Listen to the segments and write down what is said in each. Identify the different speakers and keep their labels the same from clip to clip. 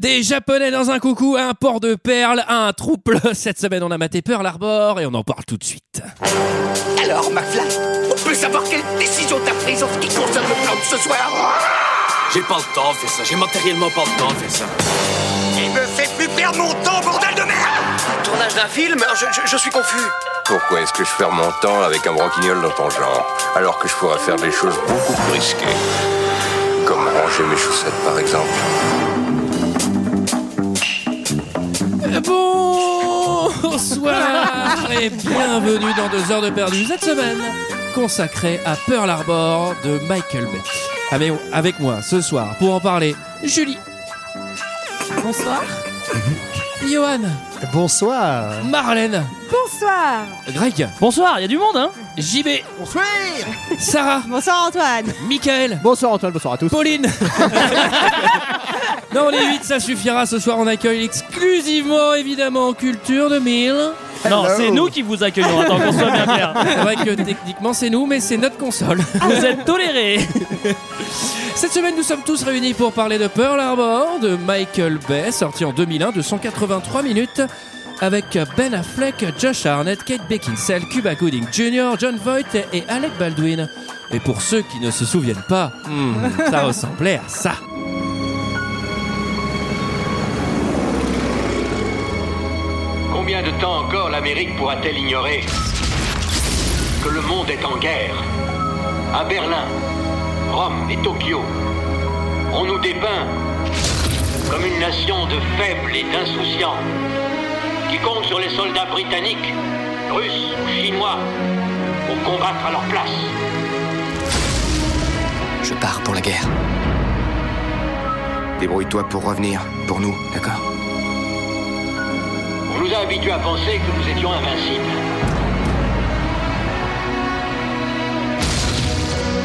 Speaker 1: Des Japonais dans un coucou, un port de perles, un trouble. Cette semaine, on a maté Pearl Harbor et on en parle tout de suite.
Speaker 2: Alors, McFly, on peut savoir quelle décision t'as prise en ce qui concerne le plan de ce soir hein
Speaker 3: J'ai pas le temps de faire ça, j'ai matériellement pas le temps de faire ça.
Speaker 2: Il me fait plus perdre mon temps, bordel de merde Tournage d'un film je, suis confus.
Speaker 4: Pourquoi est-ce que je perds mon temps avec un broquignol dans ton genre, alors que je pourrais faire des choses beaucoup plus risquées Comme ranger mes chaussettes, par exemple.
Speaker 1: Bonsoir et bienvenue dans deux heures de perdu cette semaine consacrée à Pearl Harbor de Michael Bay. Avec, avec moi ce soir pour en parler, Julie. Bonsoir. Johan,
Speaker 5: Bonsoir.
Speaker 1: Marlène,
Speaker 6: Bonsoir
Speaker 1: Greg,
Speaker 7: Bonsoir, il y a du monde, hein
Speaker 1: JB, Sarah,
Speaker 6: Bonsoir Antoine
Speaker 1: Michael,
Speaker 5: Bonsoir Antoine, bonsoir à tous.
Speaker 1: Pauline Non, on est 8, ça suffira. Ce soir, on accueille exclusivement, évidemment, Culture 2000.
Speaker 7: Non, c'est nous qui vous accueillons, attends qu'on soit bien clair. Ah,
Speaker 1: C'est vrai que techniquement, c'est nous, mais c'est notre console.
Speaker 7: Vous êtes tolérés
Speaker 1: Cette semaine, nous sommes tous réunis pour parler de Pearl Harbor de Michael Bay, sorti en 2001 de 183 minutes, avec Ben Affleck, Josh Arnett, Kate Beckinsale, Cuba Gooding Jr., John Voight et Alec Baldwin. Et pour ceux qui ne se souviennent pas, hmm, ça ressemblait à ça.
Speaker 8: Combien de temps encore l'Amérique pourra-t-elle ignorer que le monde est en guerre À Berlin, Rome et Tokyo, on nous dépeint comme une nation de faibles et d'insouciants qui compte sur les soldats britanniques, russes ou chinois pour combattre à leur place.
Speaker 2: Je pars pour la guerre. Débrouille-toi pour revenir, pour nous, d'accord
Speaker 8: On nous a habitués à penser que nous étions invincibles.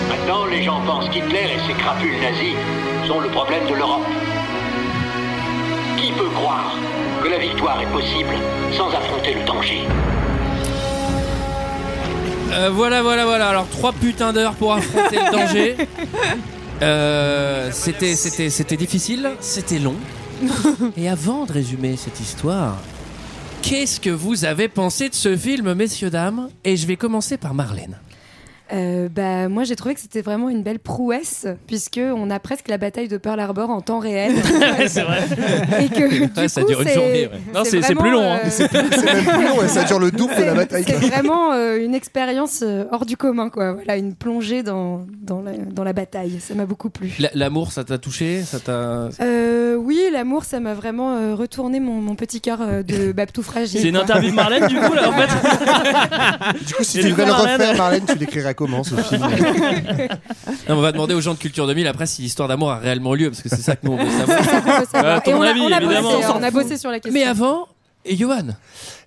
Speaker 8: Maintenant, les gens pensent qu'Hitler et ses crapules nazis sont le problème de l'Europe. Qui peut croire que la victoire est possible sans affronter le danger
Speaker 1: Euh, voilà, voilà, voilà. Alors, trois putains d'heures pour affronter le danger. Euh, c'était, c'était, c'était difficile, c'était long. Et avant de résumer cette histoire, qu'est-ce que vous avez pensé de ce film, messieurs, dames Et je vais commencer par Marlène.
Speaker 6: Euh, bah, moi j'ai trouvé que c'était vraiment une belle prouesse puisque on a presque la bataille de Pearl Harbor en temps réel
Speaker 7: Ouais, c'est vrai.
Speaker 6: et que du
Speaker 1: Ouais, ça
Speaker 6: coup,
Speaker 1: dure une
Speaker 6: c'est-
Speaker 1: journée, ouais.
Speaker 7: Non, c'est- c'est plus long, hein.
Speaker 6: euh,
Speaker 5: C'est même plus long et ça dure le double de la bataille.
Speaker 6: c'est vraiment euh, une expérience euh, hors du commun quoi voilà une plongée dans dans la, dans la bataille ça m'a beaucoup plu
Speaker 1: La- L'amour, ça t'a touché Ça t'a.
Speaker 6: Euh, oui l'amour ça m'a vraiment euh, retourné mon, mon petit cœur euh, de babtou fragile
Speaker 7: C'est une
Speaker 6: quoi.
Speaker 7: interview de Marlène, du coup, là, en fait.
Speaker 5: Du coup, si
Speaker 7: Et
Speaker 5: tu
Speaker 7: du
Speaker 5: devais
Speaker 7: coup,
Speaker 5: le
Speaker 7: Marlène-
Speaker 5: refaire, Marlène, tu l'écrirais comment ce film
Speaker 1: Non, on va demander aux gens de Culture 2000 après si l'histoire d'amour a réellement lieu, parce que c'est ça que nous on veut savoir.
Speaker 6: Faut savoir.
Speaker 7: à ton
Speaker 6: Et on a-
Speaker 7: avis,
Speaker 6: on a bossé,
Speaker 7: évidemment.
Speaker 6: euh, on a bossé sur la question
Speaker 1: Mais avant, et Johan.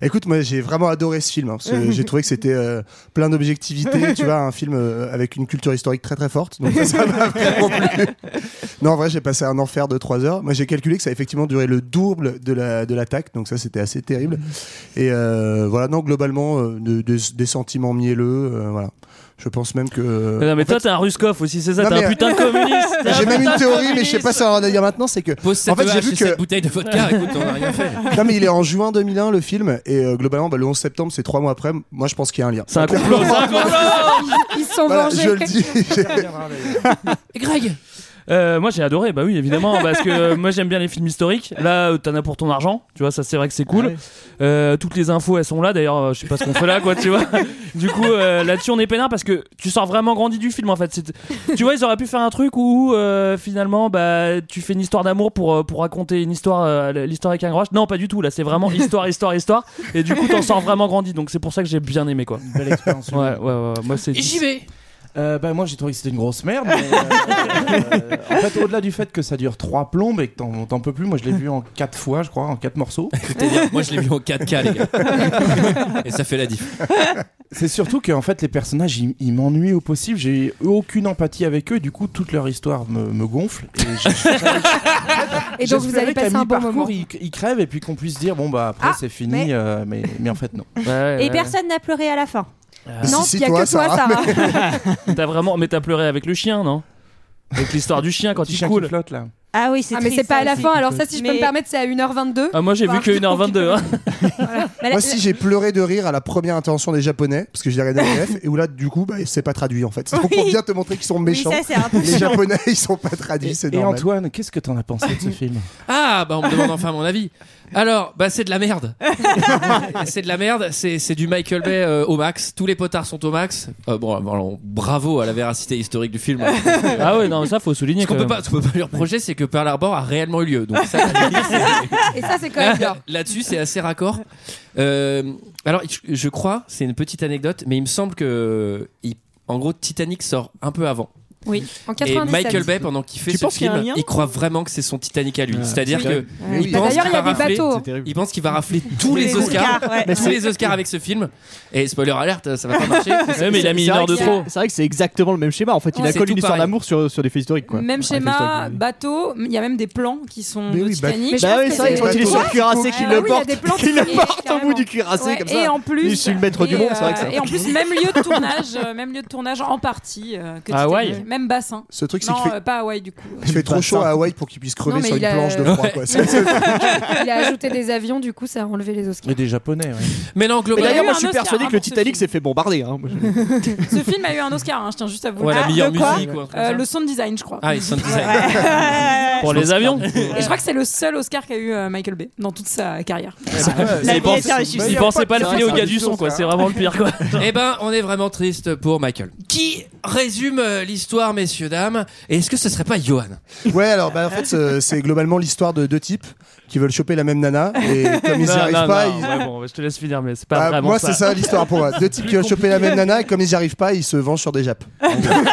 Speaker 5: Écoute, moi j'ai vraiment adoré ce film, hein, parce que j'ai trouvé que c'était euh, plein d'objectivité, tu vois, un film euh, avec une culture historique très très forte, donc ça, ça m'a vraiment plu. Non, en vrai, j'ai passé un enfer de 3 heures. Moi j'ai calculé que ça a effectivement duré le double de la- de l'attaque, donc ça c'était assez terrible. Et euh, voilà, non, globalement, euh, de- de- des sentiments mielleux, euh, voilà. Je pense même que...
Speaker 7: Non, mais toi, t'es un Ruskov aussi, c'est ça,
Speaker 5: Non,
Speaker 7: t'es
Speaker 5: mais-
Speaker 7: un putain de communiste. t'es un
Speaker 5: J'ai même
Speaker 7: putain
Speaker 5: une
Speaker 7: de
Speaker 5: théorie, mais je sais
Speaker 7: communiste.
Speaker 5: pas si on en a dire maintenant, c'est que
Speaker 1: Pose cette,
Speaker 5: En fait, j'ai
Speaker 1: hache
Speaker 5: vu
Speaker 1: et
Speaker 5: que-
Speaker 1: cette bouteille de vodka, écoute, on n'a rien fait.
Speaker 5: non mais il est en juin 2001 le film et euh, globalement bah, le 11 septembre c'est trois mois après. Moi je pense qu'il y a un lien.
Speaker 7: C'est un complot, c'est un complot
Speaker 6: ils se sont
Speaker 5: Voilà,
Speaker 6: vengés
Speaker 5: je le dis.
Speaker 1: Greg
Speaker 7: Euh, Moi, j'ai adoré, bah oui, évidemment, parce que euh, moi, j'aime bien les films historiques. Là, euh, t'en as pour ton argent, tu vois, ça, c'est vrai que c'est cool. Euh, toutes les infos, elles sont là. D'ailleurs, euh, je sais pas ce qu'on fait là, quoi, tu vois. Du coup, euh, là-dessus, on est peinard parce que tu sors vraiment grandi du film, en fait. C'est- Tu vois, ils auraient pu faire un truc où euh, finalement, bah, tu fais une histoire d'amour pour, euh, pour raconter une histoire, euh, l'histoire avec un grand H. Non, pas du tout. Là, c'est vraiment histoire, histoire, histoire. Et du coup, t'en sors vraiment grandi. Donc, c'est pour ça que j'ai bien aimé, quoi.
Speaker 9: Une belle expérience.
Speaker 7: Ouais, ouais, ouais. ouais. Moi, c'est.
Speaker 1: J'y vais
Speaker 9: Euh, bah, moi j'ai trouvé que c'était une grosse merde. mais, euh, euh, en fait, au-delà du fait que ça dure trois plombes et que t'en t'en peux plus, moi je l'ai vu en quatre fois, je crois, en quatre morceaux.
Speaker 1: C'est-à-dire, moi je l'ai vu en 4K, les gars. Et ça fait la diff.
Speaker 9: C'est surtout que en fait les personnages ils, ils m'ennuient au possible. J'ai eu aucune empathie avec eux. Du coup toute leur histoire me, me gonfle. Et j'ai-
Speaker 6: et donc vous
Speaker 9: j'espérais
Speaker 6: avez
Speaker 9: qu'à
Speaker 6: passé un bon
Speaker 9: mi-parcours,
Speaker 6: moment
Speaker 9: Ils, ils crèvent et puis qu'on puisse dire bon bah après
Speaker 10: Ah,
Speaker 9: c'est fini.
Speaker 10: mais-
Speaker 9: euh, Mais... mais en fait non.
Speaker 7: Ouais, ouais,
Speaker 10: Et
Speaker 7: ouais. Euh,
Speaker 10: personne n'a pleuré à la fin.
Speaker 6: non,
Speaker 5: Si, si,
Speaker 6: il y a
Speaker 5: toi,
Speaker 6: que toi,
Speaker 5: Sarah.
Speaker 6: Sarah.
Speaker 7: T'as vraiment. Mais t'as pleuré avec le chien, non Avec l'histoire du chien quand
Speaker 9: Petit
Speaker 7: il
Speaker 9: chien
Speaker 7: coule.
Speaker 9: qui flotte là.
Speaker 10: Ah oui, c'est
Speaker 6: Ah, mais c'est
Speaker 10: triste,
Speaker 6: pas à
Speaker 10: ça
Speaker 6: la
Speaker 10: aussi.
Speaker 6: fin, alors ça, si je peux
Speaker 10: Mais- Bah,
Speaker 6: me permettre, c'est à 1h22.
Speaker 7: Ah, moi j'ai
Speaker 6: Bah.
Speaker 7: vu que 1h22. hein.
Speaker 10: Mais la-
Speaker 5: Moi, si j'ai pleuré de rire à la première intervention des Japonais, parce que je les regardais en VF, et où là, du coup, bah, c'est pas traduit en fait. C'est pour
Speaker 10: Oui.
Speaker 5: bien te montrer qu'ils sont
Speaker 10: Oui,
Speaker 5: méchants.
Speaker 10: ça, c'est un peu
Speaker 5: les
Speaker 10: chiant.
Speaker 5: Japonais, ils sont pas traduits, c'est
Speaker 9: Et,
Speaker 5: normal.
Speaker 9: Antoine, qu'est-ce que t'en as pensé de ce film
Speaker 1: Ah, bah on me demande enfin mon avis. Alors, bah c'est de la merde. c'est de la merde, c'est c'est du Michael Bay euh, au max. Tous les potards sont au max. Euh, bon, alors, bravo à la véracité historique du film.
Speaker 7: Ah ouais, non, mais ça faut souligner.
Speaker 1: Ce qu'on
Speaker 7: quand
Speaker 1: peut
Speaker 7: même.
Speaker 1: pas, ce qu'on peut pas lui reprocher, c'est que Pearl Harbor a réellement eu lieu. Donc ça,
Speaker 6: Et ça, c'est quand même bien.
Speaker 1: Là-dessus, c'est assez raccord. Euh, alors, je, je crois, c'est une petite anecdote, mais il me semble que, il- en gros, Titanic sort un peu avant.
Speaker 10: Oui.
Speaker 6: En
Speaker 1: Et
Speaker 6: 97.
Speaker 1: Michael Bay, pendant qu'il fait
Speaker 10: Tu
Speaker 1: ce
Speaker 10: penses qu'il y a
Speaker 1: film,
Speaker 10: un lien
Speaker 1: il croit vraiment que c'est son Titanic à lui.
Speaker 9: Ah,
Speaker 1: C'est-à-dire
Speaker 9: c'est
Speaker 1: que
Speaker 6: Ouais.
Speaker 1: il
Speaker 6: Bah,
Speaker 1: pense
Speaker 6: D'ailleurs,
Speaker 1: qu'il
Speaker 6: il y a
Speaker 1: va
Speaker 6: des
Speaker 1: rafler.
Speaker 6: bateaux. hein.
Speaker 1: Il pense qu'il va rafler tous les Oscars,
Speaker 10: ouais.
Speaker 1: tous les Oscars avec ce film. Et spoiler alerte, ça va pas marcher.
Speaker 7: Ouais, mais il a mis une heure de
Speaker 1: C'est
Speaker 7: trop.
Speaker 11: C'est vrai que c'est exactement le même schéma. En fait, il
Speaker 1: Ouais,
Speaker 11: a
Speaker 1: c'est
Speaker 11: collé
Speaker 1: tout
Speaker 11: une histoire
Speaker 1: pareil.
Speaker 11: d'amour sur, sur des faits historiques. Quoi.
Speaker 10: Même
Speaker 11: Enfin,
Speaker 10: schéma,
Speaker 11: faits historiques,
Speaker 10: bateau, il y a même des plans qui sont
Speaker 5: Mais
Speaker 10: de
Speaker 5: oui,
Speaker 10: Titanic.
Speaker 6: bateau.
Speaker 11: Bah
Speaker 6: Je
Speaker 11: oui,
Speaker 6: pense
Speaker 11: c'est vrai,
Speaker 6: que
Speaker 11: quand
Speaker 6: c'est-
Speaker 11: il est sur le cuirassé,
Speaker 6: Ouais.
Speaker 11: qu'il
Speaker 6: Ah
Speaker 11: le
Speaker 6: oui, il y a
Speaker 11: porte,
Speaker 6: des plans
Speaker 11: qu'il le
Speaker 6: qui-
Speaker 11: porte au bout
Speaker 6: carrément.
Speaker 11: du cuirassé
Speaker 10: Ouais,
Speaker 11: comme
Speaker 10: et
Speaker 11: ça.
Speaker 10: en plus,
Speaker 11: Il suit le maître du
Speaker 10: et,
Speaker 11: monde, c'est vrai que
Speaker 10: euh,
Speaker 11: c'est
Speaker 10: Et en plus, même lieu de tournage, euh, même lieu de tournage en partie euh, que Titanic.
Speaker 7: Ah, Hawaï
Speaker 10: même bassin.
Speaker 5: Ce truc, c'est
Speaker 10: Non,
Speaker 5: qu'il fait,
Speaker 10: euh, pas Hawaï du coup.
Speaker 5: il fait trop chaud à Hawaï pour qu'ils puissent crever
Speaker 6: Non, mais
Speaker 5: sur une
Speaker 6: il a-
Speaker 5: planche de froid.
Speaker 1: Ouais.
Speaker 5: Quoi. C'est- c'est-
Speaker 10: euh,
Speaker 6: Il a ajouté des avions, du coup, ça a enlevé les Oscars.
Speaker 9: Et des Japonais, ouais.
Speaker 1: Mais non,
Speaker 11: Mais
Speaker 10: il y a
Speaker 1: globalement.
Speaker 11: d'ailleurs,
Speaker 10: eu
Speaker 11: moi, je
Speaker 10: un
Speaker 11: suis
Speaker 10: Oscar,
Speaker 11: persuadé
Speaker 10: hein,
Speaker 11: que le
Speaker 10: pour ce
Speaker 11: Titanic
Speaker 10: film.
Speaker 11: s'est fait bombarder. hein. Moi, je-
Speaker 10: Ce film a eu un Oscar, hein, je tiens juste à vous
Speaker 1: Ouais,
Speaker 10: le
Speaker 1: la
Speaker 10: dire.
Speaker 1: meilleure
Speaker 10: De quoi
Speaker 1: musique. ou un truc comme
Speaker 10: Euh,
Speaker 1: ça.
Speaker 10: Le sound design, je crois.
Speaker 1: Ah, ils sont
Speaker 7: Pour les avions.
Speaker 10: Et je crois que c'est le seul Oscar qu'a eu euh, Michael Bay dans toute sa carrière.
Speaker 1: Eh ben,
Speaker 12: bah,
Speaker 7: Ils
Speaker 10: vie
Speaker 7: pensent-
Speaker 10: est un réussite.
Speaker 7: ils pensaient pas le filer au
Speaker 9: ça,
Speaker 7: gars du
Speaker 9: ça,
Speaker 7: son, quoi.
Speaker 9: ça.
Speaker 7: C'est vraiment le pire, quoi.
Speaker 1: Eh ben, on est vraiment triste pour Michael. Qui résume euh, l'histoire, messieurs, dames Et Est-ce que ce serait pas Johan
Speaker 5: Ouais, alors bah, en fait, c'est- c'est globalement l'histoire de deux types qui veulent choper la même nana. Et comme ils n'y
Speaker 7: Non,
Speaker 5: arrivent
Speaker 7: non,
Speaker 5: pas,
Speaker 7: non,
Speaker 5: ils-
Speaker 7: ouais, bon, je te laisse finir, mais c'est pas
Speaker 5: Ah,
Speaker 7: vraiment
Speaker 5: moi,
Speaker 7: ça.
Speaker 5: c'est ça l'histoire pour moi. Deux types qui veulent choper la même nana et comme ils n'y arrivent pas, ils se vengent sur des Japs.
Speaker 6: Super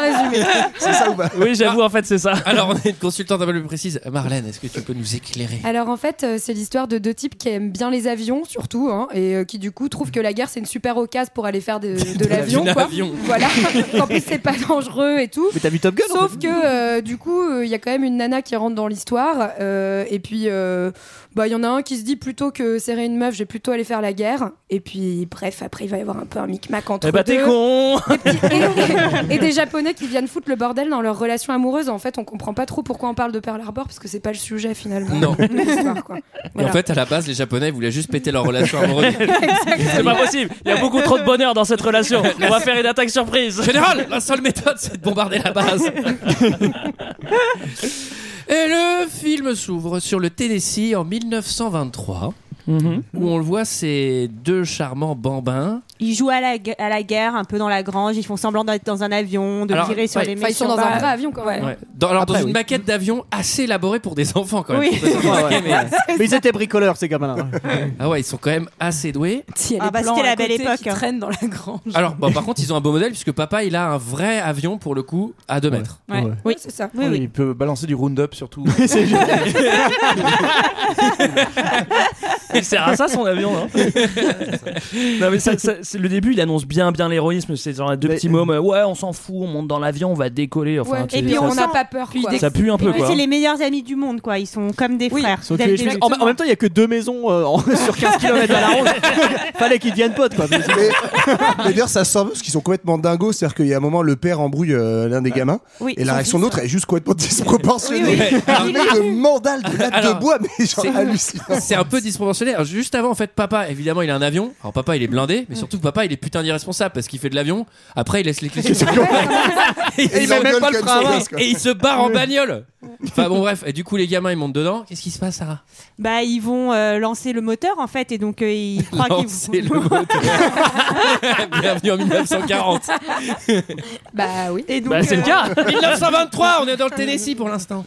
Speaker 6: résumé.
Speaker 5: C'est ça ou pas
Speaker 7: Oui, j'avoue, en fait, c'est ça.
Speaker 1: Ah. Alors, on est une consultante un peu plus précise. Marlène, est-ce que tu peux nous éclairer
Speaker 6: Alors en fait, euh, c'est l'histoire de deux types qui aiment bien les avions, surtout, hein, et euh, qui du coup trouvent que la guerre c'est une super occasion pour aller faire de, de l'avion.
Speaker 1: D'une
Speaker 6: quoi.
Speaker 1: avion.
Speaker 6: Voilà. en plus, c'est pas dangereux et tout.
Speaker 11: Mais t'as vu Top Gun en
Speaker 6: Sauf
Speaker 11: fait
Speaker 6: que euh, du coup, il y a quand même une nana qui rentre dans l'histoire. euh, et puis, euh, bah, il y en a un qui se dit plutôt que serrer une meuf, j'ai plutôt aller faire la guerre. Et puis, bref, après, il va y avoir un peu un micmac entre
Speaker 7: Eh
Speaker 1: ben,
Speaker 7: bah,
Speaker 6: deux.
Speaker 7: t'es con
Speaker 6: Et, puis- et- et des Japonais qui viennent foutre le bordel dans leur relation amoureuse. En fait, on comprend pas trop pourquoi on parle de Pearl Harbor parce que c'est pas le sujet finalement.
Speaker 1: Non.
Speaker 6: de l'histoire, quoi.
Speaker 1: Et
Speaker 6: Voilà.
Speaker 1: en fait, à la base, les Japonais voulaient juste péter leur relation amoureuse.
Speaker 7: C'est pas possible. Il y a beaucoup trop de bonheur dans cette relation. On va faire une attaque surprise.
Speaker 1: Général, la seule méthode, c'est de bombarder la base. Et le film s'ouvre sur le Tennessee en 1923,
Speaker 7: Mhm.
Speaker 1: où on le voit, ces deux charmants bambins.
Speaker 10: Ils jouent à la, gue- à la guerre, un peu dans la grange, ils font semblant d'être dans un avion, de
Speaker 1: Alors,
Speaker 10: tirer sur
Speaker 1: ouais,
Speaker 10: les
Speaker 6: Enfin, ils sont
Speaker 10: méchants.
Speaker 6: dans un
Speaker 10: Bah,
Speaker 6: vrai avion quand même.
Speaker 1: Ouais. Dans, alors, dans
Speaker 11: Après,
Speaker 1: une
Speaker 11: oui.
Speaker 1: maquette d'avion assez élaborée pour des enfants, quand même.
Speaker 10: Oui.
Speaker 1: Ça, c'est
Speaker 11: Ouais, ouais.
Speaker 1: marqué, mais-
Speaker 11: Mais ils étaient bricoleurs, ces gamins-là.
Speaker 1: Ah ouais, ils sont quand même assez doués.
Speaker 10: Si, il y a
Speaker 6: Ah,
Speaker 10: les
Speaker 6: bah,
Speaker 10: plans
Speaker 6: c'était
Speaker 10: à
Speaker 6: la belle
Speaker 10: côté Qui
Speaker 6: époque.
Speaker 10: traînent dans la grange.
Speaker 1: Alors, bon, par contre, ils ont un beau modèle puisque papa, il a un vrai avion pour le coup à 2 mètres.
Speaker 10: Ouais.
Speaker 11: Ouais. Ah
Speaker 10: Oui,
Speaker 6: c'est ça.
Speaker 10: oui, oui.
Speaker 9: Il peut balancer du round-up surtout.
Speaker 11: C'est génial.
Speaker 7: Il sert à ça son avion,
Speaker 1: hein.
Speaker 7: non Non mais ça, ça- c'est- le début, il annonce bien, bien l'héroïsme. C'est genre deux
Speaker 11: Mais-
Speaker 7: petits mômes. euh, Ouais, on s'en fout, on monte dans l'avion, on va décoller. Enfin,
Speaker 6: Ouais.
Speaker 7: tu
Speaker 6: Et
Speaker 7: sais,
Speaker 6: puis
Speaker 7: ça,
Speaker 6: on
Speaker 7: ça-
Speaker 6: n'a pas peur. Quoi.
Speaker 7: ça pue un peu
Speaker 10: Mais
Speaker 7: quoi.
Speaker 10: C'est les meilleurs amis du monde, quoi. Ils sont comme des
Speaker 6: Oui.
Speaker 10: frères.
Speaker 11: Sauf que
Speaker 10: dès le
Speaker 11: les flics-
Speaker 10: début.
Speaker 11: en, en même temps, il y a que deux maisons euh, en- sur 15 km à la ronde. Fallait qu'ils deviennent potes, quoi.
Speaker 5: Mais, mais d'ailleurs, ça sort parce qu'ils sont complètement dingos. C'est-à-dire qu'il y a un moment, le père embrouille euh, l'un des gamins.
Speaker 10: Oui,
Speaker 5: Et la
Speaker 10: son
Speaker 5: réaction de
Speaker 10: fils.
Speaker 5: l'autre est juste complètement disproportionnée.
Speaker 10: Oui,
Speaker 1: oui.
Speaker 5: Un mec de mandal, de latte
Speaker 1: Alors,
Speaker 5: de bois, ah, mais genre
Speaker 1: c'est-
Speaker 5: hallucinant.
Speaker 1: C'est un peu disproportionné. Alors, juste avant, en fait, papa, évidemment, il a un avion. Alors, papa, il est blindé, mais surtout, papa, il est putain d'irresponsable parce qu'il fait de l'avion. Après, il laisse les clés sur son
Speaker 5: Et il met même pas le frein à main.
Speaker 1: Et il se barre en bagnole. Enfin, bon, bref. Et du coup, les gamins, ils montent dedans. Qu'est-ce qui se passe, Sarah
Speaker 10: Bah, ils vont euh, lancer le moteur, en fait, et donc euh, ils croient qu'ils
Speaker 1: Lancez le moteur. Bienvenue en 1940.
Speaker 6: Bah oui.
Speaker 10: Et donc,
Speaker 7: Bah, c'est le
Speaker 10: euh,
Speaker 7: cas.
Speaker 1: 1923, on est dans le Tennessee pour l'instant.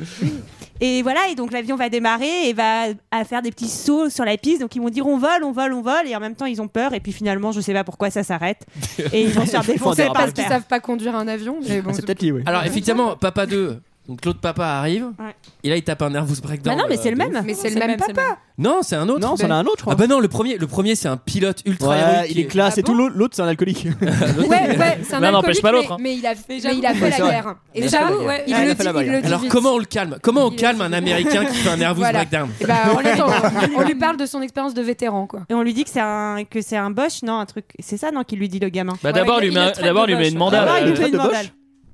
Speaker 10: Et voilà, et donc l'avion va démarrer et va à faire des petits sauts sur la piste. Donc ils vont dire on vole, on vole, on vole. Et en même temps, ils ont peur. Et puis finalement, je sais pas pourquoi ça s'arrête. Et ils vont se faire défoncer
Speaker 11: C'est
Speaker 10: par
Speaker 6: Parce
Speaker 10: le
Speaker 6: qu'ils
Speaker 10: père.
Speaker 6: savent pas conduire un avion.
Speaker 12: Ah,
Speaker 6: Mais bon,
Speaker 11: C'est peut-être lié, oui.
Speaker 1: Alors, effectivement, papa 2. Donc l'autre papa arrive,
Speaker 10: Ouais.
Speaker 1: et là il tape un nervous breakdown.
Speaker 10: Bah non, mais
Speaker 1: euh,
Speaker 10: c'est le
Speaker 1: de ouf.
Speaker 10: même.
Speaker 6: Mais c'est le même papa.
Speaker 1: Non, c'est un autre.
Speaker 11: Non, c'en a un autre, je crois.
Speaker 1: Ah bah non, le premier, le premier c'est un pilote ultra
Speaker 11: Ouais,
Speaker 1: héroïque.
Speaker 11: il est classe
Speaker 6: Ah
Speaker 11: et tout.
Speaker 6: bon
Speaker 11: l'autre- L'autre, c'est un alcoolique.
Speaker 6: Ouais, ouais, c'est un
Speaker 7: L'un n'empêche
Speaker 6: alcoolique,
Speaker 7: pas
Speaker 6: mais-
Speaker 7: l'autre, hein.
Speaker 6: Mais, il a, mais
Speaker 10: j'avoue-
Speaker 6: il a fait
Speaker 11: Ouais,
Speaker 6: la
Speaker 11: c'est vrai.
Speaker 6: guerre.
Speaker 11: Il
Speaker 6: Et
Speaker 11: a fait la
Speaker 6: j'avoue,
Speaker 11: guerre.
Speaker 6: ouais, il,
Speaker 1: Ah,
Speaker 11: Ouais, il
Speaker 6: le
Speaker 11: a fait
Speaker 6: dit,
Speaker 11: la
Speaker 6: il
Speaker 11: bagarre.
Speaker 6: le dit
Speaker 1: Alors
Speaker 6: vite.
Speaker 1: comment on le calme Comment on
Speaker 6: Il est-
Speaker 1: calme un Américain qui fait un nervous
Speaker 6: Voilà.
Speaker 1: breakdown
Speaker 6: Eh bah, on, l'attend. On lui parle de son expérience de vétéran, quoi.
Speaker 10: Et on lui dit que c'est un que c'est un Bosch, non, un truc. C'est ça, non, qu'il lui dit le gamin.
Speaker 7: Bah d'abord lui
Speaker 6: il- il
Speaker 7: met,
Speaker 6: le
Speaker 7: un-
Speaker 6: traite
Speaker 7: d'abord
Speaker 6: de
Speaker 7: lui met
Speaker 6: vache.
Speaker 7: une
Speaker 10: Ah,
Speaker 7: mandale.
Speaker 10: il lui
Speaker 7: euh,
Speaker 10: fait une
Speaker 11: de Bosch
Speaker 10: mandale.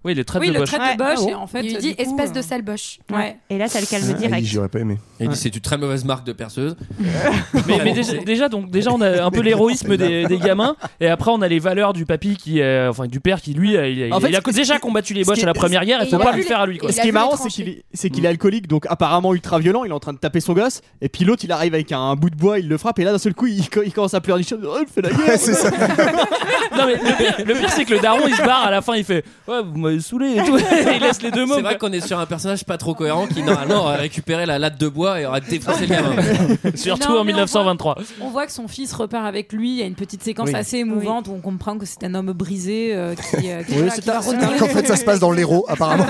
Speaker 7: Oui, le trait
Speaker 12: Oui,
Speaker 7: de
Speaker 12: le
Speaker 7: Bosch.
Speaker 12: trait
Speaker 5: Ah,
Speaker 12: de Bosch, et en fait.
Speaker 6: Ah, Il lui
Speaker 12: du
Speaker 6: dit
Speaker 12: coup,
Speaker 6: espèce
Speaker 12: euh,
Speaker 6: de sale boche.
Speaker 12: Ouais.
Speaker 10: Et là, ça le calme
Speaker 6: Ah,
Speaker 10: direct.
Speaker 5: J'aurais pas aimé.
Speaker 1: Il dit c'est une très mauvaise marque de perceuse.
Speaker 7: mais, mais déjà, déjà, donc, déjà, on a un peu l'héroïsme des, des gamins, et après, on a les valeurs du papy, qui, euh, enfin, du père qui, lui, euh, il, a-
Speaker 11: En fait,
Speaker 7: il a
Speaker 11: ce qui-
Speaker 7: déjà combattu les
Speaker 11: ce qui
Speaker 7: Boches à la
Speaker 11: est-
Speaker 7: première guerre, il
Speaker 6: et
Speaker 7: faut
Speaker 6: il a
Speaker 7: pas
Speaker 6: vu
Speaker 7: lui
Speaker 6: les-
Speaker 7: faire à lui. Quoi.
Speaker 6: Et
Speaker 11: Ce qui
Speaker 6: il a
Speaker 11: est
Speaker 6: vu les
Speaker 11: marrant, c'est qu'il est, c'est qu'il est alcoolique, donc apparemment ultra violent. Il est en train de taper son gosse, et puis l'autre, il arrive avec un bout de bois, il le frappe, et là, d'un seul coup, il, co- il commence à pleurer. Oh, il fait la guerre.
Speaker 5: c'est ça.
Speaker 7: Non, mais le pire, le pire, c'est que le daron, il se barre à la fin, il fait Ouais, vous m'avez saoulé et tout. il laisse les deux
Speaker 1: C'est
Speaker 7: mômes.
Speaker 1: vrai
Speaker 7: quoi.
Speaker 1: qu'on est sur un personnage pas trop cohérent qui normalement aurait récupéré la latte de bois et aurait défoncé le gamin.
Speaker 7: Surtout
Speaker 12: Non,
Speaker 7: en
Speaker 12: mais on voit-
Speaker 7: 1923.
Speaker 12: On voit que son fils repart avec lui. Il y a une petite séquence
Speaker 9: Oui.
Speaker 12: assez émouvante où on comprend que c'est un homme brisé euh, qui, euh, qui, voilà, qui va
Speaker 5: Donc,
Speaker 12: renouer-
Speaker 5: en fait, ça se passe dans l'héros, apparemment.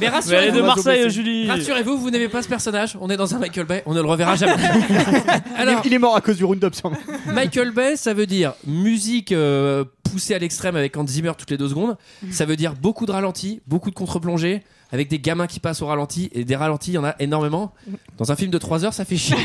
Speaker 1: Mais
Speaker 7: Mais elle est de
Speaker 1: rassurez-vous,
Speaker 7: Marseille, Julie.
Speaker 1: rassurez-vous, vous n'aimez pas ce personnage. On est dans un Michael Bay, on ne le reverra jamais.
Speaker 11: Il est-
Speaker 1: Alors,
Speaker 11: il est mort à cause du round-up, sûrement.
Speaker 1: Michael Bay, ça veut dire musique euh, poussée à l'extrême avec Hans Zimmer toutes les deux secondes. Ça veut dire beaucoup de ralentis, beaucoup de contre-plongées, avec des gamins qui passent au ralenti. Et des ralentis, il y en a énormément. Dans un film de 3 heures, ça fait chier.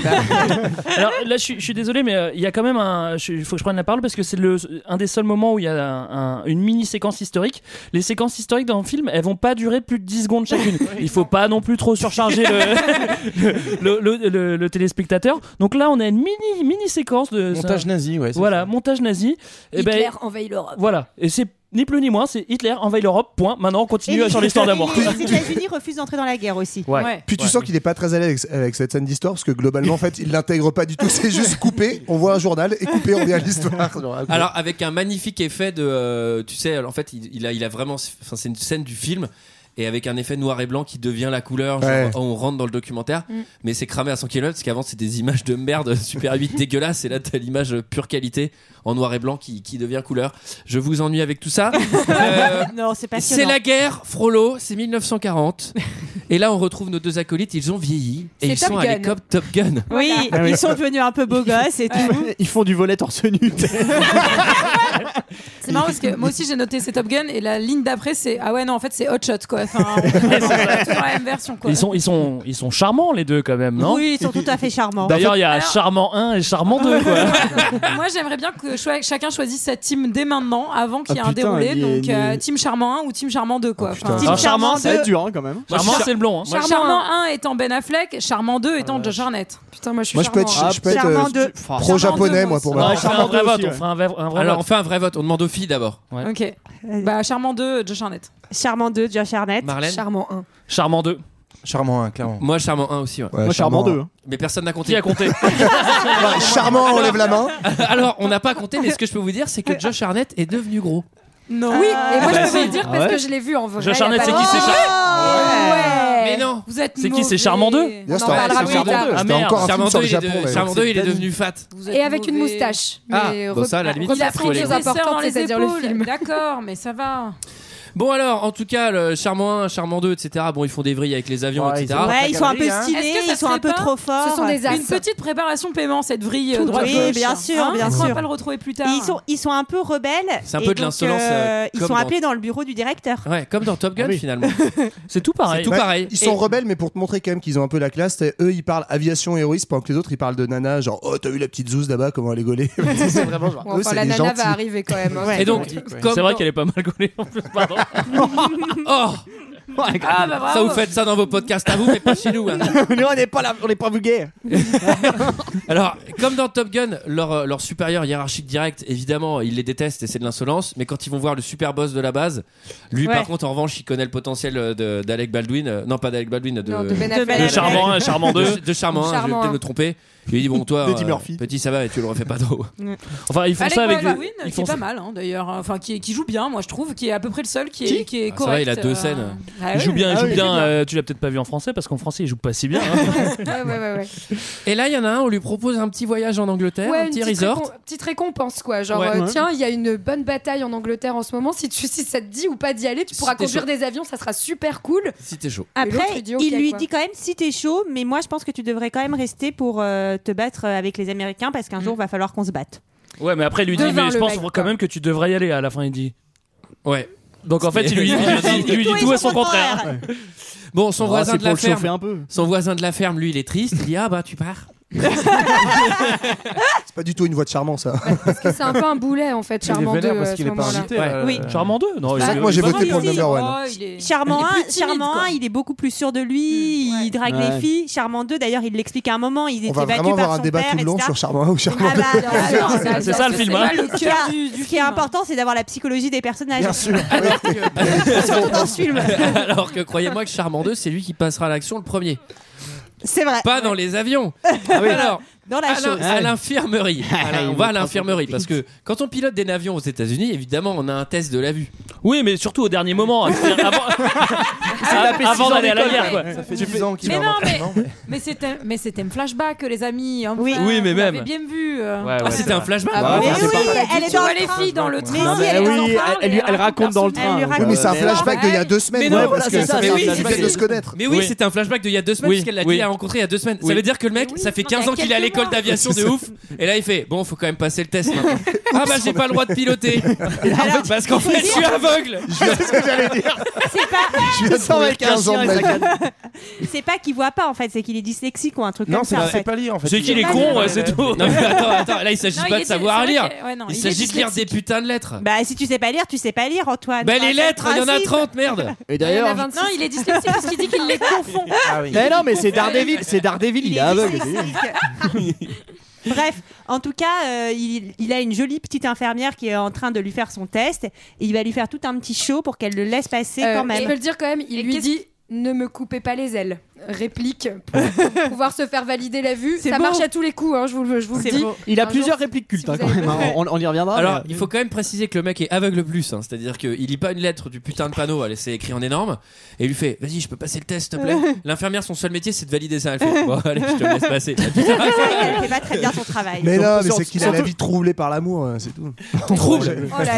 Speaker 7: Alors là, je suis- je suis désolé, mais euh, il y a quand même un. je- Il faut que je prenne la parole parce que c'est le un des seuls moments où il y a un- un- une mini séquence historique. Les séquences historiques dans le film, elles vont pas durer plus de 10 secondes chacune. Il faut pas non plus trop surcharger le, le, le- le- le téléspectateur. Donc là, on a une mini mini séquence de
Speaker 9: Montage
Speaker 7: ça-
Speaker 9: nazi, ouais. c'est
Speaker 7: Voilà, montage nazi. Eh ben,
Speaker 6: Hitler envahit l'Europe.
Speaker 7: voilà. Et c'est ni plus ni moins, c'est Hitler envahit l'Europe. Point. Maintenant, on continue
Speaker 10: Et
Speaker 7: sur
Speaker 10: les-
Speaker 7: l'histoire d'amour.
Speaker 10: et Les États-Unis refusent d'entrer dans la guerre aussi.
Speaker 7: Ouais.
Speaker 12: Ouais.
Speaker 5: Puis tu sens qu'il est pas très à l'aise avec, avec cette scène d'histoire parce que globalement en fait il l'intègre pas du tout. C'est juste coupé, on voit un journal et coupé on vient à l'histoire. Genre,
Speaker 11: Ah,
Speaker 5: ok.
Speaker 1: Alors avec un magnifique effet de, euh, tu sais, en fait, il, il a, il a vraiment, enfin, c'est une scène du film. Et avec un effet noir et blanc qui devient la couleur, genre,
Speaker 5: Ouais.
Speaker 1: oh, on rentre dans le documentaire,
Speaker 6: Mm.
Speaker 1: mais c'est cramé à 100 km parce qu'avant c'était des images de merde, super 8 dégueulasse, et là t'as l'image pure qualité en noir et blanc qui, qui devient couleur. Je vous ennuie avec tout ça. Euh,
Speaker 10: Non, c'est passionnant.
Speaker 1: c'est la guerre, Frollo, c'est 1940. Et là on retrouve nos deux acolytes, ils ont vieilli et
Speaker 6: C'est
Speaker 1: ils
Speaker 6: Top
Speaker 1: sont à
Speaker 6: Gun.
Speaker 1: l'école Top Gun.
Speaker 10: Oui,
Speaker 11: Ah oui.
Speaker 10: ils sont devenus un peu beaux gosses et tout.
Speaker 11: Ils font du volet torse nu.
Speaker 12: C'est marrant parce que moi aussi j'ai noté c'est Top Gun et la ligne d'après c'est ah ouais non en fait c'est Hot Shot quoi. Enfin, on on a toujours la même version quoi.
Speaker 7: Ils sont ils sont ils sont charmants les deux quand même, non
Speaker 10: oui, ils sont tout à fait charmants.
Speaker 7: D'ailleurs, il y a
Speaker 12: Alors-
Speaker 7: charmant 1 et charmant 2 quoi.
Speaker 12: Moi j'aimerais bien que choi- chacun choisisse sa team dès maintenant avant qu'il y ait
Speaker 11: Ah,
Speaker 12: un
Speaker 11: putain,
Speaker 12: déroulé
Speaker 11: il est-
Speaker 12: donc euh,
Speaker 11: il est-
Speaker 12: team charmant 1 ou team charmant 2 quoi.
Speaker 5: putain.
Speaker 10: Team
Speaker 7: Alors, charmant,
Speaker 10: charmant,
Speaker 11: Ça va être
Speaker 10: deux.
Speaker 11: dur, hein, quand même.
Speaker 7: Charmant, c'est le blond. hein.
Speaker 12: Charmant,
Speaker 10: Charmant
Speaker 12: 1 étant Ben Affleck, Charmant 2 étant Josh Arnett.
Speaker 6: Putain, moi je suis
Speaker 5: Moi je peux être,
Speaker 6: charmant,
Speaker 11: Ah,
Speaker 5: je peux être,
Speaker 10: charmant
Speaker 5: euh,
Speaker 10: de-
Speaker 5: pro japonais moi pour
Speaker 7: Non,
Speaker 5: moi.
Speaker 7: on fait un vrai
Speaker 11: Charmant
Speaker 7: vote,
Speaker 11: aussi,
Speaker 7: on
Speaker 11: ouais.
Speaker 7: fait un vrai, un vrai
Speaker 1: Alors on
Speaker 7: vote.
Speaker 1: fait un vrai vote, on demande aux filles d'abord.
Speaker 12: Ok.
Speaker 10: Allez.
Speaker 12: Bah Charmant 2, Josh Arnett.
Speaker 10: Euh, Charmant 2, Josh Arnett.
Speaker 6: hein.
Speaker 1: Marlène
Speaker 6: Charmant 1.
Speaker 7: Charmant 2.
Speaker 9: ça. Charmant, hein, clairement.
Speaker 1: Moi Charmant 1 aussi, ouais.
Speaker 5: Ouais,
Speaker 11: Moi, charmant hein. 2.
Speaker 1: Mais personne n'a compté.
Speaker 7: Qui a compté
Speaker 5: Ouais, charmant, on lève la main.
Speaker 1: Alors, on n'a pas compté, mais ce que je peux vous dire, c'est que Josh Arnett est devenu gros.
Speaker 12: Non.
Speaker 6: Oui, et moi
Speaker 7: Bah,
Speaker 6: je peux vous
Speaker 7: si.
Speaker 6: le dire
Speaker 11: Ah
Speaker 6: parce
Speaker 11: ouais.
Speaker 6: que je l'ai vu en vrai.
Speaker 7: Josh
Speaker 6: il y a
Speaker 7: Arnett,
Speaker 6: pas
Speaker 7: c'est qui
Speaker 6: longtemps.
Speaker 7: c'est Charmant
Speaker 6: Ouais.
Speaker 1: Mais non
Speaker 12: Vous êtes
Speaker 7: C'est qui, c'est
Speaker 12: mauvais.
Speaker 7: Charmant 2
Speaker 5: D'ailleurs,
Speaker 6: On en
Speaker 5: c'était un-
Speaker 6: parlera
Speaker 5: c'était
Speaker 6: plus tard.
Speaker 5: encore un film
Speaker 7: merde.
Speaker 5: sur le
Speaker 1: Charmant 2, il est,
Speaker 5: Japon,
Speaker 1: devenu-
Speaker 5: ouais.
Speaker 1: Charmant 2, il est devenu fat.
Speaker 12: Vous êtes
Speaker 6: Et avec une
Speaker 12: mauvais.
Speaker 6: moustache.
Speaker 1: Ah,
Speaker 6: mais
Speaker 1: bon, ça, à la limite,
Speaker 6: il
Speaker 1: il
Speaker 6: a
Speaker 1: faut
Speaker 6: pris des
Speaker 1: les
Speaker 6: choses
Speaker 12: choses
Speaker 6: importantes, c'est-à-dire le film.
Speaker 12: D'accord, mais ça va.
Speaker 1: Bon, alors, en tout cas, le Charmant 1, Charmant 2, etc. Bon, ils font des vrilles avec les avions,
Speaker 9: Ouais,
Speaker 1: etc.
Speaker 9: Ah,
Speaker 10: Ouais, ils sont un peu
Speaker 9: Galerie, hein.
Speaker 10: stylés,
Speaker 12: Est-ce que ça
Speaker 10: ils sont un
Speaker 12: serait
Speaker 10: peu
Speaker 12: pas-
Speaker 10: trop forts.
Speaker 6: Ce sont des as.
Speaker 12: Une petite préparation paiement cette vrille euh, droite
Speaker 10: oui,
Speaker 12: gauche.
Speaker 10: bien sûr, bien
Speaker 12: Est-ce qu'on va
Speaker 10: sûr.
Speaker 12: pas le retrouver plus tard.
Speaker 10: Et Ils sont, ils sont un peu rebelles.
Speaker 1: C'est un
Speaker 10: et
Speaker 1: peu de
Speaker 10: donc,
Speaker 1: l'insolence,
Speaker 10: euh,
Speaker 1: euh,
Speaker 10: ils
Speaker 1: comme
Speaker 10: sont
Speaker 1: dans-
Speaker 10: appelés dans le bureau du directeur.
Speaker 1: Ouais, comme dans Top Gun,
Speaker 11: Ah oui.
Speaker 1: finalement.
Speaker 7: C'est tout pareil.
Speaker 1: C'est tout
Speaker 5: Ouais,
Speaker 1: pareil.
Speaker 5: Ils sont
Speaker 1: Et-
Speaker 5: rebelles, mais pour te montrer quand même qu'ils ont un peu la classe, t'sais, eux ils parlent aviation héroïsme pendant que les autres ils parlent de nana, genre oh t'as vu la petite zouze là-bas, comment elle est gaulée. c'est vraiment genre,
Speaker 6: Bon,
Speaker 5: eux,
Speaker 6: enfin,
Speaker 5: c'est
Speaker 6: la
Speaker 5: des
Speaker 6: nana
Speaker 5: gentils.
Speaker 6: va arriver quand même. hein.
Speaker 10: Ouais.
Speaker 1: Et donc, comme
Speaker 7: C'est vrai
Speaker 1: dans-
Speaker 7: qu'elle est pas mal gaulée en plus, pardon.
Speaker 1: Oh,
Speaker 12: Ah, bah, bravo.
Speaker 1: ça vous faites ça dans vos podcasts à vous, mais pas chez nous. hein.
Speaker 11: Nous, on n'est pas là, on n'est pas vulgaire.
Speaker 1: Alors, comme dans Top Gun, leur, euh, leur supérieur hiérarchique direct, évidemment, ils les détestent et c'est de l'insolence. Mais quand ils vont voir le super boss de la base, lui,
Speaker 10: Ouais.
Speaker 1: par contre, en revanche, il connaît le potentiel euh, de- d'Alec Baldwin. euh, non, pas d'Alec Baldwin, de,
Speaker 6: Non, de Ben
Speaker 10: Ben
Speaker 6: Affleck.
Speaker 7: De
Speaker 10: Affleck.
Speaker 7: charmant 1 et charmant 2.
Speaker 1: de, de Charmant, hein, je
Speaker 6: Charmant,
Speaker 1: vais peut-être
Speaker 6: hein.
Speaker 1: me tromper. Il lui dit Bon, toi,
Speaker 11: De Tim
Speaker 1: euh,
Speaker 11: Murphy.
Speaker 1: petit, ça va, et tu le refais pas trop.
Speaker 7: Enfin, ils font
Speaker 12: Alec
Speaker 7: ça avec.
Speaker 12: Baldwin,
Speaker 7: des- ils
Speaker 12: qui
Speaker 7: font
Speaker 12: est
Speaker 7: ça-
Speaker 12: pas mal hein, d'ailleurs, enfin qui, qui joue bien, moi je trouve, qui est à peu près le seul qui est,
Speaker 11: Qui
Speaker 12: qui est
Speaker 1: Ah, ça
Speaker 12: correct.
Speaker 1: va, il a deux
Speaker 12: euh,
Speaker 1: scènes.
Speaker 12: ah
Speaker 7: Il
Speaker 12: oui.
Speaker 7: joue bien, il
Speaker 11: Ah
Speaker 7: joue
Speaker 11: oui,
Speaker 7: bien.
Speaker 11: il joue
Speaker 7: euh, tu l'as peut-être pas vu en français parce qu'en français il joue pas si bien. hein.
Speaker 6: Ouais, ouais, ouais, ouais.
Speaker 1: Et là, il y en a un, on lui propose un petit voyage en Angleterre,
Speaker 6: Ouais,
Speaker 1: un
Speaker 6: une
Speaker 1: petit
Speaker 6: petite,
Speaker 1: resort.
Speaker 6: récom- petite récompense quoi. Genre,
Speaker 1: Ouais.
Speaker 6: euh,
Speaker 11: Ouais.
Speaker 6: tiens, il y a une bonne bataille en Angleterre en ce moment. Si, tu, si ça te dit ou pas d'y aller, tu pourras
Speaker 1: Si t'es
Speaker 6: conduire
Speaker 1: chaud.
Speaker 6: des avions, ça sera super cool.
Speaker 1: Si t'es chaud.
Speaker 6: Et l'autre,
Speaker 10: Après,
Speaker 6: il
Speaker 10: il,
Speaker 6: dit ok,
Speaker 10: lui
Speaker 6: quoi.
Speaker 10: dit quand même si t'es chaud, mais moi je pense que tu devrais quand même rester pour euh, te battre euh, avec les Américains parce qu'un
Speaker 12: Mm.
Speaker 10: jour va falloir qu'on se batte.
Speaker 7: Ouais, mais après il lui dit
Speaker 6: Devin,
Speaker 7: mais je
Speaker 6: le
Speaker 7: pense
Speaker 6: mec,
Speaker 7: quand
Speaker 6: quoi.
Speaker 7: même que tu devrais y aller. À la fin il dit.
Speaker 1: Ouais.
Speaker 7: Donc en fait il lui il lui dit- il lui dit tout à son contraire.
Speaker 1: Bon, son
Speaker 11: Ah,
Speaker 1: voisin
Speaker 11: c'est
Speaker 1: de
Speaker 11: pour
Speaker 1: la
Speaker 11: le chauffer
Speaker 1: ferme.
Speaker 11: un peu.
Speaker 1: Son voisin de la ferme, lui, il est triste. Il dit Ah bah, tu pars.
Speaker 5: C'est pas du tout une voix de charmant, ça.
Speaker 6: Parce que c'est un peu un boulet en fait,
Speaker 5: Il est
Speaker 6: Charmant 2
Speaker 5: vénère parce
Speaker 6: à ce
Speaker 5: qu'il est pas
Speaker 6: moment-là. Bah,
Speaker 5: invité, euh, là.
Speaker 10: Oui.
Speaker 7: Charmant 2 Non,
Speaker 5: C'est vrai
Speaker 7: il-
Speaker 5: que moi,
Speaker 7: il-
Speaker 5: j'ai
Speaker 7: il-
Speaker 5: voté
Speaker 7: il-
Speaker 5: pour le
Speaker 7: il-
Speaker 5: number one.
Speaker 10: Charmant
Speaker 12: Oh, Il est
Speaker 10: 1,
Speaker 12: plus timide,
Speaker 10: Charmant
Speaker 12: quoi. Mm.
Speaker 10: 1, il est beaucoup plus sûr de lui, il drague
Speaker 5: Ouais.
Speaker 10: les filles. Charmant 2, d'ailleurs, il l'explique à un moment, il
Speaker 5: On
Speaker 10: est
Speaker 5: va
Speaker 10: évacué
Speaker 5: vraiment avoir
Speaker 10: par
Speaker 5: un
Speaker 10: son
Speaker 5: débat
Speaker 10: père,
Speaker 5: tout le long
Speaker 10: etc.
Speaker 5: sur Charmant ou Charmant.
Speaker 10: Ah bah, bien sûr,
Speaker 7: C'est ça, c'est ça, le film, hein.
Speaker 10: là, le cœur du- du Ce qui est important, c'est d'avoir la psychologie des personnages.
Speaker 5: Bien sûr.
Speaker 10: Surtout dans ce film.
Speaker 1: Alors que croyez-moi que Charmant 2, c'est lui qui passera à l'action le premier.
Speaker 10: C'est vrai. Ah
Speaker 1: Pas dans les avions. Alors,
Speaker 10: Dans la
Speaker 1: à l'in-
Speaker 10: chose.
Speaker 1: à l'infirmerie.
Speaker 7: Ah,
Speaker 1: À l'in- on va à l'infirmerie parce que quand on pilote des navions aux États-Unis, évidemment, on a un test de la vue.
Speaker 7: Oui, mais surtout au dernier moment. hein. C'est-à-dire Avant,
Speaker 12: Ah,
Speaker 9: tapé
Speaker 7: Ah, avant
Speaker 9: six ans
Speaker 7: d'aller à la
Speaker 9: d'école,
Speaker 7: guerre,
Speaker 9: ouais.
Speaker 7: quoi.
Speaker 9: Ça fait 10 ans qu'il
Speaker 12: Mais
Speaker 9: va
Speaker 12: non,
Speaker 9: avoir
Speaker 12: mais,
Speaker 9: non,
Speaker 12: mais c'était mais c'était un flashback, les amis. hein, Enfin,
Speaker 10: Oui.
Speaker 7: Oui, mais
Speaker 12: vous
Speaker 7: même.
Speaker 12: l'avez bien vu. euh.
Speaker 7: Ouais, ouais,
Speaker 1: Ah,
Speaker 7: c'est
Speaker 1: c'était un
Speaker 7: vrai.
Speaker 1: flashback.
Speaker 12: Ah,
Speaker 10: Mais
Speaker 12: bah,
Speaker 10: oui, elle est
Speaker 12: tu
Speaker 10: dans
Speaker 12: vois
Speaker 10: le
Speaker 12: les
Speaker 10: train.
Speaker 12: filles dans le
Speaker 10: Mais
Speaker 12: train.
Speaker 10: si, elle est dans le
Speaker 11: oui,
Speaker 10: train.
Speaker 11: elle, lui- elle raconte dans le
Speaker 10: Elle
Speaker 11: train.
Speaker 10: lui
Speaker 11: donc,
Speaker 10: raconte.
Speaker 11: euh,
Speaker 5: Oui, mais c'est un
Speaker 11: mais-
Speaker 5: flashback d'il y a deux
Speaker 1: Mais
Speaker 5: semaines.
Speaker 1: non,
Speaker 5: ouais,
Speaker 1: voilà,
Speaker 5: parce
Speaker 1: c'est
Speaker 5: que
Speaker 1: ça,
Speaker 5: ça
Speaker 1: c'est un
Speaker 5: ils
Speaker 1: flashback.
Speaker 5: viennent de se connaître.
Speaker 1: Mais oui,
Speaker 7: Oui.
Speaker 1: c'est un flashback d'il y a deux semaines,
Speaker 7: Oui,
Speaker 1: parce qu'elle l'a
Speaker 7: oui.
Speaker 1: dit, elle a rencontré il y a deux semaines.
Speaker 7: Oui.
Speaker 1: Ça veut dire que le mec,
Speaker 12: Mais oui,
Speaker 1: ça fait
Speaker 12: non, mais
Speaker 1: 15
Speaker 12: il y
Speaker 1: ans
Speaker 12: a
Speaker 1: qu'il est à
Speaker 12: quelques
Speaker 1: l'école
Speaker 12: mois.
Speaker 1: d'aviation de ouf. Et là, il fait Bon, faut quand même passer le test maintenant. ah bah, j'ai pas le droit de piloter. parce qu'en fait, je suis aveugle.
Speaker 5: C'est ce que j'allais dire.
Speaker 10: C'est pas,
Speaker 5: Je viens de
Speaker 11: sort
Speaker 5: trouver
Speaker 11: avec un
Speaker 5: 15 ans de
Speaker 11: chien
Speaker 5: ma
Speaker 11: et sa
Speaker 5: vie.
Speaker 10: c'est pas qu'il voit pas en fait, c'est qu'il est dyslexique ou un truc
Speaker 9: Non,
Speaker 10: comme
Speaker 9: c'est
Speaker 10: ça en
Speaker 9: qu'il sait
Speaker 10: fait.
Speaker 9: pas lire en fait.
Speaker 7: C'est qu'il est
Speaker 10: pas
Speaker 7: con,
Speaker 10: le-
Speaker 7: ouais, c'est tout.
Speaker 1: hein, Non, mais attends, attends, là, il s'agit
Speaker 12: Non,
Speaker 1: pas
Speaker 12: il
Speaker 1: de
Speaker 12: est-
Speaker 1: savoir
Speaker 12: c'est vrai
Speaker 1: lire.
Speaker 12: que- ouais, non,
Speaker 1: Il
Speaker 12: est
Speaker 1: s'agit de lire des
Speaker 12: dyslexique.
Speaker 1: putains de lettres.
Speaker 10: Bah si tu sais pas lire, tu sais pas lire Antoine.
Speaker 1: Bah,
Speaker 10: Enfin,
Speaker 1: les
Speaker 10: c'est le
Speaker 1: lettres, il y en a
Speaker 10: principe.
Speaker 1: 30, merde.
Speaker 11: Et
Speaker 6: Il y en a
Speaker 11: d'ailleurs,
Speaker 6: 26.
Speaker 12: Non, il est dyslexique parce qu'il dit qu'il les confond.
Speaker 9: Ah oui.
Speaker 11: mais non, mais c'est Daredevil, c'est Daredevil, il est
Speaker 9: Ah
Speaker 11: aveugle.
Speaker 10: dyslexique. Bref, en tout cas, euh, il, il a une jolie petite infirmière qui est en train de lui faire son test et il va lui faire tout un petit show pour qu'elle le laisse passer
Speaker 6: Euh,
Speaker 10: quand
Speaker 6: Je
Speaker 10: même.
Speaker 6: peux le dire quand même, il
Speaker 12: Et
Speaker 6: lui
Speaker 12: qu'est-ce
Speaker 6: dit ne me coupez pas les ailes. Réplique pour pouvoir se faire valider la vue.
Speaker 10: C'est
Speaker 6: Ça
Speaker 10: beau.
Speaker 6: marche à tous les coups, hein, je vous le je vous le
Speaker 10: C'est
Speaker 6: dis.
Speaker 10: beau.
Speaker 11: Il a
Speaker 6: Un
Speaker 11: plusieurs
Speaker 6: jour,
Speaker 11: répliques cultes
Speaker 6: si
Speaker 11: hein,
Speaker 6: vous
Speaker 11: quand
Speaker 6: avez
Speaker 11: même. hein. On, on y reviendra.
Speaker 1: Alors,
Speaker 11: mais-
Speaker 1: il faut quand même préciser que le mec est aveugle plus, hein. c'est-à-dire qu'il lit pas une lettre du putain de panneau, elle c'est écrit en énorme, et il lui fait Vas-y, je peux passer le test, s'il te plaît. L'infirmière, son seul métier, c'est de valider ça. Elle fait Bon, allez, je te laisse passer.
Speaker 10: elle fait pas très bien son travail.
Speaker 5: Mais
Speaker 11: Surtout-
Speaker 5: non, mais
Speaker 11: surtout-
Speaker 5: c'est qu'il a la vie troublée par l'amour, euh, c'est tout.
Speaker 1: Trouble.
Speaker 6: Oh là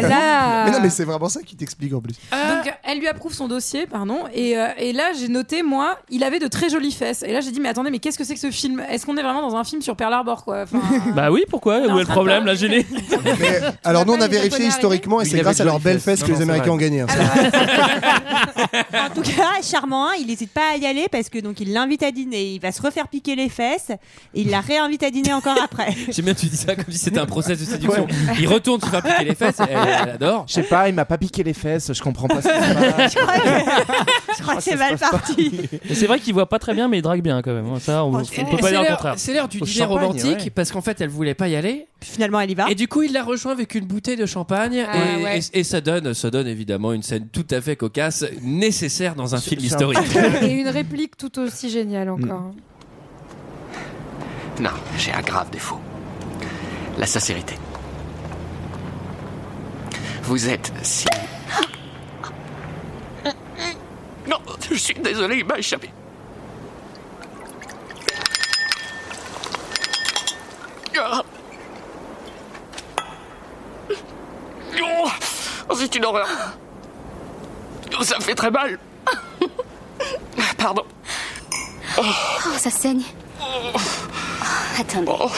Speaker 6: là
Speaker 5: Mais non, mais c'est vraiment ça qui t'explique en plus.
Speaker 12: Donc, elle lui approuve son dossier, pardon. Et, euh, et là, j'ai noté, moi, il avait de très jolies fesses. Et là, j'ai dit, mais attendez, mais qu'est-ce que c'est que ce film Est-ce qu'on est vraiment dans un film sur Pearl Harbor, quoi Enfin,
Speaker 7: Bah oui, pourquoi
Speaker 12: Non,
Speaker 7: Où est le
Speaker 12: ça
Speaker 7: problème
Speaker 12: va.
Speaker 7: La gênée
Speaker 5: Mais, alors, nous, on
Speaker 6: pas
Speaker 5: a
Speaker 6: les
Speaker 5: vérifié
Speaker 6: Japonais
Speaker 5: historiquement et
Speaker 9: Oui, il
Speaker 5: c'est
Speaker 9: avait
Speaker 5: grâce à
Speaker 9: jolies
Speaker 5: leurs belles
Speaker 9: fesses.
Speaker 5: fesses que
Speaker 9: Non,
Speaker 5: les
Speaker 9: non, c'est
Speaker 5: Américains
Speaker 9: vrai.
Speaker 5: ont gagné. hein, ça.
Speaker 10: En tout cas, Charmant 1, il n'hésite pas à y aller parce que donc il l'invite à dîner, il va se refaire piquer les fesses et il la réinvite à dîner encore après.
Speaker 1: J'aime bien que tu dis ça comme si c'était un process de séduction. Il retourne, tu vas piquer les fesses, elle, elle adore.
Speaker 9: Je sais pas, il m'a pas piqué les fesses, je comprends pas ce qui se passe.
Speaker 10: Je crois que, je crois que
Speaker 6: Ah,
Speaker 10: c'est mal parti.
Speaker 7: Mais C'est vrai qu'il voit pas très bien, mais il drague bien quand même. hein. Ça, on, on
Speaker 10: Franchement,
Speaker 7: peut
Speaker 1: Et
Speaker 7: pas
Speaker 1: c'est
Speaker 7: dire le
Speaker 1: l'heure-
Speaker 7: contraire.
Speaker 1: C'est l'heure du
Speaker 9: Au
Speaker 1: dîner
Speaker 9: champagne,
Speaker 1: romantique
Speaker 9: ouais.
Speaker 1: parce qu'en fait elle voulait pas y aller
Speaker 10: Puis finalement, elle y va.
Speaker 1: et du coup il la rejoint avec une bouteille de champagne
Speaker 6: Ah
Speaker 1: et,
Speaker 6: ouais.
Speaker 1: et- et ça donne ça donne évidemment une scène tout à fait cocasse nécessaire dans un film
Speaker 9: c'est un-
Speaker 1: historique.
Speaker 6: Et une réplique tout aussi géniale encore.
Speaker 12: Mm.
Speaker 2: Non, j'ai un grave défaut. La sincérité. Vous êtes si. Non, je suis désolé, il m'a échappé. Ah. Oh, C'est une horreur. Oh, Ça me fait très mal. Pardon.
Speaker 13: Oh, ça saigne. Attendez,
Speaker 2: Oh,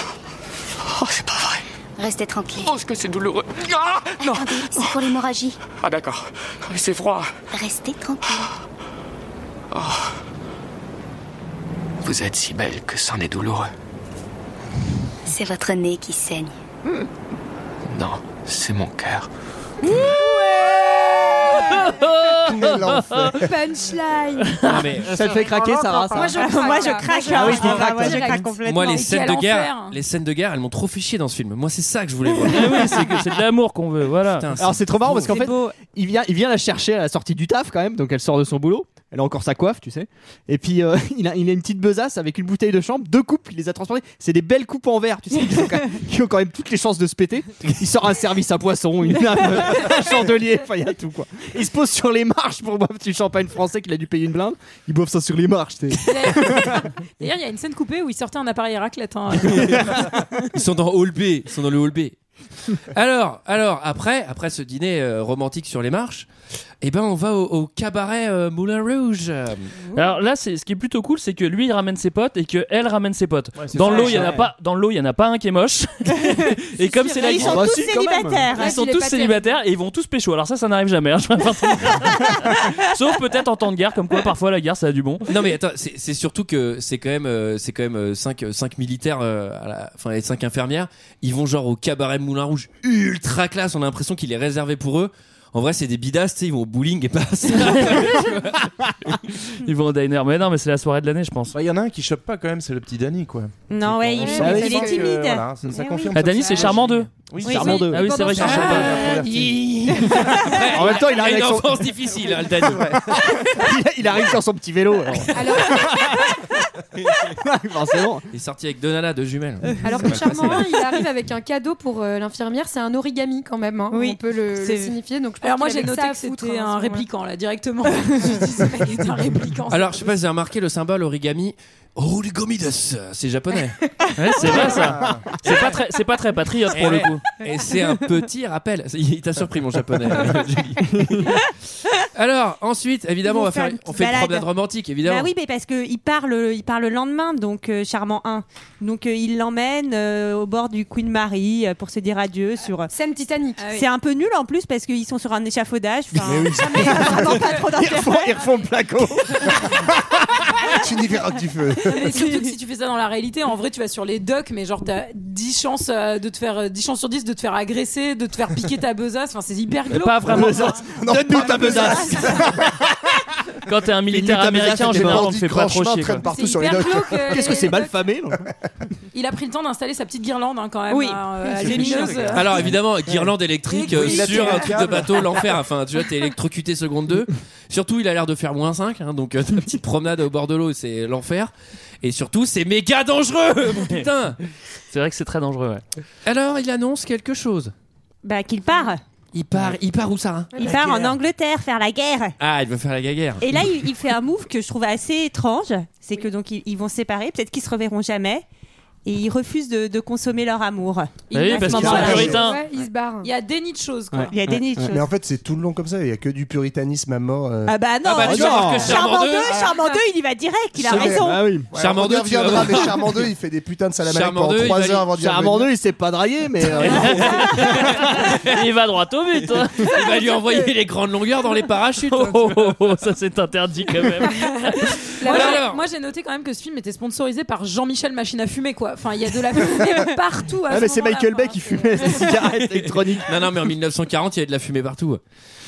Speaker 2: Oh, c'est pas vrai.
Speaker 13: restez tranquille.
Speaker 2: Oh, ce que c'est douloureux. Ah, non.
Speaker 13: Attendez, c'est pour l'hémorragie.
Speaker 2: Ah, d'accord. C'est froid. Oh.
Speaker 13: Restez tranquille.
Speaker 2: Vous êtes si belle que c'en est douloureux.
Speaker 13: C'est votre nez qui saigne.
Speaker 2: Non, c'est mon cœur.
Speaker 5: Quel enfer.
Speaker 6: Punchline
Speaker 1: Non, mais
Speaker 11: Ça te fait craquer, Sarah ça.
Speaker 6: Moi je craque.
Speaker 10: Moi, je
Speaker 6: là.
Speaker 10: craque.
Speaker 6: Moi,
Speaker 10: hein.
Speaker 6: je
Speaker 10: Ah,
Speaker 6: craque.
Speaker 10: moi, je
Speaker 6: Direct.
Speaker 10: craque complètement.
Speaker 1: Moi, les
Speaker 12: Et
Speaker 1: scènes de
Speaker 12: quel
Speaker 1: guerre,
Speaker 12: enfer.
Speaker 1: les scènes de guerre, elles m'ont trop fiché dans ce film. Moi, c'est ça que je voulais voir.
Speaker 7: Ah oui, c'est que c'est de l'amour qu'on veut, voilà.
Speaker 1: Putain,
Speaker 11: Alors c'est trop marrant parce qu'en
Speaker 10: C'est
Speaker 11: fait,
Speaker 10: beau.
Speaker 11: il vient, il vient la chercher à la sortie du taf quand même, donc elle sort de son boulot. Elle a encore sa coiffe, tu sais. Et puis euh, il, a, il a une petite besace avec une bouteille de chambre, deux coupes, il les a transportées. C'est des belles coupes en verre, tu sais, qui, ont quand même, qui ont quand même toutes les chances de se péter. Il sort un service à poisson, une lame, euh, un chandelier, enfin il y a tout quoi. Il se pose sur les marches pour boire du champagne français qu'il a dû payer une blinde. Il boive ça sur les marches, tu sais.
Speaker 12: D'ailleurs, il y a une scène coupée où il sortait un appareil raclette. hein.
Speaker 1: Ils sont dans Hall B, ils sont dans le Hall B. Alors, alors après, après ce dîner euh, romantique sur les marches, eh ben on va au, au cabaret euh, Moulin Rouge.
Speaker 7: Alors là, c'est ce qui est plutôt cool, c'est que lui il ramène ses potes et que elle ramène ses potes. dans
Speaker 1: ça,
Speaker 7: l'eau, il y en a
Speaker 1: ouais.
Speaker 7: pas. Dans l'eau, il y en a pas un qui est moche. et comme c'est la
Speaker 10: Ils sont
Speaker 7: Guinée-
Speaker 10: tous Bah si, quand même.
Speaker 1: hein,
Speaker 10: célibataires.
Speaker 7: Ils sont
Speaker 10: Ouais,
Speaker 7: tous
Speaker 10: célibataires.
Speaker 7: célibataires et ils vont tous pécho. Alors ça, ça n'arrive jamais. hein, je préfère te le dire. Sauf peut-être en temps de guerre, comme quoi parfois la guerre ça a du bon.
Speaker 1: Non mais attends, c'est c'est surtout que c'est quand même euh, c'est quand même euh, cinq euh, cinq militaires euh, à la- enfin et cinq infirmières, ils vont genre au cabaret Moulin Rouge ultra classe, on a l'impression qu'il est réservé pour eux. En vrai, c'est des bidasses, tu sais, ils vont au bowling et pas à ça.
Speaker 7: Ils vont au diner. Mais non, mais c'est la soirée de l'année, je pense.
Speaker 9: Bah, Il y en a un qui chope pas quand même, c'est le petit Danny quoi.
Speaker 10: Non, ouais, il,
Speaker 9: Ouais,
Speaker 10: il
Speaker 9: bah oui,
Speaker 10: est
Speaker 9: c'est que,
Speaker 10: timide.
Speaker 9: voilà, ça- ça
Speaker 10: Eh
Speaker 9: confirme
Speaker 7: Ah,
Speaker 9: ça.
Speaker 7: Dany, c'est Charmant 2.
Speaker 9: Oui,
Speaker 7: c'est Charmant 2. Ah oui, c'est vrai, Charmant 2.
Speaker 11: En même temps, il a un
Speaker 1: une
Speaker 11: accent-
Speaker 1: enfance difficile, hein, le Dany.
Speaker 11: il, il arrive sur son petit vélo. alors. Forcément.
Speaker 1: Il est sorti avec Donala de jumelles.
Speaker 6: Alors
Speaker 1: Ça
Speaker 6: que
Speaker 1: va
Speaker 6: Charmant,
Speaker 1: passer.
Speaker 6: Oh, il arrive avec un cadeau pour euh, l'infirmière, c'est un origami quand même. hein.
Speaker 12: Oui.
Speaker 6: On peut le, le
Speaker 12: C'est-
Speaker 6: signifier. Donc je pense
Speaker 12: Alors moi
Speaker 6: qu'il
Speaker 12: j'ai
Speaker 6: avait que
Speaker 12: noté
Speaker 6: ça à
Speaker 12: que
Speaker 6: foutre,
Speaker 12: c'était
Speaker 6: hein, à ce
Speaker 12: un
Speaker 6: moment-là.
Speaker 12: répliquant là directement. Je me suis dit, ce mec est un répliquant.
Speaker 1: Alors, je sais pas si vous avez remarqué le symbole origami. Origamides, c'est japonais.
Speaker 7: Ouais, c'est vrai ça. C'est pas très, c'est pas très patriote pour le
Speaker 1: ouais.
Speaker 7: coup.
Speaker 1: Et c'est un petit rappel. Il t'a surpris mon japonais. Julie. Alors ensuite,
Speaker 10: Ils
Speaker 1: évidemment, on
Speaker 10: vont
Speaker 1: va faire,
Speaker 10: faire une
Speaker 1: on fait une
Speaker 10: balade.
Speaker 1: promenade romantique, évidemment.
Speaker 10: Bah oui, mais parce qu'il parle, il parle le lendemain, donc euh, Charmant 1. Donc euh, il l'emmène euh, au bord du Queen Mary euh, pour se dire adieu sur. Ah
Speaker 6: Scène Titanic.
Speaker 10: C'est un peu nul en plus parce qu'ils sont sur un échafaudage. enfin, ah,
Speaker 5: Mais oui.
Speaker 10: vraiment pas trop
Speaker 11: Ils
Speaker 10: d'intérêt.
Speaker 11: refont, ils refont placo.
Speaker 5: tu n'y verras que du feu.
Speaker 12: Mais surtout que si tu fais ça dans la réalité, en vrai, tu vas sur les docks, mais genre, t'as 10 chances, euh, de te faire, euh, 10 chances sur 10 de te faire agresser, de te faire piquer ta besace. Enfin, c'est hyper
Speaker 7: Mais
Speaker 12: glauque.
Speaker 7: pas vraiment.
Speaker 5: Donne-nous ta besace.
Speaker 7: Quand t'es un militaire américain, en général, on te fait pas trop chier. quoi.
Speaker 5: partout
Speaker 12: C'est
Speaker 5: sur les
Speaker 12: hyper
Speaker 5: docks.
Speaker 12: glauque, euh,
Speaker 11: Qu'est-ce que
Speaker 12: les-
Speaker 11: c'est bah mal famé
Speaker 12: Il a pris le temps d'installer sa petite guirlande, hein, quand même.
Speaker 10: Oui.
Speaker 12: hein, euh,
Speaker 10: C'est
Speaker 12: lumineuse.
Speaker 1: Alors évidemment, guirlande électrique euh,
Speaker 5: Il a
Speaker 1: sur
Speaker 5: tiré
Speaker 1: un
Speaker 5: un
Speaker 1: truc de
Speaker 5: câble.
Speaker 1: bateau, l'enfer. hein. Enfin, tu vois, t'es électrocuté seconde 2. Surtout, il a l'air de faire moins 5, hein, donc euh, ta petite promenade au bord de l'eau, c'est l'enfer. Et surtout, c'est méga dangereux Putain
Speaker 7: C'est vrai que c'est très dangereux. ouais.
Speaker 1: Alors, il annonce quelque chose.
Speaker 10: Bah qu'il part.
Speaker 1: Il part, il part où ça hein
Speaker 10: Il part en Angleterre faire la guerre.
Speaker 1: Ah, il veut faire la gaguerre.
Speaker 10: Et là, il, il fait un move que je trouve assez étrange. C'est que donc ils, ils vont se séparer, peut-être qu'ils se reverront jamais. Et ils refusent de, de consommer leur amour.
Speaker 7: Bah oui,
Speaker 10: à ce
Speaker 7: parce qu'ils sont
Speaker 10: moment-là.
Speaker 7: puritains.
Speaker 6: Ouais, il se barre.
Speaker 12: Il y a déni de choses, quoi.
Speaker 7: Ouais.
Speaker 10: Il y a des niches.
Speaker 5: Mais en fait, c'est tout le long comme ça. Il y a que du puritanisme à mort. euh.
Speaker 10: Ah bah non,
Speaker 1: Ah bah, tu
Speaker 10: non.
Speaker 1: vois, que Charmant
Speaker 10: Charmant 2,
Speaker 1: deux,
Speaker 10: Charmant 2, il y va direct, il a
Speaker 5: C'est vrai.
Speaker 10: raison.
Speaker 9: Bah
Speaker 11: Ah oui.
Speaker 5: Ouais,
Speaker 1: Charmant
Speaker 5: on y
Speaker 1: deux, tu vas
Speaker 5: reviendra,
Speaker 1: voir.
Speaker 5: mais Charmant 2, il fait des putains de salamandres
Speaker 1: Charmant
Speaker 5: pendant
Speaker 1: deux, il
Speaker 5: 3
Speaker 1: valide.
Speaker 5: heures avant d'y
Speaker 11: Charmant
Speaker 5: revenir.
Speaker 11: 2, il s'est pas draillé, mais. euh,
Speaker 7: Il va droit au but. hein.
Speaker 1: Il va lui envoyer les grandes longueurs dans les parachutes. hein.
Speaker 7: Oh, oh, oh, oh, ça c'est interdit quand même.
Speaker 12: Moi,
Speaker 1: Alors,
Speaker 12: j'ai-
Speaker 1: alors.
Speaker 12: Moi, j'ai noté quand même que ce film était sponsorisé par Jean-Michel Machine à fumer, quoi. Enfin, il y a de la fumée partout. à
Speaker 11: Ah,
Speaker 12: ce
Speaker 11: mais c'est
Speaker 12: moment-là,
Speaker 11: Michael Bay
Speaker 12: enfin,
Speaker 11: qui
Speaker 12: c'est-
Speaker 11: fumait ses cigarettes électroniques.
Speaker 1: Non, non, mais en 1940, il y avait de la fumée partout.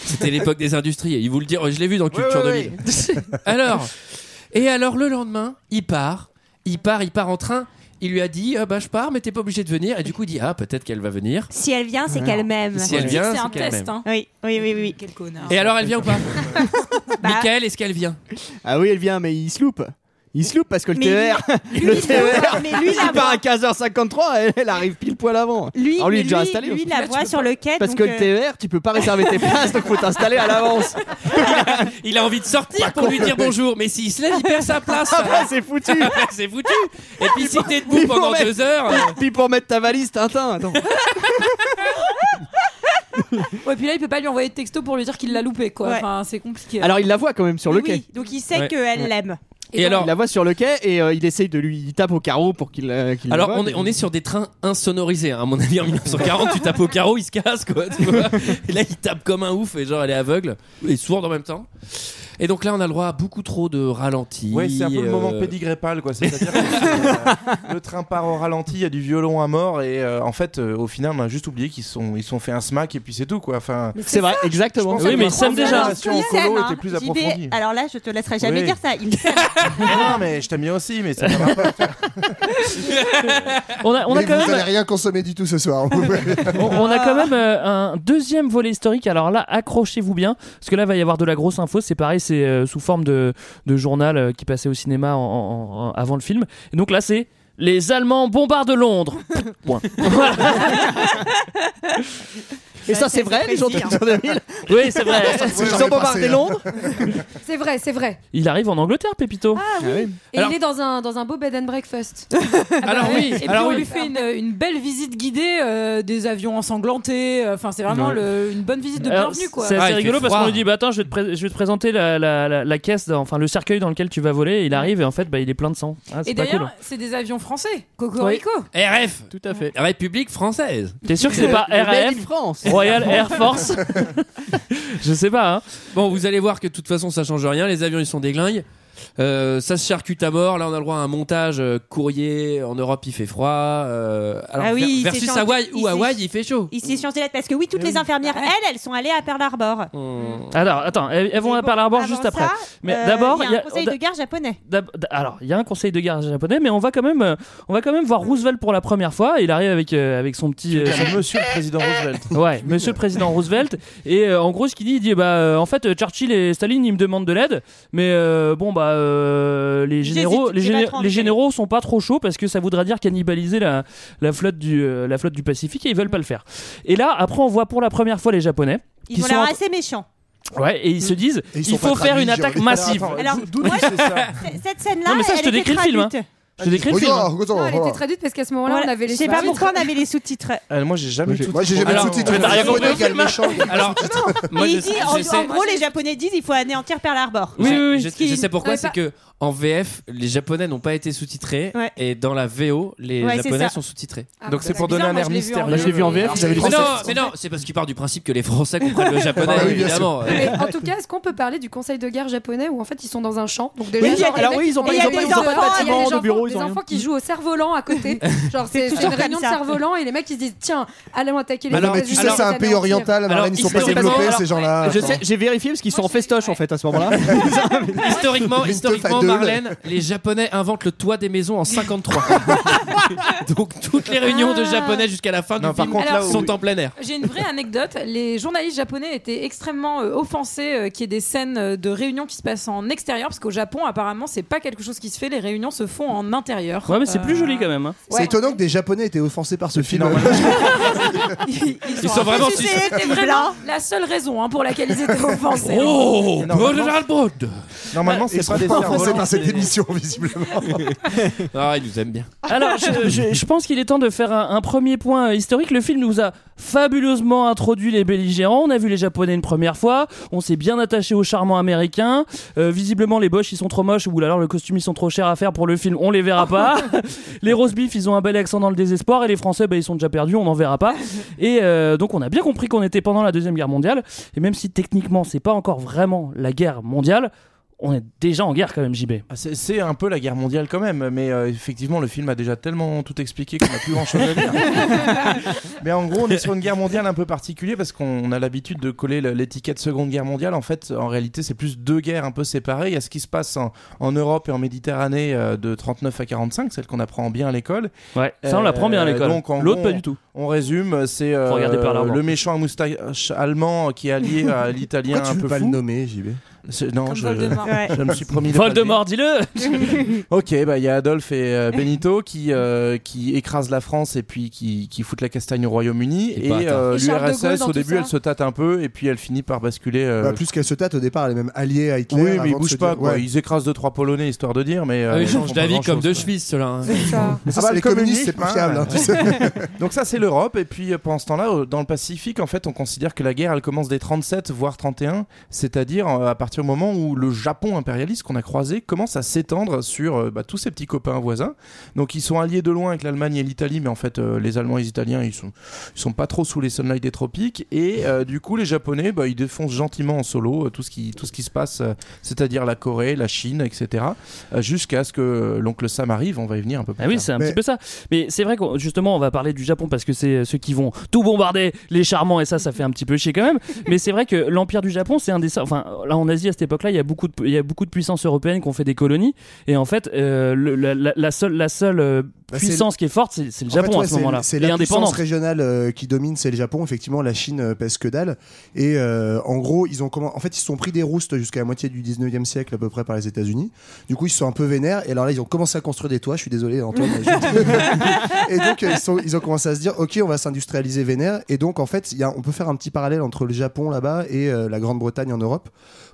Speaker 1: C'était l'époque des industries. Et ils vous le dire, je l'ai vu dans Culture
Speaker 5: ouais,
Speaker 1: 2000. Alors, et alors le lendemain, il part, il part, il part en train. Il lui a dit, Ah bah je pars, mais t'es pas obligé de venir. Et du coup, il dit, ah peut-être qu'elle va venir.
Speaker 10: Si elle vient, c'est qu'elle m'aime.
Speaker 1: Si elle
Speaker 12: C'est un
Speaker 1: vient, c'est qu'elle
Speaker 12: test,
Speaker 1: m'aime.
Speaker 12: hein.
Speaker 10: Oui, oui, oui, oui.
Speaker 12: Quel connard.
Speaker 1: Et alors, elle vient ou pas
Speaker 10: Bah,
Speaker 1: Michael, est-ce qu'elle vient
Speaker 11: Ah oui, elle vient, mais il se loupe. Il se loupe parce que le
Speaker 10: Mais
Speaker 11: TER.
Speaker 10: lui,
Speaker 11: le
Speaker 10: il
Speaker 11: TER.
Speaker 10: voit, mais lui,
Speaker 11: il
Speaker 10: la
Speaker 11: part à
Speaker 10: voit.
Speaker 11: 15h53, elle, elle arrive pile poil avant.
Speaker 10: Lui,
Speaker 11: Alors, lui, il
Speaker 10: mais
Speaker 11: est déjà
Speaker 10: lui-
Speaker 11: installé,
Speaker 10: lui,
Speaker 11: aussi.
Speaker 10: la voit sur le quai.
Speaker 11: Parce
Speaker 10: donc,
Speaker 11: que
Speaker 10: euh,
Speaker 11: le TER, tu peux pas réserver tes places, donc faut t'installer à l'avance.
Speaker 1: Il a envie de sortir pour lui dire bonjour. Mais s'il se lève, il perd sa place.
Speaker 11: Ah bah, c'est foutu.
Speaker 1: c'est foutu. Et puis, si t'es debout
Speaker 11: il faut
Speaker 1: pendant
Speaker 11: mettre-
Speaker 1: deux heures. euh,
Speaker 11: Puis pour mettre ta valise, Tintin. Attends.
Speaker 10: euh,
Speaker 12: Ouais, puis là, il peut pas lui envoyer de texto pour lui dire qu'il l'a loupé, quoi.
Speaker 10: Ouais.
Speaker 12: Enfin, c'est compliqué.
Speaker 11: Alors, il la voit quand même sur le
Speaker 10: oui,
Speaker 11: quai.
Speaker 10: donc il sait
Speaker 1: Ouais.
Speaker 10: qu'elle l'aime.
Speaker 1: Et alors,
Speaker 11: Il la voit sur le quai et euh, il essaye de lui. Il tape au carreau pour qu'il. euh, qu'il le
Speaker 1: Alors
Speaker 11: voie,
Speaker 1: on
Speaker 11: mais-
Speaker 1: est, on est sur des trains insonorisés. hein. À mon avis, en 1940, tu tapes au carreau, il se casse quoi. tu vois. et là, il tape comme un ouf et genre elle est aveugle et sourde en même temps. Et donc là, on a le droit à beaucoup trop de ralentis.
Speaker 9: Ouais, c'est un peu le moment
Speaker 1: euh,
Speaker 9: pédigrépal, quoi. C'est-à-dire que euh, le train part au ralenti, il y a du violon à mort, et euh, en fait, euh, au final, on a juste oublié qu'ils sont, ils sont fait un smack, et puis c'est tout, quoi. Enfin,
Speaker 11: C'est vrai, exactement.
Speaker 7: Oui, mais ils s'aiment déjà.
Speaker 9: La relation en
Speaker 10: Il
Speaker 9: colo
Speaker 10: s'aime, hein.
Speaker 9: était plus
Speaker 10: JB,
Speaker 9: approfondie.
Speaker 10: Alors là, je te laisserai jamais
Speaker 9: Oui.
Speaker 10: dire ça. Il s'aime.
Speaker 9: non, mais je t'aime bien aussi, mais ça va pas.
Speaker 7: On a, on a
Speaker 5: Mais
Speaker 7: quand
Speaker 5: vous
Speaker 7: même
Speaker 5: n'allez rien consommer du tout ce soir. on vous-
Speaker 7: On, on a quand même euh, un deuxième volet historique. Alors là, accrochez-vous bien, parce que là, va y avoir de la grosse info. C'est pareil, c'est euh, sous forme de, de journal euh, qui passait au cinéma en- en- en- avant le film. Et donc là, c'est les Allemands bombardent Londres. Point. Voilà.
Speaker 11: Et ça, c'est vrai, les gens de Culture 2000
Speaker 7: Oui, c'est hein. vrai.
Speaker 11: Ils ont bombardé Londres
Speaker 6: C'est vrai, c'est vrai.
Speaker 7: Il arrive en Angleterre, Pépito.
Speaker 6: Ah oui. Et
Speaker 7: Alors-
Speaker 6: il est dans un, dans un beau bed and breakfast.
Speaker 7: Alors oui,
Speaker 12: Et puis
Speaker 7: alors
Speaker 12: on
Speaker 7: oui.
Speaker 12: lui fait une, une belle visite guidée euh, des avions ensanglantés. euh, Enfin, c'est vraiment
Speaker 7: Ouais.
Speaker 12: le- une bonne visite de
Speaker 7: Alors,
Speaker 12: bienvenue, quoi.
Speaker 7: C'est
Speaker 6: Ah,
Speaker 7: assez rigolo parce qu'on lui dit bah attends je vais te, pré- je vais te présenter la, la- la- la caisse dans- enfin le cercueil dans lequel tu vas voler et il arrive et en fait bah, il est plein de sang Ah,
Speaker 12: Et
Speaker 7: c'est pas
Speaker 12: d'ailleurs,
Speaker 7: cool
Speaker 12: c'est des avions français, Cocorico.
Speaker 1: RF
Speaker 11: Tout à fait.
Speaker 1: République française.
Speaker 7: T'es sûr que c'est pas
Speaker 11: Le Made in
Speaker 7: RAF
Speaker 11: France.
Speaker 7: Royal Air Force Je sais pas. hein.
Speaker 1: Bon, vous allez voir que de toute façon, ça change rien. Les avions, ils sont déglingues. Euh, ça se charcute à mort. Là, on a le droit à un montage euh, courrier. En Europe, il fait froid. Euh, alors,
Speaker 10: Ah oui,
Speaker 1: ver-
Speaker 10: il s'est
Speaker 1: versus
Speaker 10: changé-
Speaker 1: Hawaï
Speaker 10: il
Speaker 1: ou
Speaker 10: s'est-
Speaker 1: Hawaï, il fait chaud.
Speaker 10: Il s'est changé d'être parce que oui, toutes les infirmières, elles, elles sont allées à Pearl Harbor.
Speaker 7: Alors attends, elles, elles vont à Pearl Harbor juste après. Mais
Speaker 10: Euh,
Speaker 7: d'abord
Speaker 10: il y a un conseil de gare japonais.
Speaker 7: D'ab- d- Alors, il y a un conseil de garde japonais, mais on va quand même, euh, on va quand même voir Roosevelt pour la première fois. Il arrive avec, euh, avec son petit. euh, son-
Speaker 9: Monsieur le président Roosevelt.
Speaker 7: Ouais, Monsieur le Président Roosevelt. Et euh, en gros, ce qu'il dit, il dit bah euh, en fait, euh, Churchill et Staline, ils me demandent de l'aide, mais euh, bon bah euh, les généraux,
Speaker 11: J'hésite,
Speaker 7: les,
Speaker 11: j'ai
Speaker 7: géné-
Speaker 11: pas trop
Speaker 7: les
Speaker 11: envie
Speaker 7: généraux sont pas trop chauds parce que ça voudra dire cannibaliser la, la flotte du euh, la flotte du Pacifique et ils veulent pas le faire. Et là, après, on voit pour la première fois les Japonais.
Speaker 10: Ils
Speaker 7: qui
Speaker 10: ont
Speaker 7: sont
Speaker 10: l'air
Speaker 7: en-
Speaker 10: assez méchants.
Speaker 7: Ouais, et ils se disent,
Speaker 5: ils sont
Speaker 7: il
Speaker 5: pas
Speaker 7: faut faire
Speaker 5: traduits,
Speaker 7: une
Speaker 5: genre,
Speaker 7: attaque
Speaker 5: les-
Speaker 7: massive.
Speaker 10: Alors, moi, c- cette scène-là,
Speaker 7: Non, mais ça, je
Speaker 10: elle
Speaker 7: te
Speaker 10: était
Speaker 7: décris le film, hein.
Speaker 10: traduite.
Speaker 7: Je te décris le film. hein.
Speaker 6: Non, elle était traduite parce qu'à ce moment-là,
Speaker 10: Voilà,
Speaker 6: on avait les
Speaker 10: Je sais pas
Speaker 6: sous-titres.
Speaker 10: pourquoi on avait les sous-titres.
Speaker 9: moi, j'ai jamais tout.
Speaker 5: Moi, j'ai jamais
Speaker 7: Alors,
Speaker 5: sous-titré.
Speaker 7: mais t'as rien compris au
Speaker 5: Il y a le
Speaker 7: film, hein.
Speaker 5: méchant, il y a le
Speaker 1: Alors, moi,
Speaker 10: Et
Speaker 1: je,
Speaker 10: ils disent,
Speaker 1: je
Speaker 10: en, en
Speaker 1: sais,
Speaker 10: gros, les Japonais disent il faut anéantir Pearl Harbor.
Speaker 1: je- je-
Speaker 10: Ce qui-
Speaker 1: je sais pourquoi,
Speaker 10: Ouais,
Speaker 1: c'est
Speaker 10: pas-
Speaker 1: que en VF, les Japonais n'ont pas été sous-titrés
Speaker 10: Ouais.
Speaker 1: et dans la VO, les
Speaker 10: Ouais, c'est ça.
Speaker 1: Japonais sont sous-titrés.
Speaker 10: Ah,
Speaker 9: Donc, c'est pour
Speaker 12: bah, bizarre,
Speaker 9: donner un
Speaker 12: moi,
Speaker 9: air
Speaker 12: je l'ai vu en
Speaker 9: mystérieux. Ah,
Speaker 11: Là, Bah, je l'ai vu en VF, j'avais les
Speaker 1: Mais non,
Speaker 11: Français.
Speaker 1: mais non, c'est parce qu'ils partent du principe que les Français comprennent le japonais,
Speaker 5: Ah oui, bien sûr.
Speaker 1: évidemment.
Speaker 6: Mais en tout cas, est-ce qu'on peut parler du conseil de guerre japonais où en fait ils sont dans un champ donc
Speaker 11: Oui, il y a- alors oui, ils ont
Speaker 6: et
Speaker 11: pas-
Speaker 6: il y
Speaker 11: ils
Speaker 6: a
Speaker 11: ont pas- ils
Speaker 6: des
Speaker 11: ont pas de
Speaker 6: enfants, il y a
Speaker 11: bâtiment,
Speaker 6: des
Speaker 11: de
Speaker 6: enfants-
Speaker 11: bureau, ils
Speaker 6: des
Speaker 11: ont rien.
Speaker 6: enfants qui jouent au cerf-volant à côté. Genre, c'est c'est une
Speaker 10: toujours comme
Speaker 6: réunion de
Speaker 10: ça.
Speaker 6: cerf-volant et les mecs ils se disent tiens, allons attaquer les
Speaker 1: Alors,
Speaker 5: mais
Speaker 6: États-Unis,
Speaker 5: tu sais, c'est
Speaker 6: les
Speaker 5: un pays
Speaker 6: anéantir.
Speaker 5: oriental, la
Speaker 1: Alors,
Speaker 5: marine, ils sont pas
Speaker 1: historiquement-
Speaker 5: développés,
Speaker 1: alors,
Speaker 5: ces gens-là.
Speaker 11: Je sais, j'ai vérifié parce qu'ils sont en festoche en fait à ce moment-là.
Speaker 1: Historiquement,
Speaker 5: Une teuf
Speaker 1: historiquement
Speaker 5: à deux.
Speaker 1: Marlène, les Japonais inventent le toit des maisons en 53. Donc toutes les réunions
Speaker 10: Ah.
Speaker 1: de Japonais jusqu'à la fin
Speaker 9: Non,
Speaker 1: du
Speaker 9: par
Speaker 1: film
Speaker 9: contre,
Speaker 12: là où-
Speaker 1: sont en plein air.
Speaker 12: J'ai une vraie anecdote. Les journalistes japonais étaient extrêmement euh, offensés euh, qu'il y ait des scènes euh, de réunions qui se passent en extérieur, parce qu'au Japon, apparemment, c'est pas quelque chose qui se fait. Les réunions se font en intérieur.
Speaker 7: Ouais, mais c'est
Speaker 12: Euh,
Speaker 7: plus joli quand même. hein.
Speaker 5: C'est étonnant que des Japonais aient été offensés par ce film.
Speaker 1: Ils sont vraiment
Speaker 10: Tu sais,
Speaker 1: six-
Speaker 10: t'es
Speaker 12: C'est
Speaker 10: blanc.
Speaker 12: vraiment la seule raison hein, pour laquelle ils étaient offensés. hein.
Speaker 1: Oh,
Speaker 9: Non,
Speaker 1: Brother
Speaker 9: vraiment.
Speaker 1: Albert.
Speaker 9: Normalement,
Speaker 5: Ils
Speaker 9: c'est
Speaker 5: sont
Speaker 9: pas des
Speaker 5: pas offensés
Speaker 9: cerfs-volants.
Speaker 5: par
Speaker 9: c'est
Speaker 5: cette
Speaker 9: des-
Speaker 5: émission, visiblement.
Speaker 1: Ah, ils nous aiment bien.
Speaker 7: Alors, je, je- je pense qu'il est temps de faire un, un premier point euh, historique. Le film nous a fabuleusement introduit les belligérants. On a vu les Japonais une première fois. On s'est bien attaché aux charmants américains. Euh, visiblement, les Boches, ils sont trop moches ou alors le costume, ils sont trop chers à faire pour le film. On les verra pas. les roast beef, ils ont un bel accent dans le désespoir. Et les Français, bah, ils sont déjà perdus. On n'en verra pas. Et euh, donc, on a bien compris qu'on était pendant la Deuxième Guerre mondiale. Et même si techniquement, c'est pas encore vraiment la guerre mondiale, on est déjà en guerre quand même, JB.
Speaker 9: Ah, C'est c'est un peu la guerre mondiale quand même, mais euh, effectivement le film a déjà tellement tout expliqué qu'on n'a plus grand chose à dire. mais en gros on est sur une guerre mondiale un peu particulière parce qu'on a l'habitude de coller le- l'étiquette Seconde Guerre mondiale. En fait en réalité c'est plus deux guerres un peu séparées. Il y a ce qui se passe en, en Europe et en Méditerranée euh, de 39 à 45, celle qu'on apprend bien à l'école.
Speaker 7: Ouais, ça, on
Speaker 9: Euh,
Speaker 7: l'apprend bien à l'école.
Speaker 9: donc, en
Speaker 7: L'autre,
Speaker 9: gros,
Speaker 7: pas du tout.
Speaker 9: On résume, c'est euh,
Speaker 7: Faut regarder Pearl Harbor.
Speaker 9: le méchant à moustache allemand qui est allié à l'italien
Speaker 5: Pourquoi
Speaker 9: un
Speaker 5: tu
Speaker 9: peu
Speaker 5: veux pas le
Speaker 9: fou.
Speaker 5: nommer, JB
Speaker 9: C'est- Non,
Speaker 12: Comme
Speaker 9: je,
Speaker 12: Voldemort.
Speaker 10: Ouais.
Speaker 9: je me suis promis de pas le dire.
Speaker 7: Voldemort, dis-le
Speaker 9: Ok, bah il y a Adolphe et euh, Benito qui euh, qui écrasent la France et puis qui qui foutent la castagne au Royaume-Uni
Speaker 1: Et
Speaker 9: et,
Speaker 1: pas à
Speaker 9: euh,
Speaker 12: Et Charles de Gaulle
Speaker 9: l'URSS
Speaker 12: dans tout
Speaker 9: au début
Speaker 12: ça.
Speaker 9: elle se tâte un peu et puis elle finit par basculer. euh,
Speaker 5: Bah, Plus qu'elle se tâte, au départ, elle est même alliée à Hitler.
Speaker 9: oui,
Speaker 5: avant
Speaker 9: mais ils
Speaker 5: de se
Speaker 9: bougent pas
Speaker 5: dire-
Speaker 9: quoi.
Speaker 5: Ouais.
Speaker 9: Ils écrasent deux trois Polonais histoire de dire, mais euh,
Speaker 1: Ah, ils
Speaker 9: ils
Speaker 1: changent
Speaker 9: font pas
Speaker 1: d'avis comme
Speaker 9: grand-chose,
Speaker 1: deux
Speaker 9: quoi.
Speaker 1: chevilles, ceux-là. hein.
Speaker 6: C'est ça.
Speaker 5: Mais ça,
Speaker 9: Ah
Speaker 5: c'est
Speaker 9: bah,
Speaker 5: les
Speaker 9: le
Speaker 5: communistes, c'est
Speaker 9: communisme, hein,
Speaker 5: confiable. hein, tu sais.
Speaker 9: Donc ça c'est l'Europe et puis euh, pendant ce temps-là euh, dans le Pacifique en fait on considère que la guerre elle commence dès 37 voire 31 c'est-à-dire euh, à partir du moment où le Japon impérialiste qu'on a croisé commence à s'étendre sur euh, bah, tous ses petits copains voisins donc ils sont alliés de loin avec l'Allemagne et l'Italie mais en fait euh, les Allemands et les Italiens ils sont ils sont pas trop sous les sunlights des tropiques et euh, du coup les Japonais bah, ils défoncent gentiment en solo euh, tout ce qui tout ce qui se passe euh, c'est-à-dire la Corée la Chine etc euh, jusqu'à ce que euh, l'oncle Sam arrive on va y venir un peu plus
Speaker 7: Ah oui,
Speaker 9: tard.
Speaker 7: c'est un
Speaker 5: Mais-
Speaker 7: petit peu ça. Mais c'est vrai que justement, on va parler du Japon parce que c'est euh, ceux qui vont tout bombarder, les charmants, et ça, ça fait un petit peu chier quand même. Mais c'est vrai que l'Empire du Japon, c'est un des. Enfin, là, en Asie, à cette époque-là, il y, a beaucoup de... il y a beaucoup de puissances européennes qui ont fait des colonies. Et en fait, euh, le- la, la- la seule, la seule euh,
Speaker 5: Bah, c'est-
Speaker 7: puissance qui est forte, c'est c'est le
Speaker 5: En fait,
Speaker 7: Japon
Speaker 5: ouais,
Speaker 7: à ce
Speaker 5: c'est-
Speaker 7: moment-là.
Speaker 5: C'est
Speaker 7: Et
Speaker 5: la
Speaker 7: indépendante.
Speaker 5: puissance régionale euh, qui domine, c'est le Japon. Effectivement, la Chine euh, pèse que dalle. Et euh, en gros, ils ont comment En fait, ils se sont pris des roustes jusqu'à la moitié du 19e siècle à peu près par les États-Unis. Du coup, ils se sont un peu vénères. Et alors là, ils ont commencé à construire des toits. Je suis désolé, Antoine. mais je- et donc, euh, ils, sont- ils ont commencé à se dire, ok, on va s'industrialiser vénère. Et donc, en fait, il y a, on peut faire un petit parallèle entre le Japon là-bas et euh, la Grande-Bretagne en Europe,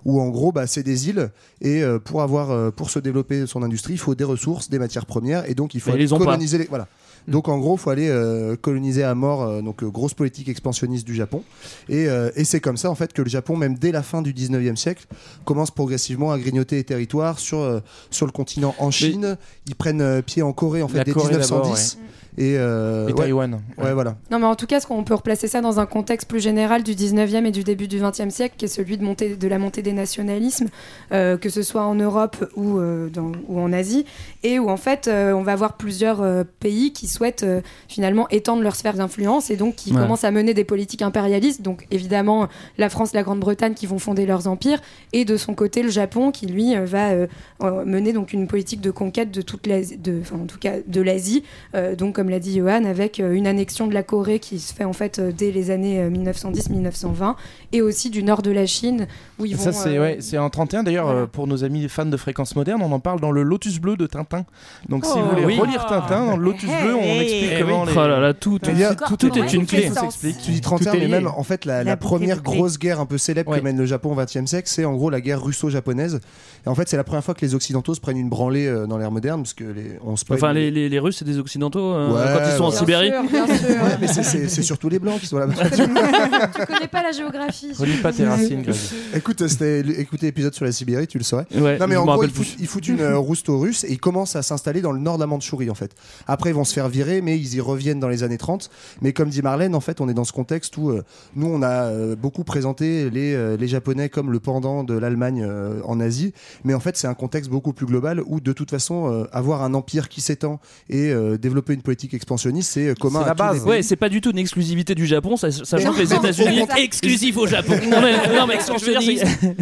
Speaker 5: où en gros, bah, c'est des îles. Et euh, pour avoir, euh, pour se développer son industrie, il faut des ressources, des matières premières. Et donc, il faut
Speaker 7: Mais ils les ont pas.
Speaker 5: coloniser les. Voilà. Donc en gros, faut aller euh, coloniser à mort, euh, donc euh, grosse politique expansionniste du Japon. Et, euh, et c'est comme ça en fait que le Japon, même dès la fin du 19e siècle, commence progressivement à grignoter les territoires sur, euh, sur le continent en Chine. Ils prennent euh, pied en Corée en fait
Speaker 9: La
Speaker 5: dès
Speaker 9: Corée d'abord,
Speaker 5: 1910. Et, euh,
Speaker 9: Et
Speaker 5: ouais.
Speaker 9: Taïwan.
Speaker 5: Ouais, voilà.
Speaker 6: Non, mais en tout cas, ce qu'on peut replacer ça dans un contexte plus général du 19e et du début du 20e siècle, qui est celui de, montée, de la montée des nationalismes, euh, que ce soit en Europe ou, euh, dans- ou en Asie, et où en fait, euh, on va avoir plusieurs euh, pays qui souhaitent euh, finalement étendre leur sphère d'influence et donc qui
Speaker 14: Ouais.
Speaker 6: commencent à mener des politiques impérialistes. Donc évidemment, la France, la Grande-Bretagne qui vont fonder leurs empires, et de son côté, le Japon qui lui euh, va euh, euh, mener donc une politique de conquête de toute l'Asie, de, enfin, en tout cas de l'Asie, euh, donc comme l'a dit Johan, avec euh, une annexion de la Corée qui se fait en fait euh, dès les années 1910-1920, et aussi du nord de la Chine où ils
Speaker 9: Ça,
Speaker 6: vont.
Speaker 9: c'est
Speaker 6: euh,
Speaker 9: ouais, c'est en 31. D'ailleurs, euh, pour nos amis fans de fréquence moderne, on en parle dans le Lotus Bleu de Tintin. Donc, si
Speaker 7: Oh.
Speaker 9: vous voulez
Speaker 7: Oui.
Speaker 9: relire Tintin, dans le Lotus Bleu, on
Speaker 7: hey.
Speaker 9: explique
Speaker 7: Eh
Speaker 9: comment
Speaker 7: oui.
Speaker 9: les.
Speaker 7: Oh là là, tout- tout-
Speaker 9: Il y a-
Speaker 7: tout- tout est une clé.
Speaker 5: Tout s'explique. Tu dis
Speaker 9: Tout
Speaker 5: 31,
Speaker 9: est
Speaker 5: mais
Speaker 9: lié.
Speaker 5: même en fait la,
Speaker 9: La
Speaker 5: la
Speaker 9: bouquet
Speaker 5: première
Speaker 9: de clés.
Speaker 5: grosse guerre un peu célèbre
Speaker 9: Ouais.
Speaker 5: que mène le Japon au XXe siècle, c'est en gros la guerre russo-japonaise. Et en fait, c'est la première fois que les Occidentaux se prennent une branlée euh, dans l'ère moderne, parce que les, on se
Speaker 7: Enfin, les, les, les Russes, c'est des Occidentaux euh,
Speaker 5: Ouais,
Speaker 7: quand ils sont en
Speaker 5: bien
Speaker 7: Sibérie.
Speaker 5: sûr, bien sûr. Ouais, mais c'est- c'est c'est surtout les blancs qui sont là-bas.
Speaker 6: tu connais pas la géographie. Bah,
Speaker 9: Relis pas tes racines, Greg.
Speaker 5: Écoute, c'était écouter l'épisode sur la Sibérie, tu le saurais.
Speaker 9: Ouais,
Speaker 5: non mais
Speaker 9: je
Speaker 5: en
Speaker 9: m'en
Speaker 5: gros, ils
Speaker 9: rappelle
Speaker 5: foutent, ils foutent une euh, rouste aux Russes et ils commencent à s'installer dans le nord de la Mandchourie en fait. Après, ils vont se faire virer, mais ils y reviennent dans les années 30. Mais comme dit Marlène, en fait, on est dans ce contexte où euh, nous, on a euh, beaucoup présenté les, euh, les Japonais comme le pendant de l'Allemagne euh, en Asie, mais en fait, c'est un contexte beaucoup plus global où de toute façon, euh, avoir un empire qui s'étend et euh, développer une politique expansionniste, c'est euh, commun
Speaker 7: C'est
Speaker 5: à
Speaker 7: la
Speaker 5: tous les
Speaker 7: base.
Speaker 5: pays.
Speaker 7: Ouais, c'est pas du tout une exclusivité du Japon, sa- sachant que les
Speaker 1: Non,
Speaker 7: États-Unis
Speaker 1: c'est ça. Exclusif au Japon.
Speaker 7: Non mais, non, mais ce que je veux dire, c'est-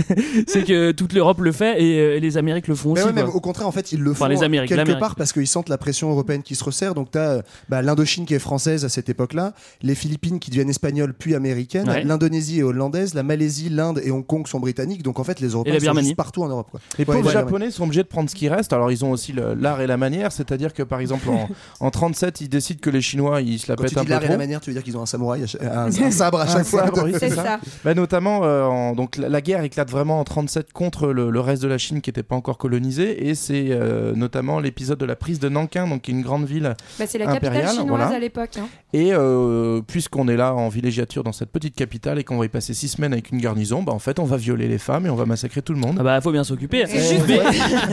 Speaker 7: c'est que toute l'Europe le fait et, euh, et les Amériques le font
Speaker 5: Mais
Speaker 7: aussi.
Speaker 5: ouais, même
Speaker 7: quoi.
Speaker 5: au contraire, en fait, ils le font hein, euh,
Speaker 7: Enfin, les Amériques,
Speaker 5: quelque
Speaker 7: l'Amérique.
Speaker 5: part parce qu'ils sentent la pression européenne qui se resserre. Donc, tu as l'Indochine qui est française à cette époque-là, les Philippines qui deviennent espagnoles puis américaines,
Speaker 7: Ouais.
Speaker 5: l'Indonésie est hollandaise, la Malaisie, l'Inde et Hong Kong sont britanniques. Donc, en fait, les Européens
Speaker 9: la
Speaker 5: sont
Speaker 9: Birmanie.
Speaker 5: juste partout en Europe. Quoi.
Speaker 9: Les
Speaker 5: Ouais,
Speaker 9: pauvres
Speaker 5: la Birmanie.
Speaker 9: japonais sont obligés de prendre ce qui reste. Alors ils ont aussi le- l'art et la manière, c'est-à-dire que par exemple en, en 37 ils décident que les Chinois ils se la
Speaker 5: Quand
Speaker 9: pètent
Speaker 5: tu
Speaker 9: un
Speaker 5: dis
Speaker 9: peu
Speaker 5: l'art et
Speaker 9: trop.
Speaker 5: la manière, tu veux dire qu'ils ont un samouraï, à chaque- un, un sabre à chaque
Speaker 9: Un
Speaker 5: fois.
Speaker 9: sabre, oui, c'est
Speaker 5: C'est
Speaker 9: ça.
Speaker 5: ça.
Speaker 9: Bah, notamment, euh, en- donc la, la guerre éclate vraiment en 37 contre le, le reste de la Chine qui n'était pas encore colonisée, et c'est euh, notamment l'épisode de la prise de Nankin, donc qui est une grande ville
Speaker 6: Bah, c'est la capitale
Speaker 9: impériale.
Speaker 6: chinoise
Speaker 9: voilà.
Speaker 6: à l'époque. hein.
Speaker 9: Et euh, puisqu'on est là en villégiature dans cette petite capitale et qu'on va y passer six semaines avec une garnison, bah en fait on va violer les femmes et on va massacrer tout le monde.
Speaker 7: Ah bah faut bien s'occuper.
Speaker 9: Mais-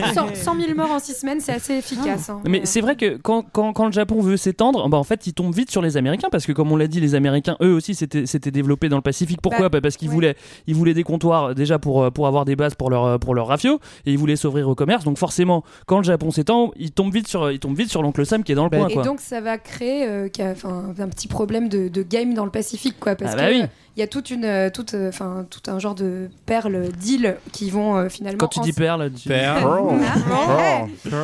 Speaker 6: 100, 000 morts en 6 semaines, c'est assez efficace. hein.
Speaker 7: Mais c'est vrai que quand, quand, quand le Japon veut s'étendre, bah en fait, il tombe vite sur les Américains parce que, comme on l'a dit, les Américains, eux aussi, s'étaient s'étaient développés dans le Pacifique. Pourquoi
Speaker 1: Bah,
Speaker 7: Bah, Parce qu'ils voulaient, ils voulaient des comptoirs déjà pour, euh, pour avoir des bases pour leur, euh, pour leur rafio et ils voulaient s'ouvrir au commerce. Donc, forcément, quand le Japon s'étend, il tombe vite sur, il tombe vite sur l'oncle Sam qui est
Speaker 5: Bah,
Speaker 7: dans le coin.
Speaker 6: Bah, et
Speaker 7: quoi.
Speaker 6: donc ça va créer euh, qu'a- enfin, un petit problème de, de game dans le Pacifique, quoi, parce
Speaker 7: Ah bah
Speaker 6: que
Speaker 7: oui.
Speaker 6: euh, il y a toute une, euh, toute, euh, enfin, tout un genre de perles euh, d'îles qui vont euh, finalement
Speaker 7: quand tu
Speaker 6: en-
Speaker 7: dis perle, tu
Speaker 1: Perle.
Speaker 6: Ah,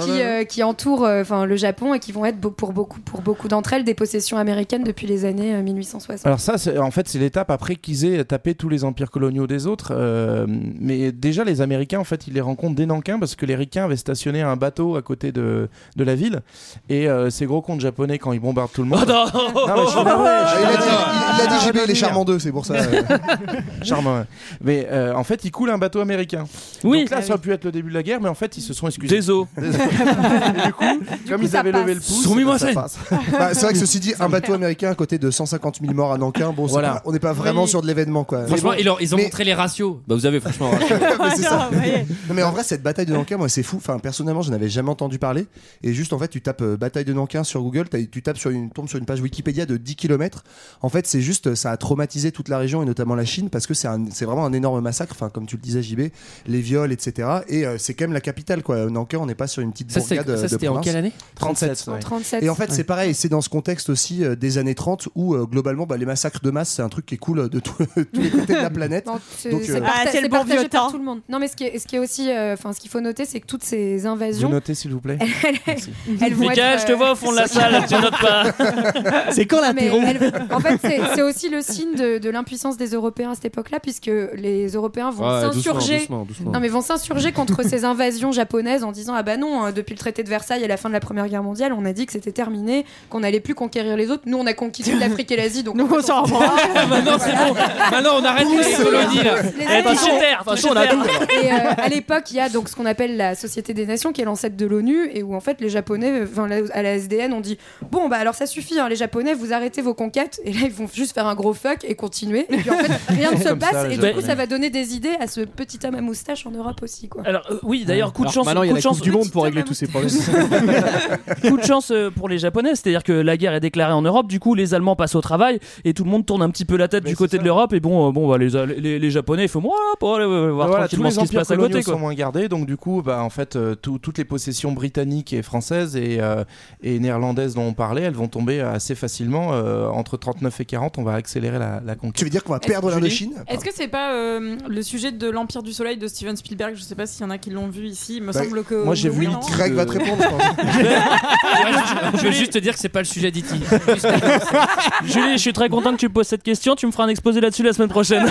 Speaker 6: qui, euh, qui entourent euh, enfin le Japon et qui vont être beau- pour beaucoup pour beaucoup d'entre elles des possessions américaines depuis les années euh, 1860.
Speaker 9: Alors ça, c'est- en fait, c'est l'étape après qu'ils aient tapé tous les empires coloniaux des autres. euh, mais déjà, les Américains, en fait, ils les rencontrent dès Nankin parce que les Ricains avaient stationné un bateau à côté de, de la ville. Et euh, ces gros cons de japonais, quand ils bombardent tout le monde...
Speaker 5: Oh
Speaker 7: non
Speaker 9: mais je suis pas vrai, je
Speaker 5: Ah,
Speaker 9: suis
Speaker 5: Il a
Speaker 9: pas
Speaker 5: dit-
Speaker 9: vrai.
Speaker 5: il- il a dit JB, il est
Speaker 9: Ah,
Speaker 5: charmant deux, c'est pour ça. euh.
Speaker 9: Charmant, ouais. Mais euh, en fait, ils coulent un bateau américain.
Speaker 7: Oui.
Speaker 5: ah
Speaker 9: Donc là, ça aurait pu être le début de la guerre, mais en fait, ils se sont excusés.
Speaker 7: Désolé.
Speaker 9: Et du coup, comme ils avaient levé le pouce,
Speaker 5: Soumis-moi
Speaker 9: ça
Speaker 5: ça.
Speaker 9: passe.
Speaker 5: Bah, c'est vrai que ceci dit, un bateau américain à côté de 150 000 morts à Nankin, bon, c'est
Speaker 1: Voilà.
Speaker 5: pas- on n'est pas vraiment
Speaker 1: Oui.
Speaker 5: sur de l'événement. quoi.
Speaker 1: Franchement,
Speaker 5: Mais bon,
Speaker 1: ils, leur- ils ont
Speaker 5: mais-
Speaker 1: montré les ratios. Bah, vous avez franchement.
Speaker 5: Ouais, c'est ça. Non, mais en vrai, cette bataille de Nankin, moi, c'est fou. Enfin, personnellement, je n'avais jamais entendu parler. Et juste, en fait, tu tapes euh, bataille de Nankin sur Google, t'as- tu tapes sur une, tombes sur une page Wikipédia de 10 km. En fait, c'est juste, euh, ça a traumatisé toute la région et notamment la Chine parce que c'est un- c'est vraiment un énorme massacre. Enfin, comme tu le disais, JB, les viols, etc. Et euh, c'est quand même la capitale, quoi. Nankin, on n'est pas sur une petite
Speaker 1: Ça, c'est-
Speaker 5: bourgade euh,
Speaker 1: ça,
Speaker 5: de
Speaker 1: c'était en
Speaker 5: province.
Speaker 1: quelle année
Speaker 5: 37.
Speaker 1: En
Speaker 5: ouais.
Speaker 1: 37.
Speaker 5: Et en fait, fait, c'est pareil, c'est dans ce contexte aussi euh, des années 30 où euh, globalement bah, les massacres de masse, c'est un truc qui est cool euh, de tout- tous les côtés de la planète.
Speaker 6: Non, c'est
Speaker 5: Donc,
Speaker 6: c'est
Speaker 5: euh,
Speaker 6: parta-
Speaker 10: Ah, c'est le
Speaker 6: c'est
Speaker 10: bon
Speaker 6: partagé
Speaker 10: vieux
Speaker 6: par
Speaker 10: temps.
Speaker 6: tout le monde. Non, mais ce qui est, ce qui est aussi, euh, enfin, ce qu'il faut noter, c'est que toutes ces
Speaker 9: Vous
Speaker 6: invasions,
Speaker 9: notez, s'il vous plaît.
Speaker 6: elles vont
Speaker 7: Mika,
Speaker 6: être,
Speaker 7: je te
Speaker 6: euh,
Speaker 7: vois au fond de la salle, tu notes pas.
Speaker 11: C'est quand
Speaker 6: mais
Speaker 11: l'interro
Speaker 6: elles- En fait, c'est- c'est aussi le signe de, de l'impuissance des Européens à cette époque-là, puisque les Européens vont
Speaker 1: Ouais,
Speaker 6: s'insurger.
Speaker 1: doucement, doucement, doucement.
Speaker 6: Non mais vont s'insurger contre ces invasions japonaises en disant ah bah non hein, depuis le traité de Versailles à la fin de la Première Guerre mondiale on a dit que c'était terminé qu'on n'allait plus conquérir les autres nous on a conquis toute l'Afrique et l'Asie donc
Speaker 11: Donc
Speaker 6: en
Speaker 11: on
Speaker 6: fait,
Speaker 11: s'en rend.
Speaker 8: Ah,
Speaker 7: Ah,
Speaker 8: bah
Speaker 1: Maintenant, c'est bon. Maintenant, on arrête les colonies, là. ben,
Speaker 6: les
Speaker 7: Eh,
Speaker 6: Allemands-
Speaker 7: touchez terre, touchez
Speaker 11: on a
Speaker 7: terre.
Speaker 6: Et euh, à l'époque, il y a donc ce qu'on appelle la Société des Nations, qui est l'ancêtre de l'ONU, et où en fait les Japonais, enfin, la- à la SDN, ont dit bon bah alors ça suffit, hein, les Japonais, vous arrêtez vos conquêtes, et là ils vont juste faire un gros fuck et continuer. Et puis en fait rien ne se
Speaker 9: Comme ça,
Speaker 6: passe,
Speaker 9: les
Speaker 6: et du
Speaker 9: Japonais.
Speaker 6: coup ça va donner des idées à ce petit homme à moustache en Europe aussi quoi.
Speaker 7: Alors euh, oui, d'ailleurs, coup de
Speaker 11: Alors,
Speaker 7: chance,
Speaker 11: Maintenant, il y a
Speaker 7: coup
Speaker 11: la
Speaker 7: de chance,
Speaker 11: Coupe du Monde pour
Speaker 7: Ah,
Speaker 11: régler tous ces problèmes.
Speaker 7: coup de chance euh, pour les Japonais, c'est-à-dire que la guerre est déclarée en Europe, du coup les Allemands passent au travail et tout le monde tourne un petit peu la tête
Speaker 9: Mais
Speaker 7: du
Speaker 9: c'est
Speaker 7: côté
Speaker 9: ça.
Speaker 7: de l'Europe et bon, euh, bon bah, les, les, les Japonais ils font moi pour aller euh, voir
Speaker 9: Voilà, tous
Speaker 7: tranquillement
Speaker 9: les
Speaker 7: ce qui se
Speaker 9: empires
Speaker 7: passe à
Speaker 9: coloniaux
Speaker 7: côté
Speaker 9: sont
Speaker 7: quoi.
Speaker 9: moins gardés, donc du coup, bah, en fait, euh, tout- toutes les possessions britanniques et françaises et, euh, et néerlandaises dont on parlait, elles vont tomber assez facilement. euh, entre 39 et 40, on va accélérer la, la
Speaker 5: tu
Speaker 9: conquête.
Speaker 5: veux dire qu'on va
Speaker 12: Est-ce-
Speaker 5: perdre l'Indochine
Speaker 12: Est-ce que c'est pas euh, le sujet de l'Empire du Soleil de Steven Spielberg Je sais pas s'il y en a qui l'ont vu ici. Il me
Speaker 5: Bah,
Speaker 12: semble que.
Speaker 9: moi, j'ai
Speaker 12: oui,
Speaker 9: vu
Speaker 12: non
Speaker 9: E.T.
Speaker 5: Greg va te répondre, je pense.
Speaker 1: Ouais, je- je vais juste te dire que c'est pas le sujet d'Iti.
Speaker 7: Julie, je suis très content que tu me poses cette question, tu me feras un exposé là-dessus la semaine prochaine.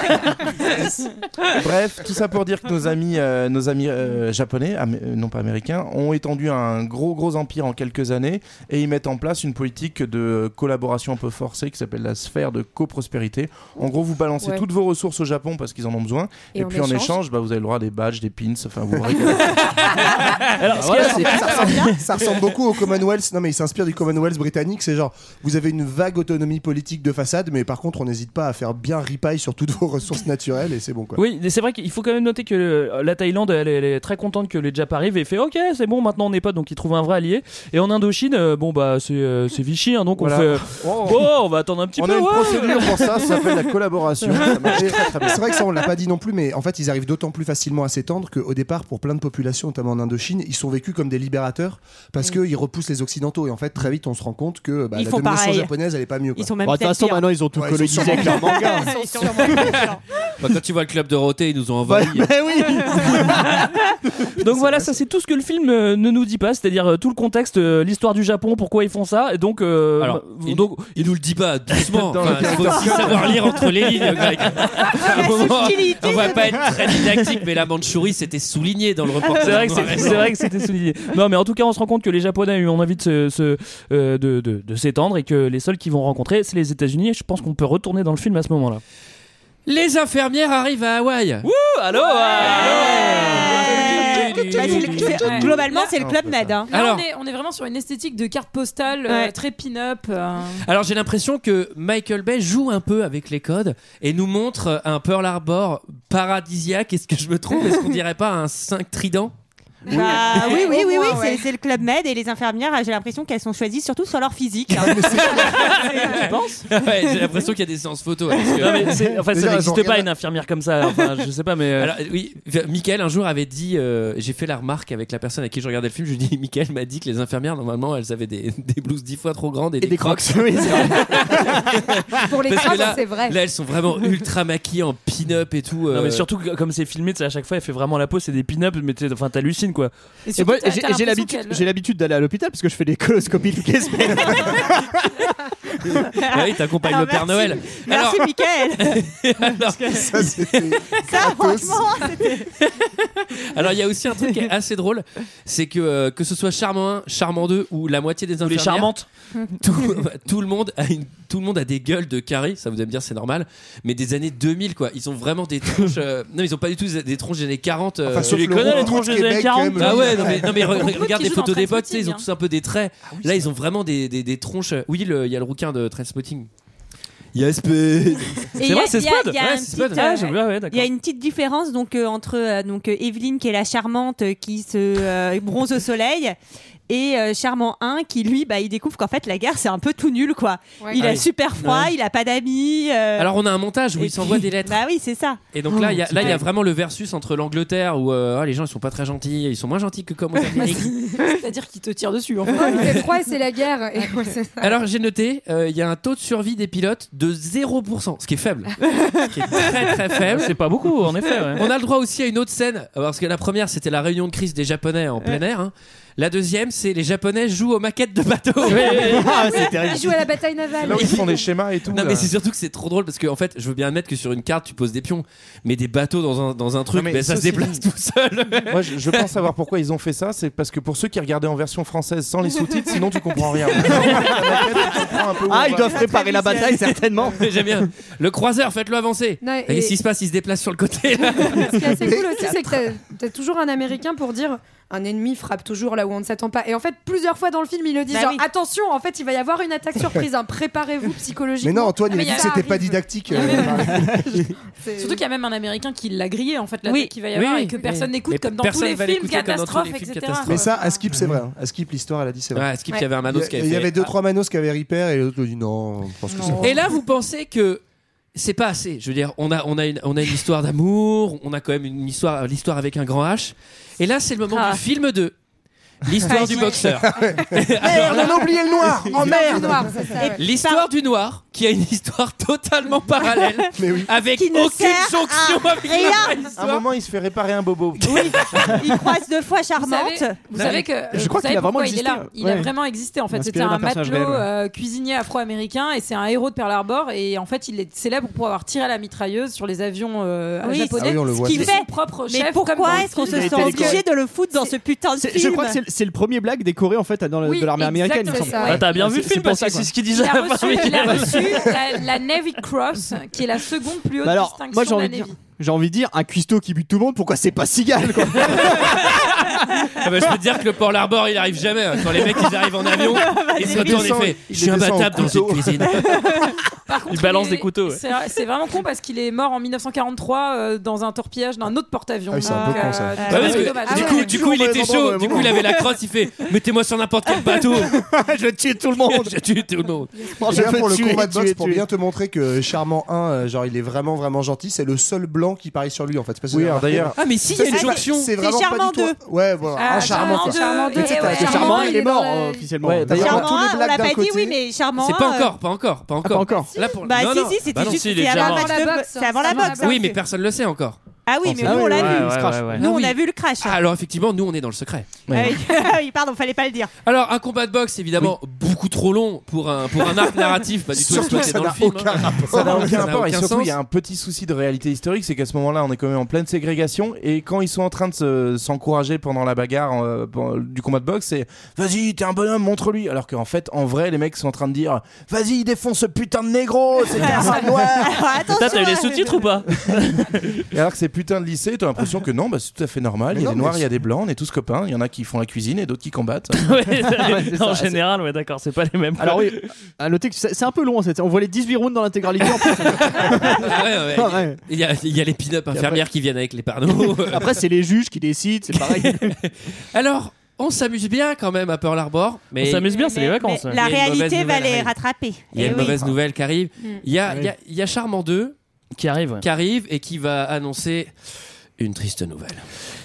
Speaker 9: Bref, tout ça pour dire que nos amis, euh, nos amis euh, japonais, am- euh, non pas américains, ont étendu un gros gros empire en quelques années et ils mettent en place une politique de collaboration un peu forcée qui s'appelle la sphère de coprospérité. En gros, vous balancez
Speaker 6: Ouais.
Speaker 9: toutes vos ressources au Japon parce qu'ils en ont besoin et,
Speaker 6: Et en
Speaker 9: puis en
Speaker 6: échange
Speaker 9: échange, bah, vous avez le droit à des badges, des pins, enfin vous
Speaker 7: Alors, ce qui est-
Speaker 5: ça, ressemble- ça ressemble, ça ressemble beaucoup au Commonwealth. Non, mais il s'inspire du Commonwealth britannique. C'est genre, vous avez une vague autonomie politique de façade, mais par contre, on n'hésite pas à faire bien ripaille sur toutes vos ressources naturelles et c'est bon quoi.
Speaker 7: Oui, mais c'est vrai qu'il faut quand même noter que euh, la Thaïlande, elle, est- elle est très contente que les Japs arrivent et fait OK, c'est bon, maintenant on n'est pas, donc ils trouvent un vrai allié. Et en Indochine, euh, bon bah c'est euh, c'est Vichy, hein, donc
Speaker 9: Voilà. Oh.
Speaker 7: on fait. euh, Bon, on va attendre un petit
Speaker 9: on
Speaker 7: peu.
Speaker 9: a une
Speaker 7: ouais.
Speaker 9: procédure pour ça, ça s'appelle la collaboration. Ça marche
Speaker 5: Et
Speaker 9: très, très bien.
Speaker 5: C'est vrai que ça, on l'a pas dit non plus, mais en fait, ils arrivent d'autant plus facilement à s'étendre qu'au départ, pour plein de populations, notamment en Indochine, ils sont vécus comme des libérateurs parce qu'ils repoussent les Occidentaux. Et en fait, très vite, on se rend compte que bah,
Speaker 10: Ils
Speaker 5: la
Speaker 10: font
Speaker 5: domination
Speaker 10: pareil.
Speaker 5: japonaise, elle est pas mieux. quoi.
Speaker 10: Ils sont
Speaker 11: Bah,
Speaker 10: même
Speaker 11: De toute
Speaker 10: peut-être
Speaker 11: façon,
Speaker 10: pires.
Speaker 11: maintenant, ils ont tout
Speaker 5: Ouais, ils sont
Speaker 11: colonisé
Speaker 5: sûrement-
Speaker 11: avec leur
Speaker 7: hein.
Speaker 11: manga.
Speaker 10: Ils sont
Speaker 5: Ben
Speaker 10: sûrement pires.
Speaker 1: Bah, quand tu vois le club Dorothée, ils nous ont envahi.
Speaker 11: Mais oui
Speaker 7: Donc voilà, ça c'est tout ce que le film euh, ne nous dit pas, c'est-à-dire euh, tout le contexte, euh, l'histoire du Japon, pourquoi ils font ça, et donc. euh,
Speaker 1: Alors,
Speaker 7: v-
Speaker 1: il,
Speaker 7: donc
Speaker 1: il nous le dit pas doucement.
Speaker 9: Dans le
Speaker 1: Enfin, faut aussi savoir lire entre les lignes, Greg. À un moment, on va pas être très didactique, mais la Mandchourie, c'était souligné dans le reportage.
Speaker 7: c'est vrai que c'est- c'est vrai que c'était souligné. Non, mais en tout cas, on se rend compte que les Japonais ont envie de se, se- euh, de, de- de s'étendre et que les seuls qui vont rencontrer, c'est les États-Unis. Et je pense qu'on peut retourner dans le film à ce moment-là.
Speaker 1: Les infirmières arrivent à Hawaï.
Speaker 7: Allô.
Speaker 10: Bah, c'est le- c'est-
Speaker 12: Ouais.
Speaker 10: Globalement, c'est le
Speaker 5: Ah,
Speaker 10: Club Med. hein.
Speaker 12: Là,
Speaker 1: Alors-
Speaker 12: on, est, on est vraiment sur une esthétique de carte postale euh,
Speaker 10: Ouais.
Speaker 12: très pin-up. euh.
Speaker 1: Alors j'ai l'impression que Michael Bay joue un peu avec les codes et nous montre euh, un Pearl Harbor paradisiaque. Est-ce que je me trompe Est-ce qu'on dirait pas un 5 trident
Speaker 10: Bah, oui, oui,
Speaker 12: Au
Speaker 10: oui, oui,
Speaker 12: moins,
Speaker 10: c'est-
Speaker 12: ouais.
Speaker 10: c'est le Club Med et les infirmières, j'ai l'impression qu'elles sont choisies surtout sur leur physique. hein.
Speaker 7: Tu penses
Speaker 1: Ouais, J'ai l'impression qu'il y a des hein, séances photos.
Speaker 7: Non, mais c'est- En fait,
Speaker 5: Déjà, elles
Speaker 7: ça
Speaker 5: ont
Speaker 7: n'existe
Speaker 5: rien
Speaker 7: pas
Speaker 5: à-
Speaker 7: une infirmière comme ça. Enfin, je sais pas, mais. euh,
Speaker 1: Alors, oui, Michael un jour avait dit, euh, j'ai fait la remarque avec la personne à qui je regardais le film, je lui dis, Michael m'a dit que les infirmières, normalement, elles avaient des, des blouses dix fois trop grandes et,
Speaker 11: Et des crocs. oui, c'est vrai.
Speaker 6: Pour les
Speaker 1: Parce que
Speaker 6: crabes
Speaker 1: là-
Speaker 6: c'est vrai.
Speaker 1: Là, elles sont vraiment ultra maquillées en pin-up et tout. euh,
Speaker 7: Non mais surtout que- comme c'est filmé, tu sais, à chaque fois elle fait vraiment la pause, c'est des pin-ups, mais t'es- enfin t'hallucines quoi.
Speaker 12: Et
Speaker 11: Et
Speaker 12: surtout,
Speaker 11: moi,
Speaker 12: t'as-
Speaker 11: j'ai-
Speaker 12: t'as
Speaker 11: J'ai
Speaker 12: l'impression
Speaker 11: l'habitude-
Speaker 12: qu'elles-
Speaker 11: j'ai l'habitude d'aller à l'hôpital parce que je fais des coloscopies toutes les semaines.
Speaker 7: Ah
Speaker 11: Ah
Speaker 1: Ouais, il t'accompagne
Speaker 8: Ah,
Speaker 10: Alors,
Speaker 1: le
Speaker 10: merci.
Speaker 1: Père Noël.
Speaker 10: Merci, Mickaël.
Speaker 1: Alors,
Speaker 5: Ça, c'était-
Speaker 10: Ça, franchement,
Speaker 1: alors, il y a aussi un truc qui est assez drôle, c'est que euh, que ce soit Charmant 1, Charmant 2 ou la moitié des
Speaker 7: Ou les
Speaker 1: infirmières,
Speaker 7: charmantes.
Speaker 1: tout, tout le monde a une- tout le monde a des gueules de carré, ça vous aime bien, c'est normal, mais des années 2000 quoi, ils ont vraiment des tronches euh, non, ils ont pas du tout des, des tronches des années 40 euh,
Speaker 5: Enfin, sauf
Speaker 7: les
Speaker 5: le
Speaker 7: connais, les
Speaker 5: roi
Speaker 7: tronches
Speaker 5: de
Speaker 7: des
Speaker 5: Québec,
Speaker 7: années 40.
Speaker 5: quand même.
Speaker 1: Ah ouais, non mais, non, mais re- re-
Speaker 12: qui
Speaker 1: regarde
Speaker 12: jouent dans
Speaker 1: des photos des
Speaker 12: Trainspotting,
Speaker 1: potes, tu sais, ils ont
Speaker 12: hein.
Speaker 1: tous un peu des traits.
Speaker 7: Ah
Speaker 1: Là, ils ont vraiment des, des, des tronches. euh, Oui, le- il y a le rouquin de Trainspotting. Yes,
Speaker 10: Et il y a-
Speaker 7: vrai, c'est
Speaker 10: il y a-
Speaker 7: Spud.
Speaker 10: il y a
Speaker 1: Ouais,
Speaker 10: un
Speaker 1: c'est
Speaker 10: petit,
Speaker 1: Spud.
Speaker 10: euh,
Speaker 7: Ah, je- ouais, ouais,
Speaker 10: Il y
Speaker 7: d'accord.
Speaker 10: a une petite différence donc euh, entre euh, donc euh, Evelyne qui est la charmante euh, qui se euh, bronze au soleil et euh, Charmant 1 qui lui bah il découvre qu'en fait la guerre c'est un peu tout nul quoi.
Speaker 1: Ouais.
Speaker 10: Il
Speaker 1: Ah
Speaker 10: a
Speaker 1: oui.
Speaker 10: super froid,
Speaker 1: Ouais.
Speaker 10: il a pas d'amis. euh,
Speaker 1: Alors on a un montage où
Speaker 10: et
Speaker 1: il s'envoie
Speaker 10: puis-
Speaker 1: des lettres.
Speaker 10: Bah oui c'est ça.
Speaker 1: Et donc là, il y
Speaker 9: Oh,
Speaker 1: a- là, il y a vraiment le versus entre l'Angleterre où euh, Ah, les gens ils sont pas très gentils, ils sont moins gentils que comme aux
Speaker 9: Bah,
Speaker 1: Amériques.
Speaker 12: C'est-à-dire qu'il te tire dessus. En fait.
Speaker 6: Il fait froid et c'est la guerre. Et ouais, c'est ça.
Speaker 1: Alors j'ai noté, euh, il y a un taux de survie des pilotes de 0%, ce qui est faible. ce qui est très très faible.
Speaker 7: C'est pas beaucoup, en effet, ouais.
Speaker 1: On a le droit aussi à une autre scène, euh, parce que la première c'était la réunion de crise des Japonais en plein air. hein. La deuxième c'est les Japonais jouent aux maquettes de bateaux.
Speaker 9: Ah,
Speaker 6: Il joue à la bataille navale.
Speaker 1: Là où ils font
Speaker 9: les schémas et tout.
Speaker 1: Non
Speaker 9: là.
Speaker 1: mais c'est surtout que c'est trop drôle parce que en fait je veux bien admettre que sur une carte tu poses des pions mais des bateaux dans un, dans un truc
Speaker 9: Non, mais
Speaker 1: ben, ça se
Speaker 9: ceci
Speaker 1: déplace
Speaker 9: dit-
Speaker 1: tout seul.
Speaker 9: Moi, je, je pense savoir pourquoi ils ont fait ça. C'est parce que pour ceux qui regardaient en version française sans les sous-titres, sinon tu comprends rien.
Speaker 11: Ah, ils doivent préparer la bataille, certainement.
Speaker 1: J'aime bien. Le croiseur, faites-le avancer.
Speaker 6: Non, et-
Speaker 1: et qu'est-ce qui se passe Il se déplace sur le côté.
Speaker 6: Ce qui est assez cool aussi, c'est que t'as- t'as toujours un Américain pour dire un ennemi frappe toujours là où on ne s'attend pas. Et en fait, plusieurs fois dans le film, ils le disent
Speaker 10: Bah
Speaker 6: genre,
Speaker 10: oui.
Speaker 6: attention, en fait, il va y avoir une attaque surprise. hein, Préparez-vous psychologiquement.
Speaker 5: Mais non, Antoine, il
Speaker 9: Ah,
Speaker 6: Mais
Speaker 5: a dit que
Speaker 6: ça
Speaker 5: c'était pas
Speaker 6: arrive.
Speaker 5: didactique. euh,
Speaker 12: Surtout qu'il y a même un Américain qui l'a grillé en fait là
Speaker 10: Oui.
Speaker 12: qu'il va y avoir
Speaker 1: Oui.
Speaker 12: et que personne
Speaker 1: Oui.
Speaker 12: n'écoute
Speaker 1: Mais
Speaker 12: comme dans tous
Speaker 1: personne
Speaker 12: les
Speaker 1: va
Speaker 12: films
Speaker 1: l'écouter comme dans tous les
Speaker 12: catastrophes,
Speaker 1: films
Speaker 12: etc.
Speaker 1: catastrophes.
Speaker 5: Mais ça, à Skip, c'est vrai. hein. À Skip, l'histoire, elle a dit c'est vrai.
Speaker 1: Ouais, à Skip, il y avait un Manos qui
Speaker 5: Il y,
Speaker 1: avait fait-
Speaker 5: avait deux,
Speaker 1: Ah.
Speaker 5: trois Manos qui avaient ripère et l'autre lui dit non, je pense que c'est vrai.
Speaker 1: Et là, vous pensez que c'est pas assez. Je veux dire, on a, on a, une, on a une histoire d'amour, on a quand même une histoire, l'histoire avec un grand H. Et là, c'est le moment
Speaker 10: Ah.
Speaker 1: du film 2. L'histoire du boxeur.
Speaker 5: Merde, on a oublié le noir Oh merde
Speaker 6: Noir, ça, ça,
Speaker 10: Et-
Speaker 6: ouais.
Speaker 1: L'histoire du noir, qui a une histoire totalement parallèle,
Speaker 5: Mais oui.
Speaker 1: avec
Speaker 10: Qui ne
Speaker 1: aucune
Speaker 10: sert
Speaker 1: jonction
Speaker 10: à
Speaker 1: avec la
Speaker 10: rien.
Speaker 1: vraie
Speaker 9: À
Speaker 1: histoire.
Speaker 9: un moment, il se fait réparer un bobo.
Speaker 10: Oui. il croise deux fois
Speaker 12: Vous
Speaker 10: Charmante.
Speaker 12: savez, vous
Speaker 1: Non,
Speaker 12: savez
Speaker 1: mais-
Speaker 12: que euh,
Speaker 11: Je crois
Speaker 12: vous savez
Speaker 11: qu'il a vraiment
Speaker 12: pourquoi il est
Speaker 11: existé,
Speaker 12: là.
Speaker 11: ouais.
Speaker 12: Il a vraiment existé en fait.
Speaker 11: Inspiré
Speaker 12: C'était
Speaker 11: d'un
Speaker 12: un
Speaker 11: personnage
Speaker 12: matelot
Speaker 11: réel, ouais.
Speaker 12: euh, cuisinier afro-américain et c'est un héros de Pearl Harbor et en fait il est célèbre pour avoir tiré la mitrailleuse sur les avions euh,
Speaker 10: Oui.
Speaker 12: japonais.
Speaker 5: Ah oui, on le voit.
Speaker 12: ce qui
Speaker 10: Mais-
Speaker 12: fait son propre chef.
Speaker 10: Mais
Speaker 12: comme dans
Speaker 10: pourquoi
Speaker 12: le
Speaker 10: est-ce qu'on
Speaker 12: film.
Speaker 10: se
Speaker 11: Il a
Speaker 10: sent
Speaker 11: été décoré.
Speaker 10: obligé de le foutre dans ce putain de
Speaker 11: C'est-
Speaker 10: film
Speaker 11: Je crois que c'est le- c'est le premier blague décoré en fait dans le-
Speaker 12: Oui,
Speaker 11: de l'armée américaine. il me
Speaker 12: exactement,
Speaker 11: semble.
Speaker 6: c'est ça,
Speaker 7: Bah,
Speaker 6: ouais.
Speaker 7: t'as bien
Speaker 11: C'est-
Speaker 7: vu le
Speaker 11: c'est
Speaker 7: film
Speaker 11: pour
Speaker 7: parce
Speaker 11: ça,
Speaker 7: que
Speaker 11: quoi.
Speaker 7: c'est ce qu'ils
Speaker 12: Il
Speaker 7: disent à
Speaker 12: a
Speaker 7: la
Speaker 12: reçu,
Speaker 7: fin.
Speaker 12: il a reçu la, la Navy Cross, qui est la seconde plus haute
Speaker 11: Bah alors,
Speaker 12: distinction
Speaker 11: moi j'ai
Speaker 12: de la
Speaker 11: envie de dire,
Speaker 12: Navy.
Speaker 11: j'ai envie de dire, un cuistot qui bute tout le monde, pourquoi c'est pas Cigale quoi
Speaker 1: Ah bah, je peux te dire que le Pearl Harbor, il arrive jamais. hein. Quand les mecs, ils arrivent en avion, ils se retournent et
Speaker 5: descend-
Speaker 1: fait
Speaker 5: il
Speaker 1: Je suis
Speaker 5: descend au
Speaker 1: imbattable dans cette
Speaker 5: couteau.
Speaker 1: cuisine.
Speaker 12: Par contre,
Speaker 7: balance
Speaker 12: est-
Speaker 7: des couteaux, ouais.
Speaker 12: C'est c'est vraiment con parce qu'il est mort en 1943 euh, dans un torpillage d'un autre porte-avions.
Speaker 5: Ah oui, c'est un peu
Speaker 12: Donc,
Speaker 5: con, ça.
Speaker 12: euh,
Speaker 10: Ah
Speaker 1: Bah oui,
Speaker 12: c'est
Speaker 1: parce que
Speaker 12: dommage.
Speaker 1: du,
Speaker 12: Ah
Speaker 1: coup,
Speaker 12: ouais.
Speaker 1: du coup, il était
Speaker 5: Toujours au
Speaker 1: chaud.
Speaker 5: mauvais
Speaker 1: Du coup,
Speaker 5: moment.
Speaker 1: il avait la crosse. Il fait Mettez-moi sur n'importe quel bateau.
Speaker 11: Je tue tout le monde
Speaker 1: J'ai tué tout le monde.
Speaker 11: Bon,
Speaker 5: Je viens
Speaker 11: peux
Speaker 5: pour le
Speaker 11: tuer,
Speaker 5: combat de
Speaker 11: tuer,
Speaker 5: boxe pour
Speaker 11: tuer.
Speaker 5: bien te montrer que Charmant 1, euh, genre il est vraiment vraiment gentil, c'est le seul blanc qui parie sur lui en fait. Je sais pas si
Speaker 9: Oui,
Speaker 5: vous avez
Speaker 9: alors
Speaker 5: remarqué,
Speaker 9: d'ailleurs-
Speaker 1: Ah, mais si, il y a
Speaker 5: mais
Speaker 1: une
Speaker 10: c'est-
Speaker 1: jonction.
Speaker 5: c'est vraiment
Speaker 10: C'est Charmant
Speaker 5: pas du tout. Ouais, voilà,
Speaker 12: Ah,
Speaker 5: un charmant.
Speaker 12: Charmant
Speaker 5: quoi.
Speaker 12: deux.
Speaker 6: Charmant
Speaker 12: Et
Speaker 6: deux.
Speaker 5: Etc.
Speaker 12: ouais,
Speaker 5: C'est
Speaker 11: Charmant,
Speaker 6: Charmant,
Speaker 11: il
Speaker 6: il
Speaker 11: est
Speaker 6: est
Speaker 11: mort
Speaker 6: dans
Speaker 11: euh,
Speaker 6: la-
Speaker 11: officiellement.
Speaker 9: Ouais, d'ailleurs,
Speaker 5: Charmant
Speaker 10: Charmant
Speaker 5: tous les
Speaker 10: 1, Ah, on
Speaker 5: blacks
Speaker 10: l'a
Speaker 5: d'un
Speaker 10: pas dit,
Speaker 5: côté.
Speaker 10: oui, mais Charmant
Speaker 1: C'est pas
Speaker 10: 1, euh,
Speaker 1: encore, pas encore, pas
Speaker 11: Ah, pas
Speaker 1: encore.
Speaker 11: encore.
Speaker 1: Là, pour-
Speaker 10: Bah
Speaker 1: non,
Speaker 10: si,
Speaker 1: non.
Speaker 10: si, c'était
Speaker 1: Bah non,
Speaker 10: juste
Speaker 7: si, il est
Speaker 10: c'était
Speaker 7: déjà
Speaker 10: avant le
Speaker 7: mort.
Speaker 10: match de-
Speaker 6: Avant la boxe,
Speaker 10: c'est avant la
Speaker 6: avant la
Speaker 10: boxe.
Speaker 6: boxe.
Speaker 1: Oui, mais personne le sait encore.
Speaker 10: Ah oui,
Speaker 11: Pensez-
Speaker 10: mais nous
Speaker 11: Ah
Speaker 10: on
Speaker 11: oui,
Speaker 10: l'a
Speaker 11: ouais,
Speaker 10: vu.
Speaker 11: ouais.
Speaker 10: Nous on
Speaker 1: Oui.
Speaker 10: a vu le crash. hein.
Speaker 1: Ah, Alors effectivement, nous on est dans le secret.
Speaker 10: Ah oui. Ah oui, pardon, fallait pas le dire.
Speaker 1: Alors un combat de boxe évidemment beaucoup trop long pour un pour un arc narratif pas du tout
Speaker 5: Surtout
Speaker 1: exploité
Speaker 5: ça
Speaker 1: dans le
Speaker 5: n'a
Speaker 1: film.
Speaker 5: aucun rapport.
Speaker 9: hein. Ça n'a aucun
Speaker 1: Ça n'a
Speaker 9: rapport et
Speaker 1: aucun
Speaker 9: surtout
Speaker 1: sens.
Speaker 9: il y a un petit souci de réalité historique, c'est qu'à ce moment-là on est quand même en pleine ségrégation et quand ils sont en train de se- s'encourager pendant la bagarre euh, pen- du combat de boxe, c'est vas-y t'es un bonhomme montre-lui, alors qu'en fait en vrai les mecs sont en train de dire vas-y défonce ce putain de négro, c'est un sale noir.
Speaker 10: Alors, attention,
Speaker 7: T'as eu les
Speaker 10: hein.
Speaker 7: sous-titres ou pas
Speaker 9: Et alors que c'est putain de lycée, t'as l'impression que non bah c'est tout à fait normal,
Speaker 5: Mais
Speaker 9: il y
Speaker 5: non,
Speaker 9: a des
Speaker 5: mais
Speaker 9: noirs,
Speaker 5: c'est-
Speaker 9: il y a des blancs, on est tous copains, il y en a qui font la cuisine et d'autres qui combattent.
Speaker 7: Ouais,
Speaker 11: c'est ça,
Speaker 7: En
Speaker 11: c'est-
Speaker 7: général, ouais, d'accord, c'est pas les mêmes.
Speaker 11: Alors oui, à noter que c'est c'est un peu long, c'est- on voit les 18 rounds dans l'intégralité. en plus.
Speaker 1: Ah ouais, ouais.
Speaker 11: Ah ouais.
Speaker 1: Il y a, il y a les pin-up infirmières qui viennent avec les parneaux.
Speaker 11: Après, c'est les juges qui décident, c'est pareil.
Speaker 1: Alors on s'amuse bien quand même à Pearl Harbor,
Speaker 7: On
Speaker 1: mais
Speaker 7: s'amuse bien, c'est les
Speaker 10: Mais-
Speaker 7: vacances.
Speaker 10: mais
Speaker 7: ouais.
Speaker 10: La
Speaker 1: Il y a une mauvaise
Speaker 10: réalité va
Speaker 1: nouvelle
Speaker 10: les
Speaker 1: arrive.
Speaker 10: rattraper.
Speaker 1: il y
Speaker 10: Eh
Speaker 1: a une
Speaker 10: oui. Mm.
Speaker 1: mauvaise nouvelle qui arrive. Il y a,
Speaker 11: Ah
Speaker 1: il y a, il y a Charmant 2
Speaker 7: Qui arrive, ouais.
Speaker 1: qui arrive et qui va annoncer une triste nouvelle.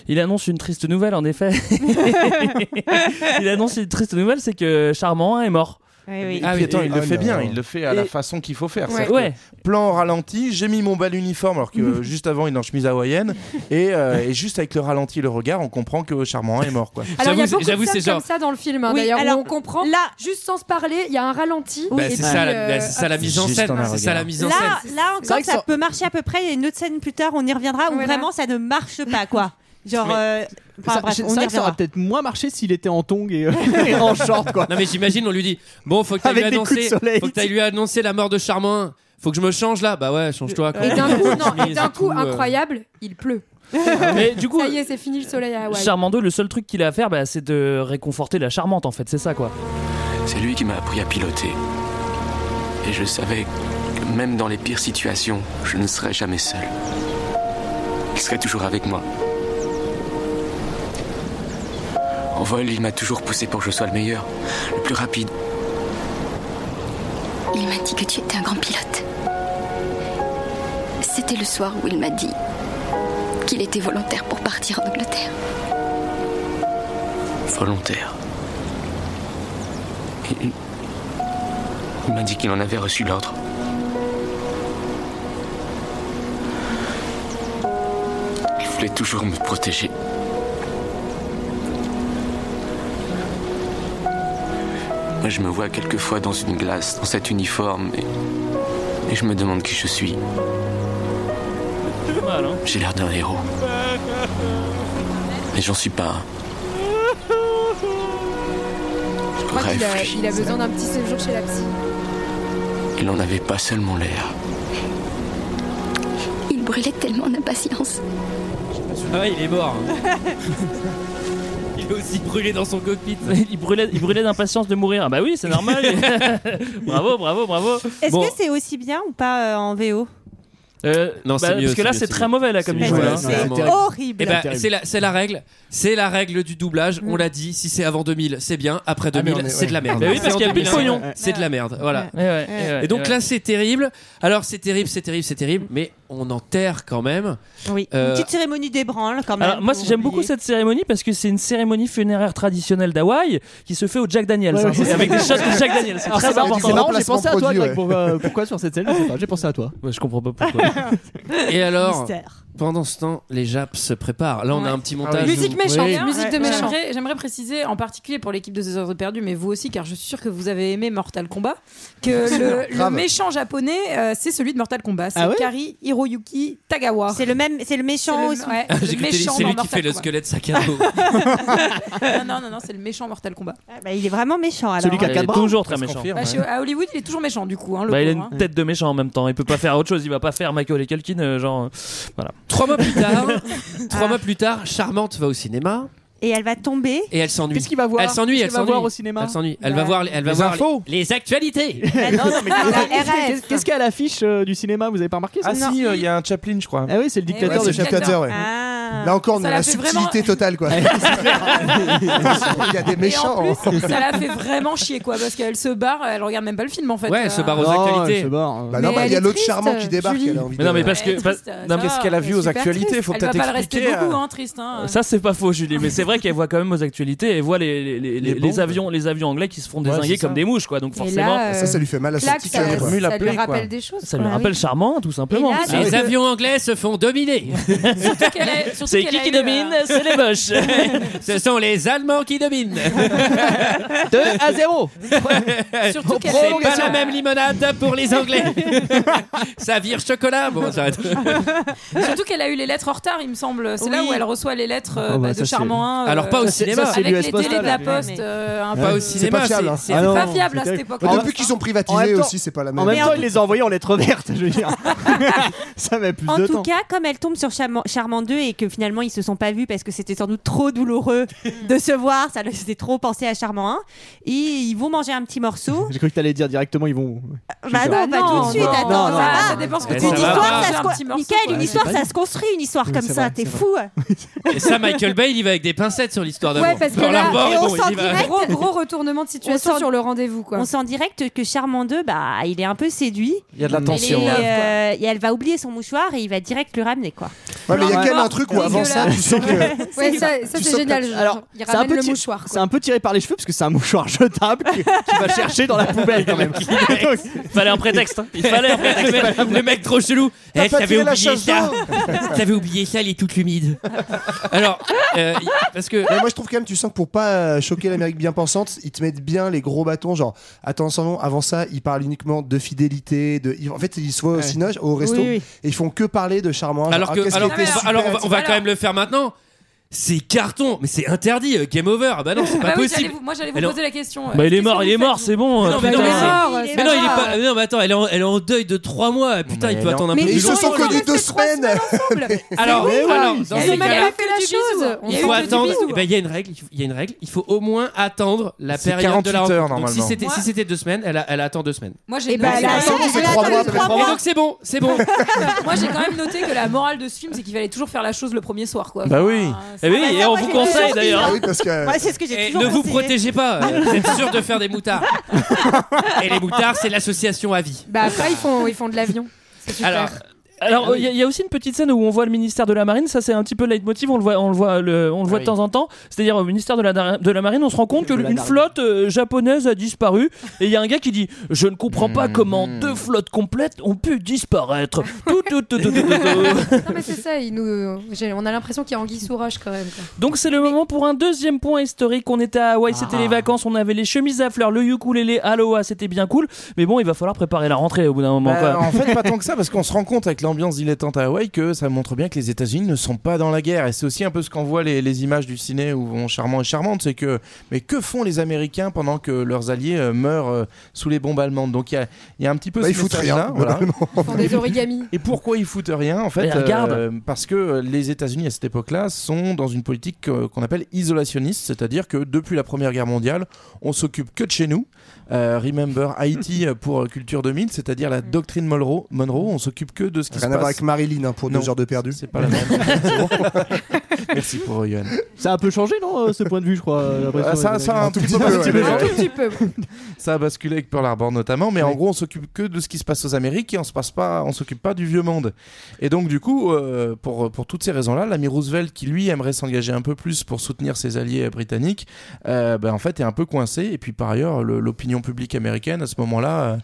Speaker 7: Il annonce une triste nouvelle, en effet.
Speaker 1: Bah,
Speaker 7: il annonce une triste nouvelle, c'est que Charmant 1 est mort.
Speaker 10: Oui, oui.
Speaker 9: Et
Speaker 1: Ah
Speaker 9: puis,
Speaker 1: oui,
Speaker 9: attends,
Speaker 1: et-
Speaker 9: il le
Speaker 5: oh
Speaker 9: fait
Speaker 5: là
Speaker 9: bien,
Speaker 5: là.
Speaker 9: il le fait à la façon qu'il faut faire.
Speaker 6: Ouais.
Speaker 9: c'est-à-dire que
Speaker 7: Ouais.
Speaker 9: plan au ralenti, j'ai mis mon bal uniforme alors que euh, juste avant il est en chemise hawaïenne et, euh, et juste avec le ralenti et le regard on comprend que Charmant est mort quoi.
Speaker 6: Alors, il y a
Speaker 1: J'avoue,
Speaker 6: beaucoup
Speaker 1: j'avoue,
Speaker 6: de
Speaker 1: c'est
Speaker 6: scènes
Speaker 1: genre-
Speaker 6: comme ça dans le film. hein,
Speaker 10: Oui,
Speaker 6: D'ailleurs,
Speaker 10: alors,
Speaker 6: où on comprend
Speaker 10: Là,
Speaker 6: juste sans se parler. Il y a un ralenti.
Speaker 1: Bah,
Speaker 6: et
Speaker 1: c'est
Speaker 6: puis,
Speaker 1: ça, la-
Speaker 6: euh,
Speaker 1: bah, c'est ça la mise en
Speaker 9: Juste
Speaker 1: scène.
Speaker 9: un
Speaker 1: C'est ça
Speaker 9: regard.
Speaker 1: la mise en scène.
Speaker 10: là, là
Speaker 11: C'est vrai
Speaker 10: encore,
Speaker 11: que
Speaker 10: ça
Speaker 11: ça-
Speaker 10: peut marcher à peu près. Il y a une autre scène plus tard, on y reviendra, où
Speaker 6: Voilà.
Speaker 10: vraiment ça ne marche pas, quoi. Genre,
Speaker 1: Mais-
Speaker 10: euh, enfin,
Speaker 11: ça,
Speaker 10: bref,
Speaker 11: c'est
Speaker 10: on y
Speaker 11: vrai que ça aurait
Speaker 10: reviendra.
Speaker 11: peut-être moins marché s'il était en tongs et, euh, et en short quoi.
Speaker 1: Non mais j'imagine on lui dit bon faut que t'ailles lui
Speaker 11: Avec des coups de
Speaker 1: annoncer
Speaker 11: soleil.
Speaker 1: faut que t'ailles lui annoncer la mort de Charmant 1. Faut que je me change là bah ouais change-toi quoi.
Speaker 6: Et d'un coup, non, et
Speaker 1: Chemise
Speaker 6: d'un
Speaker 1: et tout,
Speaker 6: coup,
Speaker 1: euh.
Speaker 6: incroyable, il pleut.
Speaker 7: Mais du coup,
Speaker 6: Ça y est, c'est fini le soleil à Hawaï.
Speaker 7: Charmant 2, le seul truc qu'il a à faire, bah, c'est de réconforter la charmante, en fait, c'est ça, quoi.
Speaker 3: C'est lui qui m'a appris à piloter. Et je savais que même dans les pires situations, je ne serais jamais seul. Il serait toujours avec moi. En vol, il m'a toujours poussé pour que je sois le meilleur, le plus rapide.
Speaker 13: Il m'a dit que tu étais un grand pilote. C'était le soir où il m'a dit qu'il était volontaire pour partir en Angleterre.
Speaker 3: volontaire. Il, il m'a dit qu'il en avait reçu l'ordre. Il voulait toujours me protéger. Moi, je me vois quelquefois dans une glace, dans cet uniforme, et, et je me demande qui je suis.
Speaker 1: hein.
Speaker 3: J'ai l'air d'un héros. Mais j'en suis pas.
Speaker 6: Je crois qu'il a, il a besoin d'un petit séjour chez la psy.
Speaker 3: Il en avait pas seulement l'air.
Speaker 13: Il brûlait tellement d'impatience.
Speaker 1: Ah ouais, il est mort.
Speaker 7: hein.
Speaker 1: il est aussi brûlé dans son cockpit.
Speaker 7: il brûlait, il brûlait d'impatience de mourir. Ah bah oui, c'est normal. bravo, bravo, bravo.
Speaker 10: Est-ce
Speaker 7: Bon,
Speaker 10: que c'est aussi bien ou pas euh, en VO
Speaker 7: euh,
Speaker 1: Non, c'est
Speaker 7: bah,
Speaker 1: mieux,
Speaker 7: Parce que
Speaker 1: c'est
Speaker 7: là,
Speaker 1: mieux,
Speaker 7: c'est
Speaker 1: c'est
Speaker 7: très
Speaker 1: mieux.
Speaker 7: mauvais là comme
Speaker 1: C'est
Speaker 7: il joue.
Speaker 1: mieux,
Speaker 7: là.
Speaker 1: c'est vraiment-
Speaker 10: Horrible.
Speaker 1: Eh ben, c'est la, c'est la règle, c'est la règle du doublage. On l'a dit, si c'est avant 2000, c'est bien. Après
Speaker 11: Ah,
Speaker 9: mais
Speaker 1: 2000,
Speaker 9: on est-
Speaker 1: c'est de la
Speaker 9: ouais.
Speaker 1: merde.
Speaker 7: Bah oui, parce
Speaker 1: C'est en
Speaker 7: qu'il y a plus de
Speaker 1: 2001,
Speaker 7: pognon.
Speaker 1: C'est de la merde, voilà.
Speaker 7: Ouais, ouais, ouais, ouais,
Speaker 1: Et donc
Speaker 7: ouais.
Speaker 1: là, c'est terrible. Alors, c'est terrible, c'est terrible, c'est terrible, mais on enterre quand même.
Speaker 10: Oui.
Speaker 1: Euh,
Speaker 10: Une petite cérémonie d'ébranle
Speaker 12: Ah,
Speaker 10: quand même.
Speaker 7: Alors, moi,
Speaker 10: pour
Speaker 7: j'aime beaucoup
Speaker 10: oublier.
Speaker 7: cette cérémonie parce que c'est une cérémonie funéraire traditionnelle d'Hawaï qui se fait au Jack Daniels. hein. C'est avec des shots de Jack Daniels. C'est
Speaker 11: Alors,
Speaker 7: très
Speaker 11: c'est marrant,
Speaker 7: important.
Speaker 11: c'est marrant, j'ai pensé à toi,
Speaker 5: produit,
Speaker 11: Greg.
Speaker 5: ouais.
Speaker 11: pour- euh, pourquoi sur cette scène Je sais pas, J'ai pensé à toi.
Speaker 7: Ouais, je comprends pas pourquoi.
Speaker 1: Et alors,
Speaker 10: Mystère.
Speaker 1: pendant ce temps, les Japs se préparent. Là, on a
Speaker 12: Ouais.
Speaker 1: un petit montage.
Speaker 6: Ah Musique méchante, hein.
Speaker 12: Bien,
Speaker 6: musique de
Speaker 12: ouais.
Speaker 6: méchant.
Speaker 12: J'aimerais- J'aimerais préciser, en particulier pour l'équipe de Deux Heures Perdues, mais vous aussi, car je suis sûre que vous avez aimé Mortal Kombat, que le, le
Speaker 5: Grave.
Speaker 12: méchant japonais, euh, c'est celui de Mortal Kombat. C'est
Speaker 11: Ah ouais
Speaker 12: Kari Hiroyuki Tagawa.
Speaker 10: C'est le même, c'est le
Speaker 12: C'est
Speaker 10: méchant
Speaker 12: le-
Speaker 10: aussi.
Speaker 12: ouais,
Speaker 1: J'ai
Speaker 12: le
Speaker 1: cru que t'allais-
Speaker 12: méchant
Speaker 1: c'est
Speaker 12: dans
Speaker 1: lui qui
Speaker 12: Mortal
Speaker 1: fait le
Speaker 12: Kombat.
Speaker 1: squelette sac à dos.
Speaker 12: Non, non, non, c'est le méchant Mortal Kombat.
Speaker 10: Ah, bah, il est vraiment méchant. Alors. hein.
Speaker 11: Celui qui a
Speaker 7: Il
Speaker 11: quatre
Speaker 7: est
Speaker 11: bras.
Speaker 7: toujours très
Speaker 9: Ça se
Speaker 7: méchant.
Speaker 9: confirme,
Speaker 12: Bah,
Speaker 9: ouais.
Speaker 12: chez- à Hollywood, il est toujours méchant, du coup, hein, le
Speaker 7: Bah, il a
Speaker 12: pauvre,
Speaker 7: une
Speaker 12: hein.
Speaker 7: tête de méchant en même temps. Il peut pas faire autre chose. Il va pas faire Michael et Culkin, euh, genre. euh,
Speaker 1: trois mois plus tard, trois mois plus tard, Charmante va au cinéma
Speaker 10: Et elle va tomber.
Speaker 1: et elle s'ennuie.
Speaker 11: Qu'est-ce qu'il va voir
Speaker 1: Elle s'ennuie,
Speaker 11: Qu'est-ce
Speaker 1: elle
Speaker 11: qu'il va voir
Speaker 1: s'ennuie.
Speaker 11: au cinéma
Speaker 1: Elle s'ennuie. Elle
Speaker 10: Ouais.
Speaker 1: va voir, les- elle va
Speaker 11: Les
Speaker 1: voir les-
Speaker 11: infos.
Speaker 1: les actualités.
Speaker 6: Ah
Speaker 10: Elle- la
Speaker 11: Qu'est-ce
Speaker 10: RF.
Speaker 11: qu'est-ce qu'il y a à l'affiche euh, du cinéma Vous avez pas remarqué ça
Speaker 9: Ah si, il y a un Chaplin, je crois.
Speaker 11: Ah oui, c'est le
Speaker 12: Eh
Speaker 11: dictateur
Speaker 12: ouais,
Speaker 11: de
Speaker 12: c'est
Speaker 11: Chaplin.
Speaker 5: Dictateur, ouais.
Speaker 10: Ah.
Speaker 5: Là encore, on
Speaker 12: Ça
Speaker 5: a
Speaker 12: l'a
Speaker 5: la
Speaker 12: fait
Speaker 5: subtilité
Speaker 12: vraiment-
Speaker 5: totale, quoi. Il y a des
Speaker 12: Et en
Speaker 5: méchants.
Speaker 12: plus, ça la fait vraiment chier, quoi, parce qu'elle se barre, elle regarde même pas le film, en fait.
Speaker 1: Ouais, elle se
Speaker 12: Euh,
Speaker 1: barre aux
Speaker 11: Non,
Speaker 1: actualités.
Speaker 11: je sais pas, euh,
Speaker 5: Bah non,
Speaker 12: Mais
Speaker 5: bah, il
Speaker 12: elle
Speaker 5: y
Speaker 12: est
Speaker 5: a l'autre
Speaker 12: triste,
Speaker 5: charmant qui débarque.
Speaker 6: Julie.
Speaker 5: elle a envie
Speaker 7: Mais non,
Speaker 5: de-
Speaker 7: mais parce
Speaker 12: elle est
Speaker 7: que.
Speaker 12: triste,
Speaker 7: parce-
Speaker 12: euh,
Speaker 7: non,
Speaker 12: ça
Speaker 7: mais-
Speaker 9: qu'est-ce
Speaker 12: va,
Speaker 9: qu'elle a vu
Speaker 12: elle est
Speaker 9: aux
Speaker 12: super
Speaker 9: actualités,
Speaker 12: triste.
Speaker 9: faut
Speaker 12: Elle
Speaker 9: peut-être
Speaker 12: va pas le rester
Speaker 9: expliquer,
Speaker 12: beaucoup,
Speaker 9: euh.
Speaker 12: hein, triste. hein.
Speaker 7: Ça c'est pas faux Julie, mais c'est vrai qu'elle voit quand même aux actualités, elle voit les, les, les- les
Speaker 9: bombes.
Speaker 7: avions les avions anglais qui se font
Speaker 9: Ouais,
Speaker 7: désinguer
Speaker 9: c'est ça.
Speaker 7: comme des mouches quoi, donc
Speaker 6: Et
Speaker 7: forcément
Speaker 6: là,
Speaker 5: Ça, ça
Speaker 6: euh,
Speaker 5: lui fait mal à son
Speaker 6: claque,
Speaker 5: petit
Speaker 6: ça,
Speaker 5: cœur.
Speaker 9: Remue
Speaker 6: ça
Speaker 9: la
Speaker 6: lui
Speaker 9: plaie, quoi.
Speaker 6: rappelle des choses.
Speaker 7: ça lui
Speaker 6: quoi.
Speaker 7: rappelle Charmant tout simplement.
Speaker 6: Et là,
Speaker 7: C'est-
Speaker 1: Les
Speaker 6: parce que-
Speaker 1: avions anglais se font dominer.
Speaker 12: Surtout qu'elle est- surtout
Speaker 7: C'est
Speaker 12: qu'elle
Speaker 7: qui
Speaker 12: a
Speaker 7: qui
Speaker 12: eu, euh,
Speaker 7: domine C'est les moches.
Speaker 1: Ce sont les Allemands qui dominent.
Speaker 11: 2 à 0
Speaker 12: Surtout qu'elle a eu,
Speaker 1: C'est pas
Speaker 12: euh,
Speaker 1: la même limonade pour les Anglais. ça vire chocolat. Bon, on s'arrête.
Speaker 12: Surtout qu'elle a eu les lettres en retard, il me semble. C'est là
Speaker 10: Oui.
Speaker 12: où elle reçoit les lettres euh,
Speaker 11: Ah bah,
Speaker 12: bah,
Speaker 11: ça,
Speaker 12: de
Speaker 11: c'est-
Speaker 12: Charmant 1. euh,
Speaker 1: Alors pas au
Speaker 11: Ça, c'est-
Speaker 1: cinéma.
Speaker 11: ça, c'est
Speaker 12: Avec
Speaker 11: l'US
Speaker 12: les délais de la
Speaker 11: Postal.
Speaker 12: poste, euh, un peu.
Speaker 1: Pas au
Speaker 5: Ouais.
Speaker 1: cinéma.
Speaker 5: C'est pas fiable,
Speaker 1: c'est-
Speaker 5: hein.
Speaker 1: c'est-
Speaker 11: Ah non,
Speaker 12: pas fiable à cette
Speaker 11: c'est terrible.
Speaker 12: époque.
Speaker 5: Bah,
Speaker 11: En
Speaker 5: depuis
Speaker 11: même-
Speaker 5: qu'ils ont
Speaker 11: en
Speaker 5: privatisé
Speaker 11: même temps-
Speaker 5: aussi, c'est pas la
Speaker 11: En
Speaker 5: même.
Speaker 11: même
Speaker 10: Mais
Speaker 11: temps,
Speaker 10: en-
Speaker 11: il les a envoyés en lettres vertes, je veux dire. ça met plus
Speaker 10: En
Speaker 11: de
Speaker 10: tout
Speaker 11: temps.
Speaker 10: cas, comme elle tombe sur Charmant, Charmant 2 et que finalement ils se sont pas vus parce que c'était sans doute trop douloureux de se voir, ça le faisait trop penser à Charmant 1, et ils vont manger un petit morceau.
Speaker 11: J'ai cru que t'allais dire directement, ils vont.
Speaker 10: bah non,
Speaker 11: sûr.
Speaker 12: Bah
Speaker 10: pas
Speaker 12: non,
Speaker 10: tout de suite,
Speaker 11: non,
Speaker 10: attends,
Speaker 11: non,
Speaker 10: ça
Speaker 11: non,
Speaker 10: va.
Speaker 12: ça dépend ce que
Speaker 1: Eh,
Speaker 12: tu
Speaker 10: Une
Speaker 1: ça
Speaker 12: dis.
Speaker 1: va
Speaker 10: histoire,
Speaker 1: pas.
Speaker 10: ça se
Speaker 12: Un
Speaker 10: co-
Speaker 12: petit morceau,
Speaker 10: Michael,
Speaker 12: ouais,
Speaker 10: une
Speaker 12: c'est
Speaker 10: histoire,
Speaker 11: pas
Speaker 10: ça se construit, une histoire
Speaker 11: Oui,
Speaker 10: comme
Speaker 11: c'est
Speaker 10: ça,
Speaker 11: vrai,
Speaker 10: t'es
Speaker 11: c'est
Speaker 10: fou. euh.
Speaker 1: Et ça, Michael Bay, il y va avec des pincettes sur l'histoire d'amour.
Speaker 6: Ouais, parce que
Speaker 1: Dans
Speaker 6: là-
Speaker 1: l'arbre,
Speaker 10: et on
Speaker 1: bon, il y
Speaker 10: sent
Speaker 1: va. Eh,
Speaker 10: direct.
Speaker 6: Gros, gros retournement de
Speaker 10: On
Speaker 6: situation
Speaker 10: sort-
Speaker 6: sur le rendez-vous, quoi.
Speaker 10: On sent direct que Charmant 2, bah, il est un peu séduit.
Speaker 9: Il y a de la
Speaker 11: Mais
Speaker 10: Et,
Speaker 9: tension.
Speaker 12: love, quoi.
Speaker 10: euh, et elle va va oublier son mouchoir et il va direct le ramener, quoi.
Speaker 5: Ouais, mais il y a quand même un truc où avant ça,
Speaker 6: Dégueulasse.
Speaker 5: tu sens que.
Speaker 6: Ouais, ça, ça,
Speaker 5: Tu
Speaker 6: c'est
Speaker 5: sens
Speaker 6: génial.
Speaker 11: que-
Speaker 6: genre,
Speaker 11: alors,
Speaker 6: il
Speaker 11: c'est un
Speaker 6: ramène
Speaker 11: peu
Speaker 6: le
Speaker 11: ti-
Speaker 6: mouchoir.
Speaker 11: C'est
Speaker 6: Quoi.
Speaker 11: un peu tiré par les cheveux parce que c'est un mouchoir jetable qui, qui va chercher dans la poubelle quand même. Donc,
Speaker 7: Il fallait un prétexte. hein. Il fallait un prétexte.
Speaker 1: Le mec- le mec trop chelou. Eh,
Speaker 5: T'as pas
Speaker 1: j'avais
Speaker 5: tiré la
Speaker 1: oublié
Speaker 5: chasse
Speaker 1: ça.
Speaker 5: d'eau
Speaker 1: J'avais oublié ça, elle est toute humide. Alors, euh, y- parce que
Speaker 5: Mais moi je trouve quand même, tu sens que pour pas euh, choquer l'Amérique bien pensante, ils te mettent bien les gros bâtons. Genre, attention, avant ça, ils parlent uniquement de fidélité. De... ils- En fait, ils se voient au
Speaker 11: Ouais.
Speaker 5: cinoche, au resto,
Speaker 10: Oui, oui.
Speaker 5: et ils font que parler de charmant. genre,
Speaker 1: Alors
Speaker 5: ah,
Speaker 1: que,
Speaker 5: qu'est-ce
Speaker 1: alors,
Speaker 5: qui était
Speaker 1: on va-
Speaker 5: super,
Speaker 1: alors, on va, on va
Speaker 5: etc.
Speaker 1: quand même le faire maintenant. C'est carton, mais c'est interdit, euh, game over. Ah Bah non, c'est
Speaker 12: Bah
Speaker 1: pas
Speaker 12: oui, j'allais
Speaker 1: possible.
Speaker 12: vous- moi j'allais vous
Speaker 1: Alors-
Speaker 12: poser la question. euh,
Speaker 7: Bah il est
Speaker 12: qu'est-ce
Speaker 7: mort,
Speaker 12: que
Speaker 7: il
Speaker 12: vous
Speaker 7: est mort,
Speaker 12: faites,
Speaker 7: c'est bon.
Speaker 1: Non, mais
Speaker 7: putain.
Speaker 1: non, hein, il est mort.
Speaker 12: il est
Speaker 1: Mais
Speaker 12: ça
Speaker 1: non, il est
Speaker 12: va.
Speaker 1: pas. Non, mais attends, elle est en, elle est en deuil de 3 mois. Putain,
Speaker 9: mais
Speaker 1: il peut
Speaker 9: elle est
Speaker 1: attendre un
Speaker 10: Mais
Speaker 1: peu
Speaker 5: Mais ils
Speaker 1: plus
Speaker 5: se sont
Speaker 1: longtemps.
Speaker 5: connus deux semaines.
Speaker 1: Alors, alors, dans
Speaker 6: Ils
Speaker 1: ces
Speaker 6: ont même
Speaker 1: cas-là,
Speaker 6: pas fait la chose.
Speaker 12: Il
Speaker 1: il
Speaker 12: y a eu
Speaker 1: faut
Speaker 12: que du
Speaker 1: attendre.
Speaker 12: bisou.
Speaker 1: Eh ben, Il y a une règle. il faut- Il y a une règle. Il faut au moins attendre la
Speaker 9: C'est
Speaker 1: période de la
Speaker 9: 48 heures,
Speaker 1: rencontre. Donc, si
Speaker 9: normalement.
Speaker 1: c'était si
Speaker 12: Moi-
Speaker 1: c'était deux semaines, elle, a- elle attend deux semaines.
Speaker 12: Moi
Speaker 10: Et
Speaker 12: j'ai
Speaker 10: bah,
Speaker 12: noté-
Speaker 10: elle a-
Speaker 5: Ça,
Speaker 10: elle
Speaker 5: c'est
Speaker 10: a
Speaker 5: trois
Speaker 10: attendu
Speaker 5: mois,
Speaker 10: trois
Speaker 1: Et
Speaker 10: mois.
Speaker 1: donc c'est bon, c'est bon.
Speaker 12: Moi j'ai quand même noté que la morale de ce film c'est qu'il fallait toujours faire la chose le premier soir quoi. Ah,
Speaker 9: Bah oui.
Speaker 12: Enfin,
Speaker 7: Eh oui, et on vous
Speaker 12: hein.
Speaker 7: conseille
Speaker 12: Ah
Speaker 7: d'ailleurs.
Speaker 1: Et ne vous protégez pas, euh, vous êtes sûr de faire des moutards. et les moutards, c'est l'association à vie.
Speaker 6: Bah après, ils font, ils font de l'avion. C'est super.
Speaker 7: Alors, alors il y, a- il y a aussi une petite scène où on voit le ministère de la Marine. Ça, c'est un petit peu le leitmotiv. On le voit, on le voit, le- on le voit de temps en temps. C'est-à-dire au ministère de la, de la Marine, on se rend compte que
Speaker 11: Ah De la
Speaker 7: une
Speaker 11: Marine.
Speaker 7: flotte euh, japonaise a disparu. Et il y a un gars qui dit Je ne comprends
Speaker 11: Hmm.
Speaker 7: pas comment deux flottes complètes ont pu disparaître. Tout, tout, tout, tout, tout, tout.
Speaker 6: Non, mais c'est ça, ils nous... j'ai- on a l'impression qu'il y a Anguille sous roche quand même. quoi.
Speaker 7: Donc c'est le moment pour un deuxième point historique. On était à Hawaï, c'était
Speaker 6: Ah.
Speaker 7: les vacances, on avait les chemises à fleurs, le ukulélé, Aloha, c'était bien cool. Mais bon, il va falloir préparer la rentrée au bout d'un moment.
Speaker 9: Bah,
Speaker 7: quoi.
Speaker 9: en fait, pas tant que ça, parce qu'on se rend compte avec l'ambiance dilettante à Hawaï que ça montre bien que les États-Unis ne sont pas dans la guerre. Et c'est aussi un peu ce qu'on voit les, les images du ciné où on charmant et charmante, c'est que mais que font les Américains pendant que leurs alliés euh, meurent euh, sous les bombes allemandes Donc il y a, il y a un petit peu
Speaker 5: Bah,
Speaker 9: ce
Speaker 5: ils foutent
Speaker 9: message-là,
Speaker 5: rien, Bah,
Speaker 9: voilà.
Speaker 6: Ils font des origamis.
Speaker 9: Et pourquoi ils foutent rien en fait
Speaker 7: Mais regarde.
Speaker 9: euh, Parce que les États-Unis à cette époque-là sont dans une politique euh, qu'on appelle isolationniste, c'est-à-dire que depuis la Première Guerre mondiale, on s'occupe que de chez nous. Euh, remember Haïti euh, pour euh, Culture 2000, c'est-à-dire la doctrine Monroe. Monroe on s'occupe que de ce qui se
Speaker 5: Rien à voir
Speaker 9: passe.
Speaker 5: avec Marilyn hein, pour
Speaker 9: Non.
Speaker 5: deux heures de perdu.
Speaker 9: C'est pas la même. Merci pour euh, Yohan.
Speaker 11: Ça a un peu changé, non, euh, ce point de vue, je crois. euh, la pression,
Speaker 9: Ah, ça,
Speaker 11: euh,
Speaker 9: ça a un
Speaker 5: tout
Speaker 9: petit
Speaker 5: petit
Speaker 9: peu
Speaker 5: peu,
Speaker 9: basculé,
Speaker 5: ouais.
Speaker 6: Un
Speaker 9: ouais.
Speaker 6: tout petit peu.
Speaker 9: Ça a basculé avec Pearl Harbor notamment, mais en gros, on s'occupe que de ce qui se passe aux Amériques et on se passe pas, on s'occupe pas du vieux monde. Et donc, du coup, euh, pour, pour toutes ces raisons-là, l'ami Roosevelt, qui lui aimerait s'engager un peu plus pour soutenir ses alliés euh, britanniques, euh, ben, en fait, est un peu coincé. Et puis, par ailleurs, le- l'opinion publique américaine, à ce moment-là, euh,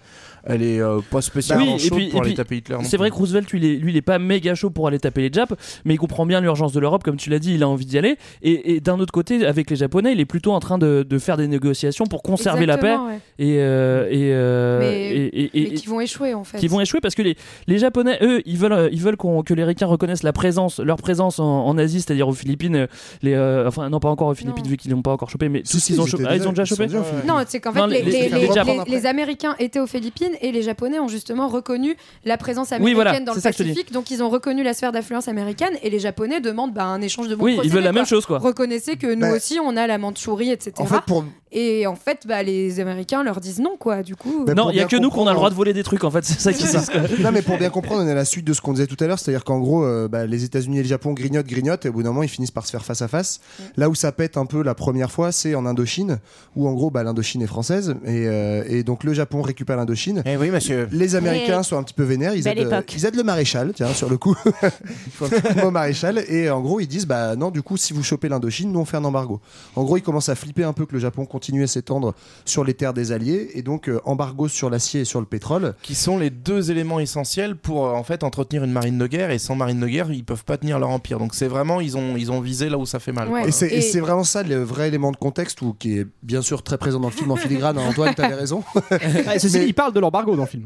Speaker 9: elle est euh, pas spécialement
Speaker 7: Bah, oui, et
Speaker 9: chaude
Speaker 7: puis-
Speaker 9: pour
Speaker 7: et
Speaker 9: aller
Speaker 7: puis,
Speaker 9: taper Hitler. non
Speaker 7: C'est vrai que Roosevelt, lui, il est- lui, il est pas méga chaud pour aller taper les Japs, mais il comprend bien l'urgence de l'Europe, comme tu l'as dit, il a envie d'y aller. Et, et d'un autre côté, avec les Japonais, il est plutôt en train de, de faire des négociations pour conserver la paix
Speaker 6: Exactement, ouais.
Speaker 7: et, euh, et, euh,
Speaker 6: Mais-
Speaker 7: et- et-
Speaker 6: Mais
Speaker 7: et-
Speaker 6: qui vont échouer en fait.
Speaker 7: qui vont échouer parce que les, les Japonais, eux, ils veulent, euh, ils veulent qu'on- que les Ricains reconnaissent la présence, leur présence en, en Asie, c'est-à-dire aux Philippines, euh, les, euh, enfin non pas encore aux Philippines
Speaker 6: Non.
Speaker 7: vu qu'ils l'ont pas encore chopé, mais
Speaker 5: Si,
Speaker 7: tous
Speaker 5: si,
Speaker 7: ils ont
Speaker 5: ils
Speaker 7: chopé.
Speaker 5: étaient
Speaker 7: Ah, ils
Speaker 5: déjà-
Speaker 7: ont déjà
Speaker 5: ils sont
Speaker 7: chopé.
Speaker 5: déjà aux Philippines.
Speaker 6: Non, c'est qu'en fait,
Speaker 7: Non,
Speaker 6: les,
Speaker 7: les- les-
Speaker 6: les-
Speaker 7: les
Speaker 6: les-
Speaker 7: Japonais.
Speaker 6: les- les Américains étaient aux Philippines et les Japonais ont justement reconnu la présence américaine
Speaker 7: voilà,
Speaker 6: dans
Speaker 7: c'est
Speaker 6: le
Speaker 7: ça que je te dis.
Speaker 6: Pacifique, donc ils ont reconnu la sphère d'affluence américaine et les Japonais demandent bah, un échange de bons
Speaker 7: Oui, ils
Speaker 6: procédés,
Speaker 7: veulent la
Speaker 6: quoi.
Speaker 7: même chose quoi.
Speaker 6: Reconnaissez que nous
Speaker 5: Bah,
Speaker 6: aussi on a la Mandchourie, etc.
Speaker 5: En fait, pour,
Speaker 6: Et en fait, bah, les Américains leur disent non, quoi. Du coup,
Speaker 5: Bah,
Speaker 7: Non,
Speaker 5: pour
Speaker 7: il y a
Speaker 5: bien
Speaker 7: que nous qu'on a le
Speaker 5: comprendre.
Speaker 7: droit de voler des trucs en fait, c'est ça qui se
Speaker 5: non, mais pour bien comprendre, on est à la suite de ce qu'on disait tout à l'heure, c'est-à-dire qu'en gros, euh, bah, les États-Unis et le Japon grignotent, grignotent, et au bout d'un moment, ils finissent par se faire face à face.
Speaker 10: Mm.
Speaker 5: Là où ça pète un peu la première fois, c'est en Indochine, où en gros, bah, l'Indochine est française, et, euh, et donc le Japon récupère l'Indochine.
Speaker 9: Eh oui, monsieur.
Speaker 5: Les Américains
Speaker 10: Ouais.
Speaker 5: sont un petit peu vénères, ils
Speaker 10: Belle
Speaker 5: aident, euh,
Speaker 10: époque.
Speaker 5: ils aident le maréchal, tiens, sur le coup. ils font un petit coup de mot au maréchal, et en gros, ils disent, bah non, du coup, si vous chopez l'Indochine, nous on fait un embargo. En gros, ils commencent à flipper un peu que le Japon continue à s'étendre sur les terres des Alliés, et donc euh, embargo sur l'acier et sur le pétrole.
Speaker 9: qui sont les deux éléments essentiels pour euh, en fait entretenir une marine de guerre et sans marine de guerre ils peuvent pas tenir leur empire donc c'est vraiment ils ont ils ont visé là où ça fait mal
Speaker 6: Ouais.
Speaker 9: quoi.
Speaker 5: Et c'est et
Speaker 6: Et-
Speaker 5: c'est vraiment ça le vrai élément de contexte où, qui est bien sûr très présent dans le film en filigrane. hein, Antoine, t'avais raison.
Speaker 11: Ah, ceci dit,
Speaker 5: Mais-
Speaker 11: il parle de l'embargo dans le film.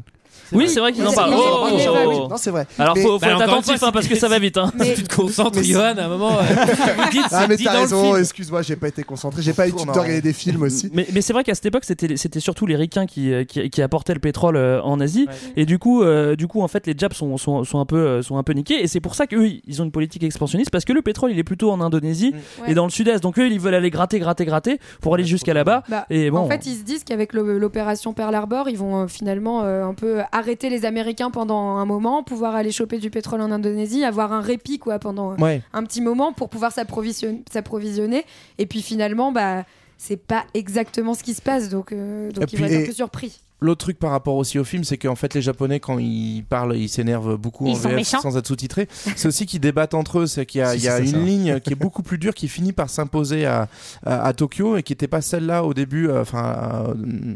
Speaker 7: Oui, c'est vrai qu'ils en
Speaker 6: Mais
Speaker 7: parlent.
Speaker 6: c'est-
Speaker 7: Oh,
Speaker 6: il est
Speaker 7: oh,
Speaker 6: vague.
Speaker 7: oh.
Speaker 5: Non, c'est vrai.
Speaker 7: Alors
Speaker 5: Mais-
Speaker 7: faut, faut
Speaker 1: Bah,
Speaker 7: être
Speaker 1: encore une
Speaker 7: attentif
Speaker 1: fois,
Speaker 7: hein, parce que ça va vite. Hein.
Speaker 1: Si tu te concentres, Johan, à un moment, euh, vous dites,
Speaker 5: Ah,
Speaker 1: c'est
Speaker 5: mais
Speaker 1: dit
Speaker 5: t'as
Speaker 1: dans le
Speaker 5: raison,
Speaker 1: film.
Speaker 5: excuse-moi, j'ai pas été concentré. J'ai pas eu de
Speaker 9: tourne
Speaker 5: temps
Speaker 9: en
Speaker 5: de regarder des films aussi.
Speaker 7: Mais, mais c'est vrai qu'à cette époque, c'était c'était surtout les Ricains qui, euh, qui, qui apportaient le pétrole euh, en Asie. Et du coup, euh, du coup, en fait, les Japs sont, sont, sont un peu, euh, sont un peu niqués. Et c'est pour ça qu'eux, ils ont une politique expansionniste parce que le pétrole, il est plutôt en Indonésie
Speaker 6: Mm.
Speaker 7: et dans le sud-est. Donc eux, ils veulent aller gratter, gratter, gratter pour aller jusqu'à là-bas.
Speaker 6: Bah,
Speaker 7: Et bon.
Speaker 6: En fait, ils se disent qu'avec le- l'opération Pearl Harbor, ils vont euh, finalement euh, un peu arrêter les Américains pendant un moment, pouvoir aller choper du pétrole en Indonésie, avoir un répit quoi pendant euh,
Speaker 9: Ouais.
Speaker 6: un petit moment pour pouvoir s'approvisionner. s'approvisionner. Et puis finalement, bah, c'est pas exactement ce qui se passe, donc, euh, donc
Speaker 9: Et
Speaker 6: ils vont
Speaker 9: puis-
Speaker 6: être
Speaker 9: et-
Speaker 6: un peu surpris.
Speaker 9: L'autre truc par rapport aussi au film, c'est qu'en fait les Japonais quand ils parlent, ils s'énervent beaucoup
Speaker 10: Ils
Speaker 9: en
Speaker 10: sont
Speaker 9: VF
Speaker 10: méchants.
Speaker 9: sans être sous-titrés. C'est aussi qu'ils débattent entre eux, c'est qu'il y a,
Speaker 5: Si,
Speaker 9: il y a
Speaker 5: si, c'est
Speaker 9: une
Speaker 5: ça.
Speaker 9: ligne qui est beaucoup plus dure, qui finit par s'imposer à, à, à Tokyo et qui n'était pas celle-là au début, euh, enfin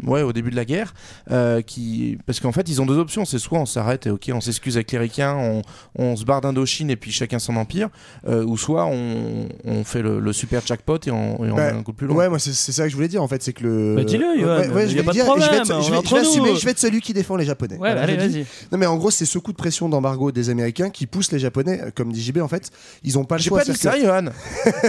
Speaker 9: euh, ouais au début de la guerre, euh, qui parce qu'en fait ils ont deux options, c'est soit on s'arrête et ok on s'excuse avec les Ricains, on, on se barre d'Indochine et puis chacun son empire, euh, ou soit on, on fait le, le super jackpot et on, et on
Speaker 5: Bah,
Speaker 9: met un coup plus loin.
Speaker 5: Ouais, moi c'est c'est ça que je voulais dire en fait, c'est que le.
Speaker 7: Bah, dis-le, Johan,
Speaker 5: Ouais, ouais,
Speaker 7: y
Speaker 5: je vais
Speaker 7: a
Speaker 5: le
Speaker 7: pas de
Speaker 5: dire. et je vais être-
Speaker 7: problème,
Speaker 5: je vais-
Speaker 7: entre
Speaker 5: je vais
Speaker 7: nous.
Speaker 5: assumer, je vais être celui qui défend les Japonais.
Speaker 7: Ouais,
Speaker 5: Voilà,
Speaker 7: allez,
Speaker 5: je le dis.
Speaker 7: vas-y.
Speaker 5: Non mais en gros, c'est ce coup de pression d'embargo des Américains qui pousse les Japonais, euh, comme dit JB en fait, ils ont pas le
Speaker 9: J'ai
Speaker 5: choix.
Speaker 9: pas dit
Speaker 5: c'est-à-dire
Speaker 9: ça, Johan.
Speaker 5: que-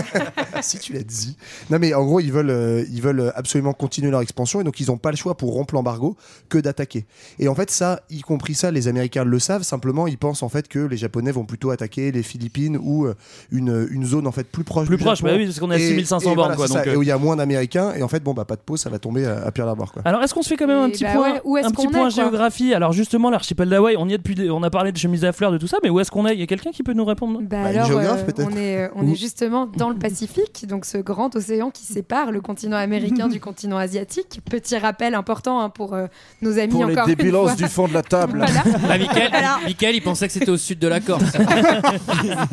Speaker 5: si tu l'as dit. Non mais en gros, ils veulent, euh, ils veulent absolument continuer leur expansion et donc ils ont pas le choix pour rompre l'embargo que d'attaquer. Et en fait, ça, y compris ça, les Américains le savent. Simplement, ils pensent en fait que les Japonais vont plutôt attaquer les Philippines ou euh, une, une zone en fait plus proche.
Speaker 7: Plus
Speaker 5: du
Speaker 7: proche,
Speaker 5: Japon.
Speaker 7: bah oui, parce qu'on est à
Speaker 5: Et-
Speaker 7: 6500
Speaker 5: et
Speaker 7: bornes,
Speaker 5: voilà,
Speaker 7: quoi.
Speaker 5: c'est ça.
Speaker 7: Donc, euh,
Speaker 5: Et où il y a moins d'Américains et en fait, bon bah pas de peau, ça va tomber à, à Pierre Labor quoi.
Speaker 7: Ah. Alors, est-ce qu'on se fait quand même un
Speaker 6: Et
Speaker 7: petit
Speaker 6: bah,
Speaker 7: point,
Speaker 6: ouais, où est-ce
Speaker 7: un petit
Speaker 6: qu'on
Speaker 7: point
Speaker 6: est, quoi
Speaker 7: géographie. Alors justement, l'archipel d'Hawaï, on y est depuis, des- on a parlé de chemise à fleurs, de tout ça, mais où est-ce qu'on est Il y a quelqu'un qui peut nous répondre
Speaker 6: Bah alors, euh, on est, euh, on est justement dans le Pacifique, donc ce grand océan qui sépare le continent américain du continent asiatique. Petit rappel important hein, pour euh, nos amis
Speaker 1: Pour les
Speaker 6: encore une
Speaker 1: débilances
Speaker 6: fois.
Speaker 1: du
Speaker 9: fond de la table.
Speaker 1: Bah, Mickaël,
Speaker 10: Alors-
Speaker 1: Mickaël, il pensait que c'était au sud de la Corse.
Speaker 10: C'est pas
Speaker 1: Alors,
Speaker 10: mal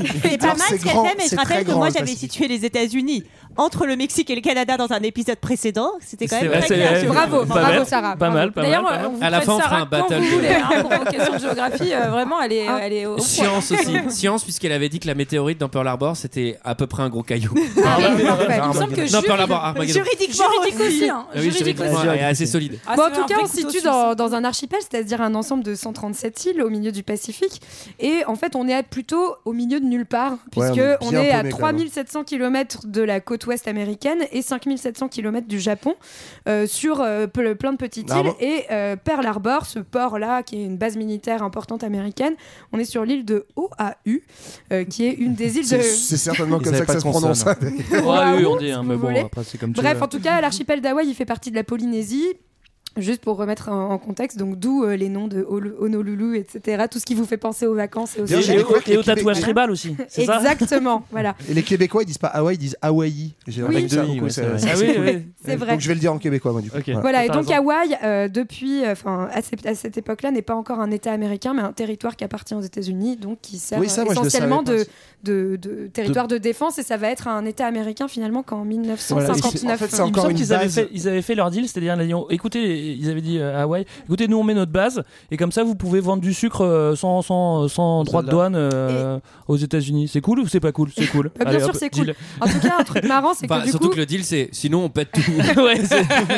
Speaker 1: c'est
Speaker 10: ce qu'elle
Speaker 1: grand,
Speaker 10: fait, mais je
Speaker 1: c'est très
Speaker 10: rappelle que
Speaker 1: grand,
Speaker 10: moi
Speaker 1: le
Speaker 10: j'avais
Speaker 1: Pacifique.
Speaker 10: situé les États-Unis entre le Mexique et le Canada dans un épisode précédent. C'était quand
Speaker 7: C'est
Speaker 10: même
Speaker 7: vrai,
Speaker 10: très
Speaker 7: c'est-
Speaker 10: créatif.
Speaker 7: c'est- Bravo, pas bravo, mal, Sarah, pas bravo. mal, pas
Speaker 12: D'ailleurs,
Speaker 7: mal, pas
Speaker 12: euh,
Speaker 7: mal.
Speaker 12: vous
Speaker 1: À la
Speaker 12: faites
Speaker 1: fin, on
Speaker 12: Sarah
Speaker 1: fera un
Speaker 12: quand
Speaker 1: battle
Speaker 12: Vous
Speaker 1: de-
Speaker 12: voulez, hein, pour vos questions de géographie, euh, vraiment, elle est, elle est au point.
Speaker 1: Science aussi. Science, puisqu'elle avait dit que la météorite dans Pearl Harbor, c'était à peu près un gros caillou.
Speaker 6: Ah,
Speaker 1: Bah,
Speaker 12: Il me semble que
Speaker 1: non, Pearl
Speaker 12: juri-
Speaker 1: Harbor, ah, Armageddon.
Speaker 12: juridiquement
Speaker 6: Juridique
Speaker 12: aussi.
Speaker 6: aussi.
Speaker 12: hein.
Speaker 1: Ah oui, juridiquement, elle est assez solide.
Speaker 12: Ah,
Speaker 6: Bon,
Speaker 12: c'est
Speaker 6: en tout
Speaker 12: un
Speaker 6: cas,
Speaker 12: vrai
Speaker 6: on se
Speaker 12: couteau
Speaker 6: situe
Speaker 12: suisse.
Speaker 6: dans, dans un archipel, c'est-à-dire un ensemble de 137 îles au milieu du Pacifique. Et en fait, on est à- plutôt au milieu de nulle part,
Speaker 12: Ouais,
Speaker 6: puisque
Speaker 12: on est bien
Speaker 6: on est à
Speaker 12: paumé, quand
Speaker 6: 3700 km de la côte ouest américaine et 5700 km du Japon, euh, sur euh, ple- plein de petites
Speaker 12: Ah
Speaker 6: îles.
Speaker 12: bon
Speaker 6: Et euh, Pearl Harbor, ce port-là, qui est une base militaire importante américaine, on est sur l'île de Oahu, euh, qui est une des îles de...
Speaker 5: C'est c'est certainement
Speaker 9: Ils
Speaker 5: comme ça
Speaker 9: avaient
Speaker 5: que ça
Speaker 9: pas de
Speaker 5: se prononce.
Speaker 9: consonne.
Speaker 7: Ouais, oui, on dit, hein, mais bon,
Speaker 6: voulez.
Speaker 7: après c'est comme tu
Speaker 6: Bref,
Speaker 7: veux.
Speaker 6: en tout cas, l'archipel d'Hawaï, il fait partie de la Polynésie. Juste pour remettre en, en contexte, donc d'où euh, les noms de Hol- Honolulu, etc. Tout ce qui vous fait penser aux vacances et aux
Speaker 5: Bien, j'ai
Speaker 6: souvenirs.
Speaker 5: cru que les Et au tatouage Québécois- tribal
Speaker 7: aussi,
Speaker 5: c'est ça
Speaker 6: Exactement, voilà.
Speaker 5: Et les Québécois, ils disent pas Hawaï, ils disent Hawaii. J'ai
Speaker 6: Oui.
Speaker 5: entendu ça
Speaker 6: Avec deux i,
Speaker 5: beaucoup,
Speaker 6: ouais,
Speaker 5: ça-
Speaker 6: c'est vrai.
Speaker 5: ça,
Speaker 6: Ah
Speaker 5: c'est
Speaker 6: oui,
Speaker 5: cool.
Speaker 6: oui, c'est vrai.
Speaker 5: Donc je vais le dire en québécois, moi, du coup.
Speaker 6: Voilà, et donc Hawaï, euh, depuis, enfin à, cette- à cette époque-là, n'est pas encore un État américain, mais un territoire qui appartient aux États-Unis, donc qui sert
Speaker 5: Oui, ça,
Speaker 6: euh,
Speaker 5: moi, je le
Speaker 6: essentiellement
Speaker 5: savais
Speaker 6: de, de, de territoire de... défense, et ça va être un État américain finalement qu'en 1959.
Speaker 7: Il me semble qu'ils avaient fait- Ils avaient fait leur deal, c'est-à-dire ils ont dit, écoutez, ils avaient dit euh, à Hawaï, écoutez, nous on met notre base et comme ça vous pouvez vendre du sucre euh, sans, sans, sans droit de douane euh, aux États-Unis. C'est cool ou c'est pas cool C'est cool.
Speaker 6: Bah, bien
Speaker 7: Allez,
Speaker 6: sûr,
Speaker 7: hop,
Speaker 6: c'est cool.
Speaker 7: deal.
Speaker 6: En tout cas, un truc marrant, c'est
Speaker 1: Enfin,
Speaker 6: que du
Speaker 1: surtout
Speaker 6: coup,
Speaker 1: que le deal, c'est sinon on pète tout.
Speaker 7: Ouais, c'est-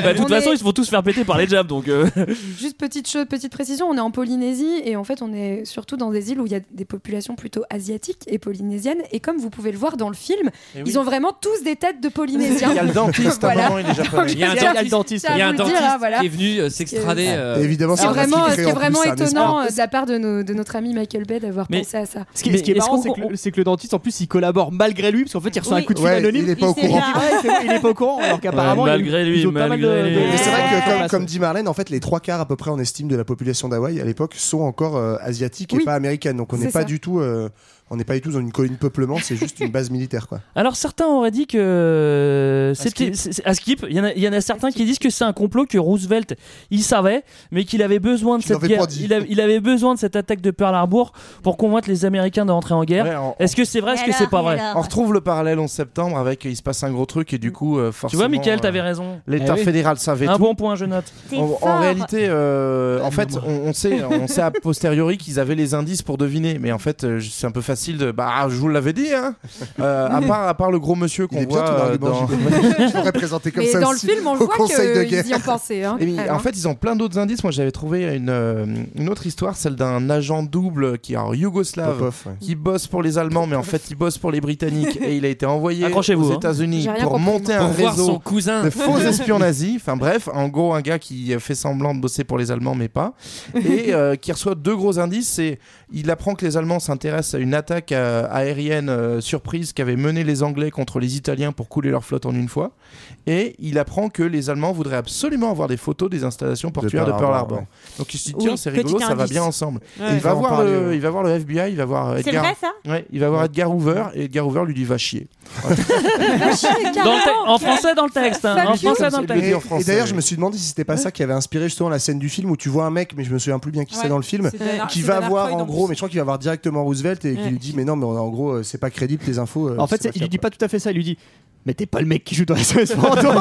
Speaker 7: bah, de toute
Speaker 6: On
Speaker 7: façon,
Speaker 6: est-
Speaker 7: ils se font tous faire péter par les jabs donc. euh,
Speaker 6: Juste petite chose, petite précision, on est en Polynésie et en fait on est surtout dans des îles où il y a des populations plutôt asiatiques et polynésiennes et comme vous pouvez le voir dans le film,
Speaker 1: Eh oui.
Speaker 6: ils ont vraiment tous des têtes de Polynésiens.
Speaker 1: Il y a le dentiste,
Speaker 6: Voilà.
Speaker 1: apparemment, il est japonais.
Speaker 6: Donc,
Speaker 1: Il y a un
Speaker 6: tiens,
Speaker 1: dentiste.
Speaker 6: tiens
Speaker 1: Il
Speaker 6: à
Speaker 1: y a un
Speaker 6: vous le
Speaker 1: dentiste
Speaker 6: hein, voilà.
Speaker 1: qui est venu, euh, s'extrader, euh, Et évidemment,
Speaker 6: c'est
Speaker 1: c'est un
Speaker 6: vraiment,
Speaker 1: masque
Speaker 6: ce qui est
Speaker 1: créé en
Speaker 6: vraiment
Speaker 1: plus, ça, n'est-ce
Speaker 6: étonnant
Speaker 1: pas
Speaker 6: euh, de la part de, nos- de notre ami Michael Bay d'avoir
Speaker 11: Mais-
Speaker 6: pensé à ça.
Speaker 11: Ce qui, ce qui est
Speaker 7: Mais est-ce
Speaker 11: marrant, c'est
Speaker 7: qu'on-
Speaker 11: que, le- c'est que le dentiste, en plus, il collabore malgré lui, parce qu'en fait, il reçoit
Speaker 5: Oui.
Speaker 11: un coup de fil
Speaker 5: Ouais,
Speaker 11: anonyme.
Speaker 5: il est pas Il au sait courant. pas.
Speaker 11: Ouais, c'est vrai, il est pas au courant, alors qu'apparemment,
Speaker 7: Ouais, malgré
Speaker 11: ils ont-
Speaker 7: lui,
Speaker 11: ils ont pas mal de-
Speaker 7: malgré
Speaker 11: de-
Speaker 7: lui.
Speaker 5: Mais c'est vrai que, comme,
Speaker 11: Ouais.
Speaker 5: comme dit Marlène, en fait, les trois quarts à peu près en estime de la population d'Hawaï à l'époque sont encore euh, asiatiques et
Speaker 7: Oui.
Speaker 5: pas américaines. Donc on n'est
Speaker 7: C'est
Speaker 5: pas
Speaker 7: ça.
Speaker 5: du tout, euh, on n'est pas du tout dans une colline peuplement. C'est juste une base militaire, quoi.
Speaker 7: Alors certains auraient dit que c'était c'est- c'est- à skip. Il y en a, il y en a certains qui disent que c'est un complot que Roosevelt il savait, mais qu'il avait besoin de cette
Speaker 5: l'avait
Speaker 7: guerre.
Speaker 5: pas dit.
Speaker 7: Il, avait- il avait besoin de cette attaque de Pearl Harbor pour convaincre les Américains de rentrer en guerre. Est-ce que c'est vrai Est-ce que c'est pas vrai
Speaker 9: On retrouve le parallèle 11 septembre avec euh, il se passe un gros truc et du coup euh, forcément.
Speaker 7: vois, Mickaël,
Speaker 9: euh,
Speaker 7: t'avais raison.
Speaker 9: L'État
Speaker 7: Eh oui.
Speaker 9: fédéral savait
Speaker 7: Un
Speaker 9: tout.
Speaker 7: bon point, je note.
Speaker 9: En, en réalité, euh, en fait, on, on sait, on sait a posteriori qu'ils avaient les indices pour deviner, mais en fait, euh, c'est un peu facile de. Bah, je vous l'avais dit, hein. Euh, à part, à part le gros monsieur qu'on
Speaker 5: est bien,
Speaker 9: voit
Speaker 5: ton
Speaker 9: euh,
Speaker 5: argument,
Speaker 9: dans.
Speaker 5: Gilles. Je l'aurais présenté comme
Speaker 6: Mais
Speaker 5: ça
Speaker 6: dans
Speaker 5: aussi,
Speaker 6: le film, on le
Speaker 5: au
Speaker 6: voit
Speaker 5: conseil de
Speaker 6: qu'ils y
Speaker 5: guerre.
Speaker 6: ont pensé. hein,
Speaker 9: Et Eh oui,
Speaker 6: quand même,
Speaker 9: en
Speaker 6: hein.
Speaker 9: fait, ils ont plein d'autres indices. Moi, j'avais trouvé une, euh, une autre histoire, celle d'un agent double qui est en yougoslave,
Speaker 5: Popov, ouais.
Speaker 9: qui bosse pour les Allemands, mais en fait, il bosse pour les Britanniques. Et il a été envoyé
Speaker 7: Accrochez-vous,
Speaker 9: aux
Speaker 7: hein.
Speaker 9: États-Unis
Speaker 7: J'ai rien
Speaker 9: pour
Speaker 7: compris,
Speaker 9: monter
Speaker 7: moi.
Speaker 9: un
Speaker 7: Pour voir
Speaker 9: réseau
Speaker 7: son cousin.
Speaker 9: de faux espions nazis. Enfin bref, en gros, un gars qui fait semblant de bosser pour les Allemands, mais pas, et euh, qui reçoit deux gros indices. C'est il apprend que les Allemands s'intéressent à une attaque euh, aérienne euh, surprise qu'avaient menée les Anglais contre les Italiens pour couler leur flotte en une fois. Et il apprend que les Allemands voudraient absolument avoir des photos des installations portuaires de
Speaker 5: Pearl
Speaker 9: Pearl
Speaker 5: Harbor,
Speaker 9: Harbor.
Speaker 5: ouais.
Speaker 9: Donc il se dit
Speaker 5: Oui,
Speaker 9: tiens, c'est rigolo,
Speaker 5: petit
Speaker 9: ça va
Speaker 5: indice.
Speaker 9: bien ensemble.
Speaker 5: Ouais.
Speaker 9: Et Il,
Speaker 5: Il va
Speaker 9: va
Speaker 5: en
Speaker 9: voir
Speaker 5: parler,
Speaker 9: le,
Speaker 5: ouais.
Speaker 9: il va voir le FBI, il va voir euh,
Speaker 10: C'est
Speaker 9: Edgar.
Speaker 10: vrai, ça
Speaker 9: ouais, Il va voir Edgar Hoover et Edgar Hoover lui dit va chier.
Speaker 7: Dans le te- en français, dans le texte. hein. En
Speaker 5: Fuck you.
Speaker 7: français, dans le
Speaker 5: Et,
Speaker 7: texte.
Speaker 5: et d'ailleurs, je me suis demandé si c'était pas ça qui avait inspiré justement la scène du film où tu vois un mec, mais je me souviens plus bien qui
Speaker 7: Ouais,
Speaker 5: c'est dans le film,
Speaker 7: c'est Dan-
Speaker 5: qui
Speaker 7: c'est
Speaker 5: va
Speaker 7: Dan
Speaker 5: voir
Speaker 7: Aykroyd,
Speaker 5: en
Speaker 7: en
Speaker 5: gros, mais je crois qu'il va voir directement Roosevelt et qui
Speaker 11: Ouais.
Speaker 5: lui dit mais non, mais en gros, euh, c'est pas crédible tes infos. euh,
Speaker 11: En fait,
Speaker 5: c'est
Speaker 11: c'est-
Speaker 5: pas
Speaker 11: il
Speaker 5: fiable.
Speaker 11: lui dit pas tout à fait ça, il lui dit Mais t'es pas le mec qui joue dans SOS Fantôme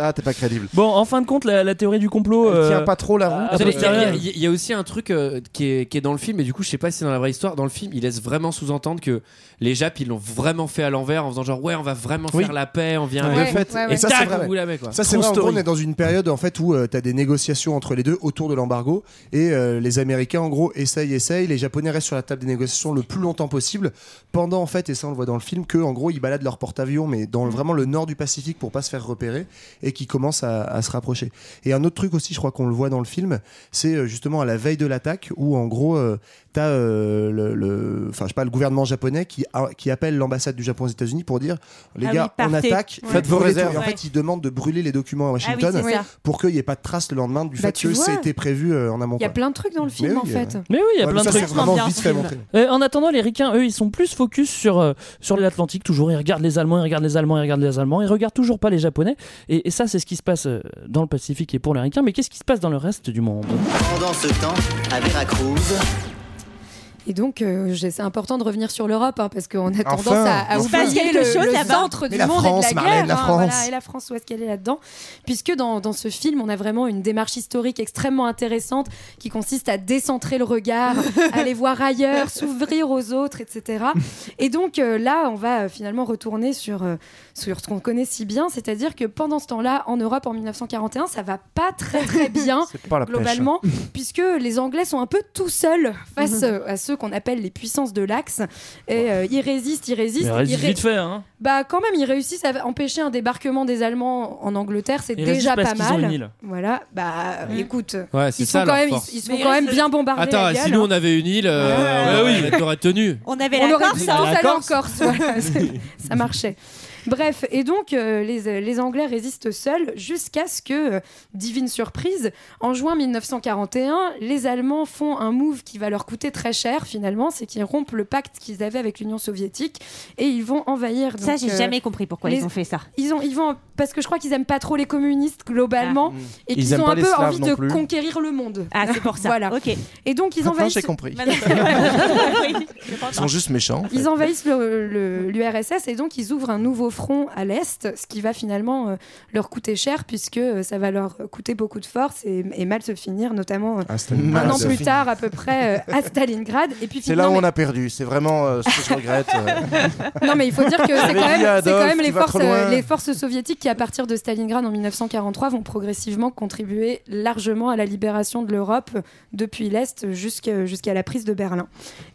Speaker 5: Ah, t'es pas crédible.
Speaker 7: Bon, en fin de compte, la, la théorie du complot
Speaker 9: Elle tient
Speaker 7: euh,
Speaker 9: pas trop la route.
Speaker 7: à
Speaker 1: Attendez, Ah, Il y, a-
Speaker 7: posteriori.
Speaker 1: il y a- il y a aussi un truc euh, qui, est, qui est dans le film, et du coup, je sais pas si c'est dans la vraie histoire. Dans le film, il laisse vraiment sous-entendre que les Japs, ils l'ont vraiment fait à l'envers en faisant genre, ouais, on va vraiment
Speaker 5: Oui.
Speaker 1: faire la paix, on vient.
Speaker 5: De fait.
Speaker 1: Et
Speaker 5: Et ça, c'est vrai.
Speaker 1: vous la met, quoi.
Speaker 5: Ça, c'est vrai. En gros, on est dans une période en fait où tu as des négociations entre les deux autour de l'embargo et euh, les Américains en gros essayent, essayent. Les Japonais restent sur la table des négociations le plus longtemps possible pendant en fait, et ça on le voit dans le film, que en gros ils baladent leur porte-avions, mais dans le- vraiment le nord du Pacifique pour pas se faire repérer, et qui commencent à, à se rapprocher. Et un autre truc aussi, je crois qu'on le voit dans le film, c'est euh, justement à la veille de l'attaque où en gros euh, t'as euh, le, le- enfin je sais pas, le gouvernement japonais qui a- qui appelle l'ambassade du Japon aux États-Unis pour dire les
Speaker 9: Ah oui,
Speaker 5: gars, on
Speaker 9: partez.
Speaker 5: attaque,
Speaker 9: Ouais.
Speaker 5: faites vos
Speaker 9: Brûlez tout.
Speaker 5: réserves. Ah Et en
Speaker 9: Ouais.
Speaker 5: fait, ils demandent de brûler les documents à Washington
Speaker 6: c'est ça.
Speaker 5: pour qu'il n'y ait pas de trace le lendemain du
Speaker 6: Bah,
Speaker 5: fait
Speaker 6: tu
Speaker 5: que
Speaker 6: vois.
Speaker 5: c'était prévu euh, en amont.
Speaker 6: Il y a
Speaker 5: quoi.
Speaker 6: plein de trucs dans le film
Speaker 5: Mais
Speaker 6: en
Speaker 5: oui,
Speaker 6: fait.
Speaker 5: euh.
Speaker 7: Mais oui, il y a
Speaker 5: Ouais, mais
Speaker 7: plein de
Speaker 5: ça,
Speaker 7: trucs.
Speaker 5: c'est vraiment vite fait montré.
Speaker 7: Euh, en attendant, les Ricains, eux, ils sont plus focus sur, euh, sur l'Atlantique, toujours. Ils regardent les Allemands, ils regardent les Allemands, ils regardent les Allemands, ils regardent toujours pas les Japonais. Et, et ça, c'est ce qui se passe euh, dans le Pacifique et pour les Ricains. Mais qu'est-ce qui se passe dans le reste du monde
Speaker 14: Pendant ce temps, à Veracruz,
Speaker 6: Et donc, euh, j'ai- c'est important de revenir sur l'Europe, hein, parce qu'on a tendance
Speaker 14: Enfin.
Speaker 6: à, à
Speaker 14: Il se passe
Speaker 6: oublier
Speaker 14: quelque
Speaker 6: le,
Speaker 14: chose
Speaker 6: le
Speaker 14: là-bas.
Speaker 6: centre
Speaker 14: Mais
Speaker 6: du
Speaker 14: la
Speaker 6: monde
Speaker 14: France,
Speaker 6: et de la
Speaker 14: Marlène,
Speaker 6: guerre.
Speaker 14: la
Speaker 6: hein, voilà,
Speaker 14: France.
Speaker 6: et la France, où est-ce qu'elle est là-dedans Puisque dans, dans ce film, on a vraiment une démarche historique extrêmement intéressante qui consiste à décentrer le regard, aller voir ailleurs, s'ouvrir aux autres, etc. Et donc euh, là, on va euh, finalement retourner sur, euh, sur ce qu'on connaît si bien, c'est-à-dire que pendant ce temps-là, en Europe, en 1941, ça va pas très très bien,
Speaker 9: C'est pas la pêche.
Speaker 6: globalement, puisque les Anglais sont un peu tout seuls face euh, à ceux qu'on appelle les puissances de l'Axe. Et euh, ils résistent, ils résistent.
Speaker 7: Ils résistent
Speaker 6: ré-
Speaker 7: vite fait, hein.
Speaker 6: Bah, quand même, ils réussissent à empêcher un débarquement des Allemands en Angleterre, c'est
Speaker 7: Ils
Speaker 6: déjà
Speaker 7: résistent parce
Speaker 6: pas
Speaker 7: qu'ils ont
Speaker 6: mal.
Speaker 7: une île.
Speaker 6: Voilà, bah
Speaker 7: Ouais.
Speaker 6: écoute,
Speaker 1: Ouais,
Speaker 6: ils,
Speaker 1: c'est
Speaker 6: se
Speaker 1: ça,
Speaker 6: font quand
Speaker 1: leur
Speaker 6: même, ils,
Speaker 1: force.
Speaker 6: ils se font quand même bien bombarder.
Speaker 1: Attends,
Speaker 6: la gueule,
Speaker 1: si nous
Speaker 6: hein.
Speaker 1: on avait une île, euh,
Speaker 7: Ouais,
Speaker 6: Ah.
Speaker 7: ouais, ouais.
Speaker 1: on t'aurait tenu.
Speaker 10: On avait
Speaker 6: on
Speaker 10: la
Speaker 6: aurait
Speaker 10: Corse,
Speaker 6: pu tous
Speaker 10: hein.
Speaker 6: aller
Speaker 10: La
Speaker 6: en
Speaker 10: Corse.
Speaker 6: Corse, voilà, c'est- ça marchait. Bref, et donc euh, les, euh, les Anglais résistent seuls jusqu'à ce que, euh, divine surprise, en juin 1941, les Allemands font un move qui va leur coûter très cher finalement, c'est qu'ils rompent le pacte qu'ils avaient avec l'Union soviétique et ils vont envahir.
Speaker 10: Ça,
Speaker 6: donc,
Speaker 10: j'ai
Speaker 6: euh,
Speaker 10: jamais compris pourquoi
Speaker 6: les-
Speaker 10: ils ont fait ça.
Speaker 6: Ils, ont, ils vont parce que je crois qu'ils aiment pas trop les communistes globalement et
Speaker 10: Ah. Ils
Speaker 6: qu'ils
Speaker 10: aiment
Speaker 6: ont
Speaker 10: pas
Speaker 6: un
Speaker 10: les
Speaker 6: peu
Speaker 10: Slaves
Speaker 6: envie
Speaker 10: non
Speaker 6: de
Speaker 10: plus.
Speaker 6: conquérir le monde.
Speaker 10: Ah, c'est pour ça.
Speaker 6: voilà.
Speaker 10: Ok.
Speaker 6: Et donc ils
Speaker 9: Maintenant,
Speaker 6: envahissent.
Speaker 9: j'ai compris. Ils
Speaker 10: Ils
Speaker 9: sont juste méchants. en fait.
Speaker 6: Ils envahissent le- le- l'URSS et donc ils ouvrent un nouveau front à l'Est, ce qui va finalement euh, leur coûter cher puisque euh, ça va leur coûter beaucoup de force et, et mal se finir, notamment euh,
Speaker 9: Ah, c'était
Speaker 6: un
Speaker 9: mal
Speaker 6: an
Speaker 9: se
Speaker 6: plus
Speaker 9: finir.
Speaker 6: tard à peu près euh, à Stalingrad. Et puis
Speaker 9: C'est là où
Speaker 6: finalement-
Speaker 9: on a perdu. C'est vraiment euh, ce que je regrette. euh.
Speaker 6: Non, mais il faut dire que c'est
Speaker 9: J'avais
Speaker 6: quand
Speaker 9: dit
Speaker 6: même,
Speaker 9: à
Speaker 6: c'est quand
Speaker 9: Adolphe,
Speaker 6: même
Speaker 9: tu
Speaker 6: les,
Speaker 9: vas
Speaker 6: forces,
Speaker 9: trop loin.
Speaker 6: euh, les forces soviétiques qui, à partir de Stalingrad en 1943, vont progressivement contribuer largement à la libération de l'Europe depuis l'Est jusqu'à jusqu'à la prise de Berlin.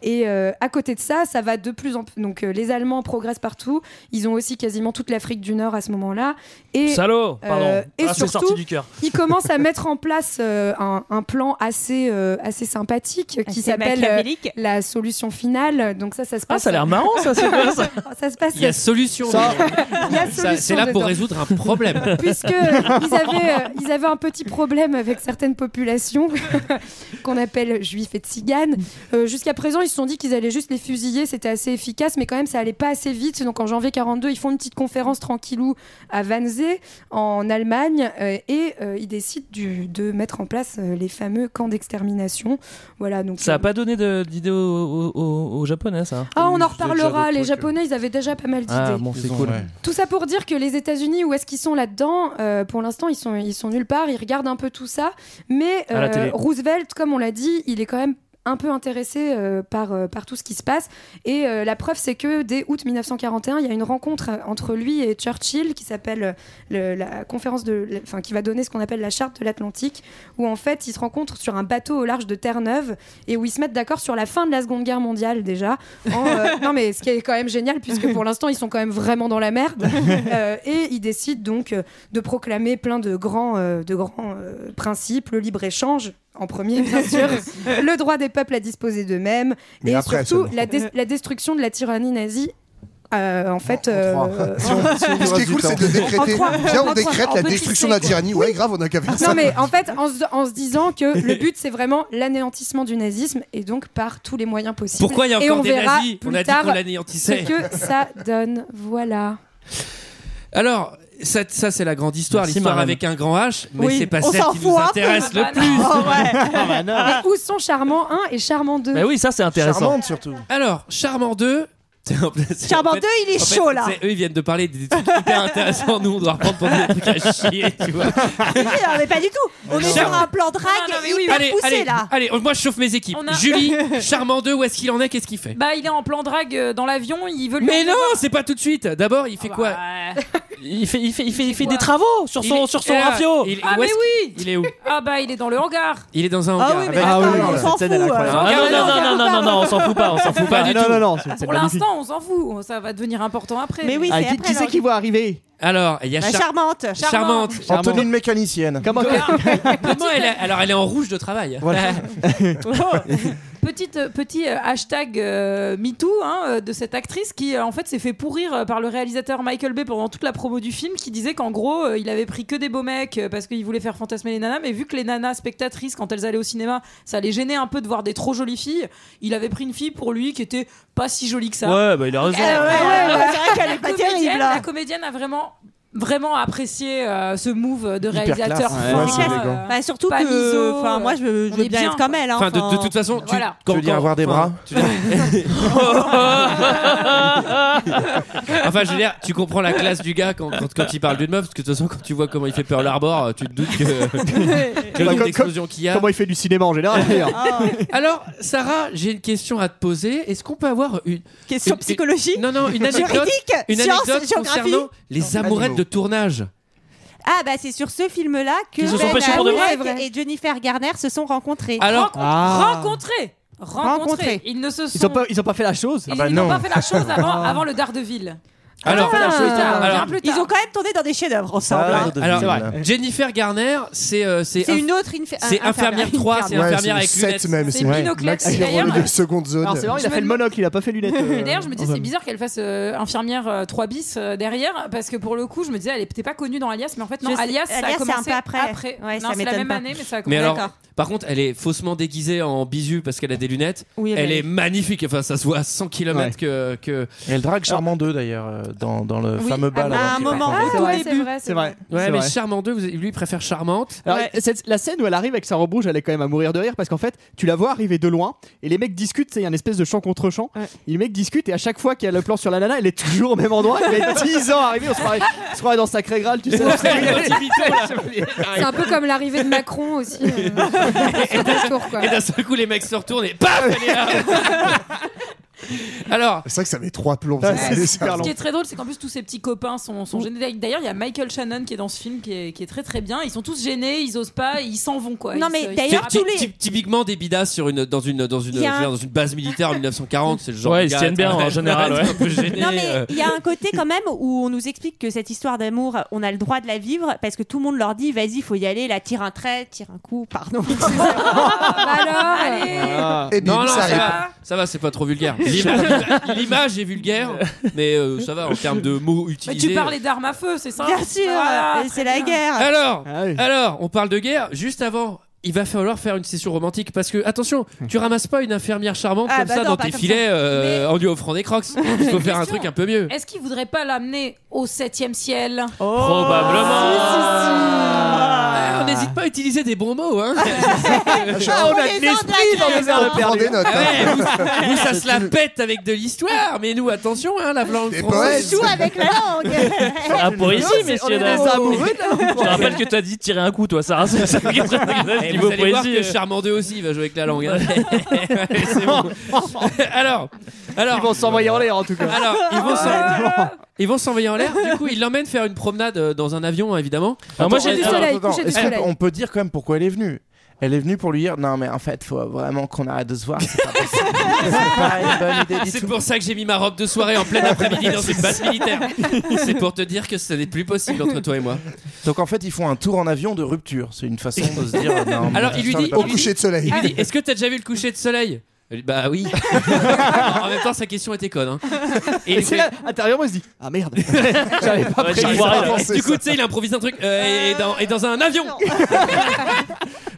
Speaker 6: Et euh, à côté de ça, ça va de plus en plus. Donc euh, les Allemands progressent partout. Ils ont aussi quasiment toute l'Afrique du Nord à ce moment-là. Et,
Speaker 7: Salaud Pardon.
Speaker 6: euh, et
Speaker 7: Ah, c'est
Speaker 6: surtout,
Speaker 7: sorti du cœur.
Speaker 6: ils commencent à mettre en place euh, un, un plan assez, euh, assez sympathique qui
Speaker 10: Assez
Speaker 6: s'appelle euh,
Speaker 10: machiavélique.
Speaker 6: la solution finale. Donc ça, ça se
Speaker 7: Ah,
Speaker 6: passe.
Speaker 7: ça a l'air marrant, ça, c'est quoi, ça
Speaker 6: Ça se passe.
Speaker 1: Il y a solution.
Speaker 6: Ça- Il y
Speaker 1: Ça,
Speaker 6: a
Speaker 1: C'est
Speaker 6: solution
Speaker 1: là pour
Speaker 6: dedans.
Speaker 1: résoudre un problème.
Speaker 6: Puisque euh, ils avaient, euh, ils avaient un petit problème avec certaines populations qu'on appelle juifs et tziganes. Euh, Jusqu'à présent, ils se sont dit qu'ils allaient juste les fusiller, c'était assez efficace, mais quand même, ça allait pas assez vite. Donc en janvier 42, ils font une petite conférence tranquillou à Wannsee, en Allemagne, euh, et euh, ils décident du- de mettre en place euh, les fameux camps d'extermination. Voilà, donc.
Speaker 7: Ça
Speaker 6: euh,
Speaker 7: a pas donné de- d'idée aux, aux- aux- aux Japonais, ça
Speaker 6: ah, on en
Speaker 7: déjà
Speaker 6: reparlera.
Speaker 7: des trucs,
Speaker 6: Les
Speaker 7: euh.
Speaker 6: Japonais, ils avaient déjà pas mal d'idées.
Speaker 7: Ah, bon, c'est cool.
Speaker 6: Tout ça pour dire que les États-Unis, où est-ce qu'ils sont là-dedans Euh, Pour l'instant, ils sont, ils sont nulle part. Ils regardent un peu tout ça, mais euh,
Speaker 10: À la télé.
Speaker 6: Roosevelt, comme on l'a dit, il est quand même un peu intéressé euh, par, euh, par tout ce qui se passe. Et euh, la preuve, c'est que dès août 1941, il y a une rencontre euh, entre lui et Churchill qui s'appelle euh, le- la conférence de, la- enfin, qui va donner ce qu'on appelle la charte de l'Atlantique, où en fait, ils se rencontrent sur un bateau au large de Terre-Neuve et où ils se mettent d'accord sur la fin de la Seconde Guerre mondiale déjà. En, euh, non, mais ce qui est quand même génial, puisque pour l'instant, ils sont quand même vraiment dans la merde. Euh, et ils décident donc euh, de proclamer plein de grands, euh, de grands euh, principes, le libre-échange en premier, bien sûr, le droit des peuples à disposer d'eux-mêmes,
Speaker 5: Mais
Speaker 6: et
Speaker 5: après
Speaker 6: surtout
Speaker 5: seulement.
Speaker 6: la, dés- la destruction de la tyrannie nazie. euh, en fait, euh,
Speaker 5: Si on- si on- Ce qui est cool, c'est de le décréter.
Speaker 6: En trois-
Speaker 5: Viens, on
Speaker 6: en trois-
Speaker 5: décrète
Speaker 6: en
Speaker 5: la
Speaker 6: petit
Speaker 5: destruction
Speaker 6: C,
Speaker 5: de la
Speaker 6: quoi.
Speaker 5: tyrannie. Ouais, grave, on a qu'à faire ça.
Speaker 6: Non, mais en fait, en se, en se disant que le but, c'est vraiment l'anéantissement du nazisme, et donc par tous les moyens possibles.
Speaker 1: Pourquoi il y a
Speaker 6: Et
Speaker 1: encore
Speaker 6: on
Speaker 1: des
Speaker 6: verra
Speaker 1: nazis
Speaker 6: plus
Speaker 1: On a dit
Speaker 6: tard
Speaker 1: qu'on l'anéantissait.
Speaker 6: Ce que ça donne, voilà.
Speaker 1: Alors, ça, ça, c'est la grande histoire,
Speaker 7: Merci,
Speaker 1: l'histoire
Speaker 7: Marlène.
Speaker 1: avec un grand H, mais
Speaker 6: Oui,
Speaker 1: c'est pas
Speaker 6: on
Speaker 1: celle
Speaker 6: s'en
Speaker 1: qui
Speaker 6: fout
Speaker 1: nous
Speaker 6: un peu,
Speaker 1: intéresse le
Speaker 6: bah non.
Speaker 1: plus.
Speaker 6: Oh, ouais. Mais où sont Charmant 1 et Charmant 2
Speaker 7: Bah oui, ça, c'est intéressant.
Speaker 1: Charmante,
Speaker 9: surtout.
Speaker 1: Alors, Charmant 2.
Speaker 6: Charmant 2, il est chaud, là.
Speaker 1: Eux, ils viennent de parler des trucs hyper intéressants. Nous, on doit reprendre pour des trucs à chier, tu vois.
Speaker 10: Oui, non, hein, mais pas du tout. On est
Speaker 1: Charles.
Speaker 10: sur un plan drague hyper
Speaker 1: allez,
Speaker 10: poussé
Speaker 1: allez,
Speaker 10: là.
Speaker 1: allez, moi je chauffe mes équipes.
Speaker 12: On a-
Speaker 1: Julie, Charmant 2, où est-ce qu'il en est Qu'est-ce qu'il fait
Speaker 12: Bah, il est en plan drague euh, dans l'avion, il veut lui
Speaker 1: Mais
Speaker 12: enlever-
Speaker 1: non, c'est pas tout de suite. D'abord, il fait
Speaker 12: bah.
Speaker 1: quoi
Speaker 7: Il fait, il fait, il fait, il fait des travaux sur
Speaker 1: Il
Speaker 7: son,
Speaker 1: est-
Speaker 7: sur son
Speaker 1: et là,
Speaker 7: rafio.
Speaker 1: il-
Speaker 12: Ah,
Speaker 1: où
Speaker 12: mais
Speaker 1: est-ce
Speaker 12: oui
Speaker 1: qu'il- Il est où
Speaker 12: Ah, bah, il est dans le hangar.
Speaker 1: Il est dans un
Speaker 12: Ah
Speaker 1: hangar.
Speaker 12: oui, mais Avec- d'accord, Ah oui, on s'en
Speaker 7: Cette scène, elle est
Speaker 12: fout,
Speaker 7: incroyable.
Speaker 12: euh,
Speaker 7: Ah non,
Speaker 12: on
Speaker 7: non, non, non, non, non, on s'en fout pas, on s'en fout pas.
Speaker 1: Pas du tout.
Speaker 12: Pour l'instant, on s'en fout, ça va devenir important après.
Speaker 10: Mais oui,
Speaker 11: Ah, qui, qui c'est qui voit arriver
Speaker 1: Alors, il y a
Speaker 10: La
Speaker 1: Char-
Speaker 10: charmante.
Speaker 1: Charmante.
Speaker 9: Antonine mécanicienne.
Speaker 11: Comment
Speaker 1: Comment elle est- Alors, elle est en rouge de travail.
Speaker 9: Voilà.
Speaker 12: Petite, euh, petit euh, hashtag euh, MeToo hein, euh, de cette actrice qui euh, en fait s'est fait pourrir euh, par le réalisateur Michael Bay pendant toute la promo du film qui disait qu'en gros euh, il avait pris que des beaux mecs euh, parce qu'il voulait faire fantasmer les nanas mais vu que les nanas spectatrices quand elles allaient au cinéma ça les gênait un peu de voir des trop jolies filles il avait pris une fille pour lui qui était pas si jolie que ça
Speaker 7: Ouais, bah il a
Speaker 6: Eh,
Speaker 7: raison.
Speaker 12: Euh, ouais, ouais, ouais, c'est vrai qu'elle est
Speaker 10: pas
Speaker 12: pas terrible.
Speaker 10: terrible, hein.
Speaker 12: La comédienne a vraiment vraiment apprécié euh, ce move de
Speaker 1: Hyper
Speaker 12: réalisateur. euh, fin,
Speaker 1: classe. Ouais, c'est élégant.
Speaker 10: Bah, surtout
Speaker 12: pas
Speaker 10: que,
Speaker 12: miso,
Speaker 10: enfin, moi, je veux- je
Speaker 12: on
Speaker 10: veux
Speaker 12: est
Speaker 10: bien être comme elle, hein,
Speaker 1: Enfin, de,
Speaker 10: enfin.
Speaker 1: de toute façon, tu,
Speaker 12: Voilà.
Speaker 1: quand-
Speaker 9: Tu veux dire
Speaker 1: quand-
Speaker 9: avoir des
Speaker 1: enfin,
Speaker 9: bras
Speaker 1: tu veux dire- Enfin, je veux dire, tu comprends la classe du gars quand, quand, quand il parle d'une meuf, parce que de toute façon, quand tu vois comment il fait Pearl Harbor, tu te doutes que, que le
Speaker 11: Bah,
Speaker 1: nombre
Speaker 11: comme-
Speaker 1: d'explosions qu'il y a.
Speaker 11: Comment il fait hein. du cinéma en général d'ailleurs
Speaker 1: Alors, Sarah, j'ai une question à te poser. Est-ce qu'on peut avoir une
Speaker 10: Question
Speaker 1: une- une-
Speaker 10: psychologique
Speaker 1: Non, non, une anecdote,
Speaker 10: Juridique
Speaker 1: une
Speaker 10: Science
Speaker 1: anecdote
Speaker 10: Géographie
Speaker 1: concernant les amourettes de tournage.
Speaker 10: Ah bah c'est sur ce film-là que
Speaker 1: Qu'ils se sont
Speaker 10: Ben
Speaker 1: pêchés pour de vrai.
Speaker 10: Affleck et Jennifer Garner se sont rencontrés.
Speaker 1: Alors-
Speaker 12: Rencontre-
Speaker 11: Ah.
Speaker 12: rencontrer, rencontrer,
Speaker 10: Rencontrer.
Speaker 12: Ils ne se sont,
Speaker 11: Ils ont pas, ils ont pas fait la chose
Speaker 12: ils- ils n'ont pas fait la chose avant, avant le Daredevil.
Speaker 1: Ah, Alors,
Speaker 12: Bien plus tard, bien
Speaker 1: alors,
Speaker 12: plus
Speaker 10: Ah. Ils
Speaker 12: tard.
Speaker 10: ont quand même tourné dans des chefs-d'œuvre ensemble. hein.
Speaker 1: alors,
Speaker 11: C'est vrai.
Speaker 1: Jennifer Garner, c'est euh, c'est
Speaker 10: C'est
Speaker 1: un-
Speaker 10: une autre inf-
Speaker 1: c'est infirmière 3, c'est
Speaker 5: Ouais,
Speaker 1: infirmière
Speaker 5: c'est
Speaker 1: avec
Speaker 5: sept
Speaker 1: lunettes.
Speaker 5: même.
Speaker 12: C'est binoclette.
Speaker 5: Maxi
Speaker 12: D'ailleurs,
Speaker 5: Rolle de seconde zone.
Speaker 11: Alors c'est marrant, il a
Speaker 12: Je me-
Speaker 11: fait le monocle, il a pas fait lunettes. euh,
Speaker 12: Et D'ailleurs, je me dis
Speaker 11: enfin.
Speaker 12: c'est bizarre qu'elle fasse euh, infirmière euh, 3 bis euh, derrière, parce que pour le coup, je me disais, elle n'était pas connue dans Alias, mais en fait, non,
Speaker 10: Je sais-
Speaker 12: Alias, ça
Speaker 10: Alias,
Speaker 12: a
Speaker 10: c'est
Speaker 12: commencé
Speaker 10: un peu après. Ouais,
Speaker 12: non,
Speaker 10: ça
Speaker 12: c'est la
Speaker 10: m'étonne
Speaker 12: même
Speaker 10: pas.
Speaker 12: année, mais ça a
Speaker 1: Mais
Speaker 12: commencé.
Speaker 1: alors,
Speaker 10: D'accord.
Speaker 1: par contre, elle est faussement déguisée en bisu parce qu'elle a des lunettes.
Speaker 10: Oui,
Speaker 1: elle
Speaker 10: mais-
Speaker 1: est magnifique. Enfin, ça se voit à 100 km
Speaker 11: Ouais.
Speaker 1: que, que-
Speaker 9: Et elle drague Charmant 2 d'ailleurs euh, dans, dans le
Speaker 12: Oui,
Speaker 9: fameux
Speaker 12: à
Speaker 9: bal.
Speaker 12: un
Speaker 9: avant qu'il
Speaker 10: moment.
Speaker 9: parte en
Speaker 10: Ah,
Speaker 9: vacances.
Speaker 10: c'est vrai,
Speaker 12: c'est vrai.
Speaker 11: C'est vrai.
Speaker 1: Ouais,
Speaker 11: c'est
Speaker 1: mais
Speaker 11: vrai.
Speaker 1: Charmant 2, vous- lui il préfère Charmante.
Speaker 11: Alors,
Speaker 10: Ouais.
Speaker 11: cette- la scène où elle arrive avec sa robe rouge, elle est quand même à mourir de rire parce qu'en fait, tu la vois arriver de loin et les mecs discutent. tu sais, Il y a une espèce de chant contre chant.
Speaker 10: Ouais.
Speaker 11: Et les mecs discutent et à chaque fois qu'il y a le plan sur la nana, elle est toujours au même endroit. Elle est 10 ans arrivée. On se croirait, on se croirait dans Sacré Graal, tu sais.
Speaker 6: C'est un peu comme l'arrivée de Macron aussi. euh, sur le tour, quoi.
Speaker 1: Et d'un seul coup, les mecs se retournent et paf, elle est là. Alors,
Speaker 5: C'est vrai que ça met trois plombs. ça,
Speaker 11: Ouais, c'est
Speaker 5: c'est
Speaker 11: super
Speaker 5: ça.
Speaker 12: Ce qui est très drôle, c'est qu'en plus tous ces petits copains sont, sont gênés. D'ailleurs, il y a Michael Shannon qui est dans ce film, qui est, qui est très très bien. Ils sont tous gênés, ils osent pas, ils s'en vont quoi.
Speaker 10: Non,
Speaker 12: Ils
Speaker 10: mais
Speaker 12: se- ils-
Speaker 10: d'ailleurs,
Speaker 1: ty-
Speaker 10: tous
Speaker 1: ty-
Speaker 10: les-
Speaker 1: ty- typiquement des bidas sur une, dans, une, dans, une,
Speaker 10: Il y a
Speaker 1: je veux
Speaker 10: un-
Speaker 1: dire, dans une base militaire en 1940, c'est le genre
Speaker 7: Ouais,
Speaker 1: de
Speaker 7: ils se
Speaker 1: gars,
Speaker 7: tiennent bien, en
Speaker 1: t'arrêtes,
Speaker 7: général,
Speaker 1: t'es un peu gêné,
Speaker 10: Non
Speaker 1: euh.
Speaker 10: mais il y a un côté quand même où on nous explique que cette histoire d'amour, on a le droit de la vivre parce que tout le monde leur dit vas-y, faut y aller, là tire un trait, tire un coup, pardon.
Speaker 12: Bah alors, allez.
Speaker 11: Ah.
Speaker 5: Et bim,
Speaker 1: Non, non,
Speaker 5: ça
Speaker 1: ça
Speaker 5: arrive.
Speaker 1: va, ça va, c'est pas trop vulgaire. L'image- L'image est vulgaire, mais euh, ça va en termes de mots
Speaker 12: Mais
Speaker 1: utilisés. euh.
Speaker 12: tu parlais d'armes à feu, c'est ça
Speaker 10: Bien sûr, euh,
Speaker 12: Voilà, très
Speaker 10: c'est la
Speaker 12: bien.
Speaker 10: guerre.
Speaker 1: Alors,
Speaker 11: Ah oui.
Speaker 1: alors, on parle de guerre. Juste avant, il va falloir faire une session romantique parce que attention, tu ramasses pas une infirmière charmante
Speaker 10: Ah,
Speaker 1: comme
Speaker 10: bah
Speaker 1: ça
Speaker 10: non,
Speaker 1: dans
Speaker 10: pas
Speaker 1: tes
Speaker 10: comme
Speaker 1: filets euh,
Speaker 12: Mais-
Speaker 1: en lui offrant des crocs. Il faut faire un
Speaker 12: Question.
Speaker 1: truc un peu mieux.
Speaker 12: Est-ce qu'il voudrait pas l'amener au 7 ciel
Speaker 7: Probablement.
Speaker 1: Ah, on n'hésite pas à utiliser des bons mots, hein.
Speaker 11: Ah, on a de l'esprit dans nos heures de
Speaker 5: Prends
Speaker 11: perdu.
Speaker 5: des notes.
Speaker 1: Ah
Speaker 5: hein.
Speaker 1: ouais, vous, vous, ça se la pète avec de l'histoire, mais nous, attention, hein, la langue
Speaker 5: Des
Speaker 1: française.
Speaker 5: poètes.
Speaker 10: Joue avec la langue.
Speaker 7: Ah, pour ici, messieurs
Speaker 11: On est
Speaker 7: dames.
Speaker 11: des amoureux de la langue
Speaker 7: Je te rappelle
Speaker 11: française.
Speaker 7: que t'as dit tirer un coup, toi, Sarah. C'est ça qui est très
Speaker 1: Et
Speaker 7: agréable
Speaker 1: Eh, vous
Speaker 7: niveau
Speaker 1: allez voir que
Speaker 7: poésie.
Speaker 1: Charmant 2 aussi va jouer avec la langue. hein. Allez, c'est bon. alors, alors,
Speaker 11: Ils vont s'envoyer en l'air en tout cas.
Speaker 1: Alors, ils vont
Speaker 5: Ah.
Speaker 1: s'en- ils vont s'envoyer en l'air. Du coup, ils l'emmènent faire une promenade euh, dans un avion, hein, évidemment.
Speaker 7: Alors, moi, j'ai
Speaker 6: du
Speaker 7: dit.
Speaker 6: soleil,
Speaker 9: Attends,
Speaker 6: coucher du
Speaker 9: est-ce qu'on-
Speaker 6: soleil.
Speaker 9: On peut dire quand même pourquoi elle est venue. Elle est venue pour lui dire non mais en fait faut vraiment qu'on arrête de se voir. C'est pas possible. C'est pas une bonne idée du
Speaker 1: C'est
Speaker 9: tout.
Speaker 1: pour ça que j'ai mis ma robe de soirée en plein après-midi dans une base militaire. C'est pour te dire que ce n'est plus possible entre toi et moi.
Speaker 9: Donc en fait ils font un tour en avion de rupture. C'est une façon de se dire. Non, mais
Speaker 1: Alors, il lui
Speaker 9: putain,
Speaker 1: dit-
Speaker 9: mais
Speaker 5: Au
Speaker 1: il-
Speaker 5: coucher de soleil.
Speaker 1: Il lui dit Est-ce que t'as déjà vu le coucher de soleil Elle dit, Bah oui. en même temps, sa question était conne. hein. Et il
Speaker 11: Et c'est
Speaker 1: fait-
Speaker 11: là, intérieurement, il se dit Ah merde, j'avais pas
Speaker 7: Ouais,
Speaker 11: pris
Speaker 7: j'arrive
Speaker 11: ça.
Speaker 7: pas à
Speaker 1: Et
Speaker 5: penser
Speaker 1: du coup,
Speaker 5: ça.
Speaker 1: tu sais, il improvise un truc euh, et, dans, et dans un avion.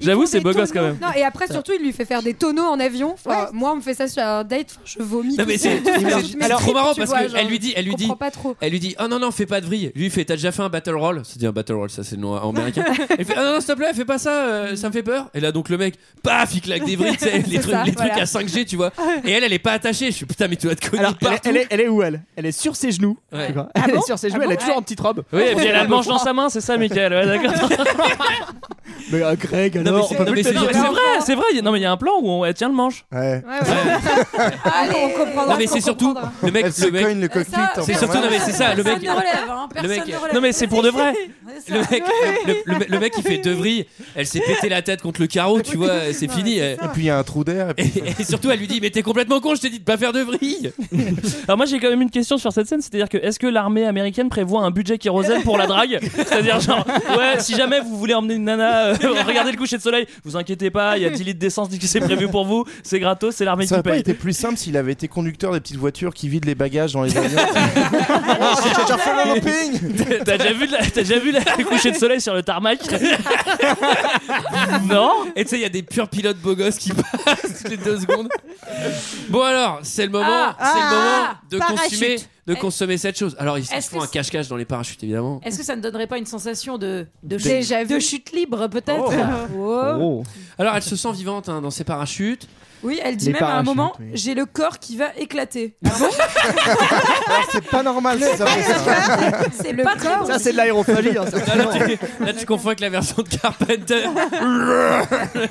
Speaker 7: J'avoue, c'est beau
Speaker 6: Des
Speaker 7: gosse quand
Speaker 6: tonneaux.
Speaker 7: même.
Speaker 6: Non, et après, surtout, il lui fait faire des tonneaux en avion. Enfin, Moi, on me fait ça sur un date, enfin, je vomis.
Speaker 1: Non,
Speaker 6: tout Bah,
Speaker 1: mais
Speaker 6: seul.
Speaker 1: c'est c'est-
Speaker 6: Alors,
Speaker 1: c'est trop marrant
Speaker 6: tu
Speaker 1: parce
Speaker 6: vois,
Speaker 1: qu'elle
Speaker 6: genre,
Speaker 1: lui dit, elle lui
Speaker 6: Je
Speaker 1: dit,
Speaker 6: comprends pas trop.
Speaker 1: Elle lui dit Oh non, non, fais pas de vrille. Lui, il fait T'as déjà fait un battle roll C'est dit un battle roll, ça c'est le nom en américain. Il fait Ah non, non, s'il te plaît, fais pas ça, euh, ça me fait peur. Et là, donc le mec, paf, il claque des vrilles, tu sais, les,
Speaker 6: C'est
Speaker 1: trucs,
Speaker 6: ça,
Speaker 1: les trucs
Speaker 6: voilà.
Speaker 1: à 5G, tu
Speaker 12: Ah
Speaker 1: vois. Et elle, elle est pas attachée. Je suis putain, mais tu vas te cogner
Speaker 11: Alors, elle,
Speaker 1: partout.
Speaker 11: elle est, elle est où elle Elle est sur ses genoux.
Speaker 1: Ouais.
Speaker 11: tu vois.
Speaker 10: Ah
Speaker 11: elle est sur ses genoux, elle est toujours en petite robe.
Speaker 7: Oui, et puis elle a le manche dans sa main, c'est ça, Michael. Ouais, d'accord.
Speaker 11: Mais euh, Greg,
Speaker 1: Non, mais
Speaker 11: alors,
Speaker 1: c'est
Speaker 11: on peut
Speaker 1: non,
Speaker 11: plus
Speaker 1: mais c'est-
Speaker 11: le
Speaker 1: non,
Speaker 11: tenir.
Speaker 1: mais c'est vrai, c'est vrai. il y a- Non, mais il y a un plan où on elle tient le manche.
Speaker 5: Ouais.
Speaker 12: Allez, on comprendra.
Speaker 1: Non, mais
Speaker 12: ce
Speaker 1: c'est
Speaker 12: qu'on
Speaker 1: surtout
Speaker 12: comprendra.
Speaker 1: le mec. Le mec
Speaker 5: le
Speaker 12: cockpit en
Speaker 1: C'est surtout, non, mais c'est ça, le mec.
Speaker 12: Personne ne relève, hein,
Speaker 1: Le
Speaker 12: personne
Speaker 1: mec,
Speaker 12: ne relève.
Speaker 1: non mais c'est pour de vrai.
Speaker 12: C'est
Speaker 1: Le
Speaker 12: ça.
Speaker 1: mec, le, le- le- le mec, il fait deux vrilles. Elle s'est pété la tête contre le carreau, tu vois, c'est fini. Et
Speaker 9: puis il y a un trou d'air.
Speaker 1: Et, et surtout, elle lui dit, mais t'es complètement con, je t'ai dit de pas faire de vrilles. Alors moi, j'ai quand même une question sur cette scène, c'est-à-dire que est-ce que l'armée américaine prévoit un budget kérosène pour la drague C'est-à-dire genre, ouais, si jamais vous voulez emmener une nana, euh, regardez le coucher de soleil, vous inquiétez pas, il y a 10 litres d'essence qui c'est prévu pour vous, c'est gratos, c'est l'armée
Speaker 9: Ça
Speaker 1: qui
Speaker 9: aurait pas
Speaker 1: paye.
Speaker 9: été plus simple s'il avait été conducteur des petites voitures qui vident les bagages dans les avions.
Speaker 1: Oh, T'as- T'as déjà vu, la- t'as déjà vu la- le coucher de soleil sur le tarmac Non Et tu sais, il y a des purs pilotes beaux gosses qui passent toutes les deux secondes. Bon alors, c'est le moment,
Speaker 12: Ah,
Speaker 1: c'est le
Speaker 12: ah,
Speaker 1: moment
Speaker 12: ah,
Speaker 1: de
Speaker 12: parachute.
Speaker 1: consommer, de
Speaker 12: Est-
Speaker 1: consommer cette chose. Alors ils, ils
Speaker 12: Est-ce
Speaker 1: font
Speaker 12: que
Speaker 1: un
Speaker 12: c'est-
Speaker 1: cache-cache dans les parachutes évidemment.
Speaker 12: Est-ce que ça ne donnerait pas une sensation de, de, chute,
Speaker 1: Déjà
Speaker 12: de chute libre peut-être Oh. Wow.
Speaker 1: Oh. Alors elle se sent vivante hein, dans ses parachutes.
Speaker 12: Oui, elle dit
Speaker 1: Les
Speaker 12: même à un
Speaker 1: parachutes,
Speaker 12: moment,
Speaker 1: oui. Ah,
Speaker 12: j'ai le corps qui va éclater.
Speaker 5: C'est pas normal, c'est ça.
Speaker 12: C'est le pas très bon.
Speaker 11: Ça, c'est de l'aérophagie. hein,
Speaker 1: Non, là, tu, là, tu confonds avec la version de Carpenter.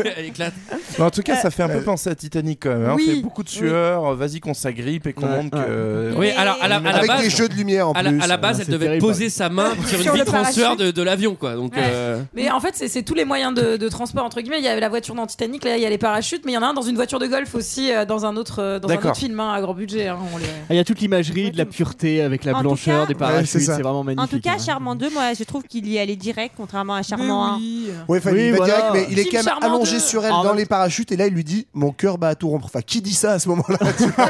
Speaker 1: elle éclate.
Speaker 9: Mais en tout cas, ça fait un peu penser à Titanic quand même. hein.
Speaker 1: Oui.
Speaker 9: Fait beaucoup de sueur, vas-y qu'on s'agrippe et qu'on montre que. euh,
Speaker 1: Oui, alors à la, à la
Speaker 9: Avec
Speaker 1: base,
Speaker 9: des jeux de lumière en
Speaker 1: à la,
Speaker 9: plus.
Speaker 1: à
Speaker 5: euh,
Speaker 1: la base,
Speaker 9: Ouais,
Speaker 1: elle
Speaker 9: c'est
Speaker 1: devait
Speaker 9: terrible.
Speaker 1: poser sa main sur une
Speaker 12: Sur le
Speaker 1: vitre en sueur
Speaker 12: parachute.
Speaker 1: de, de l'avion, quoi. Donc,
Speaker 12: Ouais.
Speaker 1: euh,
Speaker 12: Mais en fait, c'est c'est tous les moyens de, de transport entre guillemets. Il y avait la voiture dans Titanic, là il y a les parachutes, mais il y en a un dans une voiture de golf aussi, euh, dans un autre, euh, dans un
Speaker 11: D'accord.
Speaker 12: autre film hein, à grand budget. hein, on les-
Speaker 11: Ah, Il y a toute l'imagerie de la pureté avec la
Speaker 10: En tout
Speaker 11: blancheur
Speaker 10: cas-
Speaker 11: des
Speaker 5: Ouais,
Speaker 11: parachutes,
Speaker 5: c'est ça.
Speaker 11: c'est vraiment magnifique. hein.
Speaker 10: En tout cas, Charmant 2, moi je trouve qu'il y allait direct, contrairement à Charmant 1.
Speaker 5: Ouais, enfin,
Speaker 11: Oui,
Speaker 5: il va
Speaker 11: voilà.
Speaker 5: direct, mais il est
Speaker 11: Gilles
Speaker 5: quand même
Speaker 11: Charmant
Speaker 5: allongé
Speaker 11: deux.
Speaker 5: sur elle
Speaker 11: Ah,
Speaker 5: dans
Speaker 11: non.
Speaker 5: les parachutes et là il lui dit mon cœur bat à tout rompre. Enfin, qui dit ça à ce moment-là tu vois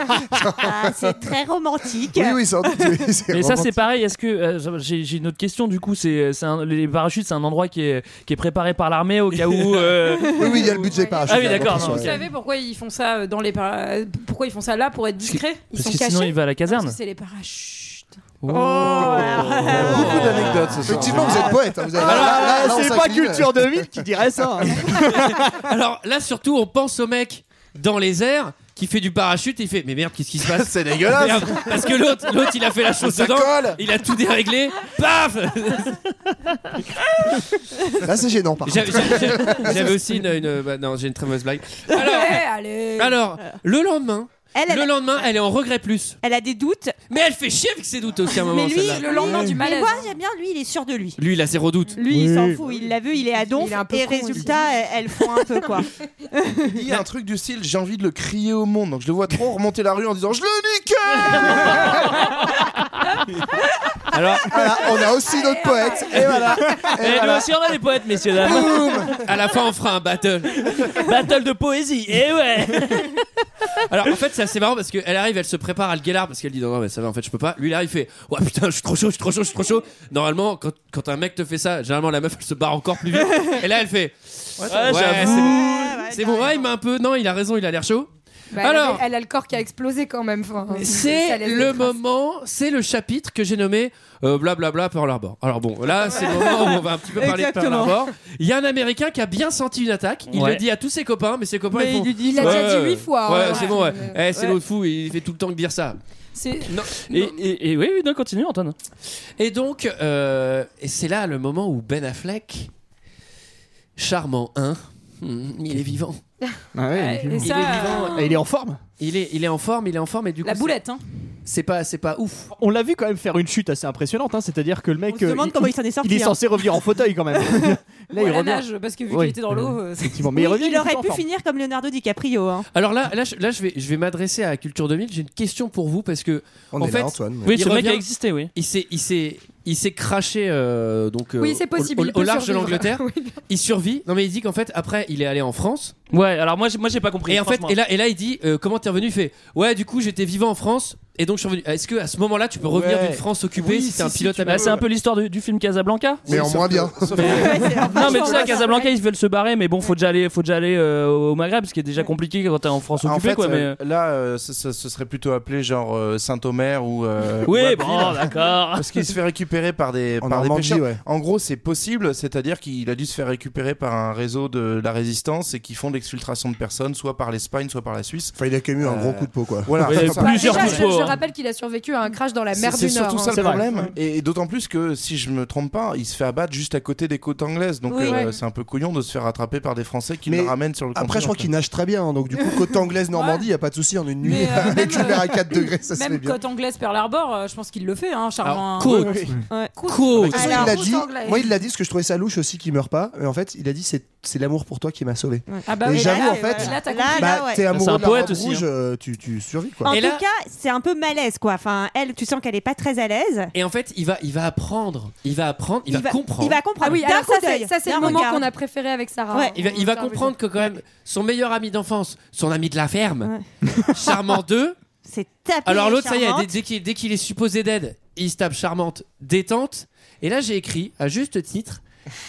Speaker 10: Ah, C'est très romantique.
Speaker 5: Oui, oui, sans doute. oui, c'est
Speaker 1: Mais ça,
Speaker 5: romantique.
Speaker 1: c'est pareil. Est-ce que euh, j'ai j'ai une autre question du coup C'est c'est un- les parachutes, c'est un endroit qui est, qui est préparé par l'armée au cas où. euh,
Speaker 5: Oui, oui, il y a le budget parachute.
Speaker 1: Ah oui, d'accord,
Speaker 5: attention,
Speaker 1: non,
Speaker 5: ouais.
Speaker 12: Vous savez pourquoi ils font ça euh, dans les para- euh, Pourquoi ils font ça là pour être discrets Ils
Speaker 1: parce
Speaker 12: sont
Speaker 1: que
Speaker 12: cachés.
Speaker 1: sinon, il va à la caserne.
Speaker 12: Non, parce que C'est les parachutes.
Speaker 1: Oh.
Speaker 9: Beaucoup d'anecdotes ce soir.
Speaker 5: Effectivement, Oh. vous êtes poète. hein, vous avez- là, là, là, on s'incline.
Speaker 11: de 2000 qui dirait ça. hein.
Speaker 1: Alors là, surtout, on pense au mec dans les airs qui fait du parachute et il fait mais merde qu'est-ce qui se passe
Speaker 9: c'est dégueulasse.
Speaker 1: Merde, parce que l'autre l'autre il a fait la chose
Speaker 5: Ça
Speaker 1: dedans
Speaker 5: colle.
Speaker 1: il a tout déréglé paf
Speaker 5: Là, c'est gênant, par
Speaker 1: J'avais-
Speaker 5: contre.
Speaker 1: j'avais j'avais aussi une, une- bah, non j'ai une très mauvaise blague alors
Speaker 12: Ouais, allez.
Speaker 1: alors le lendemain
Speaker 10: Elle, elle-
Speaker 1: le lendemain elle est en regret plus
Speaker 10: elle a des doutes.
Speaker 1: mais elle fait chier avec ses doutes aussi à un moment
Speaker 10: Mais lui,
Speaker 1: celle-là.
Speaker 12: le lendemain du
Speaker 10: Mais
Speaker 12: malaise.
Speaker 10: moi j'aime bien, lui il est sûr de lui.
Speaker 1: lui il a zéro doute
Speaker 10: Lui il s'en fout, il l'a vu, il est à donf.
Speaker 12: Il est un peu
Speaker 10: et
Speaker 12: con aussi.
Speaker 10: résultat, elles, elles font un peu quoi.
Speaker 9: Il y a un truc du style, j'ai envie de le crier au monde. Donc je le vois trop remonter la rue en disant Je le nique
Speaker 1: alors
Speaker 5: Voilà, on a aussi notre poète. Et voilà.
Speaker 1: et Eh, nous aussi on a des poètes messieurs dames à la fin on fera un battle battle de poésie et ouais alors en fait c'est assez marrant parce qu'elle arrive elle se prépare à le guélard parce qu'elle dit non non mais ça va en fait je peux pas lui il arrive il fait ouais putain je suis trop chaud je suis trop chaud je suis trop chaud normalement quand, quand un mec te fait ça généralement la meuf elle se barre encore plus vite et là elle fait ouais, c'est bon c'est bon ouais il m'a un peu non il a raison il a l'air chaud
Speaker 6: Bah, elle
Speaker 1: Alors-
Speaker 6: avait- elle, a le corps qui a explosé quand même. enfin, hein. Ça
Speaker 1: C'est
Speaker 6: laisse
Speaker 1: le
Speaker 6: des traces.
Speaker 1: moment, c'est le chapitre que j'ai nommé euh, blablabla Pearl Harbor. Alors bon, là c'est le moment où on va un petit peu parler de Pearl
Speaker 10: Exactement.
Speaker 1: Harbor. Il y a un Américain qui a bien senti une attaque. Il
Speaker 7: Ouais.
Speaker 1: le dit à tous ses copains, mais ses copains
Speaker 10: Mais
Speaker 1: ils font.
Speaker 10: il lui dit,
Speaker 6: Il a
Speaker 1: Ouais,
Speaker 6: déjà dit
Speaker 1: ouais,
Speaker 6: huit fois.
Speaker 1: Ouais,
Speaker 6: hein.
Speaker 1: c'est bon. Ouais. Eh, c'est
Speaker 12: Ouais.
Speaker 1: l'autre fou. Il fait tout le temps que dire ça.
Speaker 12: C'est
Speaker 1: Non.
Speaker 12: Et-
Speaker 1: et, oui, oui, continue Antoine. Et donc, euh, et c'est là le moment où Ben Affleck, charmant 1, il est vivant.
Speaker 11: Ah ouais,
Speaker 12: Et
Speaker 11: il,
Speaker 12: ça, euh,
Speaker 11: est- il est en forme.
Speaker 1: Il est, il est en forme, il est en forme, et du
Speaker 12: la
Speaker 1: coup,
Speaker 12: boulette. Hein.
Speaker 1: c'est pas, c'est pas ouf.
Speaker 11: On l'a vu quand même faire une chute assez impressionnante, hein, c'est-à-dire que le mec.
Speaker 10: On se
Speaker 11: euh,
Speaker 10: demande
Speaker 11: il,
Speaker 10: comment il s'en est sorti.
Speaker 11: il est
Speaker 10: hein.
Speaker 11: censé revenir en fauteuil quand même. Là,
Speaker 12: Ou à
Speaker 11: il
Speaker 12: la
Speaker 11: revient.
Speaker 12: nage, parce que vu
Speaker 11: Oui.
Speaker 12: qu'il était dans l'eau, euh, c'est-
Speaker 11: Effectivement, mais il
Speaker 10: Oui,
Speaker 11: revient.
Speaker 10: il aurait
Speaker 11: en
Speaker 10: pu
Speaker 11: forme.
Speaker 10: finir comme Leonardo DiCaprio. Hein.
Speaker 1: Alors là, là, je, là, je vais, je vais m'adresser à Culture 2000. J'ai une question pour vous parce que
Speaker 5: On
Speaker 1: en
Speaker 5: est
Speaker 1: fait,
Speaker 5: là, Antoine.
Speaker 1: Oui, Il ce mec revient- a
Speaker 7: existé, oui.
Speaker 1: il s'est, il s'est, il s'est craché euh, donc euh,
Speaker 6: Oui, c'est
Speaker 1: au-
Speaker 6: possible.
Speaker 1: au,
Speaker 6: il
Speaker 1: au
Speaker 6: peut
Speaker 1: large de
Speaker 6: survivre.
Speaker 1: l'Angleterre.
Speaker 6: Oui.
Speaker 1: Il survit. Non mais il dit qu'en fait après il est allé en France.
Speaker 7: Ouais, alors moi, j'ai- moi j'ai pas compris.
Speaker 1: Et en fait,
Speaker 7: franchement.
Speaker 1: et là, et là il dit euh, comment t'es revenu Il fait ouais du coup j'étais vivant en France et donc je suis revenu. Est-ce que à ce moment-là tu peux revenir
Speaker 9: Ouais.
Speaker 1: d'une France occupée
Speaker 9: Oui,
Speaker 1: si t'es un
Speaker 9: si, si,
Speaker 1: pilote
Speaker 9: tu peux.
Speaker 1: américain Bah, c'est un peu l'histoire du, du film Casablanca.
Speaker 5: Mais en
Speaker 9: sauf
Speaker 5: moins
Speaker 9: que-
Speaker 5: bien.
Speaker 9: sauf que-
Speaker 10: Ouais, c'est-
Speaker 1: Non mais tu sais à
Speaker 10: franchement,
Speaker 1: Casablanca ils veulent se barrer mais bon faut déjà aller faut déjà aller euh, au Maghreb ce qui est déjà compliqué quand t'es en France
Speaker 9: En
Speaker 7: S'occuper,
Speaker 9: fait,
Speaker 7: quoi, mais-
Speaker 9: euh, là, euh, ce- ce ce serait plutôt appelé genre euh, Saint-Omer ou. euh, ou
Speaker 7: Oui,
Speaker 9: Abbeville.
Speaker 7: bon, d'accord.
Speaker 9: Parce qu'il se fait récupérer par des,
Speaker 5: En
Speaker 9: par des
Speaker 5: Normandie,
Speaker 9: pêcheurs.
Speaker 5: ouais.
Speaker 9: En gros, c'est possible, c'est-à-dire qu'il a dû se faire récupérer par un réseau de la résistance et qui font des d'exfiltration de personnes, soit par l'Espagne, soit par la Suisse. Euh,
Speaker 5: Enfin, il a quand même eu un gros coup de peau, quoi.
Speaker 9: Voilà,
Speaker 5: Ouais,
Speaker 9: Enfin,
Speaker 5: enfin,
Speaker 6: Bah,
Speaker 9: plusieurs
Speaker 6: déjà,
Speaker 9: coups de
Speaker 6: je,
Speaker 9: peau,
Speaker 6: je
Speaker 9: hein.
Speaker 6: rappelle qu'il a survécu à un crash dans la
Speaker 9: C'est
Speaker 6: mer
Speaker 9: c'est
Speaker 6: du Nord.
Speaker 9: surtout
Speaker 6: hein.
Speaker 9: ça le problème. Et, et d'autant plus que, si je me trompe pas, il se fait abattre juste à côté des côtes anglaises. Donc
Speaker 6: Oui.
Speaker 9: euh,
Speaker 6: Ouais.
Speaker 9: c'est un peu couillon de se faire attraper par des Français qui
Speaker 5: Mais
Speaker 9: le ramènent sur le
Speaker 5: Après, je crois qu'il nage très bien, hein, donc du coup, côte anglaise, Normandie, il y a pas de souci, en une nuit,
Speaker 12: Mais, euh,
Speaker 5: avec
Speaker 12: même,
Speaker 5: une mer
Speaker 12: euh,
Speaker 5: à 4 degrés, ça se fait
Speaker 12: Même
Speaker 5: bien.
Speaker 12: côte anglaise Pearl Harbor, euh, je pense qu'il le fait, hein, Charmant.
Speaker 5: Alors, côte. Oui, oui.
Speaker 12: Ouais.
Speaker 5: Parce que il l'a dit, moi, il l'a dit, parce que je trouvais ça louche aussi qu'il meurt pas. Mais en fait, il a dit, c'est c'est l'amour pour toi qui m'a sauvé.
Speaker 10: Ah bah
Speaker 5: et
Speaker 10: oui,
Speaker 5: j'avoue,
Speaker 10: là,
Speaker 5: en
Speaker 10: ouais,
Speaker 5: fait,
Speaker 10: ouais. Là, t'as compris.
Speaker 5: bah,
Speaker 10: Là, ouais.
Speaker 5: t'es
Speaker 10: C'est un
Speaker 5: amoureux de la
Speaker 7: poète
Speaker 5: robe
Speaker 7: aussi,
Speaker 5: rouge,
Speaker 7: hein.
Speaker 5: euh, tu, tu survis, quoi.
Speaker 10: En tout cas, c'est un peu malaise, quoi. Enfin, elle, tu sens qu'elle est pas très à l'aise.
Speaker 1: Et en fait, il va, il va apprendre, il va apprendre, il,
Speaker 10: Il
Speaker 1: va,
Speaker 10: va-
Speaker 1: comprendre.
Speaker 10: il va Bah, comprendre.
Speaker 6: Ah oui,
Speaker 10: D'un
Speaker 6: alors
Speaker 10: coup
Speaker 6: ça, c'est-
Speaker 10: d'œil,
Speaker 6: ça, c'est
Speaker 10: d'un
Speaker 6: le moment
Speaker 10: regard.
Speaker 6: qu'on a préféré avec Sarah. hein.
Speaker 1: Il va, il va
Speaker 6: Ça, on
Speaker 1: comprendre que quand même son meilleur ami d'enfance, son ami de la ferme, Charmant 2.
Speaker 10: C'est tapé.
Speaker 1: Alors l'autre, ça y est,
Speaker 10: Charmante.
Speaker 1: dès, dès qu'il, dès qu'il est supposé d'aide, il se tape Charmante détente. Et là, j'ai écrit, à juste titre,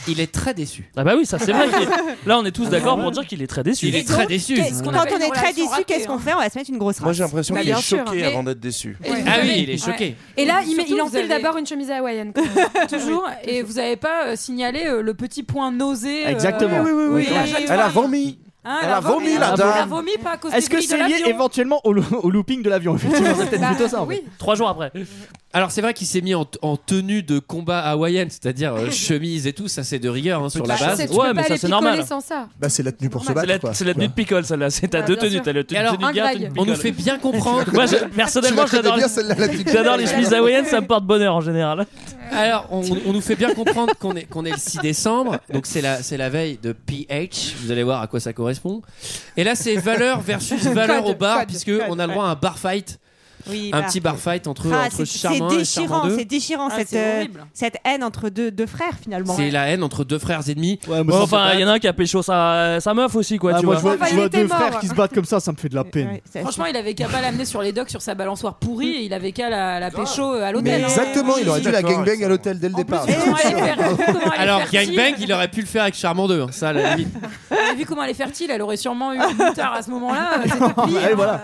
Speaker 1: il est très déçu.
Speaker 7: Ah bah oui, ça c'est vrai. qu'il est- Là, on est tous d'accord pour dire qu'il est très déçu.
Speaker 1: Il est très déçu.
Speaker 10: Qu'est-ce qu'on Quand
Speaker 12: appelle
Speaker 10: on est
Speaker 12: une
Speaker 10: très
Speaker 12: relation
Speaker 10: déçu,
Speaker 12: ratée,
Speaker 10: qu'est-ce
Speaker 7: hein
Speaker 10: qu'on fait On va se mettre une grosse race.
Speaker 9: Moi, j'ai l'impression
Speaker 10: Bah,
Speaker 9: qu'il est
Speaker 10: bien sûr,
Speaker 9: choqué
Speaker 10: mais-
Speaker 9: avant d'être déçu.
Speaker 1: Ah oui, il est choqué.
Speaker 6: Et là, il, met-
Speaker 12: Surtout,
Speaker 6: il
Speaker 12: vous
Speaker 6: enfile
Speaker 12: avez-
Speaker 6: d'abord une
Speaker 12: Ah,
Speaker 6: chemise hawaïenne.
Speaker 12: Toujours, et vous avez pas euh, signalé euh, le petit point nausé. euh,
Speaker 11: Exactement.
Speaker 12: oui, oui, oui, la jeune
Speaker 11: Elle a
Speaker 12: femme.
Speaker 11: vomi.
Speaker 12: Hein,
Speaker 11: Elle a vomi, la
Speaker 12: Elle a
Speaker 11: dame.
Speaker 12: vomi pas à cause
Speaker 11: Est-ce
Speaker 12: des
Speaker 11: que
Speaker 12: bruits de
Speaker 11: c'est lié
Speaker 12: l'avion.
Speaker 11: éventuellement au, lo- au looping de l'avion Effectivement, c'est peut-être
Speaker 12: Bah,
Speaker 11: plutôt ça. en fait.
Speaker 12: oui.
Speaker 7: Trois jours après.
Speaker 1: Alors c'est vrai qu'il s'est mis en, en tenue de combat hawaïenne, c'est-à-dire euh, chemise et tout, ça c'est de rigueur hein, sur la
Speaker 6: Bah,
Speaker 1: base.
Speaker 6: c'est- tu peux pas aller picoler sans ça.
Speaker 5: Bah, c'est la tenue pour se
Speaker 7: C'est
Speaker 5: battre,
Speaker 7: la,
Speaker 5: quoi.
Speaker 7: c'est la tenue de picole celle-là, c'est ta
Speaker 6: Ouais,
Speaker 7: deux
Speaker 6: bien
Speaker 7: tenues,
Speaker 6: sûr.
Speaker 7: t'as le
Speaker 6: Et alors,
Speaker 7: tenue
Speaker 6: un
Speaker 7: de gars,
Speaker 6: grag.
Speaker 7: tenue de
Speaker 1: On nous
Speaker 7: picole.
Speaker 1: fait bien comprendre.
Speaker 7: Moi, je- personnellement,
Speaker 1: Tu la connais
Speaker 7: j'adore
Speaker 1: bien,
Speaker 5: celle-là, la
Speaker 7: les...
Speaker 5: petite.
Speaker 7: j'adore les chemises hawaïennes, ça me porte bonheur en général.
Speaker 1: Alors, on, on nous fait bien comprendre qu'on est, qu'on est le 6 décembre, donc c'est la, c'est la veille de PH, vous allez voir à quoi ça correspond. Et là, c'est valeur versus valeur
Speaker 10: Code,
Speaker 1: au bar,
Speaker 10: code,
Speaker 1: puisque
Speaker 10: code,
Speaker 1: on a le droit à un bar fight,
Speaker 10: Oui,
Speaker 1: un
Speaker 10: bah.
Speaker 1: petit bar fight entre,
Speaker 10: Ah,
Speaker 1: entre
Speaker 10: c'est-
Speaker 1: Charmant
Speaker 10: c'est
Speaker 1: et Charmant
Speaker 10: déchirant,
Speaker 1: 2.
Speaker 10: c'est déchirant
Speaker 12: Ah,
Speaker 10: cette,
Speaker 12: c'est
Speaker 10: euh,
Speaker 12: horrible.
Speaker 10: cette haine entre deux, deux frères finalement.
Speaker 1: C'est la haine entre deux frères ennemis.
Speaker 11: mais
Speaker 7: Ouais,
Speaker 11: ça,
Speaker 7: enfin,
Speaker 11: c'est
Speaker 7: il y en a un qui a pécho sa, sa meuf aussi, quoi,
Speaker 11: Ah,
Speaker 7: tu
Speaker 11: moi, je
Speaker 7: vois.
Speaker 11: vois,
Speaker 12: Enfin, bah,
Speaker 11: je
Speaker 12: il
Speaker 11: vois
Speaker 12: était
Speaker 11: deux
Speaker 12: mort.
Speaker 11: frères qui se battent comme ça, ça me fait de la peine.
Speaker 12: Franchement, il avait qu'à pas l'amener sur les docks sur sa balançoire pourrie et il avait qu'à la, la pécho euh, à l'hôtel.
Speaker 5: Mais
Speaker 12: hein.
Speaker 5: exactement, il aurait dû la
Speaker 9: D'accord,
Speaker 5: gangbang à l'hôtel dès le départ.
Speaker 12: Comment elle est fer- comment elle est
Speaker 1: Alors,
Speaker 12: fertile.
Speaker 1: Gangbang, il aurait pu le faire avec Charmant 2, hein, ça, à la limite.
Speaker 12: Vous avez vu comment elle est fertile Elle aurait sûrement eu une moutarde à ce moment-là. euh, c'était plié, hein.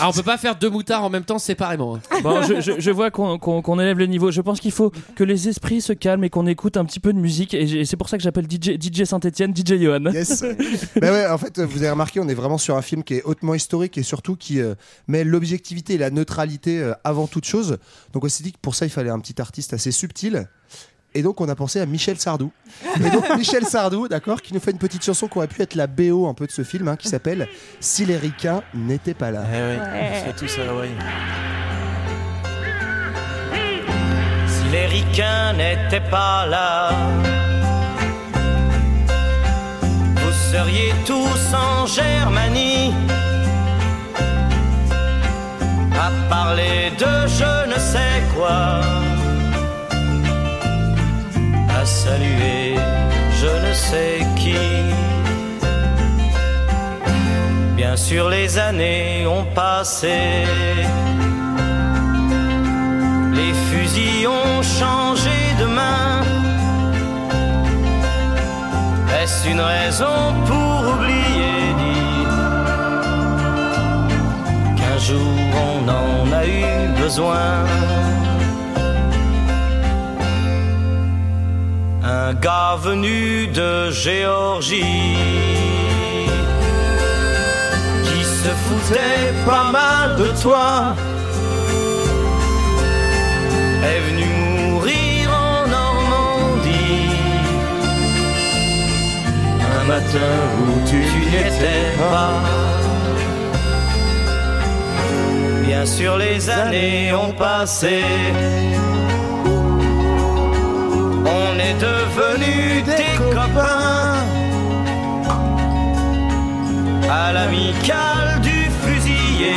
Speaker 1: Ah, on peut pas faire deux moutards en même temps séparément. hein.
Speaker 7: Bon, je, je- je vois qu'on qu'on- qu'on élève le niveau. Je pense qu'il faut que les esprits se calment et qu'on écoute un petit peu de musique. Et j'ai- c'est pour ça que j'appelle DJ, DJ Saint-Etienne, DJ Johan.
Speaker 5: Yes. bah ouais, en fait, vous avez remarqué, on est vraiment sur un film qui est hautement historique et surtout qui euh, met l'objectivité et la neutralité euh, avant toute chose. Donc on s'est dit que pour ça, il fallait un petit artiste assez subtil. Et donc on a pensé à Michel Sardou. Et donc Michel Sardou, d'accord, qui nous fait une petite chanson qui aurait pu être la BO un peu de ce film, hein, qui s'appelle Si les ricains n'étaient pas là.
Speaker 9: Eh ouais,
Speaker 10: Ouais.
Speaker 9: on serait tous à l'Hawaï.
Speaker 14: Si les ricains n'étaient pas là, vous seriez tous en Germanie à parler de je ne sais quoi, à saluer je ne sais qui. Bien sûr, les années ont passé. Les fusils ont changé de main. Est-ce une raison pour oublier dit qu'un jour on en a eu besoin Un gars venu de Géorgie qui se foutait pas mal de toi est venu mourir en Normandie. Un matin où tu n'étais pas. Bien sûr, les années ont passé. On est devenus des copains. À l'amicale du fusillé.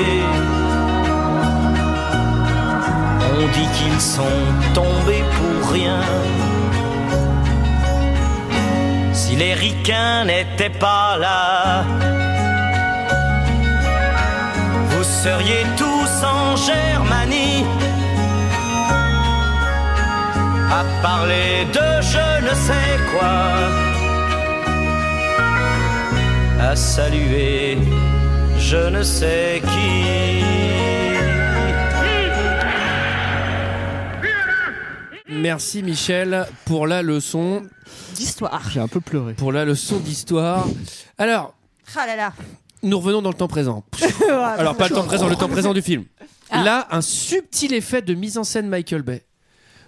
Speaker 14: On dit qu'ils sont tombés pour rien. Si les ricains n'étaient pas là, vous seriez tous en Germanie à parler de je ne sais quoi, à saluer je ne sais qui.
Speaker 1: Merci Michel pour la leçon.
Speaker 10: D'histoire.
Speaker 11: J'ai un peu pleuré.
Speaker 1: Pour la leçon d'histoire. Alors,
Speaker 10: Ah là là.
Speaker 1: Nous revenons dans le temps présent.
Speaker 10: Ah,
Speaker 1: Alors pas le temps présent, le temps présent du film. Là, un subtil effet de mise en scène Michael Bay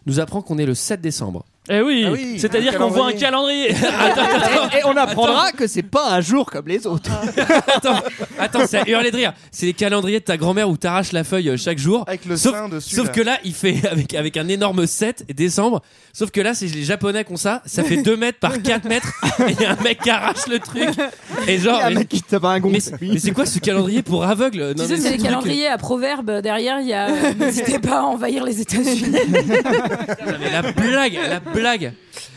Speaker 1: nous apprend qu'on est le 7 décembre.
Speaker 7: Eh oui,
Speaker 1: Ah oui,
Speaker 7: c'est-à-dire
Speaker 1: le
Speaker 7: qu'on voit un calendrier. Attends, attends,
Speaker 11: Et on apprendra
Speaker 1: Attends.
Speaker 11: que c'est pas un jour comme les autres.
Speaker 1: Attends, c'est à hurler de rire. C'est les calendriers de ta grand-mère où t'arraches la feuille euh, chaque jour. Avec
Speaker 9: le
Speaker 1: sauf,
Speaker 9: sein dessus,
Speaker 1: Sauf
Speaker 9: là.
Speaker 1: que là, il fait avec, avec un énorme 7 et décembre. Sauf que là, c'est les Japonais qui ont ça. Ça fait 2 mètres par 4 mètres. Et il y a un mec qui arrache le truc. Et genre.
Speaker 11: Il y a un
Speaker 1: mais-
Speaker 11: mec qui tape un gong.
Speaker 1: Mais, c'est- mais c'est quoi ce calendrier pour aveugles
Speaker 12: Tu sais, c'est les calendriers à proverbes. Derrière, il y a euh, n'hésitez pas à envahir les États-Unis.
Speaker 1: Mais la blague, la blague.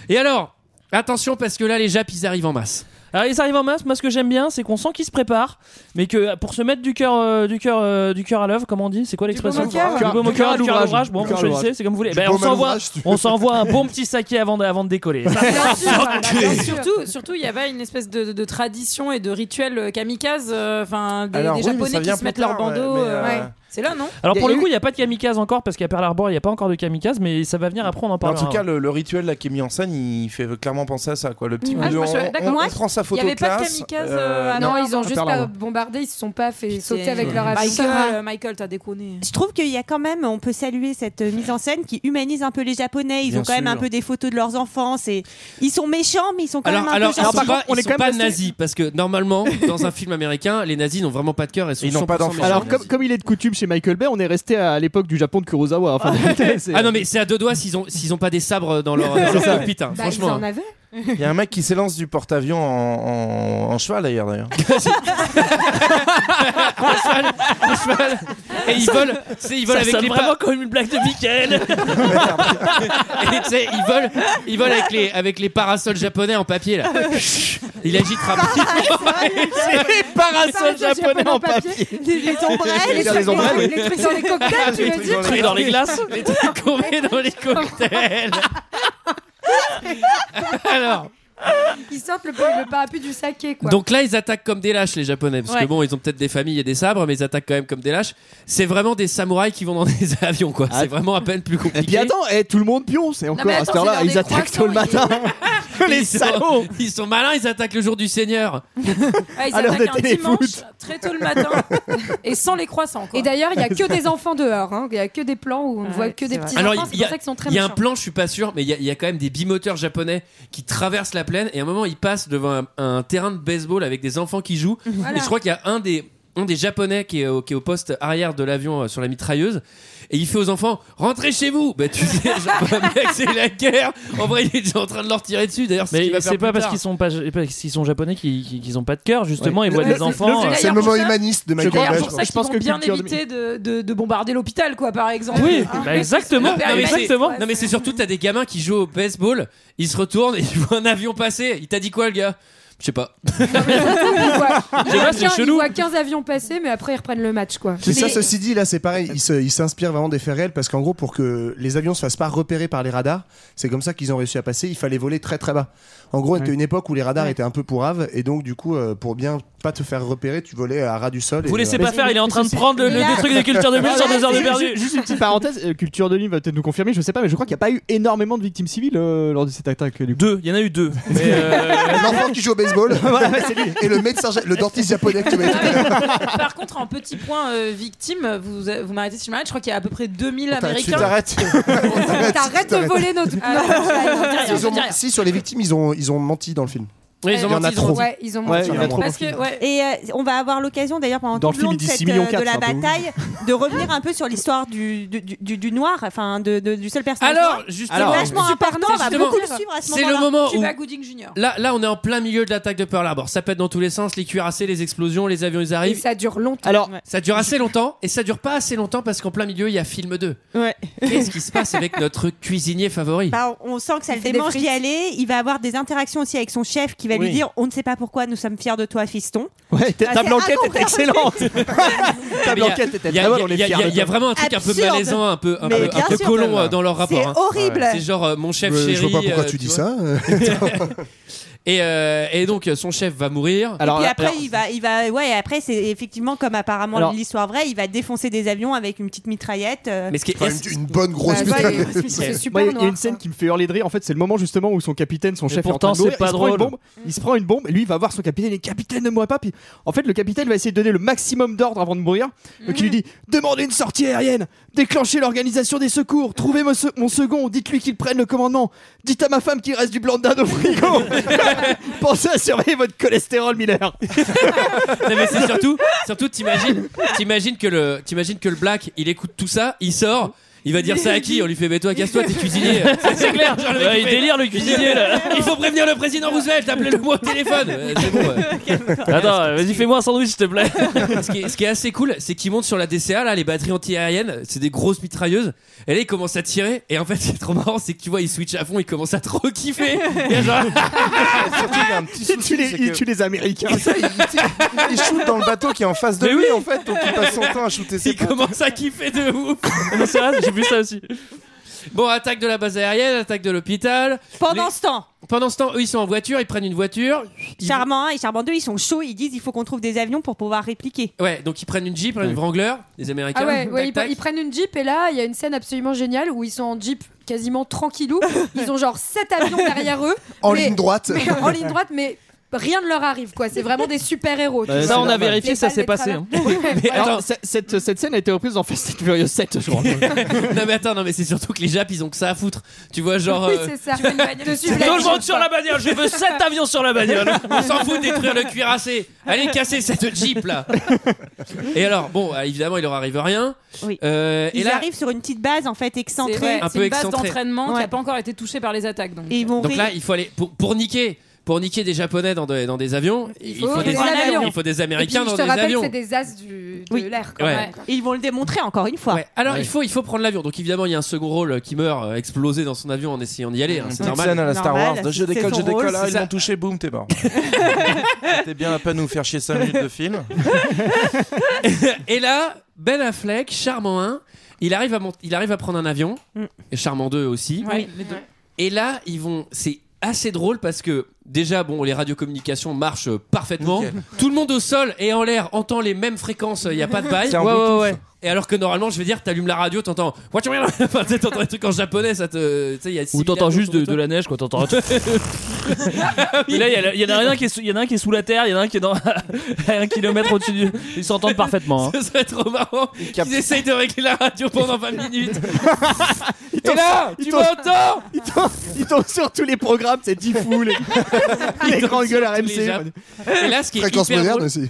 Speaker 1: Et alors, attention parce que là, les Japs, ils arrivent en masse.
Speaker 7: Alors ils arrivent en masse. Moi, ce que j'aime bien, c'est qu'on sent qu'ils se préparent, mais que pour se mettre du cœur, euh, du cœur, euh, du cœur à l'œuvre, comment on dit C'est quoi l'expression
Speaker 11: baume au cœur.
Speaker 7: Du baume au
Speaker 11: Du cœur
Speaker 7: cœur,
Speaker 11: à
Speaker 7: du cœur à
Speaker 11: l'ouvrage.
Speaker 7: l'ouvrage. Bon,
Speaker 11: Du cœur
Speaker 7: vous
Speaker 11: à
Speaker 7: choisissez,
Speaker 11: l'ouvrage.
Speaker 7: c'est comme vous voulez.
Speaker 11: Du
Speaker 7: Ben, on
Speaker 11: baume à
Speaker 7: s'envoie,
Speaker 11: l'ouvrage, tu-
Speaker 7: on s'envoie un bon petit saké avant de, avant de décoller.
Speaker 12: Bien sûr, voilà, bien sûr. Surtout, surtout, il y avait une espèce de, de- de tradition et de rituel euh, kamikaze, euh, enfin des,
Speaker 7: Alors
Speaker 12: des
Speaker 7: oui, mais ça
Speaker 12: japonais qui
Speaker 7: vient
Speaker 12: se mettent
Speaker 7: plus
Speaker 12: leur
Speaker 7: tard,
Speaker 12: bandeau.
Speaker 7: ouais, mais,
Speaker 12: euh,
Speaker 7: euh,
Speaker 12: ouais. C'est là, non
Speaker 7: Alors pour le coup, il n'y a pas de kamikaze encore parce qu'à Pearl Harbor, il n'y a pas encore de kamikaze, mais ça va venir après, on en
Speaker 9: Mais En
Speaker 7: parlera.
Speaker 9: tout cas, le, le rituel là qui est mis en scène, il fait clairement penser à ça, quoi. Le petit bout
Speaker 7: Ah,
Speaker 9: de-
Speaker 7: je- je-
Speaker 9: on-
Speaker 7: d'accord.
Speaker 9: on,
Speaker 7: Moi,
Speaker 9: on prend sa
Speaker 7: il y
Speaker 9: photo
Speaker 7: avait pas de
Speaker 9: classe,
Speaker 12: kamikaze,
Speaker 9: euh,
Speaker 6: non, ils ont juste pas bombardé, ils se sont pas fait sauter avec leur avion.
Speaker 12: Michael, euh, Michael, t'as déconné.
Speaker 10: Je trouve qu'il y a quand même, on peut saluer cette euh, mise en scène qui humanise un peu les Japonais. Ils
Speaker 1: Bien
Speaker 10: ont quand même
Speaker 1: sûr.
Speaker 10: un peu des photos de leurs enfants. C'est, ils sont méchants, mais ils sont quand
Speaker 1: Alors,
Speaker 10: même un
Speaker 1: alors,
Speaker 10: peu gentils.
Speaker 1: ils sont pas, ils sont pas nazis parce que normalement, dans un film américain, les nazis n'ont vraiment pas de cœur et sont
Speaker 9: Ils n'ont pas
Speaker 1: 100%
Speaker 9: d'enfants.
Speaker 1: méchants.
Speaker 11: Alors, comme, comme il est de coutume chez Michael Bay, on est resté à l'époque du Japon de Kurosawa. Enfin, c'est-
Speaker 1: ah non, mais c'est à deux doigts s'ils ont, s'ils ont pas des sabres dans leur, dans leur
Speaker 11: C'est ça.
Speaker 1: cockpit, hein,
Speaker 6: Bah, ils
Speaker 1: franchement.
Speaker 6: en avaient.
Speaker 9: Il y a un mec qui s'élance du porte-avions en, en- en cheval d'ailleurs. d'ailleurs.
Speaker 1: Un cheval, un cheval. Et ils volent, tu sais, ils volent
Speaker 7: Ça
Speaker 1: avec
Speaker 7: sonne
Speaker 1: les
Speaker 7: vraiment
Speaker 1: pas-
Speaker 7: comme une blague de Michael.
Speaker 1: Et tu sais, ils volent, ils volent avec les, avec les parasols japonais en papier là. Chut, Il agite rapidement.
Speaker 11: Les parasols japonais en papier.
Speaker 10: Les
Speaker 11: les
Speaker 10: ombrelles.
Speaker 11: les ombrelles.
Speaker 6: Les trucs dans les cocktails, tu veux
Speaker 1: Les
Speaker 6: dire
Speaker 1: trucs dans les glaces, les trucs qu'on met dans les cocktails. Alors,
Speaker 6: Ils sortent le, le parapluie du saké, quoi.
Speaker 1: donc là, ils attaquent comme des lâches, les Japonais. Parce que
Speaker 6: Ouais.
Speaker 1: bon, ils ont peut-être des familles et des sabres, mais ils attaquent quand même comme des lâches. C'est vraiment des samouraïs qui vont dans des avions, quoi. C'est vraiment à peine plus
Speaker 11: Ah.
Speaker 1: compliqué.
Speaker 11: Et puis attends, eh, tout le monde pionce. Et encore
Speaker 1: mais
Speaker 11: à
Speaker 1: attends,
Speaker 11: cette heure-là,
Speaker 1: c'est leur
Speaker 11: ils attaquent tôt le matin. les
Speaker 1: ils
Speaker 11: salauds
Speaker 1: sont, ils sont malins, ils attaquent le jour du Seigneur.
Speaker 12: Ah, ils
Speaker 1: À l'heure
Speaker 12: attaquent
Speaker 1: des
Speaker 12: un dimanche
Speaker 1: téléfoot.
Speaker 12: très tôt le matin et sans les croissants. Quoi.
Speaker 6: Et d'ailleurs, il y a que des enfants dehors. hein. Il y a que des plans où on ne voit que des petits enfants. C'est
Speaker 1: il y
Speaker 6: pour
Speaker 1: a,
Speaker 6: ça qu'ils sont très
Speaker 1: il y a un
Speaker 6: méchants.
Speaker 1: plan, je suis pas sûr, mais il y, a- il y a quand même des bimoteurs japonais qui traversent la plaine et à un moment ils passent devant un, un terrain de baseball avec des enfants qui jouent.
Speaker 12: Voilà.
Speaker 1: Et je crois qu'il y a un des un des japonais qui est, au, qui est au poste arrière de l'avion euh, sur la mitrailleuse et il fait aux enfants rentrez chez vous bah tu sais genre, bah, mec c'est la guerre en vrai il est déjà en train de leur tirer dessus d'ailleurs ce qu'il
Speaker 7: Mais
Speaker 1: va
Speaker 7: c'est
Speaker 1: faire
Speaker 7: pas
Speaker 1: plus
Speaker 7: parce
Speaker 1: tard.
Speaker 7: qu'ils sont pas, parce qu'ils sont japonais qu'ils qu'ils- qu'ils ont pas de cœur justement.
Speaker 1: Ouais.
Speaker 7: Ils voient
Speaker 1: Le-
Speaker 7: des
Speaker 1: le-
Speaker 7: enfants. euh.
Speaker 1: le-
Speaker 12: D'ailleurs, pour ça- d'ailleurs,
Speaker 7: Bay,
Speaker 12: pour ça
Speaker 7: je pense.
Speaker 12: qu'ils vont
Speaker 11: que
Speaker 12: bien
Speaker 11: culture
Speaker 12: éviter de, de- de bombarder l'hôpital, quoi, par exemple.
Speaker 7: Oui,
Speaker 6: Ah,
Speaker 12: Hein.
Speaker 7: bah exactement.
Speaker 12: Le père
Speaker 1: Non mais,
Speaker 12: humaniste,
Speaker 1: c'est-
Speaker 12: ouais.
Speaker 1: non mais c'est surtout t'as des gamins qui jouent au baseball, ils se retournent et ils voient un avion passer. Il t'a dit quoi le gars Je sais pas. Je
Speaker 6: Ils
Speaker 1: sais pas,
Speaker 6: voient
Speaker 1: c'est
Speaker 6: 15 ils
Speaker 1: chelou.
Speaker 6: voient 15 avions passer, mais après, ils reprennent le match, quoi.
Speaker 5: Mais ça, ceci dit, là, c'est pareil. Ils se- ils s'inspirent vraiment des faits réels parce qu'en gros, pour que les avions se fassent pas repérer par les radars, c'est comme ça qu'ils ont réussi à passer. Il fallait voler très très bas. En gros, c'était une époque où les radars étaient un peu pourraves et donc, du coup, euh, pour bien pas te faire repérer, tu volais à ras du sol.
Speaker 7: Vous
Speaker 5: et,
Speaker 7: laissez
Speaker 5: euh,
Speaker 7: pas faire, il est en train de prendre le, le- des trucs de culture de mule sur deux heures de perdu.
Speaker 11: Juste- Juste une petite parenthèse, euh, Culture de Lune va peut-être nous confirmer, je sais pas, mais je crois qu'il n'y a pas eu énormément de victimes civiles euh, lors de cette attaque.
Speaker 7: Deux, il y en a eu deux. Mais, euh,
Speaker 5: L'enfant qui joue au baseball et le médecin, ja- le dentiste japonais que tu m'as dit.
Speaker 12: Par contre, en petit point euh, victime, vous, vous m'arrêtez si je m'arrête, je crois qu'il y a à peu près 2000
Speaker 5: Tu
Speaker 12: Américains.
Speaker 5: t'arrêtes. T'arrêtes
Speaker 12: de voler
Speaker 5: Ah,
Speaker 12: Ah, notre.
Speaker 7: Ah,
Speaker 5: Ils ont- Si sur les victimes, ils ont ils ont menti dans le film.
Speaker 1: Oui,
Speaker 5: Il y en a trop. Ouais, il y en a trop.
Speaker 10: Parce que- ouais. Et euh, on va avoir l'occasion d'ailleurs pendant
Speaker 5: Dans
Speaker 10: tout
Speaker 5: le film,
Speaker 10: le long
Speaker 5: ils
Speaker 10: de,
Speaker 5: disent
Speaker 10: cette,
Speaker 5: 6 millions
Speaker 10: euh, de
Speaker 5: quatre,
Speaker 10: la
Speaker 5: c'est un peu
Speaker 10: bataille de revenir un peu sur l'histoire du, du, du- du noir, enfin de, de- du seul personnage.
Speaker 1: Alors,
Speaker 10: noir.
Speaker 1: justement,
Speaker 10: C'est vachement
Speaker 1: c'est
Speaker 10: important, on va
Speaker 1: justement-
Speaker 10: beaucoup le suivre à ce
Speaker 1: c'est
Speaker 10: moment-là.
Speaker 1: le moment où-
Speaker 12: Cuba Gooding Jr.
Speaker 1: Là, là, on est en plein milieu de l'attaque de Pearl Harbor. Ça pète dans tous les sens, les cuirassés, les explosions, les avions, ils
Speaker 6: Et
Speaker 1: arrivent.
Speaker 6: ça dure longtemps.
Speaker 11: Alors,
Speaker 1: Ça dure assez longtemps et ça dure pas assez longtemps parce qu'en plein milieu, il y a film 2.
Speaker 10: Ouais.
Speaker 1: Qu'est-ce qui se passe avec notre cuisinier favori
Speaker 10: Bah, on on sent que ça le
Speaker 6: fait des
Speaker 10: démange d'y
Speaker 6: frites.
Speaker 10: aller. Il va avoir des interactions aussi avec son chef qui va
Speaker 1: Oui.
Speaker 10: lui dire On ne sait pas pourquoi nous sommes fiers de toi, fiston.
Speaker 11: Ouais, ta-
Speaker 10: Ah,
Speaker 11: ta
Speaker 10: c'est
Speaker 11: blanquette était
Speaker 10: incompréhensible.
Speaker 11: excellente. ta
Speaker 1: Ah, Mais il y a-
Speaker 11: blanquette était
Speaker 1: il y a-
Speaker 11: très bonne, on
Speaker 1: il y
Speaker 11: est
Speaker 1: a-
Speaker 11: fiers.
Speaker 1: Il y, a vraiment un truc un peu
Speaker 11: Absurde.
Speaker 1: malaisant, un peu, un
Speaker 11: Mais
Speaker 1: peu, un
Speaker 11: bien
Speaker 1: peu
Speaker 11: sûr.
Speaker 1: colon euh, dans leur rapport.
Speaker 11: C'est
Speaker 1: hein.
Speaker 11: horrible.
Speaker 5: Ah,
Speaker 1: C'est genre euh, mon chef
Speaker 5: Je
Speaker 1: chéri.
Speaker 5: vois pas pourquoi
Speaker 1: euh,
Speaker 5: tu dis
Speaker 1: vois.
Speaker 5: ça.
Speaker 1: Et, euh, et donc son chef va mourir.
Speaker 10: et puis après, il va, il va, ouais, après c'est effectivement comme apparemment
Speaker 1: euh, Alors-
Speaker 10: l'histoire vraie, il va défoncer des avions avec une petite mitraillette. euh.
Speaker 1: Mais ce qui est-
Speaker 11: Enfin, une-
Speaker 5: une bonne
Speaker 11: grosse
Speaker 10: Bah, ouais,
Speaker 11: mitraillette.
Speaker 10: c'est- c'est super hein.
Speaker 11: Moi, Il y a- il y a
Speaker 10: noir,
Speaker 11: une scène qui me fait hurler de rire. En fait, c'est le moment justement où son capitaine, son
Speaker 7: Et
Speaker 11: chef,
Speaker 7: pourtant,
Speaker 11: est en train de mourir.
Speaker 7: c'est pas
Speaker 11: il se prend une
Speaker 7: drôle.
Speaker 11: bombe. Il se prend une bombe. et Lui, il va voir son capitaine. Et capitaine, ne mourrait pas. Puis, en fait, le capitaine va essayer de donner le maximum d'ordres avant de mourir. Donc, il
Speaker 10: Mhm.
Speaker 11: lui dit demandez une sortie aérienne, déclenchez l'organisation des secours, trouvez mon, se- mon second, dites-lui qu'il prenne le commandement, dites à ma femme qu'il reste du blanc de dinde au frigo. Pensez à surveiller votre cholestérol, Miller.
Speaker 1: Non, mais c'est surtout, surtout t'imagines, t'imagines que le, t'imagines que le black, il écoute tout ça, il sort, il va dire ça à qui On lui fait, mais toi, casse-toi, t'es cuisinier. C'est- C'est clair. genre, le mec,
Speaker 7: Ouais, il
Speaker 1: fait-
Speaker 7: délire, le cuisinier, là.
Speaker 1: Il faut prévenir le président Roosevelt. Appelez-le-moi au téléphone. Euh, C'est bon. ouais.
Speaker 7: Attends, vas-y, fais-moi un sandwich, s'il te plaît.
Speaker 1: ce, qui est, ce qui est assez cool, c'est qu'ils montent sur la DCA, là, les batteries antiaériennes, c'est des grosses mitrailleuses. Et là, ils commencent à tirer. Et en fait, c'est trop marrant, c'est que tu vois, ils switchent à fond, ils commencent à trop kiffer. Et genre,
Speaker 11: Ah, Il tue les, il tue les Américains.
Speaker 9: Il shoot dans le bateau qui est en face de
Speaker 11: Mais
Speaker 9: lui
Speaker 11: oui.
Speaker 9: en fait, donc il passe son temps à shooter ses potes.
Speaker 1: commence à kiffer de ouf.
Speaker 7: Mais c'est vrai, j'ai vu ça aussi.
Speaker 1: Bon, attaque de la base aérienne, attaque de l'hôpital.
Speaker 10: Pendant ce temps.
Speaker 1: Pendant ce temps, eux, ils sont en voiture, ils prennent une voiture.
Speaker 10: Charmant 1 et Charmant 2, ils sont chauds, ils disent il faut qu'on trouve des avions pour pouvoir répliquer.
Speaker 1: Ouais, donc ils prennent une Jeep, une Wrangler, les Américains.
Speaker 6: Ah ouais,
Speaker 1: Tac,
Speaker 6: ouais, ils,
Speaker 1: tac.
Speaker 6: ils prennent une Jeep et là, il y a une scène absolument géniale où ils sont en Jeep quasiment tranquillou. Ils ont genre sept avions derrière eux.
Speaker 5: En
Speaker 6: mais-
Speaker 5: ligne droite.
Speaker 6: mais en ligne droite, mais rien ne leur arrive quoi. C'est vraiment des super-héros. tu
Speaker 11: Bah,
Speaker 6: vois.
Speaker 11: ça, on a
Speaker 6: Les
Speaker 11: vérifié,
Speaker 6: balles
Speaker 11: ça s'est
Speaker 6: des
Speaker 11: passé,
Speaker 6: travers.
Speaker 11: hein.
Speaker 6: Ouais,
Speaker 1: Mais
Speaker 11: Alors,
Speaker 1: attends.
Speaker 11: ce- cette, cette scène a été reprise dans Fast and Furious 7, je crois.
Speaker 1: non mais attends, non mais c'est surtout que les Japs ils ont que ça à foutre. Tu vois genre.
Speaker 6: Oui,
Speaker 1: euh,
Speaker 6: c'est ça. De
Speaker 7: Tout
Speaker 6: suivre la
Speaker 7: le
Speaker 6: Jeep.
Speaker 7: monde sur la bagnole, je veux 7 avions sur la bagnole.
Speaker 1: On s'en fout de détruire le cuirassé. Allez casser cette Jeep là. Et alors bon, euh, évidemment il leur arrive rien.
Speaker 10: Oui.
Speaker 1: Euh, et
Speaker 10: Ils
Speaker 1: là.
Speaker 10: arrivent sur une petite base en fait
Speaker 12: C'est vrai,
Speaker 10: excentrée.
Speaker 1: Un
Speaker 12: c'est
Speaker 1: peu
Speaker 12: une base
Speaker 1: excentré.
Speaker 12: d'entraînement qui
Speaker 10: Ouais.
Speaker 12: n'a pas encore été touchée par les attaques. Donc.
Speaker 10: Et ils vont
Speaker 1: Donc
Speaker 10: rire.
Speaker 1: là il faut aller pour, pour niquer. Pour niquer des japonais dans, de- dans des avions, il faut,
Speaker 6: faut
Speaker 1: des,
Speaker 6: des avions.
Speaker 1: il faut des
Speaker 6: Et puis,
Speaker 1: américains
Speaker 6: je
Speaker 1: dans des
Speaker 6: te rappelle que
Speaker 1: avions.
Speaker 6: c'est des as du, de
Speaker 10: Oui.
Speaker 6: l'air quand
Speaker 1: Ouais.
Speaker 6: même. quoi.
Speaker 10: Et ils vont le démontrer encore une fois.
Speaker 1: Ouais. Alors
Speaker 11: Ouais.
Speaker 1: il faut il faut prendre l'avion. Donc évidemment il y a un second rôle qui meurt euh, explosé dans son avion en essayant d'y aller. hein, c'est
Speaker 9: Petite
Speaker 1: normal.
Speaker 9: scène à la Star
Speaker 10: Normal,
Speaker 9: Wars. de Je
Speaker 10: c'est
Speaker 9: décolle,
Speaker 10: son
Speaker 9: je
Speaker 10: rôle,
Speaker 9: décolle.
Speaker 10: c'est
Speaker 9: Ah, ils
Speaker 10: ça.
Speaker 9: m'ont touché, boum, t'es mort. T'es bien à pas nous faire chier 5 minutes de film.
Speaker 1: Et là, Ben Affleck, Charmant 1, il arrive à, mont- il arrive à prendre un avion,
Speaker 10: Mm.
Speaker 1: et Charmant 2 aussi.
Speaker 12: Ouais, les deux.
Speaker 1: Et là, ils vont. C'est assez drôle parce que déjà, bon, les radiocommunications marchent euh, parfaitement.
Speaker 9: Nickel.
Speaker 1: Tout le monde au sol et en l'air entend les mêmes fréquences, il n'y a pas de bail.
Speaker 9: C'est en Bluetooth.
Speaker 1: Et alors que normalement, je veux dire, t'allumes la radio, t'entends. Enfin, tu sais, t'entends des trucs en japonais, ça te. tu sais, il y a six
Speaker 7: Ou
Speaker 1: mille
Speaker 7: t'entends
Speaker 1: avions
Speaker 7: juste
Speaker 1: autour
Speaker 7: de, de
Speaker 1: toi. Ah
Speaker 7: la neige, quoi. T'entends un truc. Mais là, il y, a la- il y en a un qui est sous- il y en a un qui est sous la terre, il y en a un qui est dans, à un kilomètre au-dessus du. Ils s'entendent parfaitement. hein.
Speaker 1: Ce serait trop marrant
Speaker 9: captent.
Speaker 1: qu'ils essayent de régler la radio pendant 20 minutes. Et là, tu m'entends
Speaker 11: Il tombe, il tombe sur tous les programmes, c'est Diffou, les, les
Speaker 1: tombe
Speaker 11: grands
Speaker 1: sur
Speaker 11: gueules
Speaker 1: tous les
Speaker 11: RMC.
Speaker 1: Japs. Et là, ce qui est
Speaker 5: Fréquence
Speaker 1: hyper
Speaker 5: moderne
Speaker 1: drôle,
Speaker 5: aussi.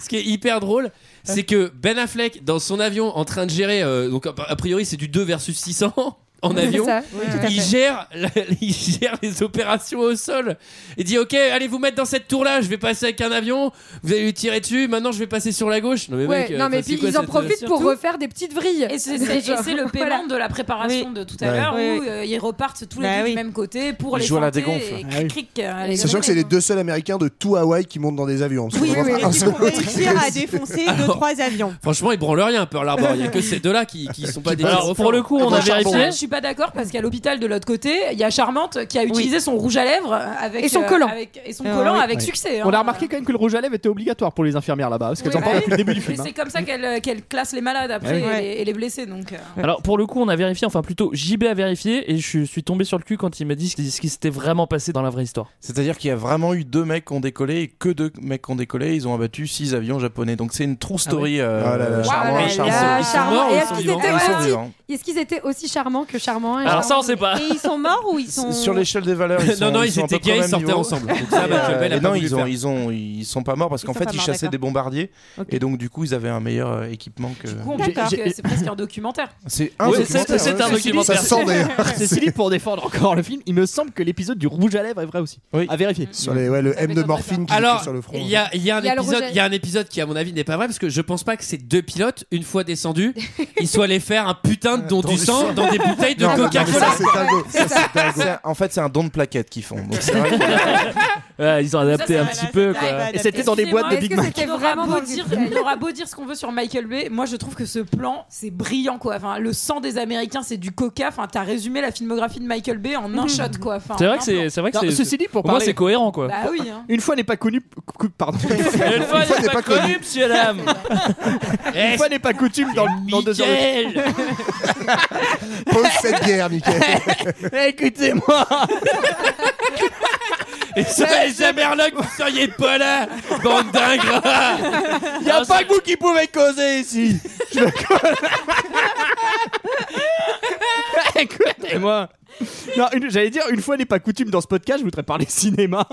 Speaker 1: ce qui est hyper drôle, c'est que Ben Affleck dans son avion en train de gérer euh, donc a- a priori c'est du 2 versus 600 en avion.
Speaker 6: C'est ça.
Speaker 1: Il gère, la- il gère les opérations au sol. Il dit ok, allez vous mettre dans cette tour là. Je vais passer avec un avion. Vous allez lui tirer dessus. Maintenant je vais passer sur la gauche. Non mais,
Speaker 6: Ouais,
Speaker 1: mec, euh,
Speaker 6: non mais
Speaker 1: enfin, c'est
Speaker 6: puis
Speaker 1: quoi
Speaker 6: ils en
Speaker 1: cette- euh,
Speaker 6: profitent pour
Speaker 12: Surtout-
Speaker 6: refaire des petites vrilles.
Speaker 12: Et c'est- c'est et c'est le paiement de la préparation de tout à
Speaker 5: Ouais.
Speaker 12: l'heure
Speaker 10: Oui,
Speaker 12: où
Speaker 10: oui.
Speaker 12: euh, ils repartent tous les
Speaker 10: Bah
Speaker 12: deux
Speaker 10: oui.
Speaker 12: du même côté pour
Speaker 9: Ils
Speaker 12: les
Speaker 9: jouent à la
Speaker 12: feinter
Speaker 9: dégonfle.
Speaker 12: et
Speaker 11: Ah oui.
Speaker 12: cric, cric, euh, les
Speaker 5: Sachant que c'est les deux seuls Américains de tout Hawaï qui montent dans des avions. parce
Speaker 10: Oui,
Speaker 5: qu'on en
Speaker 10: oui,
Speaker 5: a
Speaker 10: oui.
Speaker 5: un
Speaker 10: Ils
Speaker 5: seul
Speaker 10: vont
Speaker 5: autre.
Speaker 10: réussir à défoncer deux
Speaker 1: Alors-
Speaker 10: trois avions.
Speaker 1: Franchement ils branlent rien Pearl Harbor. Il y a que ces deux là qui, qui sont pas des
Speaker 7: Alors, pour le coup, on
Speaker 12: Moi,
Speaker 7: a
Speaker 12: je suis-
Speaker 7: vérifié.
Speaker 12: Je suis pas d'accord parce qu'à l'hôpital de l'autre côté, il y a Charmante qui a utilisé son rouge à lèvres avec
Speaker 6: Et son
Speaker 12: euh,
Speaker 6: collant.
Speaker 12: avec- et son
Speaker 10: Ah,
Speaker 12: collant
Speaker 10: oui.
Speaker 12: avec
Speaker 11: Ouais.
Speaker 12: succès.
Speaker 11: On
Speaker 12: hein.
Speaker 11: a remarqué quand même que le rouge à lèvres était obligatoire pour les infirmières là-bas, parce qu'elles
Speaker 12: Oui,
Speaker 11: en parlent
Speaker 12: bah
Speaker 11: depuis le début du
Speaker 12: Mais
Speaker 11: film. hein.
Speaker 12: c'est comme ça qu'elle euh, qu'elle classe les malades après
Speaker 11: Ouais.
Speaker 12: et,
Speaker 10: Ouais.
Speaker 12: les, et les blessés donc. euh.
Speaker 7: Alors pour le coup, on a vérifié, enfin plutôt JB a vérifié et je suis tombé sur le cul quand il m'a dit ce qui ce qui s'était vraiment passé dans la vraie histoire.
Speaker 9: C'est-à-dire qu'il y a vraiment eu deux mecs qui ont décollé et que deux mecs qui ont décollé. Ils ont abattu six avions japonais. Donc c'est une true story. euh,
Speaker 5: Ah là là.
Speaker 9: Charmant, Charmant.
Speaker 6: Waouh, là,
Speaker 1: Ils sont- ils sont
Speaker 6: charmants.
Speaker 1: morts ou
Speaker 6: Et
Speaker 1: ils
Speaker 6: est-ce
Speaker 1: sont
Speaker 6: qu'ils
Speaker 1: vivants
Speaker 6: étaient
Speaker 9: Ils sont
Speaker 6: aussi-
Speaker 9: vivants.
Speaker 6: Est-ce qu'ils étaient aussi charmants que charmants et
Speaker 7: Alors ça, on
Speaker 6: charmants
Speaker 7: sait pas.
Speaker 10: Et ils sont morts ou ils sont
Speaker 9: Sur l'échelle des valeurs, ils sont,
Speaker 1: non non ils,
Speaker 9: sont à peu près
Speaker 1: étaient
Speaker 9: au
Speaker 1: gays, ils
Speaker 9: même
Speaker 1: sortaient
Speaker 9: niveau.
Speaker 1: ensemble. Donc
Speaker 9: Et,
Speaker 1: ça, Michael
Speaker 9: euh,
Speaker 1: Bay l'a
Speaker 9: et
Speaker 1: pas
Speaker 9: non,
Speaker 1: voulu
Speaker 9: ils ont,
Speaker 1: faire.
Speaker 9: ils ont, ils sont pas morts parce
Speaker 10: Ils
Speaker 9: qu'en
Speaker 10: sont
Speaker 9: fait,
Speaker 10: pas
Speaker 9: ils
Speaker 10: morts,
Speaker 9: chassaient
Speaker 10: d'accord.
Speaker 9: des bombardiers
Speaker 10: Ok.
Speaker 9: et donc du coup, ils avaient un meilleur euh, équipement que.
Speaker 12: Du coup, on
Speaker 11: J'ai-
Speaker 12: peut dire
Speaker 11: j'ai-
Speaker 12: que euh, c'est presque un documentaire.
Speaker 9: C'est un
Speaker 7: Ouais,
Speaker 9: documentaire,
Speaker 7: c'est- c'est un
Speaker 9: ouais.
Speaker 7: documentaire.
Speaker 5: Ça hein. sent d'ailleurs.
Speaker 11: Cécile, pour défendre encore le film, il me semble que l'épisode du rouge à lèvres est vrai aussi.
Speaker 9: Oui.
Speaker 11: À vérifier.
Speaker 5: Sur les, ouais, le M de morphine qui
Speaker 1: Alors,
Speaker 5: était sur le front. hein.
Speaker 1: il y a, il y a un
Speaker 6: Il y a le
Speaker 1: épisode,
Speaker 6: rejet.
Speaker 1: il y a un épisode qui, à mon avis, n'est pas vrai parce que je pense pas que ces deux pilotes, une fois descendus, ils soient allés faire un putain de don
Speaker 9: Dans
Speaker 1: du
Speaker 9: du
Speaker 1: sang dans des bouteilles bouteille de
Speaker 9: Non,
Speaker 1: Coca-Cola.
Speaker 9: mais ça, c'est dingo. Ça,
Speaker 1: C'est
Speaker 9: c'est
Speaker 1: ça.
Speaker 9: dingo. C'est- En fait, c'est un don de plaquette qu'ils font. donc c'est vrai que-
Speaker 7: Ouais, ils ont adapté un petit peu. quoi.
Speaker 12: Excusez-moi, est-ce que c'était vraiment beau dire, Il aura beau dire ce qu'on veut sur Michael Bay, moi je trouve que ce plan c'est brillant quoi. Enfin, le sang des Américains c'est du coca. Enfin, t'as résumé la filmographie de Michael Bay en un shot quoi. Enfin,
Speaker 7: C'est vrai que
Speaker 12: en un
Speaker 7: c'est
Speaker 12: plan.
Speaker 7: c'est vrai que
Speaker 11: Non,
Speaker 7: c'est-
Speaker 11: ceci dit, pour
Speaker 7: au moins,
Speaker 11: parler-
Speaker 7: c'est cohérent quoi.
Speaker 12: Bah oui. hein.
Speaker 11: Une fois n'est pas connu. cou- Pardon. Une
Speaker 7: Une fois n'est pas connu, monsieur dame.
Speaker 11: Une fois n'est pas coutume dans, dans deux heures.
Speaker 7: Michel.
Speaker 5: Pose cette guerre, Michael.
Speaker 11: Écoutez-moi.
Speaker 1: Et ça, les Amerlocs, vous seriez pas là, bande d'ingrats
Speaker 11: Il n'y a pas que vous qui pouvez causer
Speaker 1: ici
Speaker 11: Écoutez-moi. Non, une- j'allais dire, une fois n'est pas coutume dans ce podcast, je voudrais parler cinéma.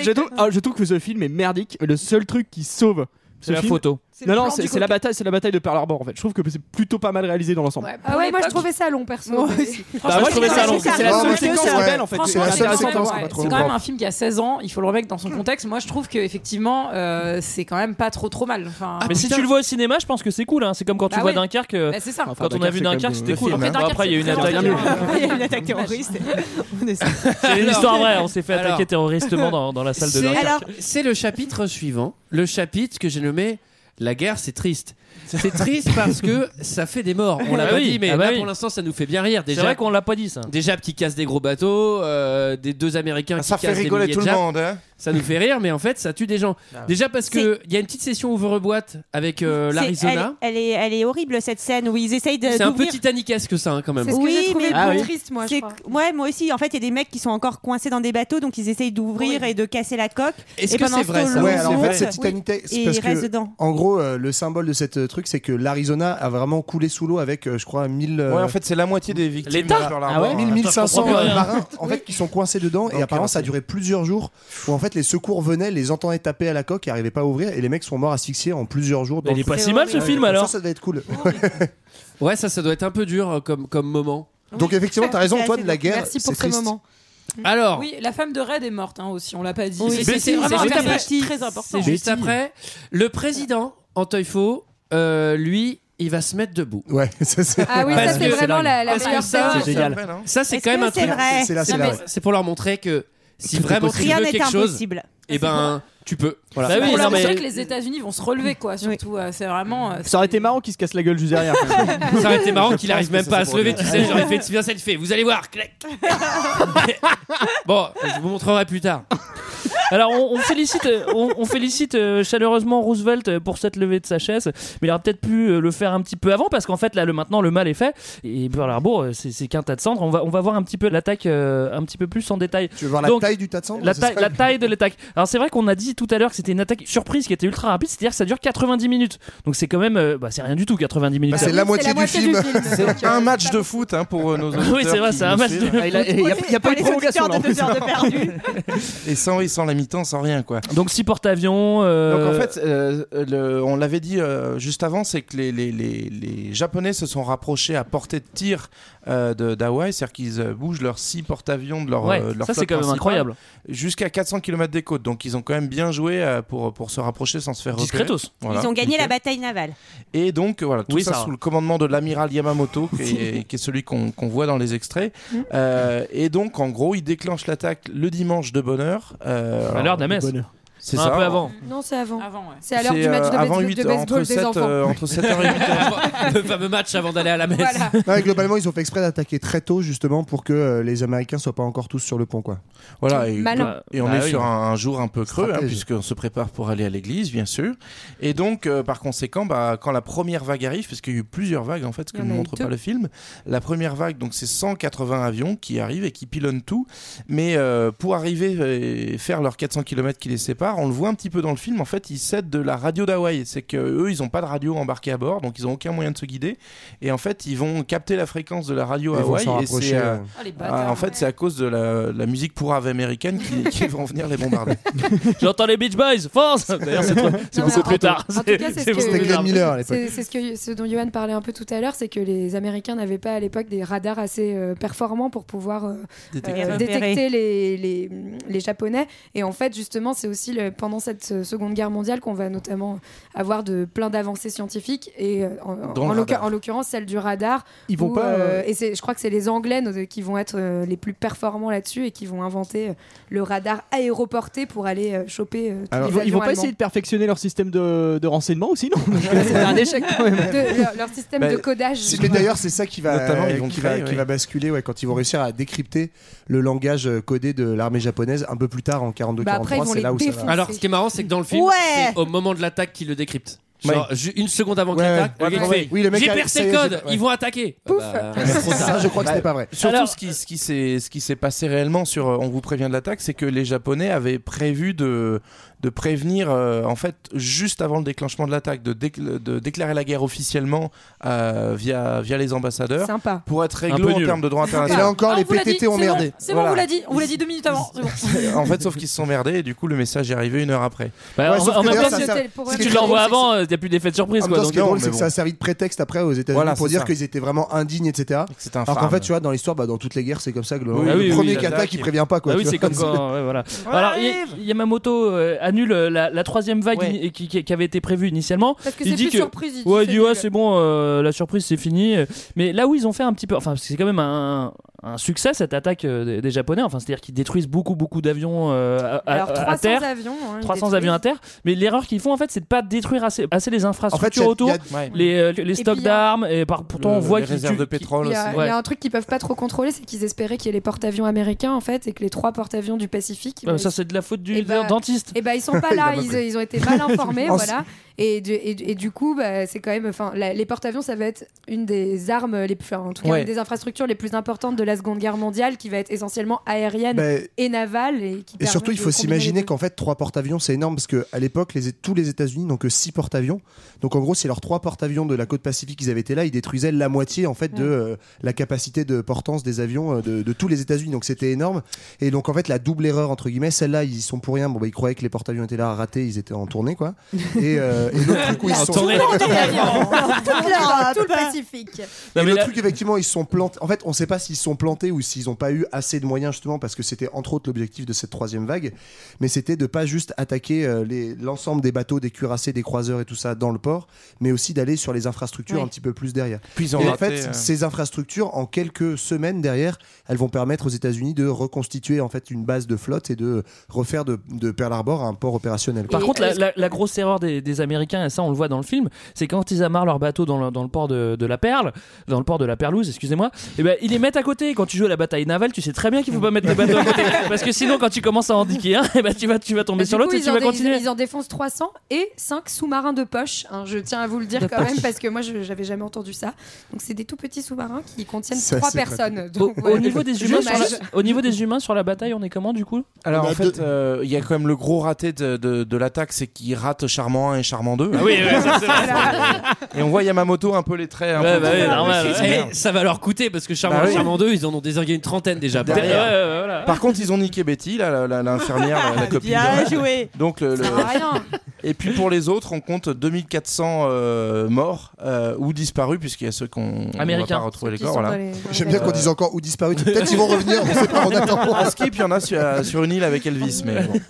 Speaker 11: je, trouve, ah, je trouve que ce film est merdique. Le seul truc qui sauve.
Speaker 7: C'est
Speaker 11: ce
Speaker 7: la
Speaker 11: film-
Speaker 7: photo.
Speaker 11: Non,
Speaker 6: le
Speaker 11: non,
Speaker 6: plan
Speaker 11: c'est
Speaker 6: du
Speaker 11: c'est la
Speaker 6: coca.
Speaker 11: bataille, c'est la bataille de Pearl Harbor en fait. Je trouve que c'est plutôt pas mal réalisé dans l'ensemble.
Speaker 6: Ah ouais, moi je trouvais ça long perso.
Speaker 11: Bah, moi, je trouvais ça long. C'est la seule séquence qui est belle en fait.
Speaker 12: Franchement,
Speaker 11: C'est
Speaker 12: c'est quand,
Speaker 11: intéressant
Speaker 12: même,
Speaker 11: dans
Speaker 12: ouais,
Speaker 11: l'ensemble.
Speaker 12: c'est quand même un film qui a 16 ans, il faut le remettre dans son contexte. Moi je trouve que effectivement euh, c'est quand même pas trop trop mal. Enfin,
Speaker 11: Ah,
Speaker 1: Ah,
Speaker 7: Mais si tu le vois au cinéma, je pense que c'est cool. hein. C'est comme quand tu
Speaker 12: Bah
Speaker 7: vois
Speaker 12: ouais.
Speaker 7: Dunkerque. euh,
Speaker 12: Bah, c'est ça. Enfin,
Speaker 7: Quand on a
Speaker 12: Dunkerque,
Speaker 7: vu
Speaker 12: c'est comme
Speaker 7: Dunkerque, c'était
Speaker 12: le
Speaker 7: cool.
Speaker 12: film, hein.
Speaker 7: Bon, Après, il y a une
Speaker 12: Dunkerque, c'est
Speaker 7: attaque.
Speaker 12: bien
Speaker 1: Ah,
Speaker 12: mieux.
Speaker 10: Il y a une attaque terroriste. On est-
Speaker 7: C'est une histoire vraie. On s'est fait
Speaker 1: Alors.
Speaker 7: attaquer terroristement dans, dans la salle de
Speaker 1: C'est-
Speaker 7: Dunkerque.
Speaker 1: C'est le chapitre suivant, le chapitre que j'ai nommé La guerre, c'est triste. C'est triste parce que ça fait des morts. On l'a
Speaker 7: Ah
Speaker 1: pas
Speaker 7: oui,
Speaker 1: dit, mais
Speaker 7: ah bah
Speaker 1: là
Speaker 7: oui.
Speaker 1: pour l'instant ça nous fait bien rire. Déjà,
Speaker 7: vrai qu'on l'a pas dit ça.
Speaker 1: Déjà, qui casse des gros bateaux, euh, des deux
Speaker 5: Ah,
Speaker 1: Américains
Speaker 9: Ça
Speaker 1: qui
Speaker 9: fait
Speaker 1: cassent des
Speaker 9: rigoler
Speaker 1: milliers
Speaker 9: tout
Speaker 1: de
Speaker 9: le
Speaker 1: Japs.
Speaker 9: monde, hein.
Speaker 1: Ça nous fait rire, mais en fait ça tue des gens. Déjà parce que il y a une petite session ouvre-boîte avec euh,
Speaker 10: C'est-
Speaker 1: l'Arizona.
Speaker 10: Elle, elle est, elle est horrible cette scène où ils essayent de.
Speaker 1: C'est un peu
Speaker 10: d'ouvrir-
Speaker 1: titanicesque ça hein, quand même.
Speaker 10: oui, mais
Speaker 1: Ah oui.
Speaker 10: moi. Ouais, moi aussi. En fait, il y a des mecs qui sont encore coincés dans des bateaux, donc ils essayent d'ouvrir et de casser la coque.
Speaker 1: Est-ce
Speaker 10: Et
Speaker 1: que
Speaker 10: pendant
Speaker 1: c'est
Speaker 10: ce
Speaker 1: vrai,
Speaker 10: temps,
Speaker 1: ça
Speaker 10: l'eau
Speaker 5: Ouais, alors en
Speaker 10: monte.
Speaker 5: fait, c'est Titanic
Speaker 10: Oui.
Speaker 5: Tales,
Speaker 10: Et
Speaker 5: parce
Speaker 10: ils restent
Speaker 5: que,
Speaker 10: dedans.
Speaker 5: En gros, euh, le symbole de cette euh, truc, c'est que l'Arizona a vraiment coulé sous l'eau avec, euh, je crois, 1000. euh,
Speaker 9: Ouais, en fait, c'est la moitié des victimes.
Speaker 5: L'État
Speaker 9: de Pearl
Speaker 5: Ah
Speaker 9: Harbor.
Speaker 5: ouais, 1000, 1500 euh,
Speaker 9: Bah,
Speaker 5: marins en fait qui sont coincés dedans
Speaker 9: Donc,
Speaker 5: et apparemment ça a
Speaker 9: alors,
Speaker 5: duré plusieurs jours où en fait les secours venaient les entendaient taper à la coque et arrivaient pas à ouvrir et les mecs sont morts asphyxiés en plusieurs jours.
Speaker 7: Mais il est pas si mal, ce
Speaker 5: Ouais,
Speaker 7: film,
Speaker 5: donc
Speaker 7: alors.
Speaker 5: Ça ça devait être cool.
Speaker 1: Ouais, ça, ça doit être un peu dur euh, comme, comme moment.
Speaker 5: Donc effectivement t'as raison Antoine la guerre.
Speaker 12: Merci pour
Speaker 5: c'est
Speaker 12: ce
Speaker 5: triste.
Speaker 12: moment. Mm.
Speaker 1: Alors,
Speaker 12: Oui, la femme de Red est morte hein, aussi, on l'a pas dit.
Speaker 1: Oui,
Speaker 12: C'est-
Speaker 1: Betty,
Speaker 12: c'est vraiment
Speaker 1: c'est juste
Speaker 12: un
Speaker 1: après.
Speaker 12: personnage très important.
Speaker 1: c'est juste après. Le président Antoifo, euh, lui, il va se mettre debout.
Speaker 5: Ouais, ça c'est.
Speaker 6: Ah oui, ça, c'est vraiment la- la meilleure
Speaker 1: ça,
Speaker 6: séquence. C'est génial.
Speaker 1: Ça c'est
Speaker 10: Est-ce
Speaker 1: quand même
Speaker 10: que
Speaker 1: un
Speaker 10: c'est
Speaker 1: truc.
Speaker 10: vrai
Speaker 1: C'est
Speaker 10: C'est là, c'est là, ouais.
Speaker 1: c'est pour leur montrer que
Speaker 10: Tout
Speaker 1: si
Speaker 10: est
Speaker 1: vraiment tu
Speaker 10: possible. Rien
Speaker 1: veux
Speaker 10: n'est
Speaker 1: quelque chose,
Speaker 10: impossible.
Speaker 1: et ben tu peux. Voilà.
Speaker 7: Bah oui,
Speaker 12: Pour
Speaker 7: non,
Speaker 12: leur
Speaker 7: mais-
Speaker 12: montrer que les États-Unis vont se relever, quoi, surtout. euh, c'est vraiment. euh,
Speaker 11: Ça aurait été marrant qu'il se casse la gueule juste derrière.
Speaker 1: Ça aurait été marrant qu'il arrive
Speaker 11: Je pense
Speaker 1: même
Speaker 11: que
Speaker 1: pas
Speaker 11: ça,
Speaker 1: à
Speaker 11: c'est
Speaker 1: se lever,
Speaker 11: pour
Speaker 1: tu sais, j'aurais fait, tu viens, ça le fait, vous allez voir, clac Bon, je vous montrerai plus tard.
Speaker 7: Alors on, on félicite, euh, on, on félicite euh, chaleureusement Roosevelt euh, pour cette levée de sa chaise, mais il aurait peut-être pu euh, le faire un petit peu avant parce qu'en fait là le maintenant le mal est fait et Pearl Harbor euh, c'est c'est qu'un tas de cendres. On va on va voir un petit peu l'attaque euh, un petit peu plus en détail.
Speaker 5: Tu veux voir la
Speaker 7: Donc,
Speaker 5: taille du tas de cendres
Speaker 7: la
Speaker 5: c'est
Speaker 7: taille,
Speaker 5: ça
Speaker 7: la taille de l'attaque. Alors c'est vrai qu'on a dit tout à l'heure que c'était une attaque surprise qui était ultra rapide, c'est-à-dire que ça dure 90 minutes. Donc c'est quand même, euh, bah, c'est rien du tout 90 minutes.
Speaker 9: Bah, c'est
Speaker 7: Oui,
Speaker 9: la moitié du film.
Speaker 7: Donc,
Speaker 9: C'est
Speaker 7: euh,
Speaker 9: un match de foot hein, pour euh, nos auditeurs.
Speaker 7: Oui, c'est vrai,
Speaker 9: qui
Speaker 7: c'est un
Speaker 9: nous
Speaker 7: match
Speaker 9: suivent.
Speaker 7: de- Ah, il a- il y a- il y a pas eu de prolongation, là, en plus.
Speaker 9: Et sans, et sans la mi-temps, sans rien quoi.
Speaker 7: Donc six porte-avions.
Speaker 9: Donc
Speaker 7: euh,
Speaker 9: en fait, euh, le- on l'avait dit euh, juste avant, c'est que les, les, les, les Japonais se sont rapprochés à portée de tir euh, de d'Hawaï, c'est-à-dire qu'ils euh, bougent leurs six porte-avions de leur,
Speaker 7: Ouais,
Speaker 9: euh, de leur
Speaker 7: ça, c'est
Speaker 9: flotte
Speaker 7: quand même
Speaker 9: principale
Speaker 7: incroyable.
Speaker 9: Jusqu'à 400 km des côtes, donc ils ont quand même bien joué euh, pour, pour se rapprocher sans se faire repérer.
Speaker 7: Discretos.
Speaker 9: Voilà,
Speaker 10: Ils ont gagné
Speaker 9: nickel.
Speaker 10: la bataille navale.
Speaker 9: Et donc euh, voilà, tout
Speaker 7: Oui,
Speaker 9: ça,
Speaker 7: ça va.
Speaker 9: sous le commandement de l'amiral Yamamoto, qui est, qui est celui qu'on qu'on voit dans les extraits. Euh, et donc en gros, ils déclenchent l'attaque le dimanche de bonne heure. euh,
Speaker 7: À l'heure de la messe.
Speaker 9: C'est
Speaker 7: Un
Speaker 9: ça.
Speaker 7: peu avant.
Speaker 6: Non, c'est avant. C'est à
Speaker 9: C'est,
Speaker 6: l'heure du match de,
Speaker 9: euh,
Speaker 6: base-
Speaker 9: avant
Speaker 6: de
Speaker 9: huit-
Speaker 6: baseball
Speaker 9: entre
Speaker 6: des
Speaker 9: sept,
Speaker 6: enfants.
Speaker 9: euh, entre 7h et 8h.
Speaker 1: le fameux match avant d'aller à la messe.
Speaker 5: Non, mais globalement, ils ont fait exprès d'attaquer très tôt justement pour que euh, les Américains soient pas encore tous sur le pont quoi.
Speaker 9: Voilà, et,
Speaker 6: Malin.
Speaker 9: et on
Speaker 7: Bah
Speaker 9: est
Speaker 7: oui.
Speaker 9: sur un, un jour un peu creux, hein,
Speaker 5: Stratège.
Speaker 9: puisqu'on se prépare pour aller à l'église, bien sûr. Et donc, euh, par conséquent, bah, quand la première vague arrive, parce qu'il y a eu plusieurs vagues en fait, ce que
Speaker 6: Il y
Speaker 9: ne
Speaker 6: en a eu
Speaker 9: montre pas
Speaker 6: deux.
Speaker 9: le film, la première vague, donc c'est 180 avions qui arrivent et qui pilonnent tout. Mais euh, pour arriver et faire leurs 400 km qui les séparent, on le voit un petit peu dans le film, en fait, ils cèdent de la radio d'Hawaï. C'est que eux ils n'ont pas de radio embarquée à bord, donc ils n'ont aucun moyen de se guider. Et en fait, ils vont capter la fréquence de la radio
Speaker 5: Ils vont
Speaker 9: Hawaï.
Speaker 5: s'en
Speaker 9: Et c'est.
Speaker 5: rapprocher,
Speaker 9: euh,
Speaker 5: euh.
Speaker 12: Ah, les
Speaker 9: ah,
Speaker 12: bâtards.
Speaker 9: en fait, c'est à cause de la, la musique pourrave américaine qui, qui vont venir les bombarder.
Speaker 7: J'entends les Beach Boys, force. Ah, D'ailleurs c'est trop- c'est
Speaker 6: Non,
Speaker 7: beaucoup
Speaker 6: mais
Speaker 7: plus
Speaker 6: en-
Speaker 7: tard.
Speaker 6: en tout cas, c'est ce que-
Speaker 7: beaucoup plus tard.
Speaker 6: C'est c'est ce, que- ce dont Johan parlait un peu tout à l'heure, c'est que les Américains n'avaient pas à l'époque des radars assez euh, performants pour pouvoir euh,
Speaker 9: Détecter.
Speaker 6: euh,
Speaker 10: Les repérer.
Speaker 6: mm, détecter les, les, les Japonais. Et en fait, justement, c'est aussi utile euh, pendant cette euh, Seconde Guerre mondiale qu'on va notamment avoir de plein d'avancées scientifiques et euh, en,
Speaker 5: Dans le
Speaker 6: en l'oc-
Speaker 5: radar.
Speaker 6: en l'occurrence celle du radar.
Speaker 5: Ils vont
Speaker 6: où,
Speaker 5: pas, euh,
Speaker 6: et c'est- je crois que c'est les Anglais nos- qui vont être euh, les plus performants là-dessus et qui vont inventer euh, le radar aéroporté pour aller euh, choper. euh, tous
Speaker 11: ils,
Speaker 6: les
Speaker 11: vont, ils
Speaker 6: avions
Speaker 11: vont pas
Speaker 6: allemands.
Speaker 11: essayer de perfectionner leur système de, de renseignement aussi, non Parce que là, C'était un échec quand même.
Speaker 6: De- leur, leur système
Speaker 5: Bah,
Speaker 6: de codage.
Speaker 5: c'est- Mais d'ailleurs, c'est ça qui va,
Speaker 9: Notamment, ils
Speaker 5: euh,
Speaker 9: vont
Speaker 5: qui,
Speaker 9: créer,
Speaker 5: va, qui
Speaker 9: ouais.
Speaker 5: va basculer ouais, quand ils vont réussir à décrypter le langage euh, codé de l'armée japonaise un peu plus tard en 42-43.
Speaker 6: Bah après, ils vont
Speaker 5: c'est
Speaker 6: les
Speaker 5: là où ça va.
Speaker 1: Alors, ce qui est marrant, c'est que dans le film,
Speaker 6: Ouais.
Speaker 1: c'est au moment de l'attaque qu'il le décrypte. Genre, ju- une seconde avant qu'il attaque,
Speaker 9: ouais,
Speaker 1: le gars
Speaker 9: ouais.
Speaker 1: fait
Speaker 9: Oui, le mec
Speaker 1: J'ai
Speaker 9: a-
Speaker 1: percé
Speaker 9: ça y
Speaker 1: le
Speaker 9: est,
Speaker 1: code,
Speaker 9: j'ai- ouais.
Speaker 1: ils vont attaquer. Bah, trop tard.
Speaker 9: Bah, Surtout
Speaker 1: Alors-
Speaker 9: ce qui, ce qui s'est ce qui s'est passé réellement sur euh, On vous prévient de l'attaque, c'est que les Japonais avaient prévu de, de prévenir, euh, en fait, juste avant le déclenchement de l'attaque, de, déc- de déclarer la guerre officiellement euh, via, via les ambassadeurs.
Speaker 6: Sympa.
Speaker 9: Pour être
Speaker 5: Un
Speaker 9: réglo
Speaker 5: peu
Speaker 9: en
Speaker 5: nul.
Speaker 9: termes de droit
Speaker 5: Et
Speaker 9: international.
Speaker 5: là encore, Ah, on les vous l'a dit, PTT ont c'est bon, merdé.
Speaker 12: C'est bon, on vous
Speaker 9: Voilà.
Speaker 12: l'a dit, on vous l'a dit deux minutes avant. c'est bon.
Speaker 9: en fait, sauf qu'ils se sont merdés et du coup, le message est arrivé une heure après.
Speaker 7: Bah, en- en même temps, si- si tu l'envoies avant, euh, y a plus d'effet de surprise.
Speaker 5: En même
Speaker 7: quoi,
Speaker 5: temps, ce
Speaker 7: donc
Speaker 9: euh,
Speaker 5: qui est
Speaker 7: non,
Speaker 5: drôle,
Speaker 7: mais
Speaker 5: c'est que
Speaker 7: bon.
Speaker 5: ça a servi de prétexte après aux États-Unis
Speaker 7: Voilà,
Speaker 5: pour
Speaker 7: c'est
Speaker 5: dire
Speaker 7: ça.
Speaker 5: qu'ils étaient vraiment indignes, etc.
Speaker 9: C'était
Speaker 5: Alors qu'en
Speaker 7: infâme.
Speaker 5: fait, tu vois, dans l'histoire, bah, dans toutes les guerres, c'est comme ça que le,
Speaker 7: Oui,
Speaker 5: le
Speaker 7: oui, oui,
Speaker 5: premier
Speaker 7: oui,
Speaker 5: qui
Speaker 7: l'attaque,
Speaker 5: attaque, il prévient pas. Quoi,
Speaker 7: Ah oui,
Speaker 5: tu
Speaker 7: c'est
Speaker 5: vois.
Speaker 7: comme quand. ouais, voilà. Alors, y- Yamamoto euh, annule euh, la, la troisième vague
Speaker 5: Ouais.
Speaker 7: ini- qui, qui- qui avait été prévue initialement.
Speaker 6: Parce que
Speaker 7: il
Speaker 6: c'est
Speaker 7: dit
Speaker 6: plus
Speaker 7: que,
Speaker 6: surprise, il dit
Speaker 7: ouais, il
Speaker 6: c'est
Speaker 7: dit ouais,
Speaker 6: nul.
Speaker 7: c'est bon, euh, la surprise c'est fini. Mais là où ils ont fait un petit peu, enfin, c'est quand même un, un succès cette attaque euh, des, des Japonais. Enfin, c'est-à-dire qu'ils détruisent beaucoup, beaucoup d'avions euh, à, à-
Speaker 6: Alors,
Speaker 7: à
Speaker 6: 300
Speaker 7: terre.
Speaker 6: avions, hein, ils
Speaker 7: 300
Speaker 6: détruisent.
Speaker 7: avions à terre. Mais l'erreur qu'ils font en fait, c'est de pas détruire assez, assez les infrastructures
Speaker 9: y a-
Speaker 7: autour,
Speaker 9: y a- ouais.
Speaker 7: les, euh, les
Speaker 6: Et
Speaker 7: stocks
Speaker 6: puis, il y a-
Speaker 7: d'armes. Et par pourtant,
Speaker 9: Le-
Speaker 7: on voit
Speaker 9: les
Speaker 7: qu'ils
Speaker 9: réserves
Speaker 7: tuent-
Speaker 9: de pétrole
Speaker 6: Il y, a, il y
Speaker 7: Ouais.
Speaker 6: a un truc qu'ils peuvent pas trop contrôler, c'est qu'ils espéraient qu'il y ait les porte-avions américains en fait et que les trois porte-avions du Pacifique.
Speaker 7: Euh,
Speaker 6: bah,
Speaker 7: ça,
Speaker 6: ils-
Speaker 7: c'est de la faute du
Speaker 6: Eh bah,
Speaker 7: dentiste.
Speaker 6: Et ben ils sont pas là, ils, ils ont été mal informés, voilà. Et du, et, du- et du coup, bah, c'est quand même, enfin, la- les porte-avions, ça va être une des armes les plus, enfin, en tout cas,
Speaker 5: Ouais.
Speaker 6: une des infrastructures les plus importantes de la Seconde Guerre mondiale, qui va être essentiellement aérienne
Speaker 5: Ben,
Speaker 6: et navale et qui.
Speaker 5: Et
Speaker 6: permet
Speaker 5: surtout, il
Speaker 6: de
Speaker 5: faut
Speaker 6: combiner les
Speaker 5: s'imaginer
Speaker 6: deux.
Speaker 5: qu'en fait, trois porte-avions, c'est énorme parce que à l'époque, les- tous les États-Unis n'ont que six porte-avions. Donc, en gros, c'est leurs trois porte-avions de la côte pacifique qu'ils avaient été là. Ils détruisaient la moitié en fait de
Speaker 6: Ouais.
Speaker 5: euh, la capacité de portance des avions euh, de, de tous les États-Unis. Donc, c'était énorme. Et donc, en fait, la double erreur entre guillemets, celle-là, ils y sont pour rien. Bon, bah, ils croyaient que les porte-avions étaient là à rater. Ils étaient en tournée, quoi. Et, euh, et l'autre truc où ils
Speaker 1: En
Speaker 5: sont
Speaker 1: tournée.
Speaker 6: Toute l'Europe, tout le Pacifique.
Speaker 5: et le truc, effectivement, ils se sont plantés. En fait, on ne sait pas s'ils se sont plantés ou s'ils n'ont pas eu assez de moyens, justement, parce que c'était entre autres l'objectif de cette troisième vague. Mais c'était de pas juste attaquer euh, les- l'ensemble des bateaux, des cuirassés, des croiseurs et tout ça dans le port, mais aussi d'aller sur les infrastructures
Speaker 9: Ouais.
Speaker 5: un petit peu plus derrière.
Speaker 9: Puis ils ont
Speaker 5: et en
Speaker 9: raté,
Speaker 5: fait,
Speaker 9: euh.
Speaker 5: ces infrastructures, en quelques semaines derrière, elles vont permettre aux États-Unis de reconstituer en fait une base de flotte et de refaire de, de Pearl Harbor un port opérationnel.
Speaker 7: Par contre, la, la- la grosse erreur des, des Américains, et ça on le voit dans le film, c'est quand ils amarrent leur bateau dans le, dans le port de, de la Perle, dans le port de la Perlouse, excusez-moi, et ben ils les mettent à côté. Quand tu joues à la bataille navale, tu sais très bien qu'il faut pas mettre les bateaux à côté, parce que sinon quand tu commences à indiquer un, et ben tu vas, tu vas tomber
Speaker 6: Bah, Du
Speaker 7: sur
Speaker 6: coup,
Speaker 7: l'autre et
Speaker 6: ils
Speaker 7: tu
Speaker 6: en
Speaker 7: vas
Speaker 6: dé-
Speaker 7: continuer.
Speaker 6: Ils, ils en défoncent 300 et 5 sous-marins de poche. hein, je tiens à vous le dire
Speaker 7: De
Speaker 6: quand
Speaker 7: poche.
Speaker 6: même parce que moi, je j'avais jamais entendu ça. Donc, c'est des tout petits sous-marins qui contiennent
Speaker 7: Ça,
Speaker 6: 3
Speaker 7: c'est pratique.
Speaker 6: personnes.
Speaker 7: Au,
Speaker 6: Donc,
Speaker 7: au
Speaker 6: voilà.
Speaker 7: niveau des humains sur la,
Speaker 6: Dommage.
Speaker 7: au niveau des humains sur la bataille, on est comment du coup
Speaker 9: Alors en fait, euh, il y a quand même le gros raté de, de- de l'attaque, c'est qu'il rate Charmant 1 et Charmant 2.
Speaker 7: Ah oui, ouais, ça, c'est
Speaker 9: et on voit Yamamoto un peu les traits. un
Speaker 1: Ouais,
Speaker 9: peu-
Speaker 1: bah ouais,
Speaker 9: Ah,
Speaker 1: normal,
Speaker 9: oui,
Speaker 1: ouais.
Speaker 9: c'est bien.
Speaker 1: Eh, ça va leur coûter parce que Charmant
Speaker 9: Bah oui.
Speaker 1: et Charmant 2, ils en ont désingué une trentaine déjà. par
Speaker 9: Derrière.
Speaker 1: ailleurs.
Speaker 9: hein. Par contre, ils ont niqué Betty, là, la- la- l'infirmière, la, la copine.
Speaker 10: Bien
Speaker 9: de-
Speaker 10: joué.
Speaker 9: Donc le, le-
Speaker 10: Ça sert à rien.
Speaker 9: Et puis pour les autres, on compte 2400 euh, morts euh, ou disparus, puisqu'il y a ceux qu'on on va
Speaker 5: Américains.
Speaker 9: pas retrouver
Speaker 5: Ceux
Speaker 9: les
Speaker 5: qui
Speaker 9: corps.
Speaker 5: sont
Speaker 9: voilà.
Speaker 5: dans les- dans les J'aime bien qu'on dise encore ou disparus. Peut-être ils vont revenir, on sait pas, on attend.
Speaker 9: À Skip, il y en a sur, euh, sur une île avec Elvis, mais bon.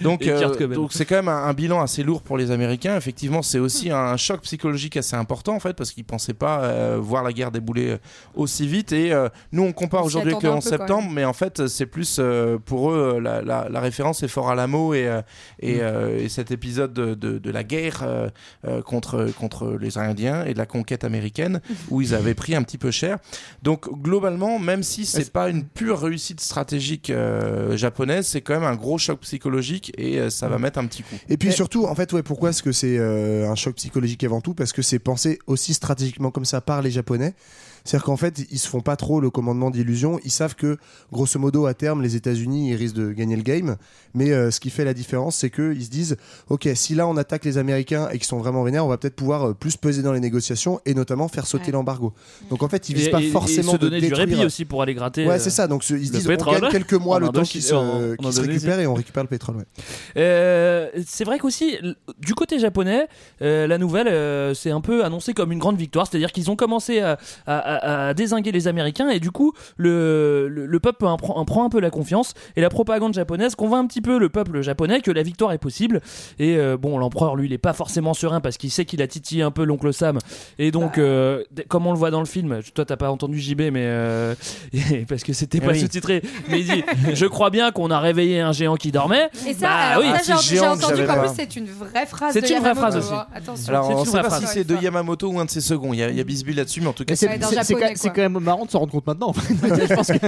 Speaker 9: Donc,
Speaker 7: Et
Speaker 9: euh,
Speaker 7: Kurt Cobain.
Speaker 9: donc c'est quand même un, un bilan assez lourd pour les Américains. Effectivement, c'est aussi un choc psychologique assez important en fait, parce qu'ils pensaient pas euh, voir la guerre débouler euh, aussi vite. Et euh, nous, on compare
Speaker 5: On s'y
Speaker 9: aujourd'hui avec le
Speaker 5: attendait un
Speaker 9: 11
Speaker 5: peu, quand
Speaker 9: septembre, mais en fait, c'est plus euh, pour eux euh, la, la- la référence est fort à l'amour et, euh, et, euh, et cet épisode de, de- de la guerre euh, euh, contre contre les Indiens et de la conquête américaine où ils avaient pris un petit peu cher. Donc globalement, même si c'est pas une pure réussite stratégique euh, japonaise, c'est quand même un gros choc psychologique et euh, ça va mettre un petit coup.
Speaker 5: Et puis surtout, en fait, ouais, pourquoi est-ce que c'est euh, un choc psychologique avant tout Parce que c'est pensé aussi stratégiquement comme ça par les Japonais. C'est-à-dire qu'en fait, ils se font pas trop le commandement d'illusion. Ils savent que, grosso modo, à terme, les États-Unis, ils risquent de gagner le game. Mais euh, ce qui fait la différence, c'est qu'ils se disent Ok, si là on attaque les Américains et qu'ils sont vraiment vénères, on va peut-être pouvoir euh, plus peser dans les négociations et notamment faire sauter l'embargo. Donc en fait, ils visent
Speaker 7: Et-
Speaker 5: pas
Speaker 7: et- et
Speaker 5: forcément
Speaker 7: se
Speaker 5: de
Speaker 7: donner du
Speaker 5: détruire.
Speaker 7: répit aussi pour aller gratter,
Speaker 5: Ouais,
Speaker 7: euh,
Speaker 5: c'est ça. Donc ce- ils se
Speaker 7: le
Speaker 5: disent
Speaker 7: pétrole.
Speaker 5: On gagne quelques mois
Speaker 7: En
Speaker 5: le temps
Speaker 7: Indochine-
Speaker 5: qu'ils se,
Speaker 7: en- en
Speaker 5: qu'ils se
Speaker 7: Indonésie.
Speaker 5: récupèrent et on récupère le pétrole. ouais.
Speaker 7: Euh, c'est vrai qu'aussi, l- du côté japonais, euh, la nouvelle, euh, c'est un peu annoncé comme une grande victoire. C'est-à-dire qu'ils ont commencé à, à- à- à, à désinguer les Américains et du coup le, le, le peuple en prend, en prend un peu la confiance et la propagande japonaise convainc un petit peu le peuple japonais que la victoire est possible et euh, bon l'empereur lui il est pas forcément serein parce qu'il sait qu'il a titillé un peu l'oncle Sam et donc euh, d- comme on le voit dans le film toi t'as pas entendu JB mais euh, parce que c'était
Speaker 1: Eh
Speaker 7: pas
Speaker 1: oui.
Speaker 7: sous-titré mais il dit je crois bien qu'on a réveillé un géant qui dormait
Speaker 6: Et ça,
Speaker 7: Bah
Speaker 6: alors,
Speaker 9: Ah,
Speaker 7: oui.
Speaker 6: ça, j'ai- j'ai entendu qu'en plus, c'est une vraie phrase.
Speaker 7: C'est
Speaker 6: de
Speaker 7: une vraie
Speaker 6: Yamamoto,
Speaker 7: phrase
Speaker 6: hein.
Speaker 7: aussi.
Speaker 6: Attention.
Speaker 9: euh, Alors, on
Speaker 7: une
Speaker 9: sait
Speaker 7: vraie
Speaker 9: pas
Speaker 7: phrase.
Speaker 9: si c'est de Mm. Yamamoto ou un de ses seconds. Il y a, il y a bisbille là-dessus, mais en tout cas,
Speaker 11: Mais C'est c'est- c'est quand, c'est quand même marrant de s'en rendre compte maintenant. en fait. Je pense que-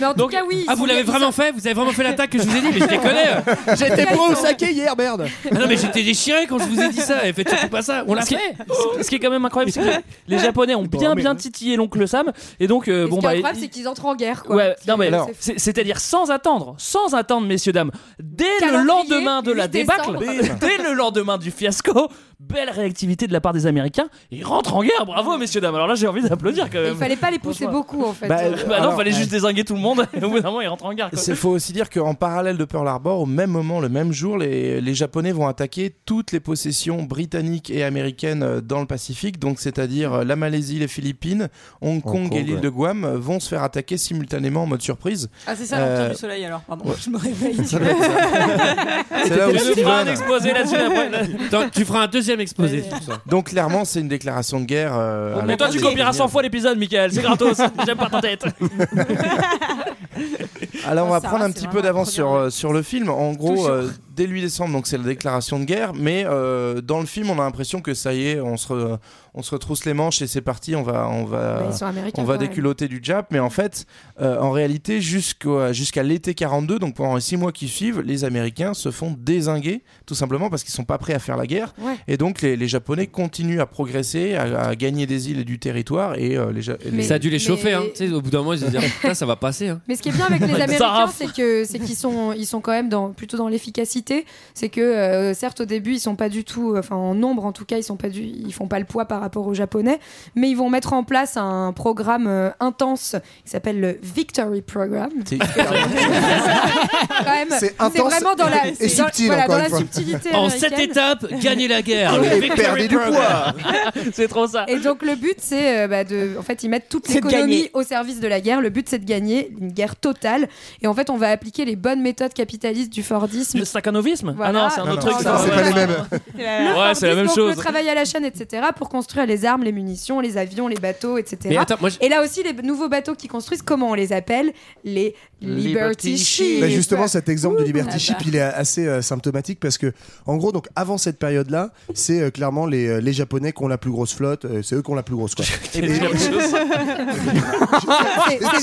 Speaker 6: Mais en tout cas, oui.
Speaker 1: Ah, vous l'avez vraiment fait Vous avez vraiment fait l'attaque que je vous ai dit Mais je déconne
Speaker 11: J'étais pour au saké hier, merde
Speaker 1: Ah non mais j'étais déchiré quand je vous ai dit ça et faites surtout pas ça on l'a
Speaker 7: Ce qui-
Speaker 1: fait
Speaker 7: ce qui est quand même incroyable c'est que les japonais ont bien
Speaker 9: hein.
Speaker 7: bien titillé l'oncle Sam et donc euh,
Speaker 6: Et
Speaker 7: bon
Speaker 6: ce qui est
Speaker 7: bah
Speaker 6: incroyable,
Speaker 7: il-
Speaker 6: c'est qu'ils entrent en guerre. Quoi.
Speaker 7: Ouais, non mais
Speaker 6: Alors-
Speaker 7: c'est- c'est-à-dire sans attendre, sans attendre, messieurs dames, dès le
Speaker 6: Calendrier,
Speaker 7: lendemain de la
Speaker 6: 8 décembre.
Speaker 7: débâcle, dès le lendemain du fiasco, belle réactivité de la part des Américains, ils rentrent en guerre, bravo messieurs dames. Alors là, j'ai envie d'applaudir quand
Speaker 6: Et
Speaker 7: même.
Speaker 6: Il fallait pas les pousser beaucoup en fait.
Speaker 7: euh, Bah,
Speaker 6: Euh,
Speaker 7: bah non,
Speaker 9: alors,
Speaker 7: fallait
Speaker 9: ouais.
Speaker 7: juste désinguer tout le monde. Et au bout d'un moment, ils rentrent en guerre. quoi.
Speaker 9: Il faut aussi dire qu'en parallèle de Pearl Harbor, au même moment, le même jour, les, les Japonais vont attaquer toutes les possessions britanniques et américaines euh, dans le Pacifique, donc c'est-à-dire euh, la Malaisie, les Philippines, Hong Kong,
Speaker 5: Kong,
Speaker 9: et l'île
Speaker 5: ouais.
Speaker 9: de Guam euh, vont se faire attaquer simultanément en mode surprise.
Speaker 12: Ah, c'est ça l'Empire
Speaker 9: Euh,
Speaker 12: du Soleil alors, pardon,
Speaker 9: ouais.
Speaker 12: je me réveille.
Speaker 9: C'est là où
Speaker 1: Tu
Speaker 9: je suis
Speaker 1: feras
Speaker 9: bonne.
Speaker 1: un exposé là-dessus après. Attends, tu feras un deuxième exposé sur ça.
Speaker 9: Donc clairement, c'est une déclaration de guerre. euh, à
Speaker 7: Mais toi, tu
Speaker 9: laquelle-
Speaker 7: copieras 100 fois l'épisode, Michael. C'est gratos. J'aime pas ta tête.
Speaker 6: Ah,
Speaker 9: Alors on va
Speaker 7: Sarah,
Speaker 9: prendre un
Speaker 7: c'est
Speaker 9: petit peu
Speaker 7: vraiment
Speaker 9: d'avance sur, euh, sur le film. En gros, euh, dès le 8 décembre, donc c'est la déclaration de guerre, mais euh, dans le film, on a l'impression que ça y est, on se, re- on se retrousse les manches et c'est parti, on va, on va,
Speaker 6: Bah, ils sont américains,
Speaker 9: on va
Speaker 6: quand même.
Speaker 9: déculotter du Jap. Mais en fait, euh, en réalité, jusqu'au- jusqu'à l'été 42, donc pendant les 6 mois qui suivent, les Américains se font désinguer, tout simplement parce qu'ils sont pas prêts à faire la guerre.
Speaker 6: Ouais.
Speaker 9: Et donc les, les Japonais continuent à progresser, à, à gagner des îles et du territoire. Et, euh, les, Ja- et les-
Speaker 1: ça a dû les chauffer hein. Tu sais, au bout d'un moment ils se disent ça ça va passer hein.
Speaker 6: Mais ce qui est bien avec les Américains,
Speaker 1: Sarah.
Speaker 6: c'est que c'est qu'ils sont ils sont quand même dans plutôt dans l'efficacité. C'est que euh, certes au début ils sont pas du tout, enfin en nombre en tout cas ils sont pas du, ils font pas le poids par rapport aux Japonais, mais ils vont mettre en place un programme euh, intense qui s'appelle le Victory Program.
Speaker 9: C'est-
Speaker 6: Quand même,
Speaker 5: C'est
Speaker 6: c'est
Speaker 5: intense
Speaker 6: vraiment dans la
Speaker 5: et
Speaker 6: c'est dans-
Speaker 5: subtil,
Speaker 6: voilà,
Speaker 5: encore
Speaker 6: dans
Speaker 5: une
Speaker 6: la
Speaker 5: fois.
Speaker 6: subtilité
Speaker 1: En
Speaker 6: américaine.
Speaker 1: cette étape, gagner la guerre.
Speaker 6: Et
Speaker 1: Le victory
Speaker 6: perdez du
Speaker 9: Ah,
Speaker 1: program.
Speaker 7: C'est trop ça.
Speaker 6: Et donc le but c'est euh, bah, de, en fait ils mettent toute
Speaker 10: C'est de
Speaker 6: l'économie
Speaker 10: gagner.
Speaker 6: au service de la guerre. Le but c'est de gagner une guerre totale. Et en fait on va appliquer les bonnes méthodes capitalistes du Fordisme.
Speaker 7: Le sakanovisme
Speaker 6: Voilà.
Speaker 7: Ah non, c'est un autre truc.
Speaker 6: Non, non,
Speaker 7: Ouais.
Speaker 6: Le
Speaker 7: Ouais, c'est la
Speaker 6: Fordisme,
Speaker 7: même
Speaker 6: donc,
Speaker 7: chose.
Speaker 6: Le travail à la chaîne, etc. pour construire les armes, les munitions, les avions, les bateaux, etc.
Speaker 1: Mais attends, moi, je-
Speaker 6: Et là aussi les nouveaux bateaux qu'ils construisent, comment on les appelle Les Liberty Ships.
Speaker 5: Bah, justement, cet exemple de
Speaker 6: Ah bah.
Speaker 5: Liberty Ship, il est assez euh, symptomatique parce que, en gros, donc avant cette période-là, c'est euh, clairement les, euh, les Japonais qui ont la plus grosse flotte, euh, c'est eux qui ont la plus grosse. Quoi.
Speaker 6: C'est- c'est- c'est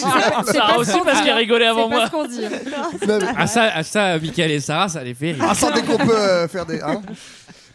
Speaker 6: pas- c'est
Speaker 7: Sarah
Speaker 6: pas ce
Speaker 7: aussi,
Speaker 6: qu'on
Speaker 7: parce
Speaker 6: dit,
Speaker 7: qu'elle
Speaker 6: hein.
Speaker 7: rigolait avant
Speaker 6: C'est pas
Speaker 7: moi.
Speaker 6: ce qu'on dit.
Speaker 1: Ah ça, ah, ça, Michael et Sarah, ça les fait rire.
Speaker 5: Ah, sans dès qu'on peut euh, faire des. hein.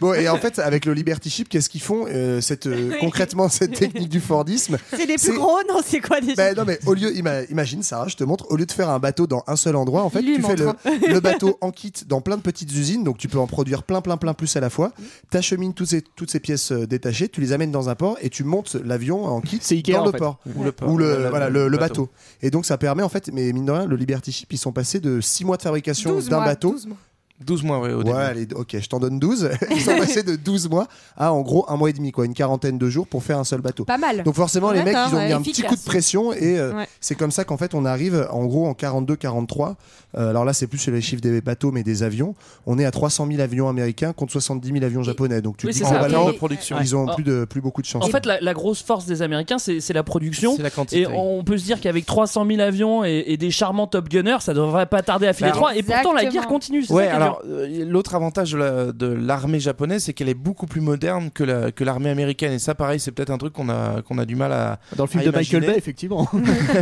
Speaker 5: bon, et en fait, avec le Liberty Ship, qu'est-ce qu'ils font euh, cette, euh, concrètement cette technique du Fordisme
Speaker 10: C'est les plus gros, non C'est quoi déjà
Speaker 5: Ben non mais au lieu ima- imagine Sarah, je te montre au lieu de faire un bateau dans un seul endroit en fait
Speaker 10: Il lui
Speaker 5: tu fais le,
Speaker 10: montre, hein.
Speaker 5: le bateau en kit dans plein de petites usines donc tu peux en produire plein plein plein plus à la fois t'achemines toutes ces toutes ces pièces euh, détachées tu les amènes dans un port et tu montes l'avion en kit
Speaker 11: Ikea,
Speaker 5: dans
Speaker 11: en
Speaker 5: le
Speaker 11: fait.
Speaker 5: port
Speaker 9: Ou le port.
Speaker 5: ou
Speaker 9: Le-
Speaker 5: le
Speaker 9: le-
Speaker 5: voilà
Speaker 9: le
Speaker 5: le, le
Speaker 9: bateau.
Speaker 5: bateau et donc ça permet en fait mais mine de rien le Liberty Ship ils sont passés de 6 mois de fabrication
Speaker 6: 12
Speaker 5: d'un
Speaker 6: mois,
Speaker 5: bateau
Speaker 6: 12 mois.
Speaker 9: 12 mois, ouais, au
Speaker 5: Ouais,
Speaker 9: début.
Speaker 5: allez, ok, je t'en donne 12. Ils sont passés de 12 mois à en gros un mois et demi, quoi, une quarantaine de jours pour faire un seul bateau.
Speaker 6: Pas mal. Ah,
Speaker 5: Donc forcément, les mecs,
Speaker 6: D'accord,
Speaker 5: ils ont mis
Speaker 6: ouais,
Speaker 5: un petit
Speaker 6: efficace.
Speaker 5: coup de pression et euh,
Speaker 6: Ouais.
Speaker 5: c'est comme ça qu'en fait, on arrive en gros en 42-43. Euh, alors là, c'est plus les chiffres des bateaux, mais des avions. On est à 300 000 avions américains contre 70 000 avions japonais. Donc tu
Speaker 7: Oui,
Speaker 5: dis
Speaker 7: c'est
Speaker 5: qu'en
Speaker 7: ça.
Speaker 5: valeur,
Speaker 7: Et- de production.
Speaker 5: ils ont
Speaker 7: Ouais.
Speaker 5: plus, de, plus beaucoup de chance.
Speaker 7: En fait, la, la grosse force des Américains, c'est c'est la production.
Speaker 9: C'est la quantité.
Speaker 7: Et on peut se dire qu'avec 300 000 avions et, et des charmants Top Gunners, ça devrait pas tarder à filer
Speaker 9: Bah,
Speaker 7: 3. Et pourtant, la
Speaker 6: exactement.
Speaker 7: guerre continue. c'est
Speaker 9: Ouais,
Speaker 7: ça qui est
Speaker 9: alors euh, l'autre avantage de la- de l'armée japonaise, c'est qu'elle est beaucoup plus moderne que la- que l'armée américaine. Et ça, pareil, c'est peut-être un truc qu'on a, qu'on a du mal à.
Speaker 11: Dans le film
Speaker 9: à
Speaker 11: de Michael
Speaker 9: imaginer.
Speaker 11: Bay, effectivement.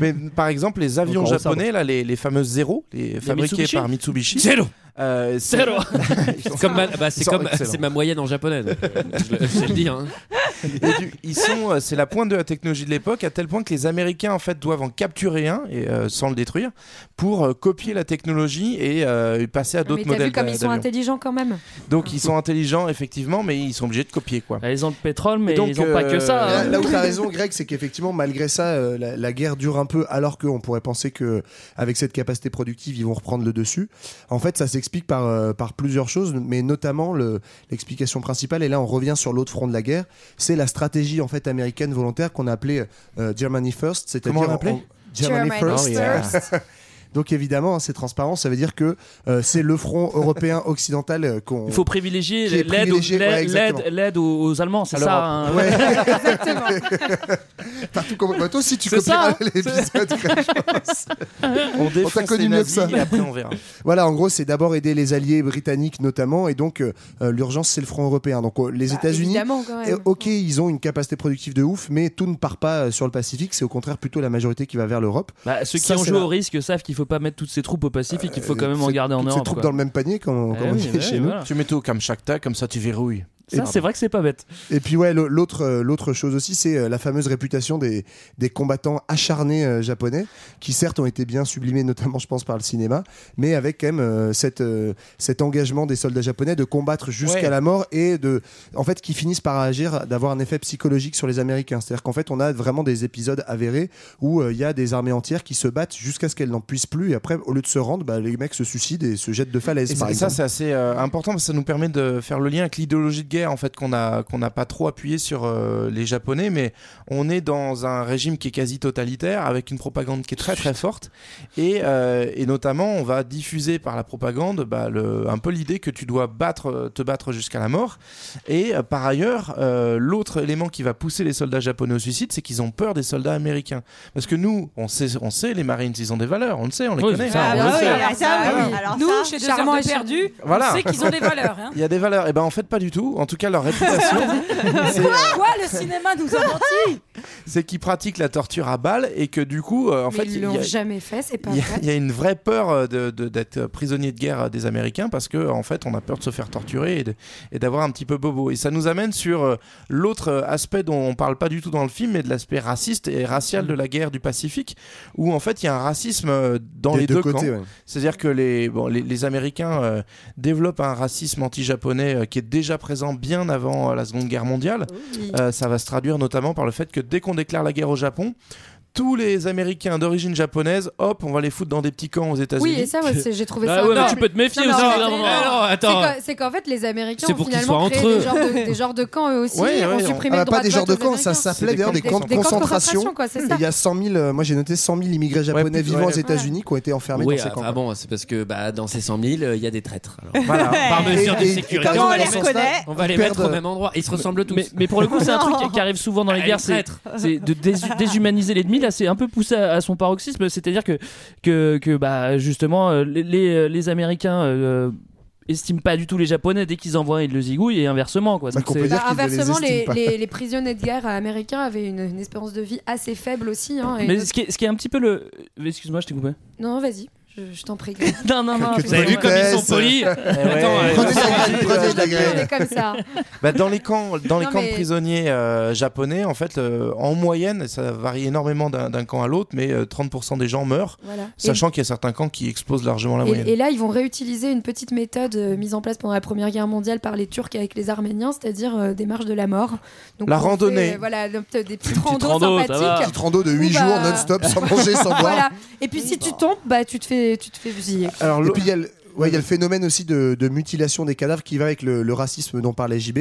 Speaker 9: Mais par exemple, les avions
Speaker 11: Encore au
Speaker 9: japonais, là, les, les fameuses Zéro, les, fabriqués
Speaker 7: Mitsubishi
Speaker 9: par Mitsubishi.
Speaker 1: Zéro.
Speaker 9: euh, c'est-
Speaker 7: Zéro.
Speaker 9: Ils sont-
Speaker 1: Comme ma- bah, c'est
Speaker 9: Ils sont
Speaker 1: comme
Speaker 9: excellents.
Speaker 1: c'est ma moyenne en japonais. donc, euh, je, le- je le dis. hein.
Speaker 9: Et du- ils sont, euh, c'est la pointe de la technologie de l'époque, à tel point que les Américains en fait doivent en capturer un et euh, sans le détruire pour euh, copier la technologie et euh, passer à
Speaker 6: Ah, Mais
Speaker 9: d'autres
Speaker 6: t'as vu
Speaker 9: modèles.
Speaker 6: comme
Speaker 9: d'a-
Speaker 6: ils sont
Speaker 9: d'avions.
Speaker 6: intelligents quand même.
Speaker 9: Donc ils sont intelligents effectivement, mais ils sont obligés de copier quoi.
Speaker 7: dur. Bah, Ils ont le pétrole, mais
Speaker 9: Et donc,
Speaker 7: ils ont pas
Speaker 9: euh,
Speaker 7: que ça.
Speaker 5: Là,
Speaker 7: hein.
Speaker 5: là où tu as raison, Greg, c'est qu'effectivement, malgré ça, euh, la, la guerre dure un peu, alors qu'on pourrait penser que avec cette capacité productive, ils vont reprendre le dessus. En fait, ça s'explique par, euh, par plusieurs choses, mais notamment le- l'explication principale, et là on revient sur l'autre front de la guerre, c'est la stratégie en fait américaine volontaire qu'on a appelée euh, Germany First, c'est-à-dire
Speaker 9: Comment on l'appelait
Speaker 5: en- Germany,
Speaker 9: Germany
Speaker 5: First.
Speaker 9: First.
Speaker 5: Donc évidemment, hein, c'est transparent, ça veut dire que euh, c'est le front européen occidental euh, qu'on
Speaker 7: Il faut privilégier
Speaker 5: qui est
Speaker 7: l'aide aux-
Speaker 5: privilégié, ouais,
Speaker 7: l'aide
Speaker 5: exactement.
Speaker 7: l'aide- l'aide aux, aux Allemands, c'est
Speaker 5: Alors,
Speaker 7: ça hein
Speaker 5: ouais. T'as tout compris. Bah, toi aussi, tu
Speaker 7: C'est ça,
Speaker 5: copieras
Speaker 7: hein.
Speaker 5: l'épisode.
Speaker 9: On
Speaker 5: t'a
Speaker 9: défonce
Speaker 5: connu
Speaker 9: les
Speaker 5: mieux que
Speaker 9: nazis
Speaker 5: ça.
Speaker 9: et après on verra.
Speaker 5: Voilà, en gros, c'est d'abord aider les alliés britanniques notamment, et donc euh, euh, l'urgence, c'est le front européen. Donc euh, les États-Unis,
Speaker 6: Bah, évidemment, quand même.
Speaker 5: euh, ok, ils ont une capacité productive de ouf, mais tout ne part pas euh, sur le Pacifique. C'est au contraire plutôt la majorité qui va vers l'Europe.
Speaker 7: Bah, ceux qui
Speaker 5: Ça,
Speaker 7: ont
Speaker 5: c'est
Speaker 7: joué
Speaker 5: la-
Speaker 7: au risque savent qu'il faut pas mettre toutes ces troupes au Pacifique, il faut quand même en
Speaker 5: C'est-
Speaker 7: garder en
Speaker 5: toutes ces
Speaker 7: Europe.
Speaker 5: troupes
Speaker 7: quoi.
Speaker 5: dans le même panier, comme, on-
Speaker 7: Eh
Speaker 5: comme on
Speaker 7: oui,
Speaker 5: dit
Speaker 7: bah
Speaker 5: chez
Speaker 7: oui,
Speaker 5: nous.
Speaker 7: voilà.
Speaker 9: Tu mets tout au Kamchatka, comme ça tu verrouilles.
Speaker 5: Ça, c'est
Speaker 7: vrai que c'est pas bête.
Speaker 5: Et puis ouais, le- l'autre euh, l'autre chose aussi, c'est euh, la fameuse réputation des, des combattants acharnés euh, japonais, qui certes ont été bien sublimés, notamment je pense par le cinéma, mais avec quand même euh, cette, euh, cet engagement des soldats japonais de combattre jusqu'à
Speaker 9: Ouais.
Speaker 5: la mort et de, en fait, qui finissent par agir, d'avoir un effet psychologique sur les Américains. C'est-à-dire qu'en fait, on a vraiment des épisodes avérés où euh, il y a des armées entières qui se battent jusqu'à ce qu'elles n'en puissent plus, et après, au lieu de se rendre, bah, les mecs se suicident et se jettent de falaise.
Speaker 9: Et
Speaker 5: par
Speaker 9: ça, ça,
Speaker 5: exemple.
Speaker 9: c'est assez euh, important parce que ça nous permet de faire le lien avec l'idéologie de guerre en fait qu'on a qu'on n'a pas trop appuyé sur euh, les japonais mais on est dans un régime qui est quasi totalitaire avec une propagande qui est très très forte et, euh, et notamment on va diffuser par la propagande bah, le- un peu l'idée que tu dois battre euh, te battre jusqu'à la mort et euh, par ailleurs euh, l'autre élément qui va pousser les soldats japonais au suicide c'est qu'ils ont peur des soldats américains parce que nous on sait on sait les marines ils ont des valeurs on le sait on les
Speaker 7: Oui,
Speaker 9: connaît
Speaker 7: ça, Ah, on le bah sait. oui, alors
Speaker 12: ça, oui.
Speaker 9: Voilà.
Speaker 12: Alors Nous, ça, chez Deux
Speaker 10: charmant
Speaker 12: heures de
Speaker 10: et charmant.
Speaker 12: perdu,
Speaker 9: Voilà.
Speaker 12: on sait qu'ils ont des valeurs. hein.
Speaker 9: Il y a des valeurs. Et ben en fait pas du tout. En tout cas leur réputation, c'est- euh,
Speaker 12: Quoi Le cinéma nous a menti
Speaker 9: c'est qu'ils pratiquent la torture à balles et que du coup euh, en
Speaker 6: Mais
Speaker 9: fait
Speaker 6: ils
Speaker 9: il y a-
Speaker 6: l'ont jamais fait, c'est pas
Speaker 9: il y, a,
Speaker 6: vrai.
Speaker 9: il y a une vraie peur euh, de- de- d'être prisonnier de guerre euh, des Américains parce que en fait on a peur de se faire torturer et de- et d'avoir un petit peu bobo. Et ça nous amène sur euh, l'autre euh, aspect dont on parle pas du tout dans le film, mais de l'aspect raciste et racial de la guerre du Pacifique, où en fait il y a un racisme euh, dans
Speaker 5: Des
Speaker 9: les
Speaker 5: deux
Speaker 9: deux,
Speaker 5: côtés,
Speaker 9: camps.
Speaker 5: ouais.
Speaker 9: C'est-à-dire que les, bon, les, les Américains euh, développent un racisme anti-japonais euh, qui est déjà présent bien avant euh, la Seconde Guerre mondiale. Euh, ça va se traduire notamment par le fait que dès qu'on déclare la guerre au Japon, tous les Américains d'origine japonaise, hop, on va les foutre dans des petits camps aux États-Unis.
Speaker 6: Oui, et ça, moi, c'est- j'ai trouvé ça.
Speaker 7: mais
Speaker 6: Non,
Speaker 7: tu peux te méfier
Speaker 6: non,
Speaker 7: aussi,
Speaker 6: mais
Speaker 7: au bout d'un
Speaker 6: c'est-
Speaker 7: moment. Alors,
Speaker 6: Oh. C'est
Speaker 7: attends.
Speaker 6: qu'en- C'est qu'en fait, les Américains
Speaker 7: C'est
Speaker 6: ont
Speaker 7: pour qu'ils
Speaker 6: finalement
Speaker 7: soient
Speaker 6: créé
Speaker 7: entre eux.
Speaker 6: des genres, de, des genres de camps eux euh, aussi.
Speaker 5: Ouais,
Speaker 6: ont
Speaker 5: ouais, Ah bah,
Speaker 6: supprimé le droit
Speaker 5: pas des genres
Speaker 6: vote
Speaker 5: de
Speaker 6: aux
Speaker 5: camps, ça
Speaker 6: Américains.
Speaker 5: s'appelait d'ailleurs des camps de concentration.
Speaker 6: quoi, c'est
Speaker 5: Et
Speaker 6: ça.
Speaker 5: Il y a 100 000, euh, moi j'ai noté 100 000 immigrés japonais
Speaker 1: plus-
Speaker 5: vivant
Speaker 1: ouais.
Speaker 5: aux États-Unis qui ont été enfermés
Speaker 1: Oui,
Speaker 5: dans ces
Speaker 1: ah,
Speaker 5: camps.
Speaker 1: ah bon, c'est parce que bah, dans ces 100 000, euh, il y a des traîtres. alors.
Speaker 5: Voilà.
Speaker 1: Par
Speaker 5: Et-
Speaker 1: mesure de
Speaker 5: et- et
Speaker 1: sécurité,
Speaker 5: par
Speaker 1: on
Speaker 5: exemple, dans
Speaker 1: va les
Speaker 5: ce
Speaker 1: mettre-
Speaker 5: sens-là,
Speaker 1: on va les
Speaker 5: ils
Speaker 1: mettre au
Speaker 5: perdent-
Speaker 1: même endroit. Ils se ressemblent tous. Ah,
Speaker 7: Mais, mais pour le coup, c'est un truc qui arrive souvent dans les
Speaker 1: Elle
Speaker 7: guerres,
Speaker 1: est
Speaker 7: c'est
Speaker 1: traître.
Speaker 7: c'est de désu- déshumaniser l'ennemi. Là, c'est un peu poussé à, à son paroxysme, c'est-à-dire que, que, que bah, justement, euh, les, les, les Américains euh, estiment pas du tout les Japonais dès qu'ils envoient, ils le zigouillent, et inversement. Quoi. Donc,
Speaker 5: qu'on peut
Speaker 7: c'est-
Speaker 6: Bah, inversement, les, les- les prisonniers de guerre américains avaient une, une espérance de vie assez faible aussi. hein, et
Speaker 7: Mais
Speaker 6: une-
Speaker 7: ce qui, est, ce qui est un petit peu le. Excuse-moi, je t'ai coupé.
Speaker 6: Non, vas-y, je, je t'en prie.
Speaker 7: Non, non, non.
Speaker 5: Vous avez vu comme ils sont polis
Speaker 9: Attends, euh,
Speaker 5: Prenez la- prenez la
Speaker 6: On
Speaker 5: graine.
Speaker 6: est comme ça.
Speaker 9: Bah, dans les camps, dans les
Speaker 6: Non,
Speaker 9: camps
Speaker 6: mais-
Speaker 9: de prisonniers euh, japonais, en fait, euh, en moyenne, ça varie énormément d'un d'un camp à l'autre, mais euh, 30% des gens meurent,
Speaker 6: Voilà.
Speaker 9: sachant qu'il y a certains camps qui explosent largement la
Speaker 6: Et-
Speaker 9: moyenne.
Speaker 6: Et, là, ils vont réutiliser une petite méthode euh, mise en place pendant la Première Guerre mondiale par les Turcs avec les Arméniens, c'est-à-dire euh, des marches de la mort.
Speaker 9: La
Speaker 6: on fait,
Speaker 9: randonnée.
Speaker 6: euh, voilà, des petites, des petites randos
Speaker 7: rando, ça va.
Speaker 6: sympathiques.
Speaker 5: Petite rando de 8
Speaker 6: Ou bah-
Speaker 5: jours non-stop, sans manger, sans boire.
Speaker 6: Voilà. Et puis si tu tombes, bah tu te fais, tu te fais fusiller.
Speaker 5: Alors, et puis il y, a le- ouais, il y a le phénomène aussi de, de mutilation des cadavres qui va avec le, le racisme dont parlait JB,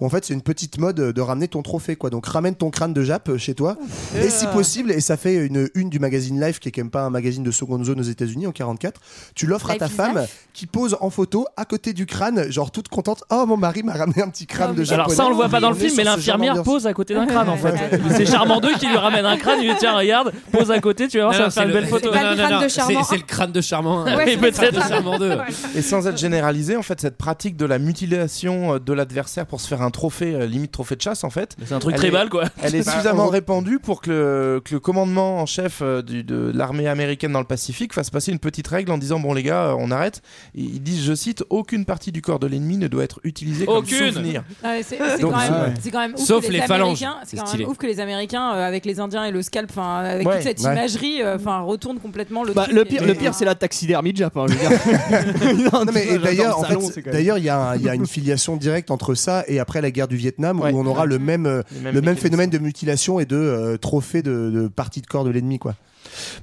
Speaker 5: où en fait c'est une petite mode de ramener ton trophée. quoi. Donc ramène ton crâne de Jap euh, chez toi, et
Speaker 7: Ah.
Speaker 5: si possible, et ça fait une une du magazine Life, qui est quand même pas un magazine de seconde zone aux États-Unis en 44, tu l'offres à
Speaker 6: Life
Speaker 5: ta
Speaker 6: is
Speaker 5: femme
Speaker 6: life.
Speaker 5: qui pose en photo à côté du crâne, genre toute contente. Oh mon mari m'a ramené un petit crâne de Jap.
Speaker 7: Oh, Alors ça on le voit pas dans le
Speaker 5: On est
Speaker 7: film
Speaker 5: sur
Speaker 7: mais
Speaker 5: ce genre
Speaker 7: l'infirmière
Speaker 5: d'ambiance.
Speaker 7: pose à côté d'un crâne en fait.
Speaker 5: Ouais.
Speaker 7: C'est Charmant 2 qui lui ramène un crâne, il lui dit tiens regarde, pose à côté, tu vas voir
Speaker 1: Non,
Speaker 7: ça
Speaker 1: non,
Speaker 7: va faire
Speaker 1: c'est
Speaker 7: une
Speaker 1: le-
Speaker 7: belle photo.
Speaker 1: c'est-
Speaker 6: Pas le
Speaker 1: non, non,
Speaker 6: crâne
Speaker 1: non,
Speaker 6: de
Speaker 1: c'est-
Speaker 6: Charmant.
Speaker 1: C'est le crâne de Charmant. hein.
Speaker 7: Mais
Speaker 6: Ouais, c'est le crâne
Speaker 7: peut-être.
Speaker 6: de
Speaker 1: Charmant 2.
Speaker 9: Et sans être généralisé, en fait, cette pratique de la mutilation euh, de l'adversaire pour se faire un trophée, euh, limite trophée de chasse, en fait,
Speaker 7: C'est un truc
Speaker 9: Elle
Speaker 7: très
Speaker 9: est-
Speaker 7: bal quoi.
Speaker 9: elle est
Speaker 5: Bah,
Speaker 9: suffisamment
Speaker 5: on-
Speaker 9: répandue pour que le, que le commandement en chef euh, du- de l'armée américaine dans le Pacifique fasse passer une petite règle en disant bon les gars, euh, on arrête. Ils disent, je cite, aucune partie du corps de l'ennemi ne doit être utilisée comme
Speaker 7: Aucune.
Speaker 9: souvenir.
Speaker 12: Ah ouais, c'est c'est
Speaker 9: Donc,
Speaker 12: quand, même-
Speaker 9: ouais.
Speaker 12: c'est quand même ouf
Speaker 1: Sauf
Speaker 12: que
Speaker 1: les phalanges,
Speaker 12: Américains-
Speaker 1: c'est
Speaker 12: C'est quand
Speaker 1: stylé.
Speaker 12: même ouf que les Américains, euh, avec les Indiens et le scalp, enfin, avec
Speaker 9: Ouais,
Speaker 12: toute cette
Speaker 5: ouais.
Speaker 12: imagerie, euh, enfin, retournent complètement le.
Speaker 11: Bah,
Speaker 12: truc
Speaker 11: le
Speaker 12: et-
Speaker 11: pire, le pire, c'est la taxidermie de Japon. je veux dire.
Speaker 5: Non, mais et
Speaker 11: J'adore
Speaker 5: d'ailleurs,
Speaker 11: le
Speaker 5: en
Speaker 11: salon,
Speaker 5: fait,
Speaker 11: c'est quand même-
Speaker 5: d'ailleurs, il y, a un- il y a une filiation directe entre ça et après la guerre du Vietnam
Speaker 9: Ouais.
Speaker 5: où on aura le même, euh,
Speaker 9: Les
Speaker 5: le
Speaker 9: mêmes
Speaker 5: même
Speaker 9: mécanismes.
Speaker 5: phénomène de mutilation et de euh, trophée de, de partie de corps de l'ennemi, quoi.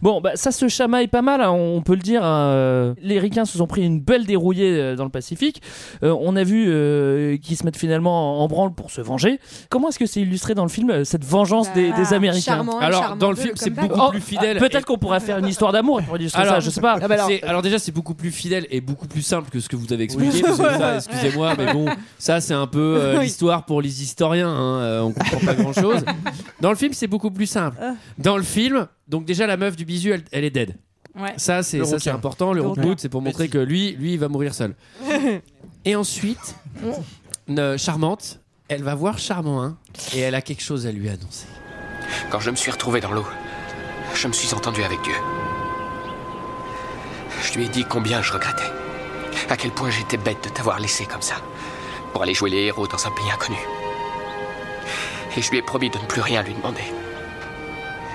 Speaker 7: Bon, bah, ça se chamaille pas mal, hein, on peut le dire. hein. Les Ricains se sont pris une belle dérouillée euh, dans le Pacifique. Euh, on a vu euh, qu'ils se mettent finalement en branle pour se venger. Comment est-ce que c'est illustré dans le film, euh, cette vengeance des, des
Speaker 1: Ah,
Speaker 7: Américains
Speaker 1: charmant un, Alors, charmant dans le deux, film, comme c'est ça. beaucoup
Speaker 7: Oh,
Speaker 1: plus fidèle
Speaker 7: ah, Peut-être
Speaker 1: et-
Speaker 7: qu'on pourra faire une histoire d'amour pour illustrer ça, je sais pas.
Speaker 1: c'est- Ah, bah, alors, déjà, c'est beaucoup plus fidèle et beaucoup plus simple que ce que vous avez expliqué.
Speaker 7: Oui.
Speaker 1: parce que ça, excusez-moi, mais bon, ça, c'est un peu euh,
Speaker 7: Oui.
Speaker 1: l'histoire pour les historiens. hein, euh, on comprend pas grand-chose. Dans le film, c'est beaucoup plus simple. Dans le film, donc déjà, la meuf du bisu, elle, elle est dead.
Speaker 12: Ouais.
Speaker 1: Ça, c'est
Speaker 12: Le
Speaker 1: ça, c'est
Speaker 12: requin.
Speaker 1: important. Le
Speaker 12: Le
Speaker 1: root
Speaker 12: requin.
Speaker 1: c'est pour montrer que lui, lui, il va mourir seul. Et ensuite, ne- charmante, elle va voir charmant hein, et elle a quelque chose à lui annoncer.
Speaker 3: Quand je me suis retrouvé dans l'eau, je me suis entendu avec Dieu. Je lui ai dit combien je regrettais. À quel point j'étais bête de t'avoir laissé comme ça. Pour aller jouer les héros dans un pays inconnu. Et je lui ai promis de ne plus rien lui demander.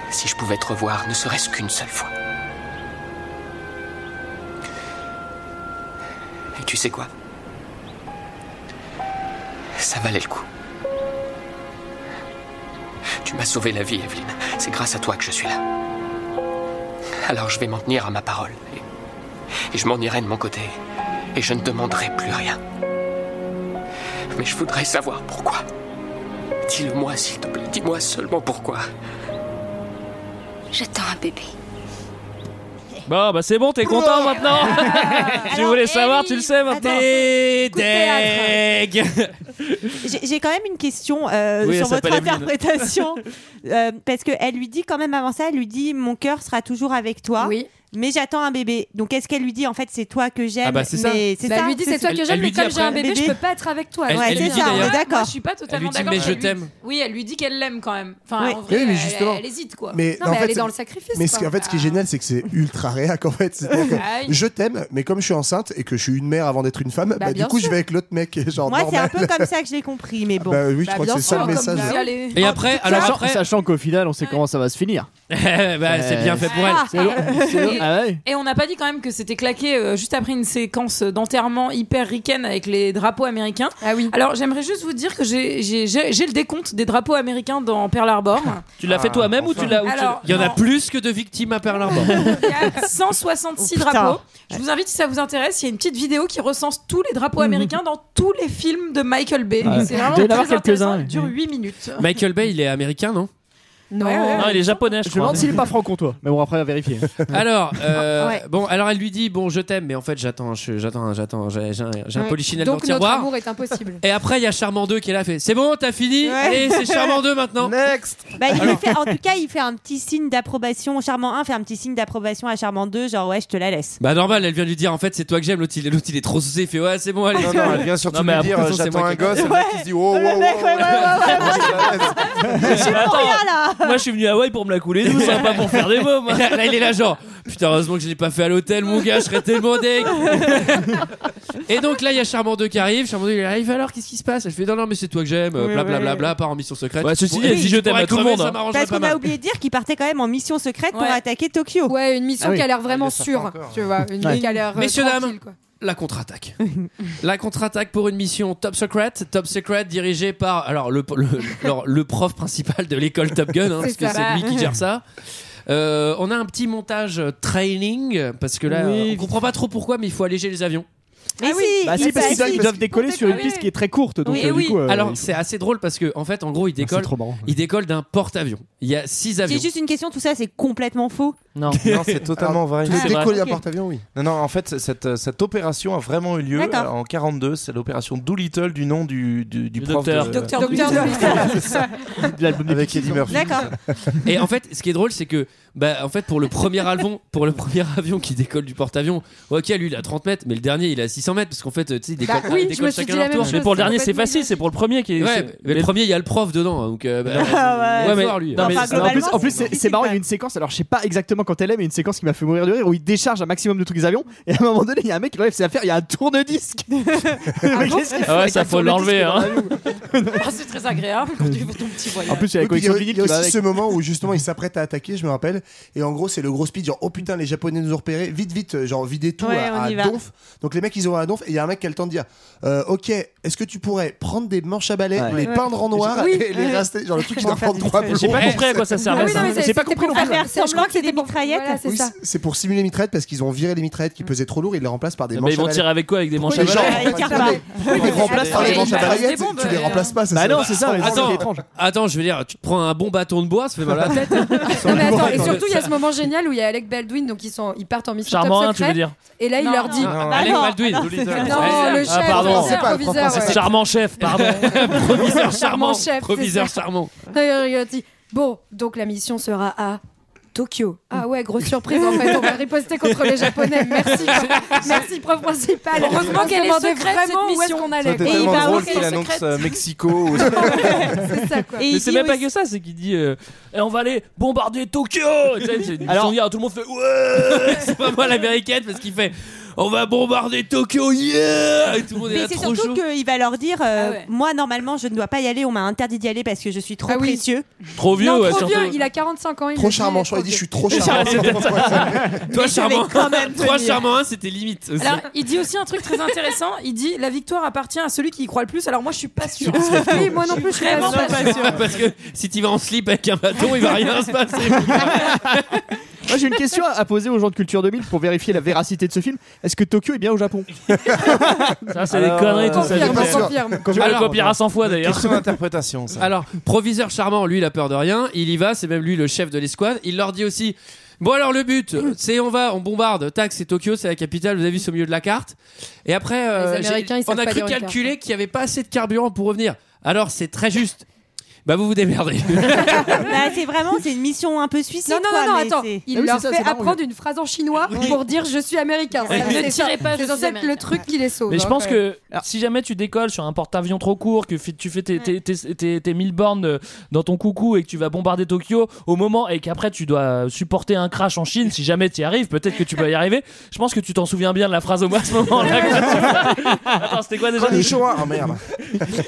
Speaker 3: Si je pouvais te revoir, ne serait-ce qu'une seule fois. Et tu sais quoi Ça valait le coup. Tu m'as sauvé la vie, Evelyne. C'est grâce à toi que je suis là. Alors je vais m'en tenir à ma parole. Et- Et je m'en irai de mon côté. Et je ne demanderai plus rien. Mais je voudrais savoir pourquoi. Dis-le-moi, s'il te plaît. Dis-moi seulement pourquoi.
Speaker 13: J'attends un bébé.
Speaker 7: Bon, bah c'est bon, t'es content maintenant Tu voulais savoir, tu le sais maintenant
Speaker 1: Des
Speaker 10: J'ai j'ai quand même une question euh,
Speaker 7: Oui, elle
Speaker 10: sur votre
Speaker 7: s'appelle Evelyne.
Speaker 10: interprétation. Euh, parce qu'elle lui dit quand même avant ça, elle lui dit Mon cœur sera toujours avec toi. Mais j'attends un bébé. Donc est-ce qu'elle lui dit en fait c'est toi que j'aime
Speaker 1: Ah bah, c'est ça.
Speaker 10: mais
Speaker 6: Bah, elle lui dit, c'est toi que Elle- j'aime, elle mais lui dit comme j'ai un après- bébé, je peux pas être avec toi.
Speaker 1: Elle-
Speaker 10: Ouais,
Speaker 1: elle lui
Speaker 10: c'est
Speaker 1: dit
Speaker 10: ça, on est
Speaker 1: d'ailleurs-
Speaker 10: d'accord.
Speaker 12: Je suis pas
Speaker 1: Elle
Speaker 12: totalement
Speaker 1: lui dit,
Speaker 12: d'accord.
Speaker 1: mais
Speaker 12: parce
Speaker 1: je
Speaker 12: qu'elle lui-
Speaker 1: t'aime.
Speaker 12: Oui, elle lui dit qu'elle l'aime quand même. Enfin,
Speaker 10: Oui.
Speaker 12: en vrai,
Speaker 5: Oui, mais
Speaker 12: elle-
Speaker 5: justement.
Speaker 12: Elle, hésite quoi.
Speaker 5: Mais, en fait,
Speaker 12: elle est dans le
Speaker 5: c'est-
Speaker 12: sacrifice.
Speaker 5: Mais ce qui- en fait, ce qui est génial, c'est que c'est ultra réac. En fait, C'est-à-dire que
Speaker 12: Aïe.
Speaker 5: je t'aime, mais comme je suis enceinte et que je suis une mère avant d'être une femme, bah, du
Speaker 10: bien
Speaker 5: coup, je
Speaker 10: sûr.
Speaker 5: vais avec l'autre mec. Genre
Speaker 10: Moi c'est un
Speaker 5: normal.
Speaker 10: peu comme ça que je l'ai compris, mais bon.
Speaker 5: Bah oui, je Bah, crois que bien c'est ça, sûr, le comme message. si elle est- Et
Speaker 1: après,
Speaker 11: alors
Speaker 1: alors
Speaker 11: sachant,
Speaker 1: après-
Speaker 11: sachant qu'au final, on sait comment ça va se finir. Euh,
Speaker 1: bah, c'est bien fait pour elle.
Speaker 11: C'est long, c'est long.
Speaker 12: Ah. Et-
Speaker 11: Ah ouais.
Speaker 12: Et on n'a pas dit quand même que c'était claqué euh, juste après une séquence d'enterrement hyper ricaine avec les drapeaux américains.
Speaker 6: Ah oui.
Speaker 12: Alors j'aimerais juste vous dire que j'ai- j'ai j'ai- j'ai le décompte des drapeaux américains dans Pearl Harbor.
Speaker 7: Tu l'as fait toi-même ou tu l'as ou tu-
Speaker 12: Alors,
Speaker 1: Il y en a plus que de victimes à Pearl Harbor.
Speaker 12: Il y a 166
Speaker 1: Oh, putain.
Speaker 12: drapeaux. Je vous invite si ça vous intéresse, il y a une petite vidéo qui recense tous les drapeaux américains dans tous les films de Michael Bay.
Speaker 1: Mhm. Ouais.
Speaker 12: C'est
Speaker 1: Il
Speaker 12: vraiment
Speaker 1: doit y en
Speaker 12: très
Speaker 1: avoir quelques-uns,
Speaker 12: intéressant.
Speaker 1: oui.
Speaker 12: Il dure 8 minutes.
Speaker 1: Michael Bay, il est américain, non
Speaker 12: Non.
Speaker 7: Non, il est japonais, je
Speaker 11: Je me
Speaker 7: crois.
Speaker 11: demande s'il est pas franc-comtois. Mais bon, après, à vérifier.
Speaker 1: Alors, euh,
Speaker 11: Ouais.
Speaker 1: bon, alors elle lui dit bon, je t'aime, mais en fait, j'attends, je- j'attends, j'attends, j'ai j'ai un, Euh, j'ai un
Speaker 6: Ouais.
Speaker 1: polichinelle dans
Speaker 6: Donc
Speaker 1: le tiroir.
Speaker 6: notre amour est impossible.
Speaker 1: Et après, il y a Charmant 2 qui est là, fait c'est bon, t'as fini,
Speaker 10: Ouais.
Speaker 1: allez, c'est Charmant 2 maintenant.
Speaker 9: Next.
Speaker 10: Bah, il lui fait- en tout cas, il fait un petit signe d'approbation. Charmant 1 fait un petit signe d'approbation à Charmant 2, genre ouais, je te la laisse.
Speaker 1: Bah normal, elle vient lui dire en fait c'est toi que j'aime, l'autre il, est- l'autre, il est trop saucé, il fait ouais c'est bon allez.
Speaker 9: Non, non, elle vient surtout lui dire, euh, j'attends un gosse, et le mec, il se dit, oh, oh, oh,
Speaker 10: Je suis pour
Speaker 7: Attends,
Speaker 10: rien, là.
Speaker 7: Moi je suis venu à Hawaï pour me la couler douce, hein, pas pour faire des mômes.
Speaker 1: Là, là, il est là genre putain heureusement que je l'ai pas fait à l'hôtel mon gars, je serais tellement deg. Et donc là il y a Charmant 2 qui arrive, Charmant 2 il arrive alors qu'est-ce qui se passe Elle fait non non mais c'est toi que j'aime,
Speaker 10: Oui,
Speaker 1: blablabla,
Speaker 10: oui.
Speaker 1: part en mission secrète.
Speaker 7: Ouais, ceci dit, si je t'aime
Speaker 1: pourrais
Speaker 7: à tout le
Speaker 1: crever,
Speaker 7: monde,
Speaker 1: ça
Speaker 7: hein.
Speaker 1: m'arrangerait
Speaker 10: Parce
Speaker 1: pas
Speaker 10: qu'on a
Speaker 1: mal.
Speaker 10: oublié de dire qu'il partait quand même en mission secrète pour attaquer Tokyo.
Speaker 6: Ouais, une mission
Speaker 1: Ah oui.
Speaker 6: qui a l'air vraiment
Speaker 1: Ah, il le
Speaker 6: sûre.
Speaker 1: sort encore.
Speaker 6: Tu vois, une
Speaker 1: Ouais.
Speaker 6: qui a l'air. euh,
Speaker 1: Messieurs, dames.
Speaker 6: tranquille, quoi.
Speaker 1: La contre-attaque. La contre-attaque pour une mission Top Secret. Top Secret dirigée par alors le, le- alors, le prof principal de l'école Top Gun, hein, parce
Speaker 6: C'est
Speaker 1: que
Speaker 6: ça.
Speaker 1: c'est lui qui gère ça. Euh, on a un petit montage euh, training, parce que là,
Speaker 11: Oui,
Speaker 1: on comprend pas trop pourquoi, mais il faut alléger les avions.
Speaker 10: Mais si,
Speaker 11: Bah,
Speaker 10: Ah il
Speaker 11: si, parce
Speaker 10: fait-
Speaker 11: qu'ils doivent- ils doivent décoller sur une
Speaker 10: oui,
Speaker 11: piste
Speaker 10: oui.
Speaker 11: qui est très courte. Donc,
Speaker 10: Oui,
Speaker 11: euh,
Speaker 10: et
Speaker 11: du
Speaker 10: oui.
Speaker 11: coup, euh,
Speaker 1: eh
Speaker 11: Ah,
Speaker 1: Alors, c'est assez drôle parce que, en fait, en gros, il décolle,
Speaker 11: trop marrant.
Speaker 1: il décolle d'un porte-avions. Il y a six avions.
Speaker 10: J'ai juste une question, tout ça c'est complètement faux.
Speaker 7: Non,
Speaker 9: non c'est totalement
Speaker 1: Alors,
Speaker 9: vrai.
Speaker 1: tout est
Speaker 9: décoller
Speaker 1: vrai.
Speaker 9: à
Speaker 1: Ok.
Speaker 9: porte-avions, oui. Non, non, en fait, c- cette, euh, cette opération a vraiment eu lieu
Speaker 10: D'accord.
Speaker 9: euh, en 42. C'est l'opération Doolittle du nom du, du, du prof
Speaker 7: docteur.
Speaker 9: de-
Speaker 10: Docteur
Speaker 6: Docteur
Speaker 10: Doolittle.
Speaker 9: C'est ça. Avec Eddie Murphy.
Speaker 10: D'accord.
Speaker 1: Et en fait, ce qui est drôle, c'est que, bah, en fait, pour le premier avion, pour le premier avion qui décolle du porte-avions, ok, lui, il a 30 mètres, mais le dernier, il a 600 mètres, parce qu'en fait, tu sais, il décolle,
Speaker 6: Bah
Speaker 1: ils
Speaker 6: oui, je
Speaker 1: décollent
Speaker 6: me suis
Speaker 1: chacun leur
Speaker 6: dit la même
Speaker 1: tour.
Speaker 6: chose, Mais pour le c'est dernier,
Speaker 7: c'est facile, c'est pour le premier qui est.
Speaker 1: Ouais,
Speaker 7: c'est-
Speaker 1: mais le premier, il y a le prof dedans, hein, donc. euh, bah,
Speaker 10: ouais.
Speaker 1: ouais, mais-
Speaker 11: Fort,
Speaker 1: lui.
Speaker 11: Non, mais-
Speaker 1: Enfin,
Speaker 11: non, en plus,
Speaker 1: globalement,
Speaker 11: en plus, c'est c'est marrant, il y a une séquence, alors je sais pas exactement quand elle est, mais une séquence qui m'a fait mourir de rire où il décharge un maximum de trucs des avions et à un moment donné, il y a un mec qui enlève ses affaires, il y a un tourne-disque. Mais qu'est-ce qu'il fait
Speaker 7: Ah ouais,
Speaker 11: avec
Speaker 7: ça
Speaker 11: un tourne-disque
Speaker 7: faut l'enlever.
Speaker 11: dans un
Speaker 7: Hein.
Speaker 11: avion
Speaker 12: Ah, c'est très agréable quand tu vas ton petit voyage.
Speaker 11: En plus, il y a la
Speaker 5: Oui, puis
Speaker 11: collection
Speaker 5: il y a-
Speaker 11: vinyle
Speaker 5: Il y a
Speaker 11: qui va
Speaker 5: aussi
Speaker 11: avec.
Speaker 5: ce moment où justement ils s'apprêtent à attaquer, je me rappelle. Et en gros, c'est le gros speed, genre oh putain, les Japonais nous ont repérés, vite, vite, euh, genre vider tout
Speaker 10: Ouais,
Speaker 5: à,
Speaker 10: on y
Speaker 5: à
Speaker 10: va.
Speaker 5: donf. Donc les mecs ils ils auront la donf. Et il y a un mec qui a le temps de dire euh, Ok, est-ce que tu pourrais prendre des manches à balai,
Speaker 11: Ouais.
Speaker 5: les
Speaker 11: Ouais.
Speaker 5: peindre en noir
Speaker 11: Oui.
Speaker 5: et les
Speaker 11: Ouais.
Speaker 5: raster Genre le truc qui
Speaker 11: Pour
Speaker 5: doit
Speaker 11: faire
Speaker 5: prendre trois
Speaker 11: des
Speaker 5: plombs.
Speaker 11: traits. J'ai pas compris à quoi ça
Speaker 10: Euh,
Speaker 11: servait, Ah oui, ça. non, mais J'ai c'est- pas c'était compris pour non plus.
Speaker 10: faire semblant que c'était des mitraillettes.
Speaker 5: Oui, c'est- c'est pour simuler les mitraillettes parce qu'ils ont viré les mitraillettes qui pesaient trop lourd, ils les remplacent par des
Speaker 7: Mais
Speaker 5: manches
Speaker 7: ils vont
Speaker 5: à balai.
Speaker 7: tirer avec quoi Avec des
Speaker 5: Pourquoi
Speaker 7: manches à
Speaker 5: les gens
Speaker 7: balai
Speaker 5: remplacent
Speaker 7: Avec un
Speaker 5: par-
Speaker 7: balai.
Speaker 5: Pourquoi ils remplacent
Speaker 1: Ah,
Speaker 5: par des manches à balai
Speaker 1: Des
Speaker 5: Tu les remplaces pas, ça Ah,
Speaker 11: Bah
Speaker 5: sert
Speaker 11: non,
Speaker 5: à
Speaker 11: c'est ça,
Speaker 5: rien.
Speaker 11: les gens
Speaker 1: Attends,
Speaker 11: qui les prennent.
Speaker 1: attends, je veux dire, tu te prends un bon bâton de bois, ça fait mal à la tête.
Speaker 6: Non, mais Bah, attends, et surtout, il y a ce moment génial où il y a Alec Baldwin, donc ils, sont, ils partent en mission
Speaker 1: Charmant,
Speaker 6: top
Speaker 1: hein, tu
Speaker 6: secret.
Speaker 1: veux dire
Speaker 6: Et là, il
Speaker 1: Non,
Speaker 6: leur dit.
Speaker 1: non, Ah, non, Alec non, Baldwin. non,
Speaker 6: Non, le chef,
Speaker 7: Ah, pardon.
Speaker 6: le proviseur. ouais.
Speaker 7: Charmant chef, pardon. proviseur charmant.
Speaker 6: Charmant chef,
Speaker 7: proviseur
Speaker 6: c'est ça.
Speaker 7: charmant.
Speaker 6: D'ailleurs, il a dit Bon, donc la mission sera à Tokyo. Ah ouais, grosse surprise en fait, on va riposter contre les Japonais. Merci, merci preuve principale.
Speaker 12: Heureusement qu'elle est
Speaker 6: On se demandait
Speaker 12: secrète, cette
Speaker 6: vraiment où est-ce
Speaker 12: mission.
Speaker 6: qu'on
Speaker 9: Ça aurait
Speaker 6: allait.
Speaker 9: été
Speaker 6: quoi.
Speaker 9: tellement
Speaker 6: va
Speaker 9: drôle
Speaker 6: où
Speaker 9: qu'il
Speaker 6: qu'elle est
Speaker 9: annonce
Speaker 6: secrète.
Speaker 9: euh, Mexico. ou-
Speaker 6: Et
Speaker 7: Mais
Speaker 6: il
Speaker 7: c'est
Speaker 6: dit
Speaker 7: même pas
Speaker 6: aussi-
Speaker 7: que ça, c'est qu'il dit euh, Eh, on va aller bombarder Tokyo. Tu sais, c'est-
Speaker 1: Alors-
Speaker 7: ils sont hier, tout le monde fait ouais.
Speaker 1: C'est pas moi l'américaine parce qu'il fait on va bombarder Tokyo, yeah Et tout le monde est
Speaker 10: Mais
Speaker 1: là
Speaker 10: c'est
Speaker 1: trop chaud.
Speaker 10: surtout qu'il va leur dire
Speaker 6: Ah
Speaker 10: euh, Moi, normalement, je ne dois pas y aller, on m'a interdit d'y aller parce que je suis trop précieux.
Speaker 7: Trop vieux,
Speaker 6: Ah non,
Speaker 7: ouais,
Speaker 6: trop
Speaker 7: surtout.
Speaker 6: vieux, il a 45 ans. Il
Speaker 5: Trop
Speaker 6: le dit,
Speaker 5: charmant, je crois, il dit Je suis trop charmant.
Speaker 7: C'est peut-être ça. Toi,
Speaker 1: Toi, charmant,
Speaker 7: vais quand même
Speaker 1: toi,
Speaker 7: tenir.
Speaker 1: charmant 1, c'était limite. aussi.
Speaker 12: Alors, il dit aussi un truc très intéressant. Il dit la victoire appartient à celui qui y croit le plus. Alors moi, je suis pas sûr.
Speaker 6: Oui, moi non plus, je suis
Speaker 12: vraiment
Speaker 6: pas
Speaker 12: pas
Speaker 6: sûre.
Speaker 12: sûre.
Speaker 1: Parce que si tu vas en slip avec un bâton, il va rien se passer.
Speaker 11: Moi j'ai une question à poser aux gens de Culture 2000 pour vérifier la véracité de ce film. Est-ce que Tokyo est bien au Japon
Speaker 7: Ça, c'est des conneries, tout ça. c'est
Speaker 6: Confirme,
Speaker 7: clair.
Speaker 6: confirme.
Speaker 7: Tu vas le copier à 100 fois d'ailleurs.
Speaker 9: Question d'interprétation, ça.
Speaker 1: Alors, proviseur charmant, lui, il a peur de rien. Il y va, c'est même lui le chef de l'escouade. Il leur dit aussi Bon, alors le but, c'est on va, on bombarde. Tac, c'est Tokyo, c'est la capitale, vous avez vu, c'est au milieu de la carte. Et après, euh,
Speaker 6: Les
Speaker 1: j'ai-
Speaker 6: Américains, ils savent
Speaker 1: on a
Speaker 6: pas
Speaker 1: cru
Speaker 6: lire une carte.
Speaker 1: calculer qu'il n'y avait pas assez de carburant pour revenir. Alors, c'est très juste. Bah, vous vous démerdez.
Speaker 10: Bah, c'est vraiment, c'est une mission un peu suicide.
Speaker 6: Non, non,
Speaker 10: quoi,
Speaker 6: non, non,
Speaker 10: mais
Speaker 6: attends.
Speaker 10: c'est-
Speaker 6: Il
Speaker 11: Ah oui,
Speaker 6: leur
Speaker 11: c'est ça,
Speaker 6: fait
Speaker 11: c'est marrant,
Speaker 6: apprendre une phrase en chinois pour dire je suis américain. Ça,
Speaker 12: Ne
Speaker 6: c'est ça.
Speaker 12: tirez pas, je
Speaker 6: C'est
Speaker 12: suis
Speaker 6: censé être
Speaker 12: américain.
Speaker 6: le truc qui les sauve.
Speaker 7: Mais je
Speaker 6: hein,
Speaker 7: pense
Speaker 6: quand même.
Speaker 7: que si jamais tu décolles sur un porte-avions trop court, que fi- tu fais tes, tes, tes, tes- tes 1000 bornes euh, dans ton coucou et que tu vas bombarder Tokyo au moment et qu'après tu dois supporter un crash en Chine, si jamais tu y arrives, peut-être que tu peux y arriver. Je pense que tu t'en souviens bien de la phrase au moins à ce moment-là. quand tu vas- Attends, c'était quoi déjà
Speaker 9: Ah, les Shoah,
Speaker 11: oh,
Speaker 9: ah, merde.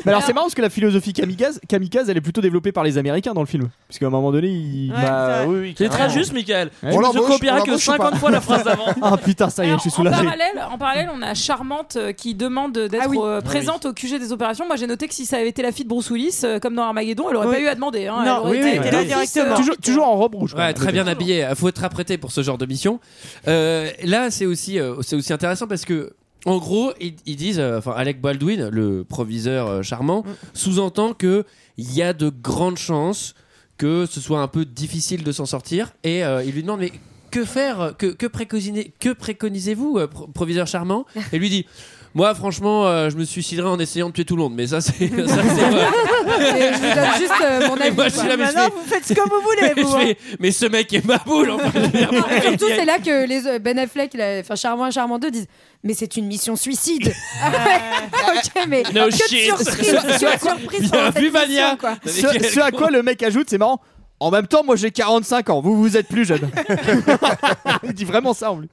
Speaker 11: Mais alors c'est marrant parce que la philosophie kamikaze, kamikaze, elle est plutôt développée par les Américains dans le film, parce qu'à un moment donné, bah, ils...
Speaker 10: Ouais, c'est vrai.
Speaker 9: oui, oui,
Speaker 7: C'est très
Speaker 9: carrément.
Speaker 7: juste, Michael.
Speaker 11: Ouais.
Speaker 7: Tu
Speaker 11: On
Speaker 7: ne
Speaker 11: l'embauche,
Speaker 7: copieras
Speaker 11: on
Speaker 7: que
Speaker 11: l'embauche ou pas
Speaker 7: 50 fois la phrase d'avant.
Speaker 11: Ah putain, ça y est, je suis
Speaker 12: en
Speaker 11: soulagé.
Speaker 12: parallèle, en parallèle, on a Charmante euh, qui demande d'être
Speaker 6: Ah oui.
Speaker 12: euh, présente au QG des opérations. Moi, j'ai noté que si ça avait été la fille de Bruce Willis, euh, comme dans Armageddon, elle aurait
Speaker 10: Oui.
Speaker 12: pas eu à demander. hein. Elle
Speaker 10: Non,
Speaker 12: aurait
Speaker 10: oui,
Speaker 12: été
Speaker 10: oui,
Speaker 12: avec
Speaker 10: oui.
Speaker 12: la fille, euh,
Speaker 11: Toujours, toujours en robe rouge. quand
Speaker 1: Ouais,
Speaker 11: même.
Speaker 1: très bien habillé. Il faut être apprêté pour ce genre de mission. Euh, là, c'est aussi, euh, c'est aussi intéressant parce que. En gros, ils, ils disent, euh, enfin, Alec Baldwin, le proviseur euh,
Speaker 12: Mm.
Speaker 1: charmant, sous-entend que il y a de grandes chances que ce soit un peu difficile de s'en sortir, et euh, il lui demande mais que faire, que, que préconisez, que préconisez-vous, euh, pro- proviseur charmant Et lui dit, moi, franchement, euh, je me suiciderai en essayant de tuer tout le monde, mais ça, c'est, ça, c'est vrai.
Speaker 6: Et je vous donne juste euh, mon
Speaker 1: Et
Speaker 6: avis.
Speaker 1: moi, je suis
Speaker 6: quoi.
Speaker 1: là, mais je
Speaker 10: Maintenant,
Speaker 1: fais-
Speaker 10: vous faites ce que vous voulez, vous.
Speaker 1: je
Speaker 10: hein.
Speaker 1: fais, mais ce mec est ma boule. Enfin, je veux dire,
Speaker 6: Surtout, c'est là que les euh, Ben Affleck, la- enfin Charmant et Charmant 2 disent Mais c'est une mission suicide. Ah ouais, ok, mais
Speaker 7: No
Speaker 6: que de
Speaker 7: shit.
Speaker 6: surprise, que de surprise
Speaker 1: Bien
Speaker 6: pendant cette
Speaker 1: vu, Vania.
Speaker 6: mission, quoi.
Speaker 11: Ce, ce à quoi le mec ajoute, c'est marrant. En même temps, moi j'ai 45 ans, vous vous êtes plus jeune. Il dit vraiment ça en plus.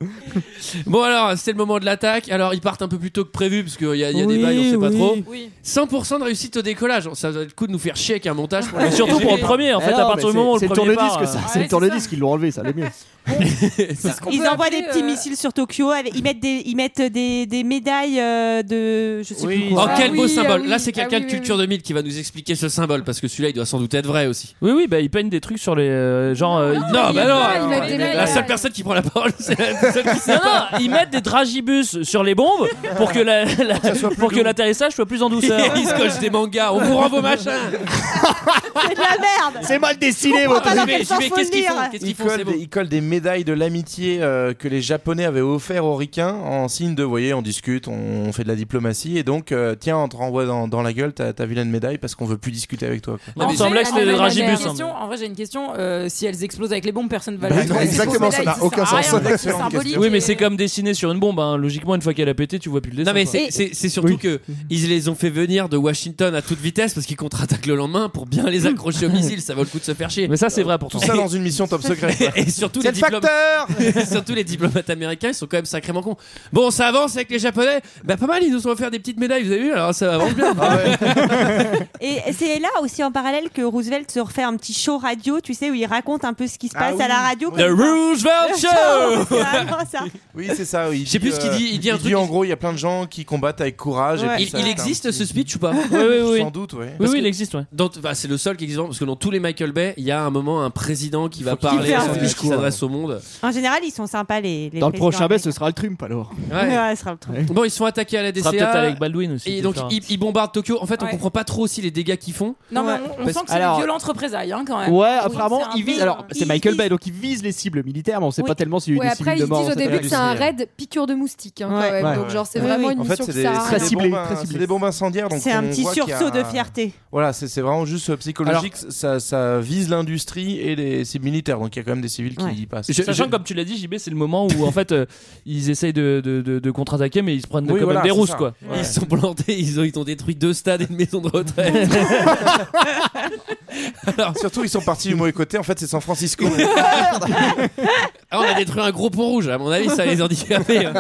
Speaker 1: Bon alors, c'est le moment de l'attaque. Alors ils partent un peu plus tôt que prévu parce qu'il y a, il y a des
Speaker 7: Oui,
Speaker 1: bails, on sait pas
Speaker 7: oui.
Speaker 1: trop.
Speaker 12: Oui.
Speaker 1: 100% de réussite au décollage. Ça doit être le coup de nous faire chier avec un montage. Pour
Speaker 7: Mais surtout pour le premier, en
Speaker 11: Mais
Speaker 7: fait,
Speaker 11: non,
Speaker 7: à partir
Speaker 11: mais
Speaker 7: du moment où
Speaker 11: c'est
Speaker 7: le
Speaker 11: le tourne
Speaker 7: premier part,
Speaker 11: disque,
Speaker 7: euh,
Speaker 11: ça.
Speaker 12: Ah
Speaker 11: c'est
Speaker 12: ouais,
Speaker 11: le tourne
Speaker 12: c'est ça.
Speaker 11: disque, ils l'ont enlevé, ça allait mieux.
Speaker 10: Ils envoient des
Speaker 12: appeler,
Speaker 10: petits
Speaker 12: euh,
Speaker 10: missiles sur Tokyo. avec- Ils mettent des, ils mettent des, des médailles euh, de. Je sais
Speaker 9: Oui,
Speaker 10: plus
Speaker 9: ils
Speaker 1: Oh
Speaker 10: quoi.
Speaker 6: Ah
Speaker 1: quel
Speaker 6: oui,
Speaker 1: beau
Speaker 6: ah
Speaker 1: symbole.
Speaker 6: oui,
Speaker 1: Là c'est
Speaker 6: ah
Speaker 1: quelqu'un
Speaker 6: oui,
Speaker 1: de
Speaker 6: oui,
Speaker 1: Culture 2000 qui va nous expliquer ce symbole parce que celui-là il doit sans doute être vrai aussi.
Speaker 7: Oui, oui, bah, ils peignent des trucs sur les. euh, genre. euh, ils-
Speaker 1: Non,
Speaker 12: il
Speaker 1: bah
Speaker 12: est
Speaker 1: non.
Speaker 12: pas,
Speaker 6: Ah, il m'a
Speaker 1: euh,
Speaker 6: des
Speaker 1: La
Speaker 6: médailles.
Speaker 1: seule personne qui prend la parole, c'est la seule qui sait
Speaker 7: Non,
Speaker 1: pas.
Speaker 7: non, ils mettent des dragibus sur les bombes pour que la- la- pour que l'atterrissage soit plus en douceur.
Speaker 1: Ils se collent des mangas. On vous rend vos machins.
Speaker 10: C'est de la merde.
Speaker 11: C'est mal dessiné, votre.
Speaker 10: alors,
Speaker 1: Mais- mais
Speaker 10: quel sens faut
Speaker 1: qu'est-ce qu'ils
Speaker 10: le
Speaker 1: font
Speaker 10: dire
Speaker 1: Qu'est-ce qu'ils
Speaker 9: Il
Speaker 1: font
Speaker 9: colle,
Speaker 1: C'est bon.
Speaker 9: des, il colle des médailles de l'amitié euh, que les Japonais avaient offert aux Ricains en signe de, vous voyez, on discute, on, on fait de la diplomatie, et donc, euh, tiens, on te renvoie dans, dans la gueule ta, ta vilaine médaille parce qu'on veut plus discuter avec toi. quoi.
Speaker 7: Non,
Speaker 12: En
Speaker 7: mais il semblait
Speaker 12: vrai,
Speaker 7: que c'était des
Speaker 12: en vrai, j'ai une
Speaker 7: dragibus. hein.
Speaker 12: question- En vrai, j'ai une question. euh, si elles explosent avec les bombes, personne ne va
Speaker 5: Bah,
Speaker 12: les
Speaker 5: non, exactement, ça n'a aucun sens.
Speaker 12: C'est
Speaker 9: Excellente
Speaker 12: symbolique.
Speaker 7: Oui, mais c'est
Speaker 12: et-
Speaker 7: comme dessiner sur une bombe. hein. Logiquement, une fois qu'elle a pété, tu vois plus le dessin.
Speaker 1: Non mais
Speaker 7: quoi.
Speaker 1: c'est- c'est c'est surtout
Speaker 11: Oui.
Speaker 1: que ils les ont fait venir de Washington à toute vitesse parce qu'ils contre-attaquent le lendemain pour bien les accrocher au missile. Ça vaut le coup de se faire chier.
Speaker 7: Mais ça, c'est vrai pour
Speaker 9: Tout ça dans une mission top secret. quoi.
Speaker 1: Et surtout
Speaker 9: C'est
Speaker 1: les,
Speaker 9: le
Speaker 1: diplômes-
Speaker 9: facteur
Speaker 1: surtout les diplomates américains, ils sont quand même sacrément cons. Bon, ça avance avec les Japonais. Bah pas mal, ils nous ont offert des petites médailles, vous avez vu Alors ça avance bien.
Speaker 10: Et c'est là aussi en parallèle que Roosevelt se refait un petit show radio, tu sais, où il raconte un peu ce qui se
Speaker 1: Ah
Speaker 10: passe à la
Speaker 1: oui.
Speaker 10: radio.
Speaker 1: The Roosevelt Show
Speaker 10: C'est vraiment ça.
Speaker 9: Oui, c'est ça. oui, il
Speaker 1: Je sais plus ce qu'il
Speaker 9: euh,
Speaker 1: dit, il dit un truc-
Speaker 9: en gros, il y a plein de gens qui combattent avec courage. et
Speaker 1: Ouais.
Speaker 9: puis
Speaker 1: Il,
Speaker 9: ça-
Speaker 1: il existe ce speech ou pas
Speaker 7: oui, oui.
Speaker 9: Sans doute, ouais.
Speaker 1: Parce que
Speaker 7: existe, ouais.
Speaker 1: dans- bah, c'est le seul qui existe, parce que dans tous les Michael Bay, il y a un moment un président qui va
Speaker 11: qu'il
Speaker 1: parler,
Speaker 11: fasse un
Speaker 1: qui
Speaker 11: discours,
Speaker 1: s'adresse au monde.
Speaker 10: En général, ils sont sympas, les. les
Speaker 11: Dans le
Speaker 10: présidents
Speaker 11: prochain baisse, ce sera le Trump alors.
Speaker 1: Ouais.
Speaker 10: Ouais, ce sera le truc.
Speaker 1: Bon, ils se font attaquer à la
Speaker 7: Ce sera
Speaker 1: DCA.
Speaker 7: peut-être avec Baldwin aussi,
Speaker 1: Et
Speaker 7: c'est
Speaker 1: donc,
Speaker 7: différent.
Speaker 1: ils, ils bombardent Tokyo. En fait, on
Speaker 12: Ouais.
Speaker 1: comprend pas trop aussi les dégâts qu'ils font.
Speaker 12: Non, mais on, on
Speaker 1: Parce-
Speaker 12: sent que c'est
Speaker 11: alors-
Speaker 12: une violente représailles hein, quand même.
Speaker 11: Ouais,
Speaker 12: Oui,
Speaker 11: apparemment,
Speaker 12: c'est un
Speaker 11: ils visent.
Speaker 12: peu-
Speaker 11: Alors, c'est
Speaker 12: ils-
Speaker 11: Michael
Speaker 12: ils-
Speaker 11: Bay, donc ils visent les cibles militaires, mais on sait
Speaker 6: Oui.
Speaker 11: pas tellement s'il y a eu
Speaker 6: Ouais,
Speaker 11: des civils
Speaker 6: après, ils
Speaker 11: de
Speaker 6: disent
Speaker 11: mort.
Speaker 6: au
Speaker 11: dans cette
Speaker 6: début que c'est un
Speaker 11: industrie.
Speaker 6: raid piqûre de moustique hein, quand
Speaker 11: Ouais.
Speaker 6: même.
Speaker 11: Ouais.
Speaker 6: Donc, genre, c'est
Speaker 11: Ouais,
Speaker 6: vraiment
Speaker 11: oui.
Speaker 6: une
Speaker 11: En
Speaker 9: En fait,
Speaker 6: mission
Speaker 9: c'est
Speaker 6: qui
Speaker 9: des,
Speaker 6: sert à
Speaker 9: c'est
Speaker 6: rien.
Speaker 9: des bombes, in- c'est des bombes incendiaires. donc
Speaker 10: C'est un
Speaker 9: on
Speaker 10: petit
Speaker 9: voit qu'il y a
Speaker 10: sursaut de
Speaker 9: un-
Speaker 10: fierté.
Speaker 9: Voilà, c'est c'est vraiment juste euh, psychologique. ça, ça vise l'industrie et les cibles militaires. Donc il y a quand même des civils qui
Speaker 10: Ouais.
Speaker 9: y passent.
Speaker 7: Sachant que, comme tu l'as dit, JB, c'est le moment où en fait euh, ils essayent de, de- de- de contre-attaquer, mais ils se prennent
Speaker 9: Oui,
Speaker 7: comme
Speaker 9: voilà,
Speaker 7: des
Speaker 9: c'est
Speaker 7: rousses
Speaker 9: ça.
Speaker 7: quoi.
Speaker 9: Ouais.
Speaker 1: Ils se sont plantés, ils ont, ils ont détruit deux stades et une maison de retraite.
Speaker 9: Surtout, ils sont partis du mauvais côté. En fait, c'est San Francisco.
Speaker 1: Ah, on a détruit un gros pont rouge, à mon avis, ça les handicapés. hein.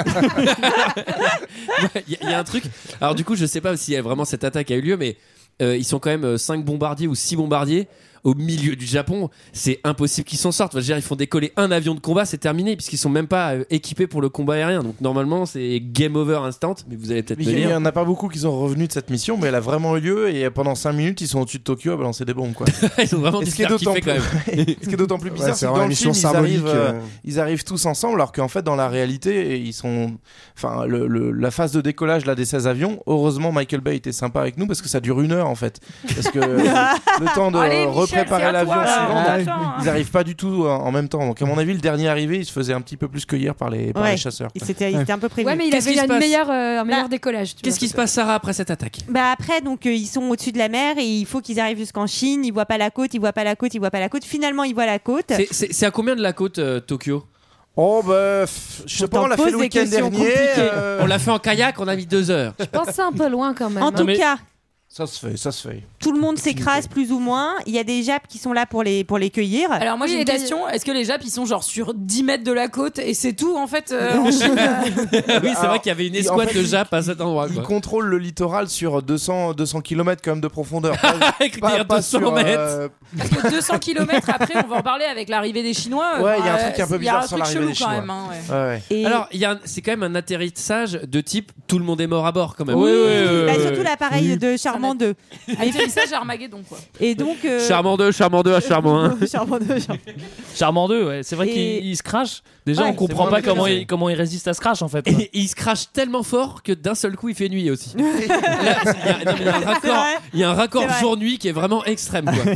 Speaker 1: Il y, a- il y a un truc. Alors, du coup, je sais pas si euh, vraiment cette attaque a eu lieu, mais euh, ils sont quand même 5 bombardiers ou 6 bombardiers au milieu du Japon. C'est impossible qu'ils s'en sortent. Enfin, je veux dire, ils font décoller un avion de combat, c'est terminé, puisqu'ils sont même pas euh, équipés pour le combat aérien. Donc, normalement, c'est game over instant, mais vous allez peut-être me
Speaker 9: Il y
Speaker 1: dire.
Speaker 9: en a pas beaucoup qui sont revenus de cette mission, mais elle a vraiment eu lieu. Et pendant 5 minutes, ils sont au-dessus de Tokyo à balancer des bombes. Quoi.
Speaker 1: ils ont vraiment
Speaker 9: Et
Speaker 1: dû
Speaker 9: ce
Speaker 1: se
Speaker 9: qui est
Speaker 1: faire
Speaker 9: d'autant
Speaker 1: kiffer quand même.
Speaker 9: plus- ce qui est d'autant plus bizarre,
Speaker 5: Ouais, c'est
Speaker 9: c'est que
Speaker 5: vraiment une
Speaker 9: dans le film, ils
Speaker 5: mission
Speaker 9: arrivent,
Speaker 5: symbolique,
Speaker 9: euh,
Speaker 5: euh.
Speaker 9: ils arrivent tous ensemble, alors qu'en fait, dans la réalité, ils sont. Enfin, le- le- la phase de décollage là, des 16 avions, heureusement, Michael Bay était sympa avec nous parce que ça dure une heure en fait. Parce que euh, le temps de
Speaker 12: Allez, Michel, c'est
Speaker 9: repréparer
Speaker 12: à
Speaker 9: l'avion
Speaker 12: toi,
Speaker 9: suivant,
Speaker 12: euh,
Speaker 9: donc,
Speaker 12: machin, hein.
Speaker 9: ils arrivent pas du tout euh, en même temps. Donc, à mon avis, le dernier arrivé, il se faisait un petit peu plus cueillir par les, par
Speaker 10: Ouais.
Speaker 9: les chasseurs.
Speaker 10: Ils s'étaient ils étaient un peu prévenus.
Speaker 6: Ouais, mais il
Speaker 1: Qu'est-ce qui
Speaker 6: avait
Speaker 1: se passe
Speaker 6: une meilleure, euh, un meilleur
Speaker 10: Bah,
Speaker 6: décollage. tu vois.
Speaker 1: Qu'est-ce qui se passe, Sarah, après cette attaque
Speaker 10: Bah après, donc euh, ils sont au-dessus de la mer et il faut qu'ils arrivent jusqu'en Chine. Ils voient pas la côte, ils voient pas la côte, ils voient pas la côte. Finalement, ils voient la côte.
Speaker 1: C'est- C'est c'est à combien de la côte, euh, Tokyo
Speaker 9: Oh, bah, pff, je sais
Speaker 10: On
Speaker 9: pas, on l'a
Speaker 10: t'en pose
Speaker 9: fait le
Speaker 10: des
Speaker 9: week-end
Speaker 10: questions
Speaker 9: dernier.
Speaker 10: compliquées.
Speaker 9: euh,
Speaker 1: On l'a fait en kayak, on a mis deux heures.
Speaker 6: Je pense que Oh, c'est un peu loin quand même.
Speaker 10: En
Speaker 6: hein.
Speaker 10: tout
Speaker 7: mais-
Speaker 10: cas,
Speaker 9: Ça se fait, ça se fait.
Speaker 10: tout le monde s'écrase plus ou moins. Il y a des Japs qui sont là pour les pour les cueillir.
Speaker 12: Alors moi
Speaker 6: Oui,
Speaker 12: j'ai
Speaker 6: et
Speaker 12: une
Speaker 6: d'ailleurs-
Speaker 12: question, est-ce que les Japs ils sont genre sur 10 mètres de la côte et c'est tout en fait euh, en Chine
Speaker 1: oui, c'est
Speaker 9: Alors,
Speaker 1: vrai qu'il y avait une
Speaker 9: il- en
Speaker 1: escouade
Speaker 9: fait,
Speaker 1: de
Speaker 9: il-
Speaker 1: Jap à cet endroit.
Speaker 9: Il
Speaker 1: Quoi.
Speaker 9: contrôle le littoral sur 200, 200 km quand même de profondeur. Pas-
Speaker 1: Avec
Speaker 9: pas-
Speaker 1: des
Speaker 9: pas
Speaker 1: 200
Speaker 9: sur, euh,
Speaker 1: mètres.
Speaker 12: Parce que 200 km après on va en parler avec l'arrivée des Chinois. euh,
Speaker 9: Ouais, il y a un
Speaker 12: euh,
Speaker 9: truc un peu
Speaker 12: il y a
Speaker 9: bizarre
Speaker 12: un
Speaker 9: sur
Speaker 12: truc chelou
Speaker 9: l'arrivée des
Speaker 12: quand
Speaker 9: Chinois.
Speaker 12: même. hein, ouais.
Speaker 9: Ouais, ouais.
Speaker 10: Et-
Speaker 1: Alors, il y a un- c'est quand même un atterrissage de type tout le monde est mort à bord quand même.
Speaker 7: Oui, oui,
Speaker 10: Bah,
Speaker 7: oui, oui.
Speaker 10: surtout l'appareil de Charmant 2.
Speaker 12: Ah, Atterrissage à Armageddon quoi.
Speaker 10: Et donc. euh,
Speaker 1: Charmant 2, Charmant 2 à Charmant 1.
Speaker 7: hein.
Speaker 10: Charmant 2, Charmant-
Speaker 7: Charmant 2, ouais. c'est vrai
Speaker 10: Et-
Speaker 7: qu'il il se crache. Déjà,
Speaker 10: Ouais,
Speaker 7: on comprend
Speaker 9: c'est
Speaker 7: pas
Speaker 9: moins
Speaker 7: comment
Speaker 9: maîtrisé.
Speaker 7: il, comment il résiste à ce crash en fait. quoi.
Speaker 1: Et il se crache tellement fort que d'un seul coup il fait nuit aussi. Là, Il y a- non, mais il y a un
Speaker 10: C'est
Speaker 1: raccord,
Speaker 10: vrai.
Speaker 1: il y a un raccord
Speaker 10: C'est vrai.
Speaker 1: jour-nuit qui est vraiment extrême. Quoi.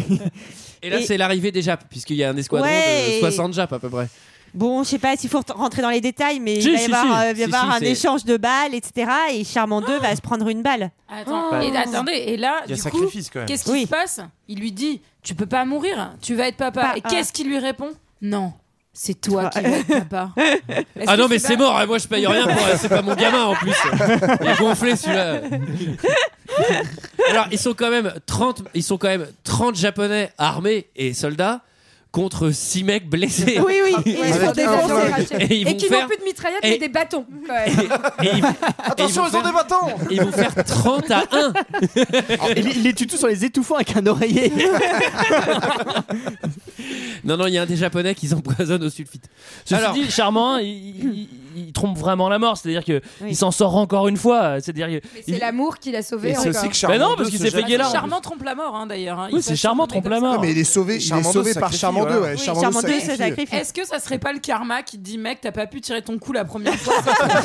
Speaker 1: Et là,
Speaker 10: Et-
Speaker 1: c'est l'arrivée des Japs, puisqu'il y a un escadron
Speaker 10: Ouais,
Speaker 1: de
Speaker 10: et-
Speaker 1: 60 Japs à peu près.
Speaker 10: Bon, je sais pas s'il faut rentrer dans les détails, mais
Speaker 7: Si,
Speaker 10: il va y
Speaker 7: si,
Speaker 10: avoir,
Speaker 7: si.
Speaker 10: euh, il va y
Speaker 1: Si,
Speaker 10: avoir
Speaker 1: si,
Speaker 10: un
Speaker 1: c'est-
Speaker 10: échange de balles, etc. Et Charmant 2 va se prendre une balle.
Speaker 12: Oh Attends,
Speaker 6: Oh.
Speaker 12: et attendez, et là
Speaker 9: Il y a
Speaker 12: du coup
Speaker 9: sacrifice quand même.
Speaker 12: qu'est-ce qui
Speaker 10: Oui.
Speaker 12: se passe Il lui dit tu peux pas mourir, tu vas être papa.
Speaker 10: Pas
Speaker 12: et
Speaker 10: un.
Speaker 12: qu'est-ce qu'il lui répond Non, c'est toi qui
Speaker 10: Toi.
Speaker 12: vas être papa. Est-ce
Speaker 1: Ah
Speaker 12: que
Speaker 1: non, mais
Speaker 12: pas-
Speaker 1: c'est mort, hein, moi je paye rien pour. euh, C'est pas mon gamin en plus. Il est gonflé celui-là. Alors, ils sont quand même 30, ils sont quand même 30 japonais armés et soldats contre 6 mecs blessés.
Speaker 10: Oui, oui.
Speaker 6: Et ils
Speaker 5: Avec
Speaker 6: vont
Speaker 5: un
Speaker 6: défoncer
Speaker 5: flingue.
Speaker 6: les rachets.
Speaker 1: Et ils
Speaker 6: Et
Speaker 1: vont
Speaker 6: qui
Speaker 1: faire-
Speaker 6: n'ont plus de mitraillettes
Speaker 1: et-
Speaker 6: mais des bâtons. quand même.
Speaker 1: Et ils,
Speaker 9: Attention,
Speaker 1: ils vont
Speaker 9: ils ont des bâtons
Speaker 1: et ils vont faire 30 à 1.
Speaker 11: Et les, les tutus sont les étouffants avec un oreiller.
Speaker 1: Non, non, il y a un des japonais qu'ils empoisonnent au sulfite.
Speaker 7: Ceci
Speaker 1: Alors-
Speaker 7: dit, Charmant, il, il- il- il trompe vraiment la mort. C'est-à-dire que
Speaker 10: Oui.
Speaker 7: il s'en sort encore une fois. C'est-à-dire, que-
Speaker 6: Mais
Speaker 7: il-
Speaker 6: C'est l'amour qui l'a sauvé.
Speaker 9: Et c'est aussi
Speaker 6: encore.
Speaker 9: que Charmant
Speaker 7: Bah non,
Speaker 9: 2
Speaker 7: parce qu'il
Speaker 9: se
Speaker 7: s'est
Speaker 9: jette-
Speaker 7: fait guélar.
Speaker 12: Charmant trompe la mort hein, d'ailleurs. hein. Il
Speaker 7: oui,
Speaker 12: faut
Speaker 7: c'est
Speaker 12: être
Speaker 7: Charmant
Speaker 12: surnommé
Speaker 7: trompe
Speaker 12: comme
Speaker 7: la
Speaker 12: ça.
Speaker 5: Ouais,
Speaker 7: mort.
Speaker 5: mais il est sauvé, il est
Speaker 9: Charmant
Speaker 5: sauvé
Speaker 9: deux
Speaker 5: par
Speaker 9: sacrifie,
Speaker 5: Charmant 2.
Speaker 9: voilà.
Speaker 5: Ouais,
Speaker 10: Oui,
Speaker 5: Charmant
Speaker 10: Charmant
Speaker 5: 2
Speaker 10: 2 se
Speaker 5: sacrifie.
Speaker 10: sacrifie.
Speaker 12: Est-ce que ça serait pas le karma qui te dit mec t'as pas pu tirer ton coup la première fois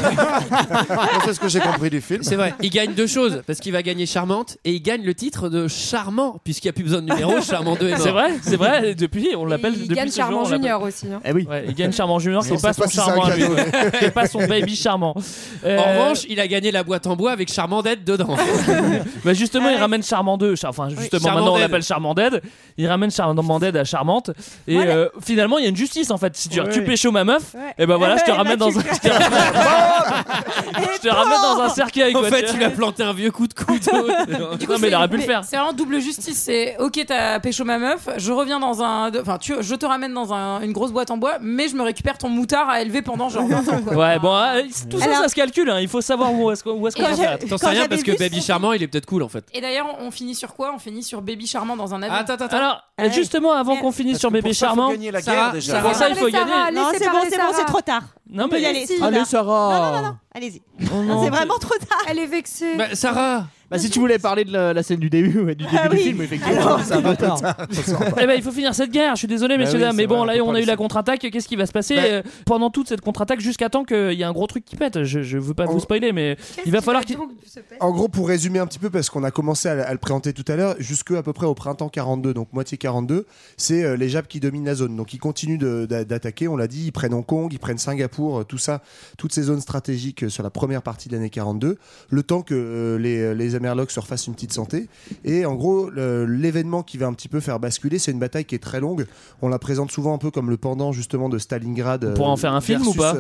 Speaker 9: Bon, C'est ce que j'ai compris du film.
Speaker 1: C'est vrai, il gagne deux choses parce qu'il va gagner Charmante et il gagne le titre de Charmant, puisqu'il n'y a plus besoin de numéro. Charmant 2 est mort.
Speaker 7: C'est vrai, c'est vrai. Depuis, on l'appelle.
Speaker 6: Il
Speaker 7: depuis
Speaker 6: gagne
Speaker 7: ce jour,
Speaker 6: Charmant
Speaker 7: on l'appelle-
Speaker 6: Junior aussi. hein.
Speaker 11: Eh oui.
Speaker 7: Ouais, il gagne Charmant Junior,
Speaker 5: on
Speaker 7: c'est
Speaker 5: sait
Speaker 7: pas son
Speaker 5: pas si c'est un
Speaker 7: Charmant, à lui,
Speaker 5: cadeau.
Speaker 7: ouais. c'est pas son baby Charmant. Euh,
Speaker 1: En revanche, il a gagné la boîte en bois avec Charmandette dedans.
Speaker 7: bah justement, il
Speaker 10: Ouais.
Speaker 7: ramène Charmant 2. Enfin, justement,
Speaker 1: Charmant
Speaker 7: maintenant on
Speaker 1: Dead.
Speaker 7: l'appelle Charmant Dead. Il ramène Charmant Dead à Charmante. Et
Speaker 10: Voilà.
Speaker 7: euh, finalement, il y a une justice en fait. Si tu,
Speaker 9: Ouais.
Speaker 7: tu pécho ma meuf,
Speaker 10: Ouais.
Speaker 7: et ben voilà,
Speaker 10: Eh
Speaker 7: je te
Speaker 10: ben,
Speaker 7: ramène
Speaker 10: bah,
Speaker 7: dans
Speaker 10: tu
Speaker 7: un.
Speaker 10: craches.
Speaker 7: Je te ramène- je te ramène dans un cercueil.
Speaker 1: en
Speaker 7: quoi,
Speaker 1: fait,
Speaker 7: tu
Speaker 1: il
Speaker 7: vois.
Speaker 1: a planté un vieux coup de couteau.
Speaker 12: Du
Speaker 7: Non,
Speaker 12: coup,
Speaker 7: mais il
Speaker 12: c'est-
Speaker 7: aurait pu le faire.
Speaker 12: C'est vraiment double justice. C'est ok, t'as pécho ma meuf, je reviens dans un. Enfin, tu, je te ramène dans un- une grosse boîte en bois, mais je me récupère ton moutard à élever pendant genre 20 ans.
Speaker 10: quoi.
Speaker 7: Ouais, bon, ah, tout ça,
Speaker 10: Alors-
Speaker 7: ça se calcule. hein. Il faut savoir où est-ce qu'on où est-ce qu'on
Speaker 12: Quand
Speaker 7: va
Speaker 12: j'ai-
Speaker 7: faire.
Speaker 12: T'en sais quand rien, j'avais parce que vu
Speaker 1: Baby Charmant, il est peut-être cool en fait.
Speaker 12: Et d'ailleurs, on finit sur quoi On finit sur Baby Charmant dans un avion.
Speaker 7: Attends, attends, attends. Alors, justement, avant qu'on finisse sur Bébé
Speaker 12: ça, faut
Speaker 7: Charmant,
Speaker 12: gagner la
Speaker 7: Sarah,
Speaker 12: guerre, déjà.
Speaker 7: Sarah, pour ça, il faut
Speaker 10: Parlez,
Speaker 7: gagner.
Speaker 10: Sarah,
Speaker 7: Non,
Speaker 10: non, c'est bon,
Speaker 6: parler,
Speaker 10: c'est bon, c'est
Speaker 6: Sarah.
Speaker 10: trop tard.
Speaker 7: Non,
Speaker 10: On peut
Speaker 7: mais-
Speaker 10: y aller.
Speaker 7: Allez,
Speaker 10: trop tard.
Speaker 11: Sarah.
Speaker 10: Non, non, non, non, allez-y.
Speaker 11: non.
Speaker 10: C'est vraiment trop tard.
Speaker 6: Elle est vexée.
Speaker 1: Bah, Sarah
Speaker 11: Bah, si tu voulais parler de la, la scène du début, ouais, du début
Speaker 7: Ah
Speaker 11: du
Speaker 7: oui.
Speaker 11: film, effectivement,
Speaker 7: Alors,
Speaker 11: c'est un peu tard.
Speaker 7: Eh ben, il faut finir cette guerre. Je suis désolé,
Speaker 11: Bah
Speaker 7: messieurs
Speaker 11: oui,
Speaker 7: dames,
Speaker 11: c'est
Speaker 7: mais bon,
Speaker 11: vrai, on
Speaker 7: là,
Speaker 11: peut
Speaker 7: on
Speaker 11: pas
Speaker 7: a eu
Speaker 11: le
Speaker 7: la
Speaker 11: faire.
Speaker 7: contre-attaque. Qu'est-ce qui va se passer
Speaker 11: Bah-
Speaker 7: euh, pendant toute cette contre-attaque jusqu'à temps qu'il y ait un gros truc qui pète Je, je veux pas vous spoiler, mais il va falloir qu'il.
Speaker 5: En gros, pour résumer un petit peu, parce qu'on a commencé à, le- à le présenter tout à l'heure, jusque à peu près au printemps 42, donc moitié 42, c'est euh, les Japs qui dominent la zone. Donc ils continuent de- d'a- d'attaquer, on l'a dit, ils prennent Hong Kong, ils prennent Singapour, euh, tout ça, toutes ces zones stratégiques euh, sur la première partie de l'année 42, le temps que euh, les, les Amerlocs se refassent une petite santé. Et en gros, le- l'événement qui va un petit peu faire basculer, c'est une bataille qui est très longue. On la présente souvent un peu comme le pendant justement de Stalingrad. euh,
Speaker 7: pourrait en faire un film ou pas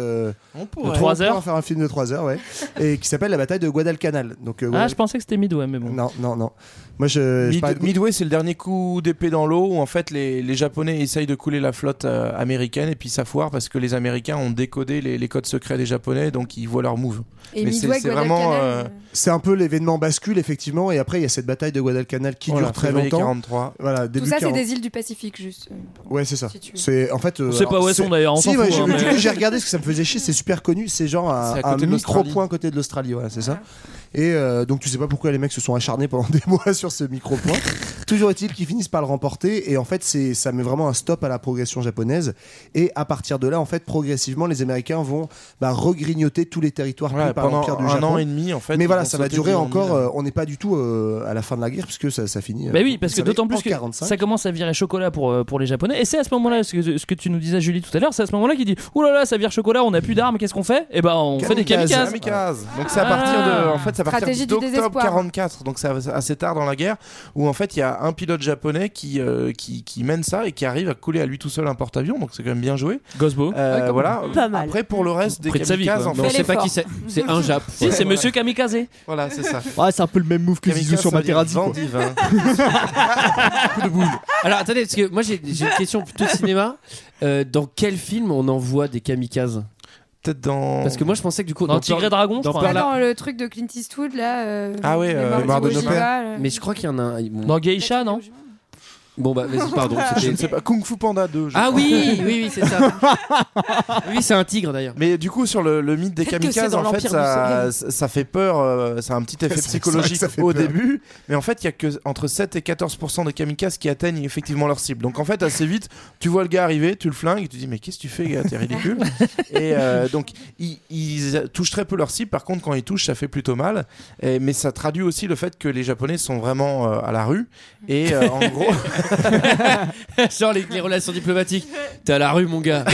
Speaker 5: On
Speaker 7: pourrait. De trois heures
Speaker 5: pourrait en faire un film de 3 heures, ouais. et qui s'appelle La bataille de Guadalcanal. Donc, euh,
Speaker 7: Ah,
Speaker 5: Guadal-
Speaker 7: je pensais que c'était Midway, mais bon.
Speaker 5: Non, non, non. Moi, Euh, je. je
Speaker 9: Mid-
Speaker 5: parlais de-
Speaker 9: Midway, c'est le dernier coup d'épée dans l'eau où en fait les, les Japonais essayent de couler la flotte euh, américaine et puis ça foire parce que les Américains ont décodé les, les codes secrets des Japonais donc ils voient leur move. Mais c'est c'est vraiment. euh,
Speaker 5: C'est un peu l'événement bascule, effectivement. Et après, il y a cette bataille de Guadalcanal qui
Speaker 9: Voilà,
Speaker 5: dure très
Speaker 9: Oh février
Speaker 5: longtemps.
Speaker 9: 43.
Speaker 5: Voilà,
Speaker 6: Tout
Speaker 5: début
Speaker 6: ça, c'est
Speaker 5: 40.
Speaker 6: des îles du Pacifique, juste.
Speaker 5: Ouais, c'est ça. c'est en fait.
Speaker 7: On sait pas où elles sont, d'ailleurs, on
Speaker 5: Si,
Speaker 7: s'en
Speaker 5: ouais,
Speaker 7: fout,
Speaker 5: j'ai-
Speaker 7: hein,
Speaker 5: du
Speaker 7: mais-
Speaker 5: coup, j'ai regardé parce que ça me faisait chier. C'est super connu. C'est genre un,
Speaker 9: C'est à côté
Speaker 5: un
Speaker 9: de l'Australie.
Speaker 5: micro-point à côté de l'Australie. Ouais, c'est ça. Et euh, donc, tu sais pas pourquoi les mecs se sont acharnés pendant des mois sur ce micro-point. Toujours est-il qu'ils finissent par le remporter. Et en fait, c'est ça met vraiment un stop à la progression japonaise. Et à partir de là, en fait, progressivement, les Américains vont bah, regrignoter tous les territoires
Speaker 9: Ouais,
Speaker 5: pris par
Speaker 9: pendant
Speaker 5: l'Empire du
Speaker 9: un
Speaker 5: Japon.
Speaker 9: an et demi, en fait,
Speaker 5: Mais
Speaker 9: ils
Speaker 5: voilà,
Speaker 9: vont
Speaker 5: ça va
Speaker 9: sauter
Speaker 5: durer
Speaker 9: du
Speaker 5: encore.
Speaker 9: lendemain.
Speaker 5: euh, on n'est pas du tout euh, à la fin de la guerre puisque ça, ça finit. euh,
Speaker 7: Bah oui, parce
Speaker 5: vous
Speaker 7: que
Speaker 5: savez,
Speaker 7: d'autant plus
Speaker 5: en
Speaker 7: que
Speaker 5: 45.
Speaker 7: ça commence à virer chocolat pour, euh, pour les Japonais. Et c'est à ce moment-là, ce que, ce que tu nous disais, Julie, tout à l'heure, c'est à ce moment-là qu'il dit Ouh là là, ça vire chocolat, on n'a plus d'armes, qu'est-ce qu'on fait Eh ben, on fait des kamikazes.
Speaker 9: Kamikazes. Donc c'est à partir de, en fait, c'est à
Speaker 7: Ah. Stratégie
Speaker 9: partir
Speaker 7: du
Speaker 9: d'octobre
Speaker 7: désespoir.
Speaker 9: 44. Donc c'est assez tard dans la guerre où en fait il y a un pilote japonais qui, euh, qui qui mène ça et qui arrive à couler à lui tout seul un porte-avions. Donc c'est quand même bien joué.
Speaker 7: Gosbo.
Speaker 1: Ouais, quand même.
Speaker 9: Euh, voilà.
Speaker 1: Pas mal.
Speaker 9: Après pour le reste des
Speaker 1: Prix de sa vie,
Speaker 9: kamikazes,
Speaker 1: quoi.
Speaker 9: en
Speaker 1: Mais on
Speaker 9: fait-
Speaker 1: sait pas qui c'est. C'est un Jap.
Speaker 7: Si, c'est Monsieur Kamikaze.
Speaker 9: Voilà, c'est ça.
Speaker 11: Ouais, c'est un peu le même move que
Speaker 9: Kamikaze,
Speaker 11: Zizou sur
Speaker 9: ça veut dire
Speaker 11: Materazzi. quoi.
Speaker 9: Vendive, hein.
Speaker 1: Alors attendez, parce que moi j'ai j'ai une question plutôt cinéma. Euh, dans quel film on envoie des kamikazes
Speaker 9: Peut-être dans. Ah,
Speaker 1: Parce que moi je pensais que du coup.
Speaker 7: Dans Tigre et Dragon, je
Speaker 1: dans
Speaker 7: crois.
Speaker 1: Pearl-
Speaker 6: Pas dans le truc de Clint Eastwood, là. euh,
Speaker 1: Ah
Speaker 6: Mémoire
Speaker 1: Mémoire
Speaker 6: de Iwo Jima,
Speaker 9: euh,
Speaker 6: là.
Speaker 1: Mais je crois qu'il y en a un. bon.
Speaker 7: Dans Geisha, non
Speaker 1: Bon bah vas-y, pardon.
Speaker 9: Je
Speaker 1: c'était-
Speaker 9: ne sais pas. Kung Fu Panda 2. je
Speaker 1: Ah
Speaker 9: crois.
Speaker 1: oui, oui, oui, c'est ça. oui, c'est un tigre d'ailleurs.
Speaker 9: Mais du coup, sur le, le mythe des
Speaker 1: Peut-être que c'est
Speaker 9: kamikazes,
Speaker 1: dans
Speaker 9: en fait,
Speaker 1: l'Empire
Speaker 9: ça,
Speaker 1: du
Speaker 9: ça ça fait peur. euh, ça a un petit effet
Speaker 1: C'est- c'est
Speaker 9: psychologique
Speaker 1: vrai que ça fait
Speaker 9: au
Speaker 1: peur.
Speaker 9: début. Mais en fait, il y a que entre 7 et 14% des kamikazes qui atteignent effectivement leur cible. Donc en fait, assez vite, tu vois le gars arriver, tu le flingues, et tu dis Mais qu'est-ce que tu fais, gars T'es ridicule. et euh, donc, ils, ils touchent très peu leur cible. Par contre, quand ils touchent, ça fait plutôt mal. Et- mais ça traduit aussi le fait que les Japonais sont vraiment euh, à la rue. Et euh, en gros.
Speaker 1: Genre les, les relations diplomatiques. T'es à la rue, mon gars.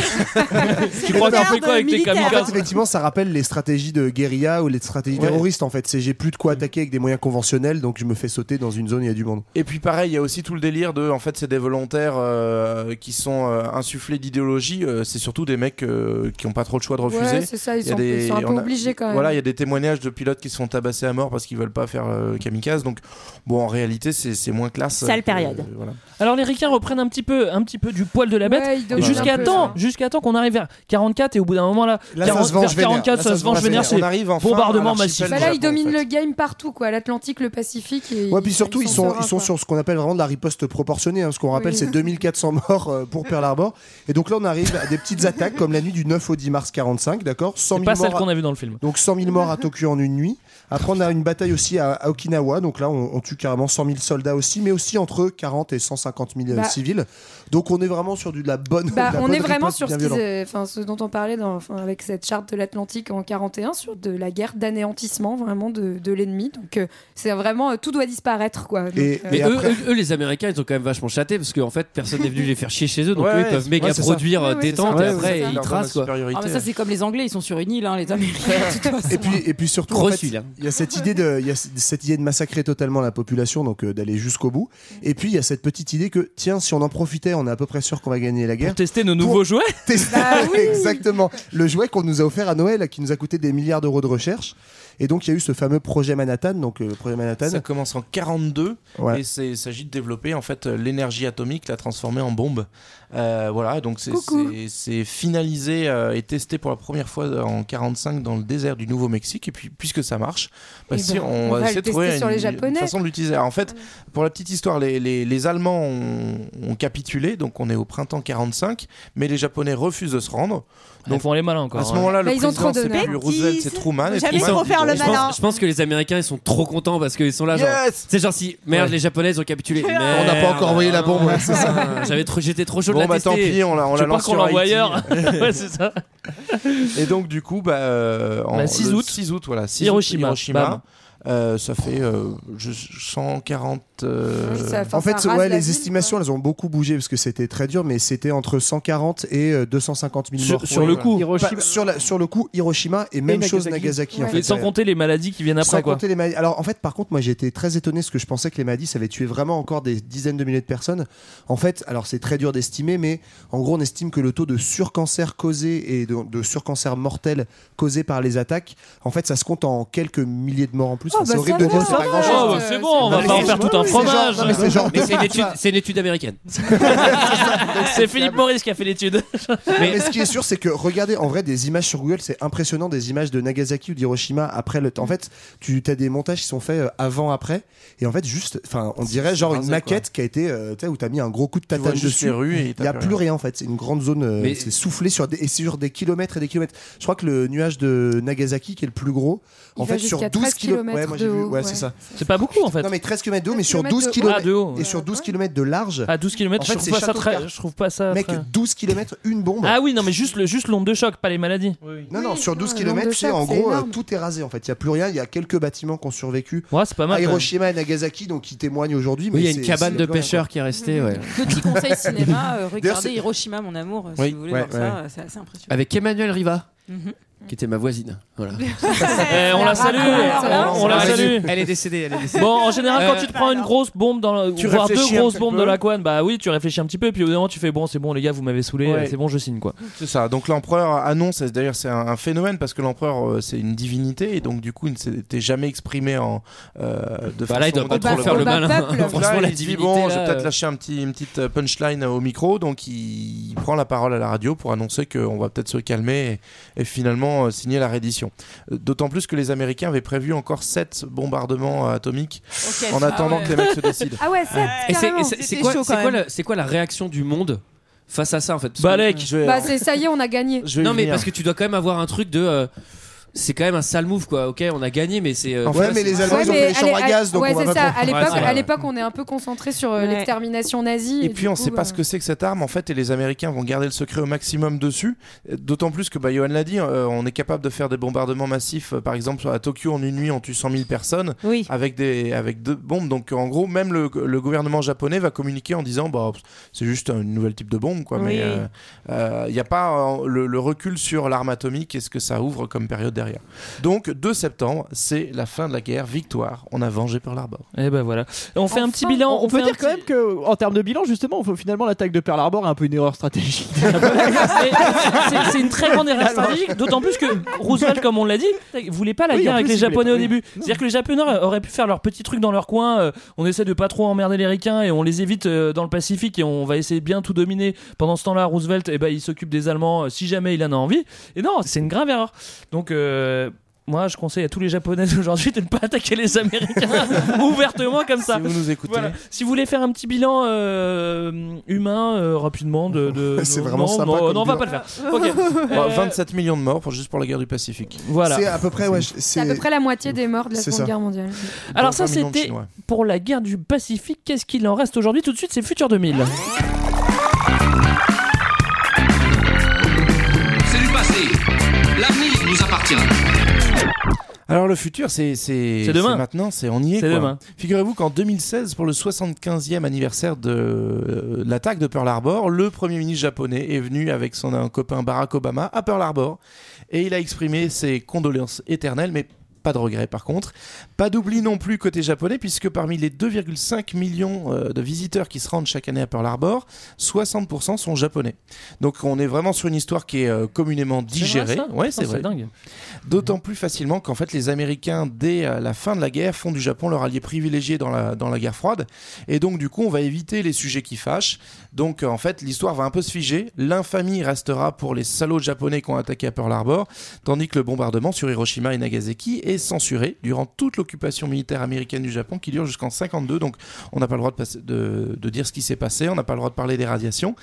Speaker 7: tu crois qu'on fait quoi avec tes
Speaker 5: En fait,
Speaker 7: kamikazes
Speaker 5: effectivement, ça rappelle les stratégies de guérilla ou les stratégies
Speaker 9: Ouais.
Speaker 5: terroristes. En fait, c'est j'ai plus de
Speaker 7: Mm.
Speaker 5: quoi attaquer avec des moyens conventionnels, donc je me fais sauter dans une zone où il y a du monde.
Speaker 9: Et puis pareil, il y a aussi tout le délire de, en fait, c'est des volontaires euh, qui sont euh, insufflés d'idéologie. euh, c'est surtout des mecs euh, qui n'ont pas trop le choix de refuser.
Speaker 6: Ouais, c'est ça, ils
Speaker 9: Il y a
Speaker 6: sont- ils sont un peu
Speaker 9: on
Speaker 6: obligés, quand même.
Speaker 9: Voilà, il y a des témoignages de pilotes qui se font tabasser à mort parce qu'ils veulent pas faire euh, kamikaze. Donc bon, en réalité, c'est c'est moins classe.
Speaker 7: Sale
Speaker 9: que-
Speaker 7: période.
Speaker 9: voilà.
Speaker 7: Alors les ricains reprennent un petit peu, un petit peu du poil de la bête
Speaker 6: Ouais, ils dominent
Speaker 7: jusqu'à
Speaker 6: un peu,
Speaker 7: temps,
Speaker 6: ça.
Speaker 7: jusqu'à temps qu'on arrive vers 44 et au bout d'un moment là,
Speaker 9: Là, ça se venge
Speaker 7: vers 44
Speaker 9: vénère.
Speaker 7: ça,
Speaker 9: Là,
Speaker 7: se venge vénère, c'est
Speaker 9: On arrive enfin
Speaker 7: bombardement
Speaker 9: à
Speaker 7: massif.
Speaker 9: l'archipel
Speaker 6: Bah là, ils dominent le game partout, quoi. L'Atlantique, le Pacifique. Et
Speaker 5: Ouais, puis surtout, ils sont,
Speaker 6: sereins,
Speaker 5: ils sont
Speaker 6: quoi.
Speaker 5: sur ce qu'on appelle vraiment de la riposte proportionnée. hein. ce qu'on rappelle,
Speaker 6: Oui.
Speaker 5: c'est 2400 morts euh, pour Pearl Harbor. Et donc là, on arrive à des petites attaques comme la nuit du 9 au 10 mars 45, d'accord 100
Speaker 7: C'est
Speaker 5: 000
Speaker 7: pas celle
Speaker 5: morts à-
Speaker 7: qu'on a vue dans le film.
Speaker 5: Donc 100 000 morts à Tokyo en une nuit. Après, on a une bataille aussi à, à Okinawa. Donc là, on, on tue carrément 100 000 soldats aussi, mais aussi entre 40 et 150 000 euh,
Speaker 6: Bah.
Speaker 5: civils. Donc on est vraiment sur du, de la bonne.
Speaker 6: Bah,
Speaker 5: de la
Speaker 6: on
Speaker 5: bonne
Speaker 6: est vraiment
Speaker 5: riposte
Speaker 6: sur ce,
Speaker 5: bien
Speaker 6: qu'ils,
Speaker 5: violente.
Speaker 6: euh, enfin, ce dont on parlait dans- enfin, avec cette charte de l'Atlantique en 41 sur de la guerre d'anéantissement vraiment de, de l'ennemi. Donc euh, c'est vraiment euh, tout doit disparaître quoi. Donc, euh,
Speaker 1: mais eux, eux- eux, les Américains, ils ont quand même vachement châté parce qu'en fait, personne n'est venu les faire chier chez eux. Donc
Speaker 9: Ouais,
Speaker 1: eux, ils peuvent
Speaker 9: ouais,
Speaker 1: méga
Speaker 9: c'est ça.
Speaker 1: produire euh,
Speaker 9: Ouais, ouais,
Speaker 1: des
Speaker 9: c'est
Speaker 1: tentes
Speaker 9: ça. Ouais,
Speaker 1: et après,
Speaker 9: c'est ça.
Speaker 1: ils
Speaker 9: Leur
Speaker 1: tracent quoi.
Speaker 9: supériorité.
Speaker 12: Ah, mais ça, c'est comme les Anglais, ils sont sur une île, hein, les Américains. de toute façon.
Speaker 5: Et puis, et puis surtout,
Speaker 1: Gros
Speaker 5: en fait,
Speaker 1: celui-là.
Speaker 5: il y a cette idée de, il y a cette idée de massacrer totalement la population, donc euh, d'aller jusqu'au bout. Et puis il y a cette petite petite idée que, tiens, si on en profitait, on est à peu près sûr qu'on va gagner la guerre. Pour
Speaker 7: tester nos nouveaux jouets
Speaker 5: tester- Exactement. Le jouet qu'on nous a offert à Noël, qui nous a coûté des milliards d'euros de recherche. Et donc, il y a eu ce fameux projet Manhattan. Donc, euh, le projet Manhattan.
Speaker 9: Ça commence en 42
Speaker 5: Ouais.
Speaker 9: et c'est- il s'agit de développer en fait euh, l'énergie atomique, la transformer en bombe. Euh, voilà, donc c'est- c'est c'est finalisé euh, et testé pour la première fois euh, en 45 dans le désert du Nouveau-Mexique. Et puis, puisque ça marche, bah,
Speaker 6: Eh
Speaker 9: si
Speaker 6: ben,
Speaker 9: on,
Speaker 6: on
Speaker 9: va
Speaker 6: va le
Speaker 9: essayer de
Speaker 6: tester
Speaker 9: trouver
Speaker 6: sur les
Speaker 9: une- une,
Speaker 6: Japonais.
Speaker 9: façon de l'utiliser. Alors, En fait, pour la petite histoire, les, les- les Allemands ont, ont capitulé, donc on est au printemps 45, mais les Japonais refusent de se rendre.
Speaker 7: Ils font les malins encore.
Speaker 9: À ce moment-là,
Speaker 10: Bah,
Speaker 9: le
Speaker 10: ils ont
Speaker 9: président,
Speaker 10: trop
Speaker 9: c'est
Speaker 10: d'honneur.
Speaker 9: plus Roosevelt, c'est Truman. et
Speaker 10: Jamais
Speaker 9: Truman,
Speaker 10: trop
Speaker 9: il-
Speaker 10: faire le
Speaker 9: il-
Speaker 1: Je
Speaker 10: malin.
Speaker 1: pense, je pense que les Américains ils sont trop contents parce qu'ils sont là genre.
Speaker 9: Yes
Speaker 1: C'est genre si merde
Speaker 9: Ouais.
Speaker 1: les Japonaises ont capitulé.
Speaker 9: On n'a pas encore envoyé la bombe, ouais, c'est ça.
Speaker 1: J'avais trop, j'étais trop chaud
Speaker 9: Bon,
Speaker 1: de la
Speaker 9: bah,
Speaker 1: tester.
Speaker 9: tant pis, on la- on
Speaker 1: Je
Speaker 9: la
Speaker 1: pense
Speaker 9: lance
Speaker 1: qu'on
Speaker 9: sur
Speaker 1: l'envoie
Speaker 9: Haïti.
Speaker 1: ailleurs.
Speaker 7: ouais, c'est ça.
Speaker 9: Et donc du coup, bah, euh, en,
Speaker 7: Bah, 6
Speaker 9: le
Speaker 7: août.
Speaker 9: 6 août, voilà, 6
Speaker 7: Hiroshima.
Speaker 9: août,
Speaker 7: Bam.
Speaker 9: euh, ça fait euh, je- 140. euh,
Speaker 5: en fait, ouais, les estimations, elles ont beaucoup bougé parce que c'était très dur, mais c'était entre 140 et euh, 250 000
Speaker 7: Sur-
Speaker 5: morts.
Speaker 7: sur le coup.
Speaker 5: Hiroshima.
Speaker 7: Hiroshima.
Speaker 5: sur, la- sur le coup, Hiroshima et même chose Nagasaki. en fait.
Speaker 7: Sans
Speaker 5: Ouais.
Speaker 7: compter les maladies qui viennent après
Speaker 5: Sans
Speaker 7: quoi.
Speaker 5: compter les maladies. Alors en fait, par contre, moi j'ai été très étonné parce que je pensais que les maladies, ça avait tué vraiment encore des dizaines de milliers de personnes. En fait, alors c'est très dur d'estimer, mais en gros, on estime que le taux de surcancer causé et de, de surcancer mortel causé par les attaques, en fait, ça se compte en quelques milliers de morts en plus.
Speaker 1: Oh,
Speaker 5: Enfin, c'est
Speaker 1: bah,
Speaker 5: horrible
Speaker 1: ça
Speaker 5: de dire,
Speaker 1: va,
Speaker 5: c'est pas
Speaker 1: ça
Speaker 5: grand
Speaker 1: va.
Speaker 5: chose.
Speaker 1: Oh, bah, c'est bon, on va pas en faire tout un fromage.
Speaker 5: Mais c'est genre,
Speaker 1: Mais c'est une étude- c'est une étude américaine.
Speaker 7: C'est Philippe Maurice qui a fait l'étude.
Speaker 5: Mais, ce qui est sûr, c'est que regardez en vrai des images sur Google, c'est impressionnant des images de Nagasaki ou d'Hiroshima après le. En fait, tu as des montages qui sont faits euh, avant après, et en fait juste, enfin, on dirait genre une
Speaker 9: rasé,
Speaker 5: maquette qui a été, euh, tu sais, où t'as mis un gros coup de
Speaker 9: vois
Speaker 5: tatane
Speaker 9: juste
Speaker 5: dessus.
Speaker 9: les rues et
Speaker 5: Il y a
Speaker 9: t'as
Speaker 5: plus
Speaker 9: plus
Speaker 5: rien en fait. C'est une grande zone, euh,
Speaker 1: Mais-
Speaker 5: c'est soufflé sur des, et sur des kilomètres et des kilomètres. Je crois que le nuage de Nagasaki qui est le plus gros,
Speaker 6: Il
Speaker 5: en
Speaker 6: va
Speaker 5: fait sur
Speaker 6: jusqu'à
Speaker 5: 12
Speaker 6: 13
Speaker 5: kilomètres.
Speaker 6: kilomètres
Speaker 5: moi
Speaker 6: de
Speaker 5: j'ai vu.
Speaker 6: haut,
Speaker 5: Ouais,
Speaker 6: ouais.
Speaker 5: c'est ça.
Speaker 7: C'est pas beaucoup en fait.
Speaker 5: Non mais 13 km de haut, mais sur
Speaker 6: kilomètres
Speaker 5: 12
Speaker 6: de haut.
Speaker 5: km
Speaker 7: Ah, de haut, ouais.
Speaker 5: et sur 12 km de large.
Speaker 7: À 12 km,
Speaker 5: En fait,
Speaker 7: Ah, je,
Speaker 5: c'est
Speaker 7: trouve pas ça
Speaker 5: château
Speaker 7: très-
Speaker 5: car-
Speaker 7: je trouve pas ça.
Speaker 5: Mec,
Speaker 7: très-
Speaker 5: 12 km, une bombe.
Speaker 7: Ah oui, non, mais juste le juste l'onde de choc, pas les maladies.
Speaker 5: Ah Non, non, sur 12
Speaker 6: le nombre
Speaker 5: km,
Speaker 6: de
Speaker 5: tu sais, en
Speaker 6: chocs, c'est
Speaker 5: gros, euh,
Speaker 6: énorme.
Speaker 5: tout est rasé en fait. Il n'y a plus rien, il y a quelques bâtiments qui ont survécu.
Speaker 7: Ouais, c'est pas mal.
Speaker 5: à
Speaker 7: quand même.
Speaker 5: Hiroshima et Nagasaki, donc qui témoignent aujourd'hui.
Speaker 1: Oui, il y a
Speaker 5: mais
Speaker 1: une
Speaker 5: c'est-
Speaker 1: cabane
Speaker 5: c'est
Speaker 1: de
Speaker 5: plus rien,
Speaker 1: pêcheurs qui est restée, ouais.
Speaker 12: Petit conseil cinéma, euh,
Speaker 5: D'ailleurs,
Speaker 12: regardez
Speaker 5: c'est-
Speaker 12: Hiroshima, mon amour, euh,
Speaker 1: Oui,
Speaker 12: si vous voulez
Speaker 1: ouais,
Speaker 12: voir ça, euh, c'est assez impressionnant.
Speaker 1: Avec Emmanuel Riva,
Speaker 12: Mhm.
Speaker 1: qui était ma voisine. Voilà.
Speaker 7: Eh, on la salue,
Speaker 6: hein.
Speaker 7: on la salue.
Speaker 1: Elle est décédée, elle est décédée.
Speaker 7: Bon, en général, quand
Speaker 1: Euh,
Speaker 7: tu te prends une grosse bombe, dans la-
Speaker 9: Tu
Speaker 7: voire deux
Speaker 9: réfléchis un
Speaker 7: grosses
Speaker 9: petit
Speaker 7: bombes
Speaker 9: peu.
Speaker 7: de la couane, bah oui, tu réfléchis un petit peu, et puis au bout d'un moment, tu fais bon, c'est bon, les gars, vous m'avez saoulé,
Speaker 9: Ouais.
Speaker 7: euh, c'est bon, je signe quoi.
Speaker 9: C'est ça. Donc l'empereur annonce, et d'ailleurs c'est un, un phénomène parce que l'empereur euh, c'est une divinité et donc du coup il ne s'était jamais exprimé en euh, de
Speaker 1: Bah là, il doit pas trop
Speaker 9: contrôlée.
Speaker 1: faire le malin.
Speaker 9: Donc là,
Speaker 1: Franchement, la
Speaker 9: il se dit
Speaker 1: divinité.
Speaker 9: bon, je
Speaker 1: là,
Speaker 9: vais peut-être
Speaker 1: euh,
Speaker 9: lâcher un petit, une petite punchline au micro, donc il, il prend la parole à la radio pour annoncer qu'on va peut-être se calmer et, et finalement euh, signer la reddition. Euh, D'autant plus que les Américains avaient prévu encore 7 bombardements euh, atomiques
Speaker 12: Ok.
Speaker 9: en
Speaker 12: Ah
Speaker 9: attendant
Speaker 12: ouais.
Speaker 9: que les mecs se décident.
Speaker 6: Ah ouais, ça.
Speaker 1: Et c'est-
Speaker 6: carrément.
Speaker 1: et c'est- c'est
Speaker 10: C'était
Speaker 1: quoi,
Speaker 10: chaud,
Speaker 1: c'est
Speaker 10: quand
Speaker 1: quoi
Speaker 10: même.
Speaker 1: la- c'est quoi la réaction du monde face à ça en fait Parce que-
Speaker 7: Balek,
Speaker 9: Je vais-
Speaker 1: euh,
Speaker 6: Bah, c'est ça y est, on a gagné.
Speaker 9: je vais y
Speaker 1: Non mais
Speaker 9: venir.
Speaker 1: parce que tu dois quand même avoir un truc de. euh, c'est quand même un sale move quoi. Ok, on a gagné, mais c'est. euh,
Speaker 5: quoi.
Speaker 1: voilà,
Speaker 5: Ouais, mais
Speaker 1: c'est-
Speaker 5: les Allemands,
Speaker 6: Ouais,
Speaker 5: ils ont
Speaker 6: mais
Speaker 5: fait les chambres
Speaker 6: allez,
Speaker 5: à gaz, donc
Speaker 6: Ah, ouais,
Speaker 5: on va pas
Speaker 6: c'est ça. À l'époque,
Speaker 1: Ouais, c'est
Speaker 6: à
Speaker 1: vrai.
Speaker 6: l'époque, on est un peu concentré sur euh,
Speaker 10: Ouais.
Speaker 6: l'extermination nazie.
Speaker 9: Et puis on
Speaker 6: du
Speaker 9: sait
Speaker 6: coup,
Speaker 9: pas
Speaker 6: euh,
Speaker 9: ce que c'est que cette arme en fait et les Américains vont garder le secret au maximum dessus. Euh, D'autant plus que bah, Johan l'a dit, euh, on est capable de faire des bombardements massifs. Euh, par exemple à Tokyo en une nuit on tue 100 000 personnes
Speaker 10: Oui.
Speaker 9: avec des avec deux bombes. Donc en gros même le, le gouvernement japonais va communiquer en disant bah pff, c'est juste un nouvel type de bombe quoi. Mais
Speaker 10: Oui.
Speaker 9: il n'y a pas euh, le, le recul sur l'arme atomique et ce que ça ouvre comme période derrière. Donc 2 septembre c'est la fin de la guerre, victoire. On a vengé Pearl Harbor.
Speaker 7: Eh ben voilà. On fait un petit
Speaker 11: Enfin,
Speaker 7: bilan.
Speaker 11: On, peut
Speaker 7: fait un
Speaker 11: dire quand
Speaker 7: petit-
Speaker 11: même que, en termes de bilan, justement, faut- finalement, l'attaque de Pearl Harbor est un peu une erreur stratégique.
Speaker 7: Mais c'est- C'est une très grande erreur stratégique, d'autant plus que Roosevelt, comme on l'a dit, voulait pas la
Speaker 11: Oui, en
Speaker 7: guerre
Speaker 11: plus,
Speaker 7: avec les
Speaker 11: il voulait
Speaker 7: Japonais
Speaker 11: pas,
Speaker 7: au
Speaker 11: oui.
Speaker 7: début. C'est-à-dire que les Japonais auraient pu faire leur petit truc dans leur coin. euh, on essaie de pas trop emmerder les Ricains et on les évite euh, dans le Pacifique et on va essayer de bien tout dominer. Pendant ce temps-là, Roosevelt, eh ben, il s'occupe des Allemands euh, si jamais il en a envie. Et non, c'est une grave erreur. Donc. euh, moi, je conseille à tous les Japonais d'aujourd'hui de ne pas attaquer les Américains ouvertement comme ça.
Speaker 9: Si vous nous écoutez.
Speaker 7: Voilà. Si vous voulez faire un petit bilan euh, humain euh, rapidement de, de-
Speaker 5: C'est
Speaker 7: non,
Speaker 5: vraiment
Speaker 7: non,
Speaker 5: sympa
Speaker 7: Non,
Speaker 5: comme
Speaker 7: non, on va
Speaker 5: bilan.
Speaker 7: pas le faire. Ok.
Speaker 9: Bon,
Speaker 7: Euh,
Speaker 9: 27 Bah, millions de morts pour, juste pour la guerre du Pacifique.
Speaker 7: Voilà.
Speaker 5: C'est à peu près, ouais, je-
Speaker 6: C'est à peu
Speaker 5: c'est.
Speaker 6: près la moitié des morts de la
Speaker 5: C'est
Speaker 6: Seconde
Speaker 5: ça.
Speaker 6: Guerre mondiale.
Speaker 7: Alors
Speaker 9: Dont
Speaker 7: ça,
Speaker 9: 20 millions de
Speaker 7: c'était
Speaker 9: Chinois.
Speaker 7: pour la guerre du Pacifique. Qu'est-ce qu'il en reste aujourd'hui Tout de suite, c'est Futur 2000.
Speaker 2: Euh, C'est du passé. L'avenir nous appartient.
Speaker 9: Alors le futur, c'est c'est
Speaker 7: C'est demain.
Speaker 9: c'est maintenant, c'est on y est.
Speaker 7: C'est
Speaker 9: quoi.
Speaker 7: demain.
Speaker 9: Figurez-vous qu'en 2016, pour le 75e anniversaire de euh, l'attaque de Pearl Harbor, le premier ministre japonais est venu avec son un copain Barack Obama à Pearl Harbor et il a exprimé ses condoléances éternelles, mais Pas de regret par contre. Pas d'oubli non plus côté japonais, puisque parmi les 2,5 millions euh, de visiteurs qui se rendent chaque année à Pearl Harbor, 60% sont japonais. Donc on est vraiment sur une histoire qui est euh, communément digérée.
Speaker 7: ça
Speaker 9: ouais,
Speaker 7: Putain,
Speaker 9: c'est vrai.
Speaker 7: c'est dingue.
Speaker 9: D'autant plus facilement qu'en fait les Américains, dès euh, la fin de la guerre, font du Japon leur allié privilégié dans la, dans la guerre froide. Et donc du coup, on va éviter les sujets qui fâchent. Donc euh, en fait, l'histoire va un peu se figer. L'infamie restera pour les salauds japonais qui ont attaqué à Pearl Harbor, tandis que le bombardement sur Hiroshima et Nagasaki est censuré durant toute l'occupation militaire américaine du Japon qui dure jusqu'en 52. Donc on n'a pas le droit de, passer- de- de dire ce qui s'est passé, on n'a pas le droit de parler des radiations.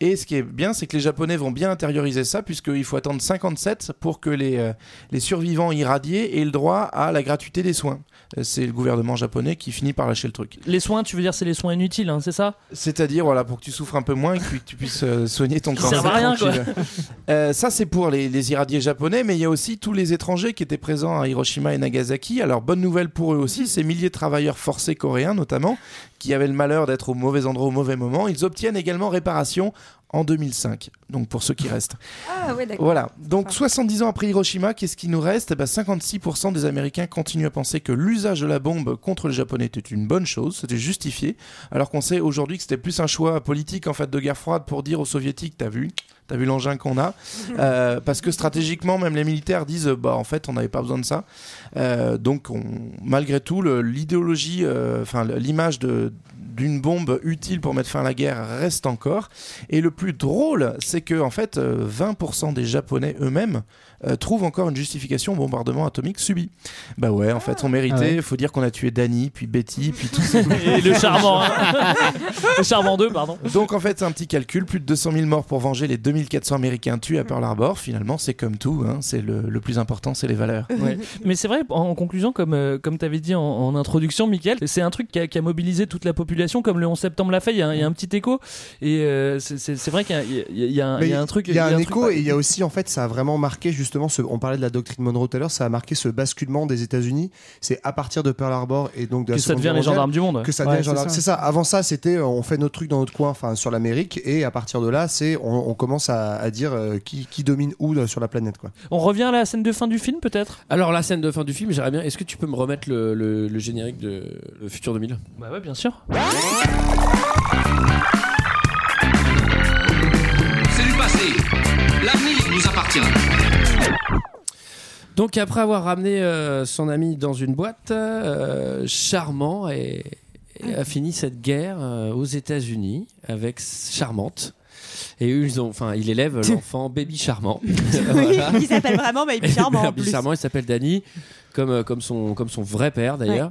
Speaker 9: Et ce qui est bien, c'est que les Japonais vont bien intérioriser ça, puisqu'il faut attendre 57 pour que les, euh, les survivants irradiés aient le droit à la gratuité des soins. Euh, C'est le gouvernement japonais qui finit par lâcher le truc.
Speaker 7: Les soins, tu veux dire, c'est les soins inutiles, hein, c'est ça
Speaker 9: C'est-à-dire, voilà, pour que tu souffres un peu moins et que tu, tu puisses euh, soigner ton
Speaker 7: Ils
Speaker 9: cancer.
Speaker 7: servent à rien,
Speaker 9: tranquille.
Speaker 7: quoi.
Speaker 9: Euh, ça, c'est pour les, les irradiés japonais, mais il y a aussi tous les étrangers qui étaient présents à Hiroshima et Nagasaki. Alors, bonne nouvelle pour eux aussi, ces milliers de travailleurs forcés coréens, notamment, qui avaient le malheur d'être au mauvais endroit au mauvais moment, ils obtiennent également réparation en 2005. Donc, pour ceux qui restent.
Speaker 6: Ah ouais, d'accord.
Speaker 9: Voilà, donc 70 ans après Hiroshima, qu'est-ce qui nous reste Eh ben, 56% des Américains continuent à penser que l'usage de la bombe contre les Japonais était une bonne chose, c'était justifié, alors qu'on sait aujourd'hui que c'était plus un choix politique en fait de guerre froide pour dire aux Soviétiques, t'as vu T'as vu l'engin qu'on a Euh, Parce que stratégiquement, même les militaires disent, bah en fait, on n'avait pas besoin de ça. Euh, donc, on- malgré tout, le- l'idéologie, euh, enfin l'image de d'une bombe utile pour mettre fin à la guerre reste encore. Et le plus drôle, c'est que en fait, euh, 20% des Japonais eux-mêmes euh, trouvent encore une justification au bombardement atomique subi. Bah ouais, en fait, on méritait.
Speaker 7: Ah ouais.
Speaker 9: Faut dire qu'on a tué Dany, puis Betty, puis tous ces...
Speaker 7: Et le charmant. hein. le charmant 2, pardon.
Speaker 9: Donc en fait, c'est un petit calcul, plus de 200 000 morts pour venger les 2400 Américains tués à Pearl Harbor. Finalement, c'est comme tout, hein, c'est le, le plus important, c'est les valeurs.
Speaker 7: Mais c'est vrai, en- en conclusion, comme, euh, comme tu avais dit en, en introduction, Michael, c'est un truc qui a, qui a mobilisé toute la population, comme le 11 septembre l'a fait, il y, a un- il y a un petit écho. Et euh, c'est- c'est c'est vrai qu'il y a- il y, a- il y a un-
Speaker 5: Mais
Speaker 7: il y a un truc.
Speaker 5: Il y a un,
Speaker 7: truc
Speaker 5: écho
Speaker 7: pas-
Speaker 5: et il y a aussi, en fait, ça a vraiment marqué justement. Ce, on parlait de la doctrine Monroe tout à l'heure, ça a marqué ce basculement des États-Unis. C'est à partir de Pearl Harbor et donc de la
Speaker 7: Que ça
Speaker 5: Seconde
Speaker 7: devient
Speaker 5: Guerre
Speaker 7: les
Speaker 5: mondiale
Speaker 7: gendarmes du monde.
Speaker 5: Que ça
Speaker 7: Ouais,
Speaker 5: devient les
Speaker 7: c'est
Speaker 5: gendarmes.
Speaker 7: ça.
Speaker 5: C'est ça. Avant ça, c'était euh, on fait notre truc dans notre coin, enfin sur l'Amérique, et à partir de là, c'est on, on commence à, à dire euh, qui, qui domine où euh, sur la planète, quoi.
Speaker 7: On revient à la scène de fin du film, peut-être
Speaker 1: Alors la scène de fin du film, j'aimerais bien. Est-ce que tu peux me remettre le, le- le générique de le futur 2000
Speaker 7: Bah ouais, bien sûr.
Speaker 2: C'est du passé. L'avenir nous appartient.
Speaker 1: Donc après avoir ramené euh, son ami dans une boîte, euh, charmant et, et
Speaker 10: Mm.
Speaker 1: a fini cette guerre euh, aux États-Unis avec charmante. Et eux, ils ont, enfin, il élève l'enfant baby charmant. Voilà.
Speaker 10: Il s'appelle vraiment Baby Charmant. en
Speaker 1: Baby
Speaker 10: plus.
Speaker 1: Charmant, il s'appelle Danny, comme euh, comme son comme son vrai père d'ailleurs.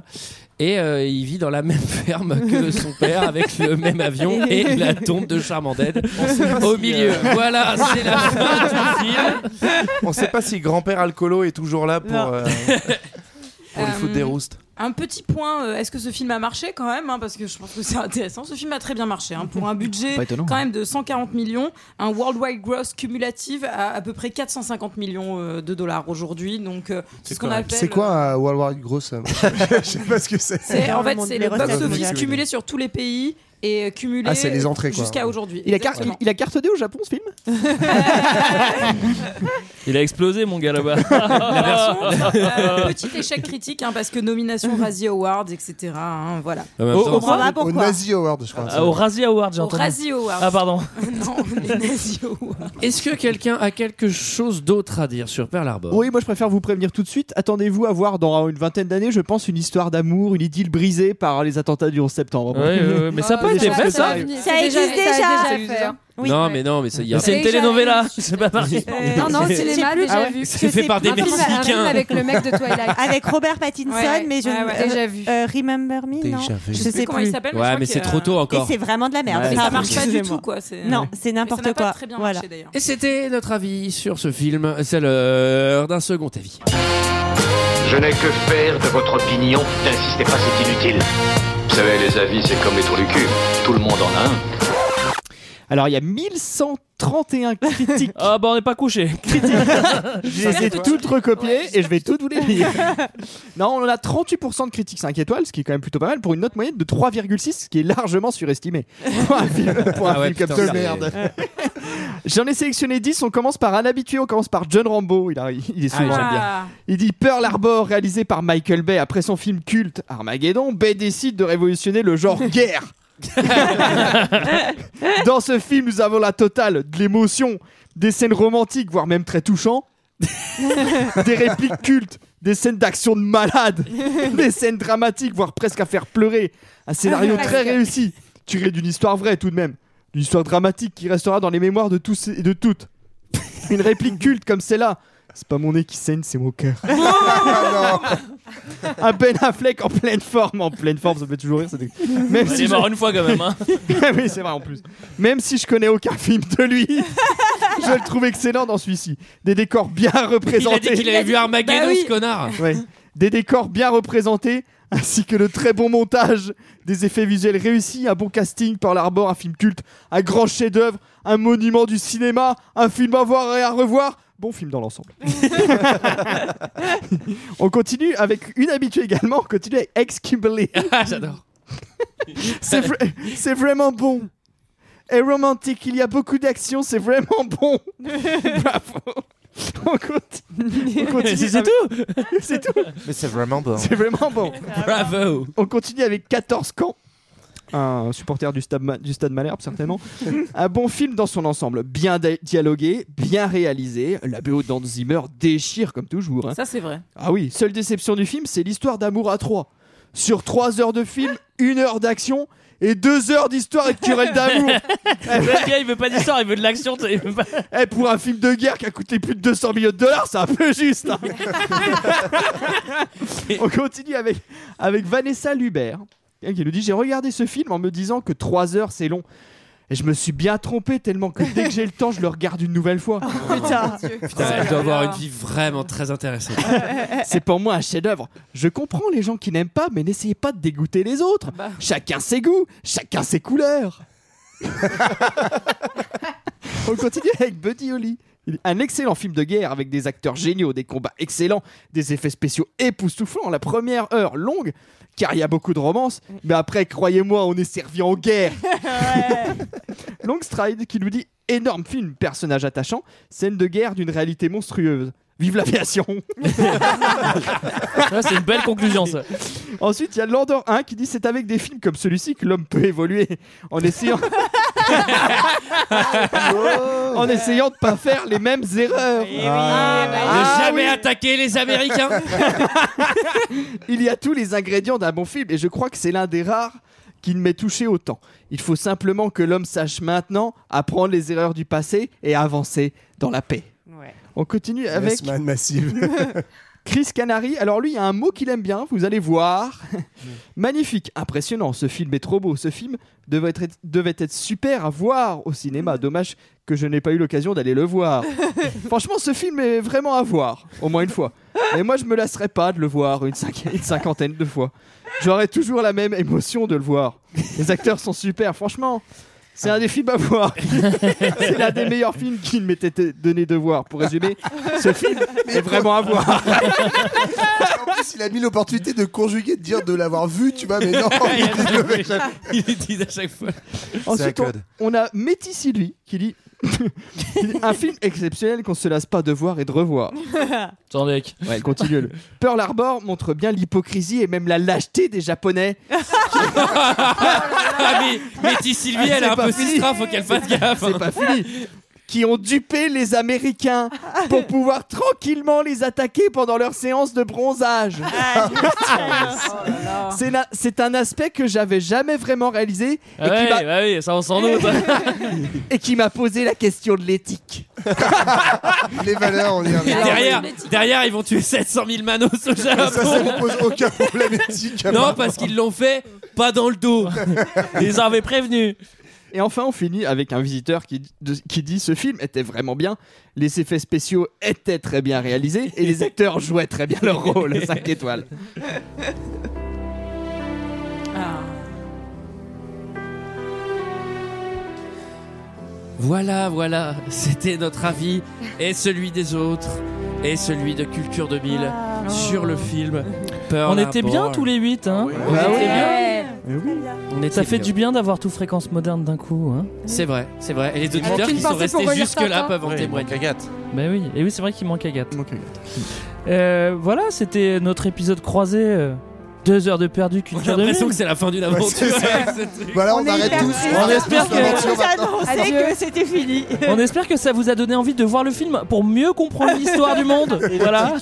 Speaker 1: Et euh, il vit dans la même ferme que son père avec le même avion et la tombe de Charmant Dead au milieu.
Speaker 10: euh.
Speaker 1: Voilà, c'est la fin du film.
Speaker 9: On sait pas si grand-père alcoolo est toujours là pour,
Speaker 12: Non.
Speaker 9: euh, pour lui
Speaker 12: Euh,
Speaker 1: Euh,
Speaker 9: foutre des roustes.
Speaker 12: Un petit point, euh, est-ce que ce film a marché quand même hein, Parce que je pense que c'est intéressant. Ce film a très bien marché. hein, pour un budget
Speaker 11: Pas étonnant.
Speaker 12: quand même de 140 millions, un worldwide gross cumulatif à à peu près 450 millions euh, de dollars aujourd'hui. Donc, euh, c'est ce qu'on appelle.
Speaker 5: C'est quoi un World War Gross euh, Je sais pas ce que c'est.
Speaker 12: C'est- En fait,
Speaker 5: Monde
Speaker 12: c'est
Speaker 5: des
Speaker 12: le
Speaker 5: recettes
Speaker 12: box-office
Speaker 5: mondiales.
Speaker 12: cumulé sur tous les pays et euh, cumulé
Speaker 5: Ah, c'est les entrées, quoi.
Speaker 12: jusqu'à aujourd'hui.
Speaker 11: Il a, car-
Speaker 12: Exactement.
Speaker 11: il- il a cartonné au Japon ce film
Speaker 7: Il a explosé, mon gars, là-bas.
Speaker 12: Euh, petit échec critique hein, parce que nomination Razzie Awards, etc. hein, voilà.
Speaker 7: Ah, En même Au- temps, au- ça-
Speaker 5: Ah,
Speaker 7: au
Speaker 5: Nazi Award, je crois.
Speaker 7: Ah, au Razzie Award, j'ai
Speaker 12: Au
Speaker 7: entendu.
Speaker 12: Razzie Awards.
Speaker 7: Ah, pardon.
Speaker 12: non, les Nazis Awards.
Speaker 1: Est-ce que quelqu'un a quelque chose d'autre à dire sur Pearl Harbor
Speaker 11: Oui, moi je préfère vous prévenir tout de suite. Attendez-vous à voir dans une vingtaine d'années, je pense, une histoire d'amour, une idylle brisée par les attentats du 11 septembre. Ah,
Speaker 7: Ouais, ouais, ouais, mais ça a pas
Speaker 11: Des
Speaker 7: été
Speaker 11: chances
Speaker 7: vrai,
Speaker 11: que
Speaker 7: ça.
Speaker 11: arrive.
Speaker 10: Ça
Speaker 6: C'est déjà-
Speaker 10: existe
Speaker 6: ça a
Speaker 10: déjà.
Speaker 6: déjà fait.
Speaker 1: non, mais non, mais ça y a.
Speaker 7: C'est une telenovela, c'est pas pareil.
Speaker 6: Euh, Non, non,
Speaker 10: Je
Speaker 6: c'est les
Speaker 10: sais
Speaker 6: mâles,
Speaker 10: plus,
Speaker 6: déjà
Speaker 10: ah ouais.
Speaker 6: vu.
Speaker 1: C'est fait par des
Speaker 6: Un film-
Speaker 1: Mexicains.
Speaker 6: un film avec le mec de Twilight.
Speaker 10: Avec Robert Pattinson,
Speaker 6: Ouais, ouais.
Speaker 10: mais je
Speaker 6: Ah ouais. Déjà
Speaker 10: vu. Remember Me, non
Speaker 1: Déjà vu.
Speaker 10: Je
Speaker 1: Je sais
Speaker 10: sais
Speaker 12: Comment il s'appelle je
Speaker 1: Ouais,
Speaker 12: crois
Speaker 1: mais
Speaker 12: que,
Speaker 1: c'est trop tôt
Speaker 10: Et
Speaker 1: encore.
Speaker 10: c'est vraiment de la merde.
Speaker 1: Ouais.
Speaker 12: Mais ça marche pas du
Speaker 10: excusez-moi.
Speaker 12: tout, quoi. c'est-
Speaker 10: Non, c'est
Speaker 12: Mais ça
Speaker 10: n'importe
Speaker 12: n'a pas
Speaker 10: quoi.
Speaker 12: très bien
Speaker 10: Voilà.
Speaker 12: marché, d'ailleurs.
Speaker 1: Et c'était notre avis sur ce film. C'est l'heure d'un second avis.
Speaker 15: Je n'ai que faire de votre opinion. N'insistez pas, c'est inutile. Vous savez, les avis, c'est comme les trous du cul. Tout le monde en a un.
Speaker 11: Alors il y a 1131 critiques.
Speaker 7: Ah, bah on n'est pas couché.
Speaker 11: je les ai toutes recopiées et je vais toutes vous les lire. non, on en a 38% de critiques 5 étoiles, ce qui est quand même plutôt pas mal pour une note moyenne de 3,6, ce qui est largement surestimé. pour un film, pour un
Speaker 1: Ah ouais,
Speaker 11: film
Speaker 1: putain,
Speaker 11: comme ça.
Speaker 1: c'est-
Speaker 11: Merde. J'en ai sélectionné 10. On commence par un habitué. On commence par John Rambo. Il, arrive, il est
Speaker 12: Ah,
Speaker 11: souvent.
Speaker 12: j'aime bien.
Speaker 11: Il dit Pearl Harbor, réalisé par Michael Bay après son film culte Armageddon, Bay décide de révolutionner le genre guerre. Dans ce film, nous avons la totale de l'émotion, des scènes romantiques, voire même très touchantes, des répliques cultes, des scènes d'action de malade, des scènes dramatiques, voire presque à faire pleurer. Un scénario très réussi, tiré d'une histoire vraie tout de même, d'une histoire dramatique qui restera dans les mémoires de tous et de toutes. Une réplique culte comme celle-là. C'est pas mon nez qui saigne, c'est mon cœur. Ah Un Ben Affleck en pleine forme, en pleine forme, ça me fait toujours rire. Cette...
Speaker 7: Il est mort une fois, quand même, hein.
Speaker 11: Ah oui, c'est vrai en plus. Même si je connais aucun film de lui, je le trouve excellent dans celui-ci. Des décors bien représentés.
Speaker 1: dit qu'il avait vu Armageddon, Bah oui. ce connard.
Speaker 11: Ouais. Des décors bien représentés, ainsi que le très bon montage, des effets visuels réussis, un bon casting par l'arbor, un film culte, un grand chef-d'œuvre, un monument du cinéma, un film à voir et à revoir. Bon film dans l'ensemble. On continue avec une habituée également, on continue avec Ex Kimberly.
Speaker 1: Ah, j'adore.
Speaker 11: c'est, vra- c'est vraiment bon. Et romantique, il y a beaucoup d'action, c'est vraiment bon. Bravo. On continue. on continue
Speaker 9: C'est- c'est
Speaker 11: tout. c'est tout.
Speaker 9: Mais c'est vraiment bon.
Speaker 11: C'est vraiment bon.
Speaker 1: Bravo.
Speaker 11: On continue avec 14 camps. Un supporter du stade, Ma- du stade Malherbe, certainement. un bon film dans son ensemble. Bien di- dialogué, bien réalisé. La BO d'Hans Zimmer déchire comme toujours. hein.
Speaker 12: Ça, c'est vrai.
Speaker 11: Ah oui, seule déception du film, c'est l'histoire d'amour à trois. Sur trois heures de film, une heure d'action et deux heures d'histoire et de querelle d'amour.
Speaker 7: Le gars, il veut pas d'histoire, il veut de l'action. tu sais, il veut pas-
Speaker 11: Eh, pour un film de guerre qui a coûté plus de 200 millions de dollars, c'est un peu juste. hein. On continue avec, avec Vanessa Lubert, quelqu'un qui nous dit J'ai regardé ce film en me disant que 3 heures c'est long. Et je me suis bien trompé tellement que dès que j'ai le temps, je le regarde une nouvelle fois.
Speaker 1: putain. Oh Putain, elle doit avoir une vie vraiment très intéressante.
Speaker 11: C'est pour moi un chef-d'œuvre. Je comprends les gens qui n'aiment pas, mais n'essayez pas de dégoûter les autres. Chacun ses goûts, chacun ses couleurs. On continue avec Buddy Holly. Il- Un excellent film de guerre avec des acteurs géniaux, des combats excellents, des effets spéciaux époustouflants. La première heure longue, car il y a beaucoup de romance, mais après, croyez-moi, on est servi en guerre. Longstride qui nous dit énorme film, personnage attachant, scène de guerre d'une réalité monstrueuse. Vive l'aviation
Speaker 7: Ouais, c'est une belle conclusion, ça.
Speaker 11: Ensuite, il y a Landor 1 qui dit c'est avec des films comme celui-ci que l'homme peut évoluer en essayant en essayant de pas faire les mêmes erreurs.
Speaker 7: Eh Ah, bah
Speaker 11: Ah
Speaker 1: Ne jamais attaquer les Américains.
Speaker 11: Il y a tous les ingrédients d'un bon film et je crois que c'est l'un des rares qui ne m'est touché autant. Il faut simplement que l'homme sache maintenant apprendre les erreurs du passé et avancer dans la paix. On continue avec
Speaker 5: Yes, man massive.
Speaker 11: Chris Canary, alors lui, il y a un mot qu'il aime bien, vous allez voir. Magnifique, impressionnant, ce film est trop beau. Ce film devait être, devait être super à voir au cinéma. Dommage que je n'ai pas eu l'occasion d'aller le voir. Franchement, ce film est vraiment à voir, au moins une fois. Mais moi, je me lasserai pas de le voir une, cinqui- une cinquantaine de fois. J'aurai toujours la même émotion de le voir. Les acteurs sont super, franchement. C'est un des films à voir. C'est l'un des meilleurs films qu'il m'était donné de voir. Pour résumer, ce film est vraiment à voir.
Speaker 5: En plus, il a mis l'opportunité de conjuguer, de dire de l'avoir vu, tu vois, mais non. il dit le mec, j'avoue.
Speaker 1: Ils le disent à chaque fois.
Speaker 11: Ensuite, on, on a Métissi lui qui dit un film exceptionnel qu'on se lasse pas de voir et de revoir.
Speaker 7: Tandek.
Speaker 11: Ouais, continue. le- Pearl Harbor montre bien l'hypocrisie et même la lâcheté des Japonais.
Speaker 1: Ah, mais, mais Tis Sylvie,
Speaker 11: Ah,
Speaker 1: elle
Speaker 11: c'est
Speaker 1: est un
Speaker 11: pas
Speaker 1: peu
Speaker 11: fini.
Speaker 1: sistra, faut qu'elle fasse gaffe. hein.
Speaker 11: C'est pas fini. Qui ont dupé les Américains pour pouvoir tranquillement les attaquer pendant leur séance de bronzage.
Speaker 5: Ah,
Speaker 11: Oh,
Speaker 5: Oh,
Speaker 11: C'est na- C'est un aspect que j'avais jamais vraiment réalisé et
Speaker 7: Ah
Speaker 11: qui
Speaker 7: ouais,
Speaker 11: m'a
Speaker 7: bah oui, ça on s'en doute.
Speaker 11: et qui m'a posé la question de l'éthique.
Speaker 5: Les valeurs, on y
Speaker 1: Et
Speaker 5: revient.
Speaker 1: derrière, derrière, ils vont tuer 700 000 manos au Japon.
Speaker 5: Ça, ça ne pose aucun problème éthique.
Speaker 1: non, parce qu'ils l'ont fait pas dans le dos.
Speaker 7: Ils en avaient prévenu.
Speaker 11: Et enfin, on finit avec un visiteur qui, de- qui dit ce film était vraiment bien, les effets spéciaux étaient très bien réalisés et les acteurs jouaient très bien leur rôle. 5 étoiles.
Speaker 12: Ah.
Speaker 1: Voilà, voilà, c'était notre avis et celui des autres et celui de Culture 2000 sur le film Pearl
Speaker 7: On était bien
Speaker 1: Harbor.
Speaker 7: tous les 8, hein.
Speaker 1: Ouais.
Speaker 7: On était bien.
Speaker 1: On était
Speaker 7: Ça fait
Speaker 1: bien.
Speaker 7: du bien d'avoir tout fréquence moderne d'un coup. Hein
Speaker 1: C'est vrai, c'est vrai. Et les
Speaker 7: Avec
Speaker 1: auditeurs
Speaker 7: une
Speaker 1: qui sont
Speaker 7: pensée pour
Speaker 1: restés
Speaker 7: Roger
Speaker 1: jusque-là
Speaker 7: Sartre. hein.
Speaker 1: peuvent en
Speaker 7: Ouais, il
Speaker 1: témoigner.
Speaker 7: manque Ben oui, et oui, c'est vrai qu'il manque Agathe. Euh, voilà, c'était notre épisode croisé. euh, Deux heures de perdu,
Speaker 1: J'ai
Speaker 7: culture de
Speaker 1: l'impression
Speaker 7: mine.
Speaker 1: que c'est la fin d'une aventure.
Speaker 7: c'est ça.
Speaker 1: ce truc.
Speaker 5: Voilà, on, arrête tous. On espère
Speaker 7: que-
Speaker 10: annoncé que c'était fini.
Speaker 7: On espère que ça vous a donné envie de voir le film pour mieux comprendre l'histoire du monde. Voilà.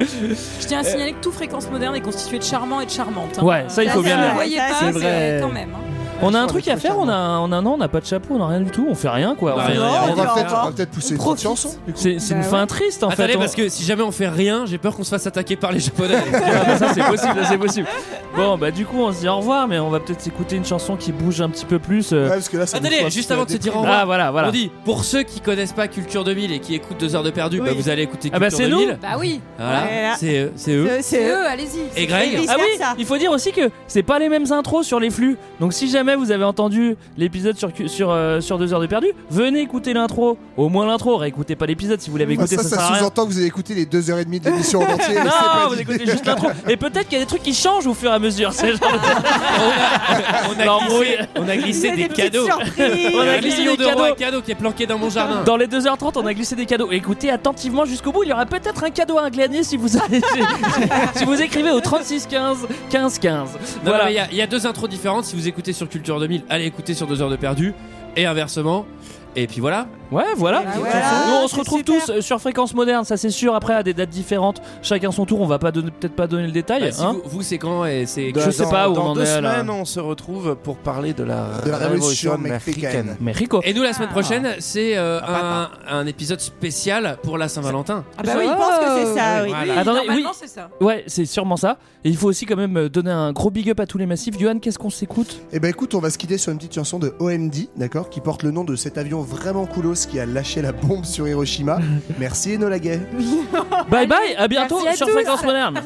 Speaker 12: Je tiens à signaler que tout fréquence moderne est constitué de charmants et de charmantes. hein.
Speaker 7: Eh. Ouais, ça, il faut bien
Speaker 12: Vous
Speaker 7: le-
Speaker 12: ne voyez
Speaker 7: C'est
Speaker 12: pas, c'est
Speaker 7: vrai.
Speaker 12: quand même. hein.
Speaker 7: On a un truc à faire, on a un, on a un an, on n'a pas de chapeau, on n'a rien du tout, Bah, on fait rien quoi.
Speaker 1: On a
Speaker 7: fait-
Speaker 1: rien, rien,
Speaker 5: On va
Speaker 1: rien.
Speaker 5: peut-être on va peut-être pousser trop de chansons.
Speaker 7: C'est c'est une
Speaker 1: Bah
Speaker 7: fin
Speaker 1: ouais.
Speaker 7: triste en
Speaker 1: Attendez,
Speaker 7: fait. on-
Speaker 1: parce que si jamais on fait rien, j'ai peur qu'on se fasse attaquer par les japonais.
Speaker 7: Ah, bah, ça c'est possible, ça, c'est possible. Bon bah du coup on se dit au revoir, mais on va peut-être s'écouter une chanson qui bouge un petit peu plus. euh.
Speaker 1: Attendez, juste avant de se dire au revoir,
Speaker 7: Ah voilà, voilà.
Speaker 1: on dit pour ceux qui connaissent pas Culture 2000 et qui écoutent 2 heures de perdu,
Speaker 7: Oui.
Speaker 1: bah, vous allez écouter
Speaker 7: Ah
Speaker 1: Culture
Speaker 7: bah, c'est nous.
Speaker 1: 2000.
Speaker 12: Bah oui.
Speaker 1: Voilà,
Speaker 7: Voilà. euh,
Speaker 1: c'est eux. C'est eux.
Speaker 12: C'est eux, allez-y.
Speaker 1: Et Greg
Speaker 7: Ah oui, il faut dire aussi que c'est pas les mêmes intros sur les flux. Donc si jamais vous avez entendu l'épisode sur cu- sur euh, sur deux heures de perdu, venez écouter l'intro. Au moins l'intro. Réécoutez pas l'épisode si vous l'avez
Speaker 5: Bah,
Speaker 7: écouté.
Speaker 5: ça,
Speaker 7: ça, sert à
Speaker 5: ça
Speaker 7: rien.
Speaker 5: sous-entend que vous avez écouté les 2h30 de l'émission en entier. mais c'est
Speaker 7: Non,
Speaker 5: pas
Speaker 7: vous
Speaker 5: l'idée.
Speaker 7: écoutez juste l'intro. Et peut-être qu'il y a des trucs qui changent au fur et à mesure. C'est genre.
Speaker 1: On a glissé, on a glissé
Speaker 7: Il y a
Speaker 1: des,
Speaker 7: des petites
Speaker 1: cadeaux.
Speaker 7: surprises.
Speaker 1: on a
Speaker 7: Un
Speaker 1: glissé
Speaker 7: million
Speaker 1: des cadeaux.
Speaker 7: d'euros à
Speaker 1: Un cadeau qui est planqué dans mon jardin.
Speaker 7: Dans les 2h30, on a glissé des cadeaux. Écoutez attentivement jusqu'au bout. Il y aura peut-être un cadeau à glaner si vous allez- si vous écrivez au 36 15 15 15.
Speaker 1: Non,
Speaker 7: Voilà.
Speaker 1: mais il y a- il y, a deux intros différentes. Si vous écoutez sur Culture 2000, allez écouter sur 2 heures de perdu. Et inversement. Et puis voilà.
Speaker 7: Ouais, voilà.
Speaker 1: Ah, voilà,
Speaker 7: Nous, on se
Speaker 1: c'est
Speaker 7: retrouve tous euh, sur fréquence moderne, ça c'est sûr. Après, à des dates différentes, chacun son tour. On va pas donner- peut-être pas donner le détail.
Speaker 1: Bah, si
Speaker 7: hein.
Speaker 1: vous, vous, c'est quand et c'est.
Speaker 7: Je sais pas où
Speaker 9: dans
Speaker 7: on en
Speaker 9: deux
Speaker 7: est, là.
Speaker 9: semaines, on se retrouve pour parler de la,
Speaker 5: De la révolution
Speaker 9: mexicaine.
Speaker 1: Et nous, la
Speaker 12: Ah.
Speaker 1: semaine prochaine, c'est euh, un, un épisode spécial pour la Saint-Valentin.
Speaker 12: Ah bah oui, il pense que c'est ça. Oui,
Speaker 1: Oui, Oh. voilà.
Speaker 12: Oui,
Speaker 7: Attendez,
Speaker 12: normalement,
Speaker 7: oui.
Speaker 12: c'est ça.
Speaker 7: Ouais, c'est sûrement ça. Et il faut aussi quand même euh, donner un gros big up à tous les massifs. Johan, qu'est-ce qu'on s'écoute
Speaker 5: Eh ben écoute, on va se quitter sur une petite chanson de OMD, d'accord, qui porte le nom de cet avion vraiment coolos qui a lâché la bombe sur Hiroshima. Merci Enola Gay.
Speaker 7: Bye bye, à bientôt
Speaker 5: Merci à
Speaker 7: sur
Speaker 5: tous.
Speaker 7: fréquence moderne.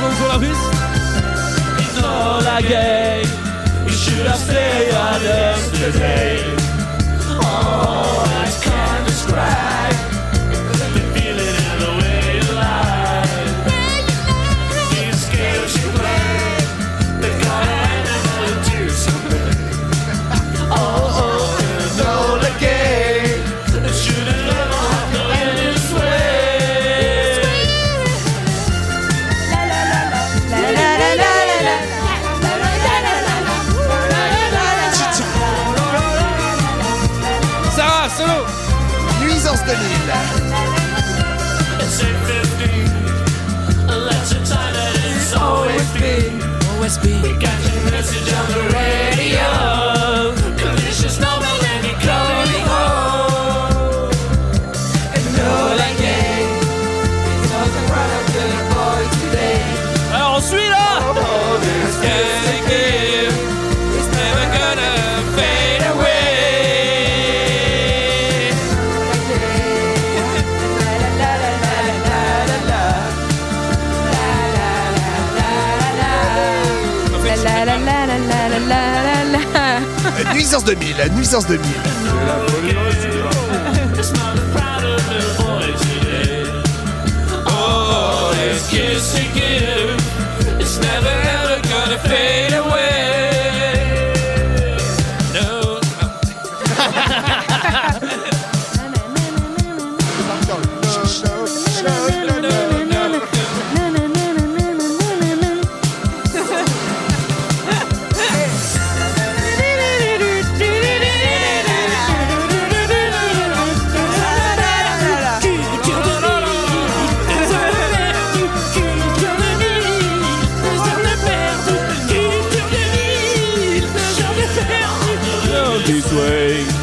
Speaker 1: Bonjour la Russe.
Speaker 8: Enola Gay. You should have stayed on yesterday. Oh, I can't describe the feeling and the way you lie. These games you play, the kind that will do something. Oh, oh, Enola Gay. It should have never have to end this way.
Speaker 1: Sarah, solo
Speaker 5: Nuisance 2000
Speaker 8: It's 8.15 That's the time that it's always been Always been We got your message on the radio Delicious normal and you're coming home And no like it It's all the product of the boy today
Speaker 7: Alors on suit là
Speaker 8: Oh, this is a gift It's never gonna fade away
Speaker 6: La la la la la la la la la.
Speaker 5: Euh, Nuisance 2000, Nuisance 2000.
Speaker 8: It's not the pride of the boy today. Oh, this kiss you give, it's never ever gonna fade away. No. This way.
Speaker 7: Oh,